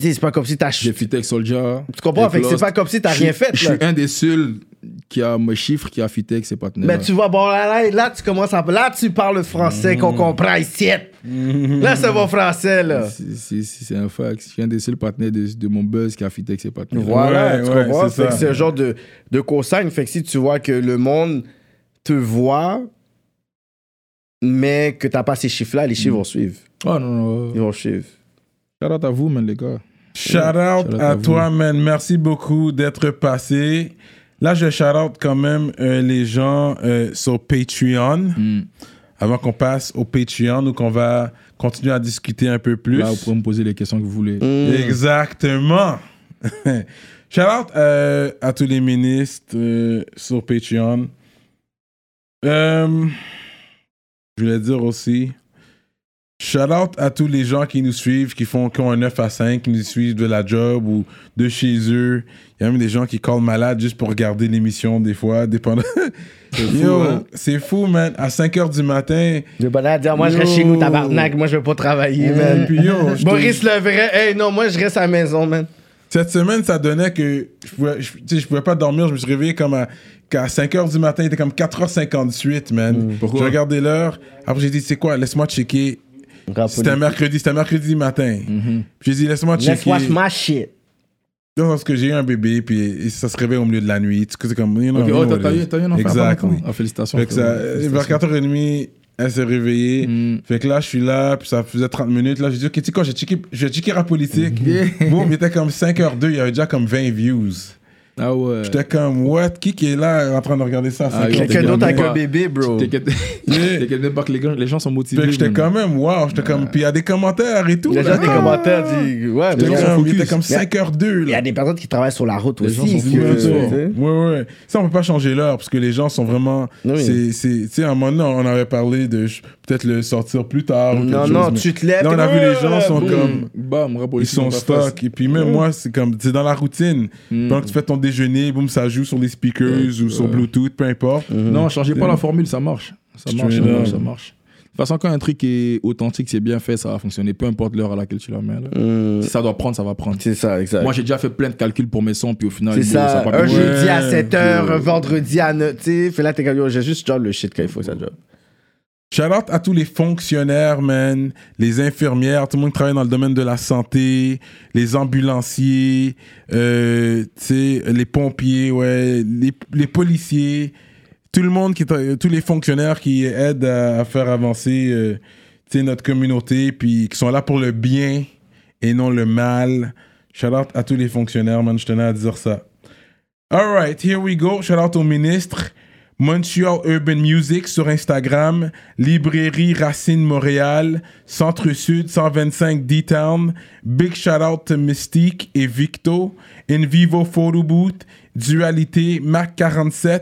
Speaker 2: Tu sais, c'est pas comme si t'as...
Speaker 3: J'ai
Speaker 2: Tu
Speaker 3: fité avec Soldier.
Speaker 2: comprends? Fait que c'est
Speaker 3: Lost.
Speaker 2: pas comme si t'as
Speaker 3: Je suis-
Speaker 2: rien fait,
Speaker 3: Je
Speaker 2: là.
Speaker 3: suis un des seuls qui a mes chiffres qui a fité avec ses partenaires.
Speaker 2: Mais Ben, tu vois, bon, là, là, là, tu commences à... Là, tu parles le français qu'on comprend ici.
Speaker 1: Mhm.
Speaker 2: Là, c'est bon français, là.
Speaker 3: C'est- C'est c'est un fax. Je suis un des seuls partenaires de, de mon buzz qui a fité avec ses partenaires.
Speaker 2: Voilà,
Speaker 1: Ouais,
Speaker 2: tu
Speaker 1: ouais,
Speaker 2: comprends?
Speaker 1: c'est
Speaker 2: Fait que
Speaker 1: ça.
Speaker 2: c'est un genre de, de consigne. Fait que si tu vois que le monde te voit, mais que t'as pas ces chiffres-là, les chiffres vont suivre.
Speaker 3: Oh non, non.
Speaker 2: Ils vont suivre.
Speaker 3: Shout out à vous, man, les gars.
Speaker 1: Shout out,
Speaker 3: Shout out
Speaker 1: à,
Speaker 3: à vous.
Speaker 1: toi, man. Merci beaucoup d'être passé. Là, je shout out quand même euh, les gens euh, sur Patreon.
Speaker 3: Hmm.
Speaker 1: Avant qu'on passe au Patreon ou qu'on va continuer à discuter un peu plus.
Speaker 3: Là, vous pouvez me poser les questions que vous voulez.
Speaker 2: Hmm. Mm.
Speaker 1: Exactement. Shout out euh, à tous les ministres euh, sur Patreon. Euh, je voulais dire aussi. Shout out à tous les gens qui nous suivent, qui font qui ont un 9 à 5, qui nous suivent de la job ou de chez eux. Il y a même des gens qui callent malade juste pour regarder l'émission des fois, dépendant. Yo,
Speaker 3: hein?
Speaker 1: c'est fou, man. À 5 h du matin,
Speaker 2: Le bonheur à dire, moi, je reste chez nous, tabarnak, moi, je veux pas travailler, man.
Speaker 1: puis yo, je te-
Speaker 2: Boris le vrai, hey, non, moi, je reste à la maison, man.
Speaker 1: Cette semaine, ça donnait que je pouvais, je, tu sais, je pouvais pas dormir. Je me suis réveillé comme à, qu'à 5 h du matin. Il était comme 4h58, man. J'ai regardé l'heure. Après, j'ai dit, c'est quoi? Laisse-moi checker. C'était un mercredi. C'était un mercredi matin. Puis J'ai dit, Mm-hmm. laisse-moi
Speaker 2: Let's
Speaker 1: checker.
Speaker 2: watch my shit.
Speaker 1: Non, parce que j'ai eu un bébé, puis et ça se réveille au milieu de la nuit. Tu sais, C'est comme... You know,
Speaker 3: Ok,
Speaker 1: you
Speaker 3: oh,
Speaker 1: know
Speaker 3: t'as- t'as
Speaker 1: what it
Speaker 3: eu,
Speaker 1: is.
Speaker 3: t'as eu un enfant
Speaker 1: Exactly.
Speaker 3: pas longtemps. Ah, félicitations.
Speaker 1: Fait que ça,
Speaker 3: frérot.
Speaker 1: euh, vers
Speaker 3: Félicitations.
Speaker 1: 4h30, elle s'est réveillée.
Speaker 3: Mm.
Speaker 1: Fait que là, je suis là, puis ça faisait 30 minutes. Là, j'ai dit, OK, tu sais quoi, j'ai checké, j'ai checké rap politique. Boum, il était comme 5h02, il y avait déjà comme 20 views.
Speaker 3: Ah ouais.
Speaker 1: J'étais
Speaker 2: Euh,
Speaker 1: comme, what? Qui qui est là en train de regarder ça? à
Speaker 3: Ah,
Speaker 1: 5 heures
Speaker 3: yo,
Speaker 1: du
Speaker 2: Quelqu'un
Speaker 3: t'inquiète
Speaker 2: d'autre
Speaker 1: matin?
Speaker 2: avec
Speaker 3: pas.
Speaker 2: un bébé, bro.
Speaker 3: T'inquiète
Speaker 1: Yeah.
Speaker 3: t'inquiète même pas que les gens, les gens sont motivés.
Speaker 1: Fait que j'étais
Speaker 3: man.
Speaker 1: quand même, wow, j'étais comme, puis il y a des commentaires et tout.
Speaker 2: Ah. Il y a
Speaker 1: là. Ah.
Speaker 2: déjà des commentaires, dit, ouais, mais
Speaker 1: J'étais
Speaker 2: non.
Speaker 3: gens sont
Speaker 1: comme, il était
Speaker 3: focus.
Speaker 1: comme 5h02.
Speaker 2: il y
Speaker 1: là.
Speaker 2: a des personnes qui travaillent sur la route
Speaker 3: gens
Speaker 2: aussi.
Speaker 3: sont
Speaker 2: c'est-
Speaker 3: fous,
Speaker 1: Ouais,
Speaker 3: là,
Speaker 2: c'est-
Speaker 1: ouais, ouais. Ça, on peut pas changer l'heure parce que les gens sont vraiment.
Speaker 2: Oui.
Speaker 1: c'est c'est- Tu sais, à un moment donné, on avait parlé de je- peut-être le sortir plus tard. ou
Speaker 2: Non,
Speaker 1: quelque
Speaker 2: non,
Speaker 1: chose, mais
Speaker 2: tu te lèves.
Speaker 1: Là, on a
Speaker 2: t'es-
Speaker 1: vu les gens sont
Speaker 3: Boum.
Speaker 1: comme.
Speaker 3: Bam, rap
Speaker 1: Ils
Speaker 3: politique
Speaker 1: sont
Speaker 3: dans ta face.
Speaker 1: stock. Et puis même moi, c'est comme. C'est dans la routine.
Speaker 2: Hmm.
Speaker 1: Pendant que tu fais ton déjeuner, boum, ça joue sur les speakers ou sur Bluetooth, peu importe.
Speaker 2: Hmm.
Speaker 3: Non, changez pas la formule, ça marche. Ça marche, ça
Speaker 1: Straight
Speaker 3: marche,
Speaker 1: up.
Speaker 3: ça marche. De toute façon, quand un truc est authentique, c'est bien fait, ça va fonctionner, peu importe l'heure à laquelle tu la mets. là.
Speaker 2: Hum,
Speaker 3: Si ça doit prendre, ça va prendre.
Speaker 2: C'est ça, exact.
Speaker 3: Moi, j'ai déjà fait plein de calculs pour mes sons, puis au final,
Speaker 2: C'est
Speaker 3: yo,
Speaker 2: ça.
Speaker 3: a pas
Speaker 2: Un
Speaker 3: donné.
Speaker 2: jeudi à
Speaker 1: Ouais,
Speaker 2: 7h, un vendredi à 9 Tu sais, là, t'es comme, yo, j'ai juste job le shit quand il faut, ça job.
Speaker 1: Shout out à tous les fonctionnaires, man, les infirmières, tout le monde qui travaille dans le domaine de la santé, les ambulanciers, euh, tu sais, les pompiers, ouais, les, les policiers, tout le monde qui tra- tous les fonctionnaires qui aident à, à faire avancer, euh, tu sais, notre communauté, puis qui sont là pour le bien et non le mal. Shout out à tous les fonctionnaires, man, je tenais à dire ça. All right, here we go. Shout out au ministre. Montreal Urban Music sur Instagram, Librairie Racine Montréal, Centre Sud 125 D-Town, Big Shout Out to Mystique et Victo, In Vivo Photo Boot, Dualité, Mac47,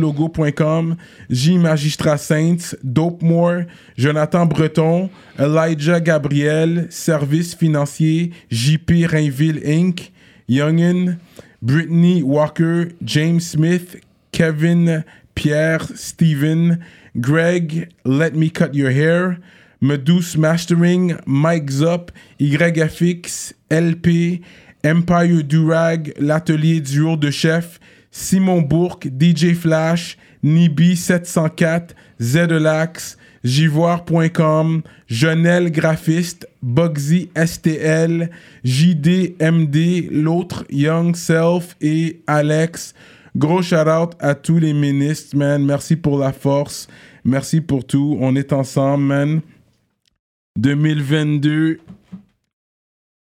Speaker 1: ConceptionLogo.com, J Magistrat Saints, Dope More, Jonathan Breton, Elijah Gabriel, Service Financier, JP Rainville Inc., Youngin, Brittany Walker, James Smith, Kevin, Pierre, Steven, Greg, Let Me Cut Your Hair, Meduse Mastering, Mike Zop, YFX, LP, Empire Durag, L'Atelier du Jour de Chef, Simon Bourque, DJ Flash, Nibi704, Zedelax, Jivoire.com, Jonel Graphiste, Bugsy STL, JDMD, l'autre Young Self et Alex. Gros shout out à tous les ministres, man. Merci pour la force. Merci pour tout. On est ensemble, man. 2022,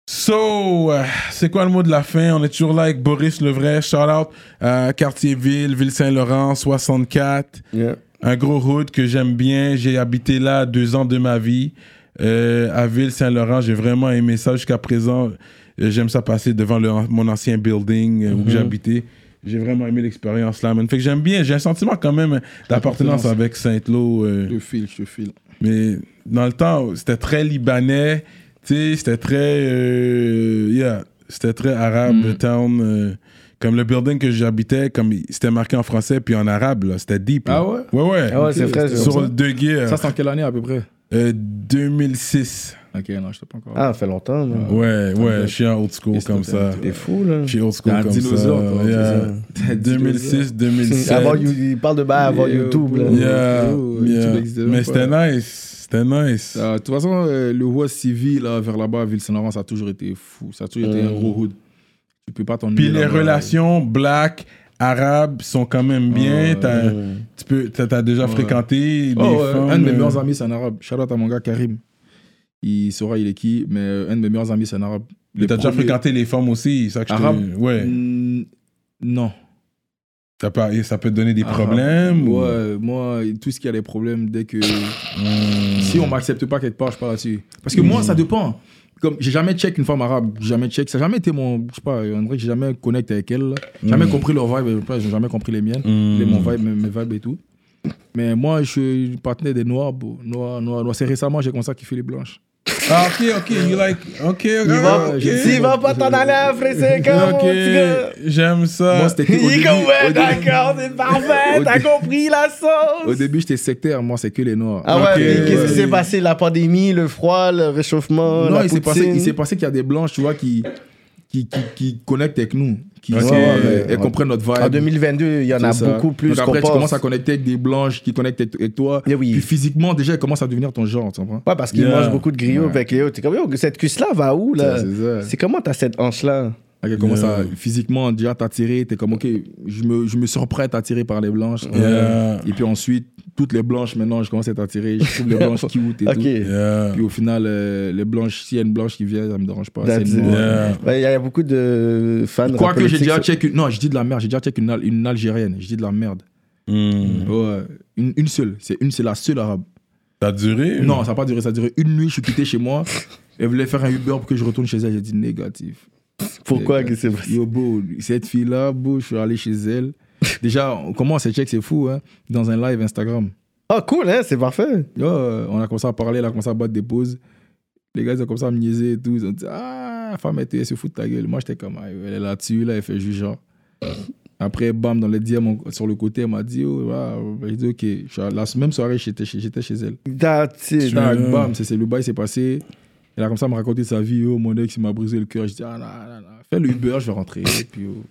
Speaker 1: So, euh, c'est quoi le mot de la fin? On est toujours là avec Boris Levray. Shout out à Quartier-Ville, Ville-Saint-Laurent, 64.
Speaker 2: Yeah.
Speaker 1: Un gros hood que j'aime bien. J'ai habité là deux ans de ma vie. Euh, à Ville-Saint-Laurent, j'ai vraiment aimé ça jusqu'à présent. Euh, J'aime ça passer devant le- mon ancien building euh, où j'habitais. J'ai vraiment aimé l'expérience là, man. Fait que j'aime bien, j'ai un sentiment quand même d'appartenance avec Saint-Lô. euh,
Speaker 3: Je file, je file.
Speaker 1: mais dans le temps, c'était très libanais, tu sais, c'était très. euh, yeah, c'était très arabe, town. euh, comme le building que j'habitais, comme il- c'était marqué en français puis en arabe, là, c'était deep. là.
Speaker 3: Ah ouais?
Speaker 1: Ouais, ouais.
Speaker 2: Ah ouais, c'est vrai. c'est
Speaker 1: Sur
Speaker 2: vrai.
Speaker 1: le deux gears,
Speaker 3: Ça, c'est en quelle année à peu près
Speaker 1: euh, 2006.
Speaker 3: Ok, non, je sais pas encore.
Speaker 2: Ah, ça fait longtemps. là.
Speaker 1: Ouais, ouais, je suis en old school
Speaker 3: It's
Speaker 1: comme
Speaker 3: not
Speaker 1: ça.
Speaker 3: that
Speaker 2: T'es fou, là.
Speaker 1: Je suis old school
Speaker 3: T'es un
Speaker 1: comme
Speaker 3: dinosaure, toi,
Speaker 1: ça. yeah.
Speaker 3: t'es un dinosaure.
Speaker 1: 2006, 2007.
Speaker 2: Avant, You- il parle de bas avant
Speaker 3: Yeah,
Speaker 2: YouTube. là.
Speaker 3: bro.
Speaker 1: Yeah,
Speaker 3: YouTube
Speaker 1: yeah.
Speaker 3: existait même
Speaker 1: Mais
Speaker 3: pas.
Speaker 1: c'était nice. C'était nice.
Speaker 3: Ah, de toute façon, euh, le West civil là, vers là-bas, à Ville-Saint-Laurent, ça a toujours été fou. Ça a toujours été un gros hood. Tu peux pas t'ennuyer.
Speaker 1: Euh. Puis les
Speaker 3: là-bas.
Speaker 1: relations black, arabe sont quand même bien.
Speaker 3: Ouais.
Speaker 1: T'as- tu peux, t'as, t'as déjà fréquenté des
Speaker 3: Oh, ouais,
Speaker 1: femmes.
Speaker 3: un de mes
Speaker 1: euh,
Speaker 3: meilleurs amis, c'est un arabe. Shout out à mon gars Karim. Il saura il est qui, mais euh, un de mes meilleurs amis, c'est un arabe.
Speaker 1: mais t'as déjà fréquenté les femmes aussi. Ça que je te-
Speaker 3: Arabe?
Speaker 1: ouais.
Speaker 3: Non.
Speaker 1: Ça peut, et ça peut te donner des
Speaker 3: Arabe.
Speaker 1: problèmes. ou-
Speaker 3: Ouais, moi, tout ce qui a des problèmes, dès que. Si
Speaker 2: Mhm.
Speaker 3: on m'accepte pas quelque part, je pars là-dessus. Parce que moi, ça dépend. Comme j'ai jamais check une femme arabe, j'ai jamais check, ça a jamais été mon, je sais pas, on dirait que j'ai jamais connecté avec elle, J'ai
Speaker 2: Mhm.
Speaker 3: jamais compris leur vibe, après, j'ai jamais compris les miennes,
Speaker 1: Hmm.
Speaker 3: les mon vibe, mes, mes vibes et tout. Mais moi, je suis partenaire des noirs, bro. noirs, noirs, noirs. C'est récemment, j'ai commencé à kiffer les blanches.
Speaker 1: Ah, ok, ok. You like. Ok, ok.
Speaker 2: Il va-
Speaker 1: ok.
Speaker 3: j'ai-
Speaker 2: S'il va pas t'en aller après 5 ans, mon
Speaker 1: Ok,
Speaker 2: petit gars.
Speaker 1: j'aime
Speaker 2: Euh,
Speaker 1: ça.
Speaker 3: Moi, c'était au
Speaker 2: Il est
Speaker 3: début-
Speaker 2: comme,
Speaker 3: au
Speaker 2: ouais,
Speaker 3: début-
Speaker 2: d'accord, c'est
Speaker 3: Au
Speaker 2: parfait, t'as
Speaker 3: dé-
Speaker 2: compris la
Speaker 3: Au
Speaker 2: sauce.
Speaker 3: début, j'étais sectaire, moi, c'est que les noirs. euh,
Speaker 2: Ah ouais,
Speaker 1: Ok,
Speaker 2: mais qu'est-ce
Speaker 1: ouais.
Speaker 2: qui s'est passé La pandémie, le froid, le réchauffement,
Speaker 3: Non,
Speaker 2: la
Speaker 3: il s'est passé,
Speaker 2: poutine.
Speaker 3: il s'est passé qu'il y a des blanches, tu vois, qui, qui, qui, qui connectent avec nous, qui
Speaker 1: Ok.
Speaker 3: sont, euh, elles
Speaker 2: En-
Speaker 3: comprennent notre vibe.
Speaker 2: En 2022, il y en
Speaker 3: C'est
Speaker 2: a
Speaker 3: ça.
Speaker 2: beaucoup plus
Speaker 3: Donc
Speaker 2: qu'on
Speaker 3: après, tu
Speaker 2: pense.
Speaker 3: commences à connecter avec des blanches qui connectent avec- avec toi.
Speaker 2: Eh oui.
Speaker 3: Puis physiquement, déjà, elles commencent à devenir ton genre, tu comprends
Speaker 2: Ouais, parce qu'ils
Speaker 1: Yeah.
Speaker 2: mangent beaucoup de griots avec les autres. T'es comme, yo, cette cuisse-là va où, là
Speaker 3: C'est ça.
Speaker 2: C'est comment t'as cette hanche-là
Speaker 3: Donc, elles commencent à
Speaker 1: Yeah.
Speaker 3: physiquement déjà t'attirer. T'es comme, ok, je me, je me sens prêt à t'attirer par les blanches.
Speaker 1: Yeah.
Speaker 3: Et puis ensuite, toutes les blanches, maintenant, je commence à t'attirer. Je trouve les blanches cute et
Speaker 2: Ok.
Speaker 3: tout.
Speaker 2: Ouais,
Speaker 1: Yeah.
Speaker 3: Puis au final, euh, les blanches, s'il y a une blanche qui vient, ça me dérange pas. C'est
Speaker 2: That's
Speaker 3: une
Speaker 2: it.
Speaker 3: noire.
Speaker 1: Yeah.
Speaker 2: Il y a beaucoup de fans.
Speaker 3: Quoique j'ai
Speaker 2: rapolitiques
Speaker 3: déjà
Speaker 2: sur-
Speaker 3: check une... Non, je dis de la merde, j'ai déjà check une, Al- une Algérienne, je dis de la merde.
Speaker 1: Hmm.
Speaker 3: Ouais, une, une seule, c'est une, c'est la seule arabe.
Speaker 1: Ça a duré ou-
Speaker 3: Non, ça n'a pas duré, ça a duré une nuit, je suis quitté chez moi. Elle voulait faire un Uber pour que je retourne chez elle, j'ai dit négatif.
Speaker 2: Pourquoi que
Speaker 3: Négatif.
Speaker 2: c'est passé
Speaker 3: Yo, bro, cette fille-là, bro, je suis allé chez elle. Déjà, on commence à check, c'est fou, hein, dans un live Instagram.
Speaker 2: Oh, cool, hein, c'est parfait.
Speaker 3: Yo, euh, on a commencé à parler, elle a commencé à battre des pauses. Les gars, ils ont commencé à me niaiser et tout. Ils ont dit Ah, femme, elle, te- elle se fout de ta gueule. Moi, j'étais comme Ah, Elle est là-dessus, là, elle fait juste genre. Après, bam, dans les DM, on- sur le côté, elle m'a dit Oh, bah, j'ai dit Ok. Je suis allé- La même soirée, j'étais chez, j'étais chez elle.
Speaker 2: That's it.
Speaker 3: Tac, bam, c'est c'est le bail s'est passé. Elle a comme ça me raconté sa vie. Oh, mon ex, il m'a brisé le cœur. Je dis Ah, non, non, non. Fais le Uber, je vais rentrer. Et puis, oh,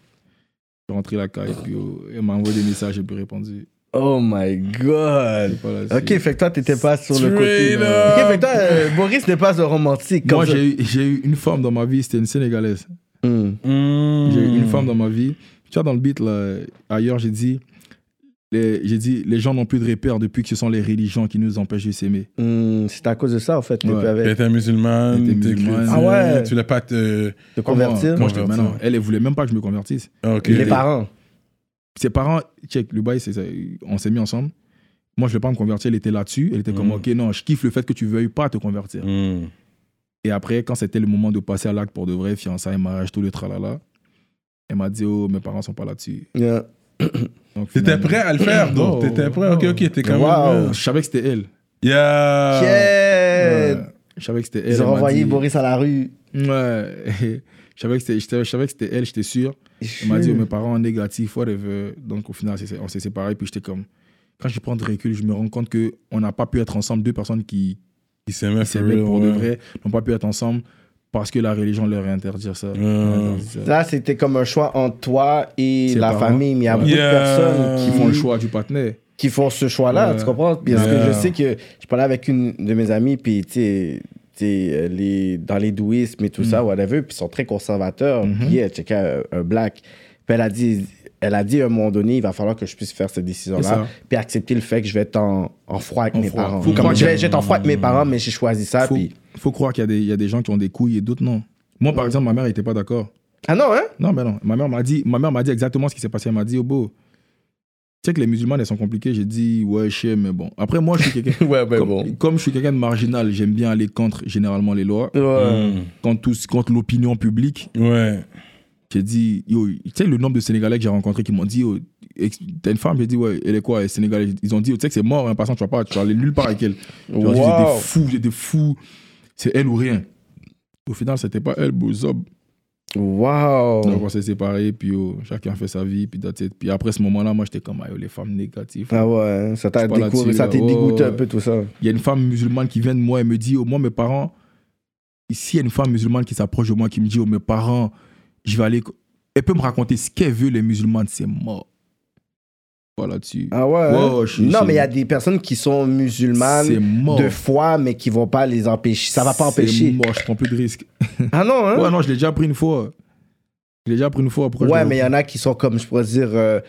Speaker 3: je vais rentrer la caille. Puis, oh, elle m'a envoyé des messages, j'ai plus répondu.
Speaker 2: Oh my god.
Speaker 3: C'est pas là-dessus.
Speaker 2: Ok, fait que toi, t'étais pas sur le côté.
Speaker 1: Straight
Speaker 2: Ok,
Speaker 1: up.
Speaker 2: fait que toi, euh, Boris n'est pas un romantique. comme
Speaker 3: Moi,
Speaker 2: ça.
Speaker 3: j'ai eu- j'ai eu une femme dans ma vie, c'était une Sénégalaise.
Speaker 2: Hmm.
Speaker 1: Hmm.
Speaker 3: J'ai eu une femme dans ma vie. Tu vois, dans le beat, là, ailleurs, j'ai dit, les, j'ai dit, les gens n'ont plus de repères depuis que ce sont les religions qui nous empêchent de s'aimer.
Speaker 2: Hmm, C'est à cause de ça, en fait, que
Speaker 3: Ouais.
Speaker 2: t'es avec.
Speaker 1: T'étais musulmane,
Speaker 3: T'étais
Speaker 1: t'es
Speaker 3: musulmane.
Speaker 1: chrétien.
Speaker 2: Ah ouais.
Speaker 1: Tu voulais pas te.
Speaker 2: Te convertir.
Speaker 3: Moi, je te-
Speaker 1: Convertir.
Speaker 3: maintenant, elle, elle voulait même pas que je me convertisse.
Speaker 1: Ah, Ok.
Speaker 2: Les parents.
Speaker 3: Ses parents, check, le bail, c'est ça, on s'est mis ensemble. Moi, je ne voulais pas me convertir, elle était là-dessus. Elle était comme,
Speaker 2: Mm.
Speaker 1: Mhm.
Speaker 3: ok, non, je kiffe le fait que tu veuilles pas te convertir.
Speaker 1: Hmm.
Speaker 3: Et après, quand c'était le moment de passer à l'acte pour de vrai, fiançailles, mariage, tout le tralala, elle m'a dit, oh, mes parents sont pas là-dessus.
Speaker 2: Yeah.
Speaker 3: Donc,
Speaker 1: T'étais
Speaker 3: finalement-
Speaker 1: prêt à le faire, donc.
Speaker 3: Oh.
Speaker 1: T'étais prêt. Ok, ok, t'es quand
Speaker 2: Wow.
Speaker 1: même.
Speaker 3: Je savais que c'était elle.
Speaker 1: Yeah.
Speaker 2: Yeah.
Speaker 3: Ah. Ouais, je savais que c'était elle.
Speaker 2: Ils
Speaker 3: elle
Speaker 2: ont
Speaker 3: m'a
Speaker 2: renvoyé
Speaker 3: dit-
Speaker 2: Boris à la rue.
Speaker 3: Ouais. je savais que c'était- j'étais- je savais que c'était elle, j'étais sûr. Elle m'a dit, oh, mes parents négatifs, whatever. Donc au final, c'est- on s'est séparés. Puis j'étais comme, quand je prends de recul, je me rends compte qu'on n'a pas pu être ensemble. Deux personnes qui
Speaker 1: Il s'aimait
Speaker 3: qui
Speaker 1: for
Speaker 3: s'aimaient
Speaker 1: real,
Speaker 3: pour de
Speaker 1: ouais.
Speaker 3: vrai n'ont pas pu être ensemble parce que la religion leur a interdit ça.
Speaker 1: Ouais.
Speaker 2: Là, c'était comme un choix entre toi et
Speaker 3: Ses
Speaker 2: la
Speaker 3: parents.
Speaker 2: famille, mais il y a
Speaker 3: Ouais.
Speaker 2: beaucoup
Speaker 1: Yeah.
Speaker 2: de personnes qui
Speaker 3: Ils font le choix du partenaire.
Speaker 2: qui font ce choix-là,
Speaker 3: Ouais.
Speaker 2: tu comprends? Puis Parce
Speaker 1: Yeah.
Speaker 2: que je sais que je parlais avec une de mes amies, puis tu sais, tu sais, euh, les, dans l'hindouisme et tout
Speaker 3: Mm.
Speaker 2: ça, whatever, puis ils sont très conservateurs,
Speaker 3: Mm-hmm.
Speaker 2: puis euh, elle checkait un, un black. Puis elle a dit, elle a dit à un moment donné, il va falloir que je puisse faire cette
Speaker 3: C'est
Speaker 2: décision-là,
Speaker 3: ça.
Speaker 2: puis accepter le fait que je vais être en, en froid avec
Speaker 3: En
Speaker 2: mes
Speaker 3: froid.
Speaker 2: parents.
Speaker 3: Faut
Speaker 2: Comme
Speaker 3: pas
Speaker 2: je
Speaker 3: que- Mm.
Speaker 2: vais je vais être en froid avec mes parents, mais j'ai choisi ça,
Speaker 3: Faut,
Speaker 2: puis
Speaker 3: faut croire qu'il y, a des- il y a des gens qui ont des couilles et d'autres non. Moi, par exemple, ma mère n'était pas d'accord.
Speaker 2: Ah non, hein?
Speaker 3: Non, mais non. Ma mère m'a dit, ma mère m'a dit exactement ce qui s'est passé. Elle m'a dit, oh, beau, tu sais que les musulmans, elles sont compliquées. J'ai dit, ouais, je sais, mais bon. Après, moi, je suis quelqu'un.
Speaker 2: Ouais, ben
Speaker 3: comme, comme je suis quelqu'un de marginal, j'aime bien aller contre généralement les lois,
Speaker 2: Ouais.
Speaker 3: contre, tous- contre l'opinion publique.
Speaker 1: Mm. Ouais.
Speaker 3: J'ai dit, yo, tu sais, le nombre de Sénégalais que j'ai rencontrés qui m'ont dit, yo, ex- t'as une femme J'ai dit, ouais, elle est quoi, elle est Sénégalaise Ils ont dit, yo, tu sais que c'est mort, hein, passant, tu vas pas, tu vas aller nulle part avec elle. J'ai dit,
Speaker 2: Wow.
Speaker 3: des fous, j'ai des fous, c'est elle ou rien. Au final, c'était pas elle, Bozob.
Speaker 2: Wow.
Speaker 3: Donc, on s'est séparés, puis yo, chacun fait sa vie, puis that's it. Puis après ce moment-là, moi, j'étais comme, ah, yo, les femmes négatives.
Speaker 2: Ah ouais, ça t'a
Speaker 3: Je suis pas
Speaker 2: découvert,
Speaker 3: là-dessus,
Speaker 2: ça
Speaker 3: là.
Speaker 2: t'a
Speaker 3: Oh. Ouais,
Speaker 2: dégoûté
Speaker 3: ouais.
Speaker 2: un peu tout ça.
Speaker 3: Il y a une femme musulmane qui vient de moi et me dit, oh, moi, mes parents, ici, il y a une femme musulmane qui s'approche de moi, qui me dit, oh, mes parents, je vais aller. co- Elle peut me raconter ce qu'elle veut, les musulmanes, c'est mort. Voilà, dessus
Speaker 2: Ah ouais.
Speaker 3: Ouais,
Speaker 2: hein?
Speaker 3: ouais, je suis-
Speaker 2: non,
Speaker 3: c'est-
Speaker 2: mais il y a des personnes qui sont
Speaker 3: c'est
Speaker 2: musulmanes
Speaker 3: mort.
Speaker 2: de foi, mais qui vont pas les empêcher. Ça va pas
Speaker 3: C'est
Speaker 2: empêcher.
Speaker 3: mort, je prends plus de risques.
Speaker 2: Ah non, hein?
Speaker 3: Ouais, non, je l'ai déjà pris une fois. Je l'ai déjà pris une fois. Pourquoi je
Speaker 2: Ouais,
Speaker 3: le
Speaker 2: mais il y en a qui sont comme, je pourrais dire, euh,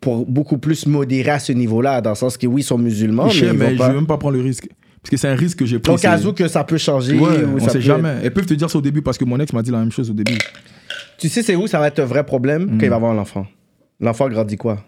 Speaker 2: pour beaucoup plus modérés à ce niveau-là, dans le sens que oui, ils sont musulmans,
Speaker 3: reprends Je
Speaker 2: mais,
Speaker 3: sais,
Speaker 2: ils
Speaker 3: mais
Speaker 2: vont
Speaker 3: je
Speaker 2: pas.
Speaker 3: vais même pas prendre le risque. Parce que c'est un risque que j'ai pris.
Speaker 2: Au cas
Speaker 3: c'est-
Speaker 2: où que ça peut changer.
Speaker 3: Ouais,
Speaker 2: ou
Speaker 3: on
Speaker 2: ça
Speaker 3: sait
Speaker 2: peut-
Speaker 3: jamais. Elles peuvent te dire ça au début parce que mon ex m'a dit la même chose au début.
Speaker 2: Tu sais, c'est où ça va être un vrai problème
Speaker 3: Hmm.
Speaker 2: quand il va avoir l'enfant. L'enfant grandit quoi?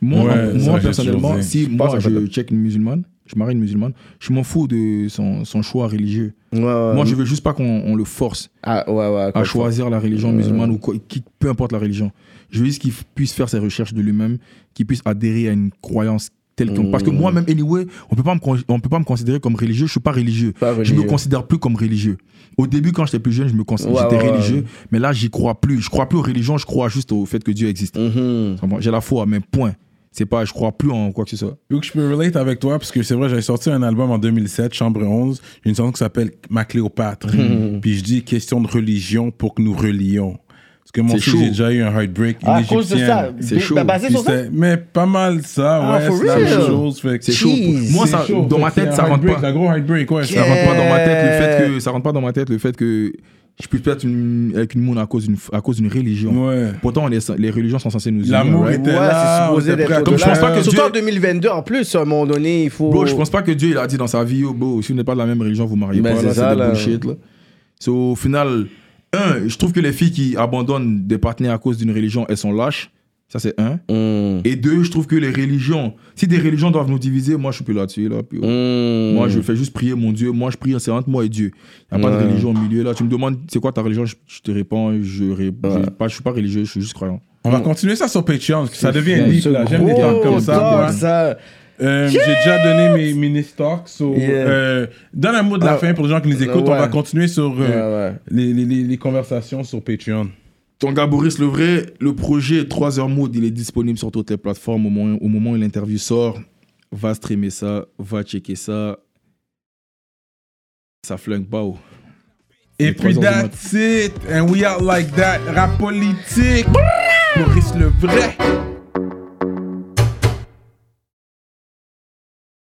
Speaker 3: Moi,
Speaker 1: Ouais,
Speaker 3: en-
Speaker 1: ça,
Speaker 3: moi
Speaker 1: j'ai toujours
Speaker 3: personnellement,
Speaker 1: dit.
Speaker 3: si
Speaker 2: pense
Speaker 3: moi
Speaker 2: que ça
Speaker 3: je
Speaker 2: peut-
Speaker 3: check une musulmane, je marie une musulmane, je m'en fous de son, son choix religieux.
Speaker 2: Ouais, ouais.
Speaker 3: moi, je veux juste pas qu'on on le force
Speaker 2: Ah, ouais, ouais,
Speaker 3: à
Speaker 2: comprends.
Speaker 3: choisir la
Speaker 2: Euh,
Speaker 3: religion musulmane ou quoi, qui- peu importe la religion. Je veux juste qu'il f- puisse faire ses recherches de lui-même, qu'il puisse adhérer à une croyance telle qu'on.
Speaker 2: Mmh.
Speaker 3: Parce que moi-même, anyway, on peut pas me con- on peut pas me considérer comme religieux. Je suis pas religieux.
Speaker 2: Pas
Speaker 3: Je me
Speaker 2: religieux.
Speaker 3: considère plus comme religieux. Au début, quand j'étais plus jeune, je me considérais
Speaker 2: Ouais,
Speaker 3: j'étais
Speaker 2: ouais, ouais.
Speaker 3: religieux, mais là, j'y crois plus. Je crois plus aux religions. Je crois juste au fait que Dieu existe.
Speaker 2: Mhm.
Speaker 3: Tu comprends J'ai la foi, mais point. C'est pas, je crois plus en quoi que ce soit.
Speaker 1: Donc, je peux relate avec toi parce que c'est vrai, j'avais sorti un album en 2007, Chambre 11, une chanson qui s'appelle Ma Cléopâtre. Puis je dis question de religion pour que nous relions. Parce que moi
Speaker 3: C'est
Speaker 1: aussi,
Speaker 3: chaud.
Speaker 1: j'ai déjà eu un heartbreak. une
Speaker 2: À cause de ça,
Speaker 1: Égyptienne.
Speaker 3: C'est
Speaker 2: ba-
Speaker 3: chaud.
Speaker 2: bah, basé
Speaker 1: Puis
Speaker 2: sur ça?
Speaker 1: c'était- Mais pas mal ça,
Speaker 2: Ah,
Speaker 1: ouais,
Speaker 2: for
Speaker 1: c'est la
Speaker 2: real?
Speaker 1: même chose. fait que-
Speaker 3: C'est chaud. pour-
Speaker 2: Jeez.
Speaker 3: Moi,
Speaker 1: C'est
Speaker 3: ça,
Speaker 1: chaud,
Speaker 3: dans
Speaker 1: fait
Speaker 3: ma
Speaker 1: que c'est
Speaker 3: tête,
Speaker 1: un
Speaker 3: ça rentre
Speaker 1: heartbreak,
Speaker 3: pas.
Speaker 1: Un gros heartbreak, ouais.
Speaker 3: Ça
Speaker 1: ça
Speaker 2: Yeah.
Speaker 3: rentre pas dans ma tête le fait
Speaker 2: Yeah.
Speaker 3: que ça rentre pas dans ma tête le fait que je puisse peut-être une- avec une moune à cause d'une à cause d'une religion.
Speaker 1: rentre- Ouais.
Speaker 3: Pourtant, on est- les religions sont censées nous unir.
Speaker 1: L'amour
Speaker 3: right?
Speaker 2: Ouais,
Speaker 1: était là,
Speaker 2: c'est supposé
Speaker 1: on était
Speaker 2: d'être
Speaker 1: prêt à
Speaker 2: au
Speaker 1: tout
Speaker 3: Donc, je pense
Speaker 1: faire.
Speaker 3: pas que
Speaker 2: Surtout
Speaker 3: Dieu-
Speaker 2: en 2022, en plus, à un moment donné, il faut.
Speaker 3: Bro, je pense pas que Dieu il a dit dans sa vie, oh, bro, si vous n'êtes pas de la même religion, vous mariez
Speaker 2: Mais
Speaker 3: pas.
Speaker 2: c'est
Speaker 3: Là,
Speaker 2: ça,
Speaker 3: c'est des
Speaker 2: là.
Speaker 3: bullshit. Là. So, au final, un, je trouve que les filles qui abandonnent des partenaires à cause d'une religion, elles sont lâches. Ça, c'est un.
Speaker 2: Mhm.
Speaker 3: Et deux, je trouve que les religions, si des religions doivent nous diviser, moi, je suis plus là-dessus. Là, puis, oh.
Speaker 2: Mhm.
Speaker 3: Moi, je fais juste prier mon Dieu. Moi, je prie, c'est entre moi et Dieu. Il n'y a pas
Speaker 2: Ouais.
Speaker 3: de religion au milieu. Là, tu me demandes, c'est quoi ta religion Je, je te réponds, je ne je suis pas religieux, je suis juste croyant.
Speaker 1: On
Speaker 2: Oh.
Speaker 1: va continuer ça sur Patreon, parce que ça devient
Speaker 3: bien,
Speaker 1: deep, là. J'aime les
Speaker 2: Gros
Speaker 1: trucs comme ça.
Speaker 2: talk,
Speaker 1: moi.
Speaker 2: ça.
Speaker 1: Euh, J'ai déjà donné mes mini stocks. So,
Speaker 2: Yeah.
Speaker 1: euh, donne un mot de la
Speaker 2: Ah.
Speaker 1: fin pour les gens qui nous écoutent.
Speaker 2: Ouais.
Speaker 1: On va continuer sur euh,
Speaker 2: Ouais, ouais.
Speaker 1: Les, les, les, les conversations sur Patreon.
Speaker 3: Ton gars Boris le vrai, le projet 3 heures mood, il est disponible sur toutes les plateformes au moment, au moment où l'interview sort. Va streamer ça, va checker ça. Ça flingue pas. oh.
Speaker 1: Et
Speaker 3: Les
Speaker 1: puis,
Speaker 3: trois heures du
Speaker 1: that's it. And we out like that. Rap politique. Maurice le vrai.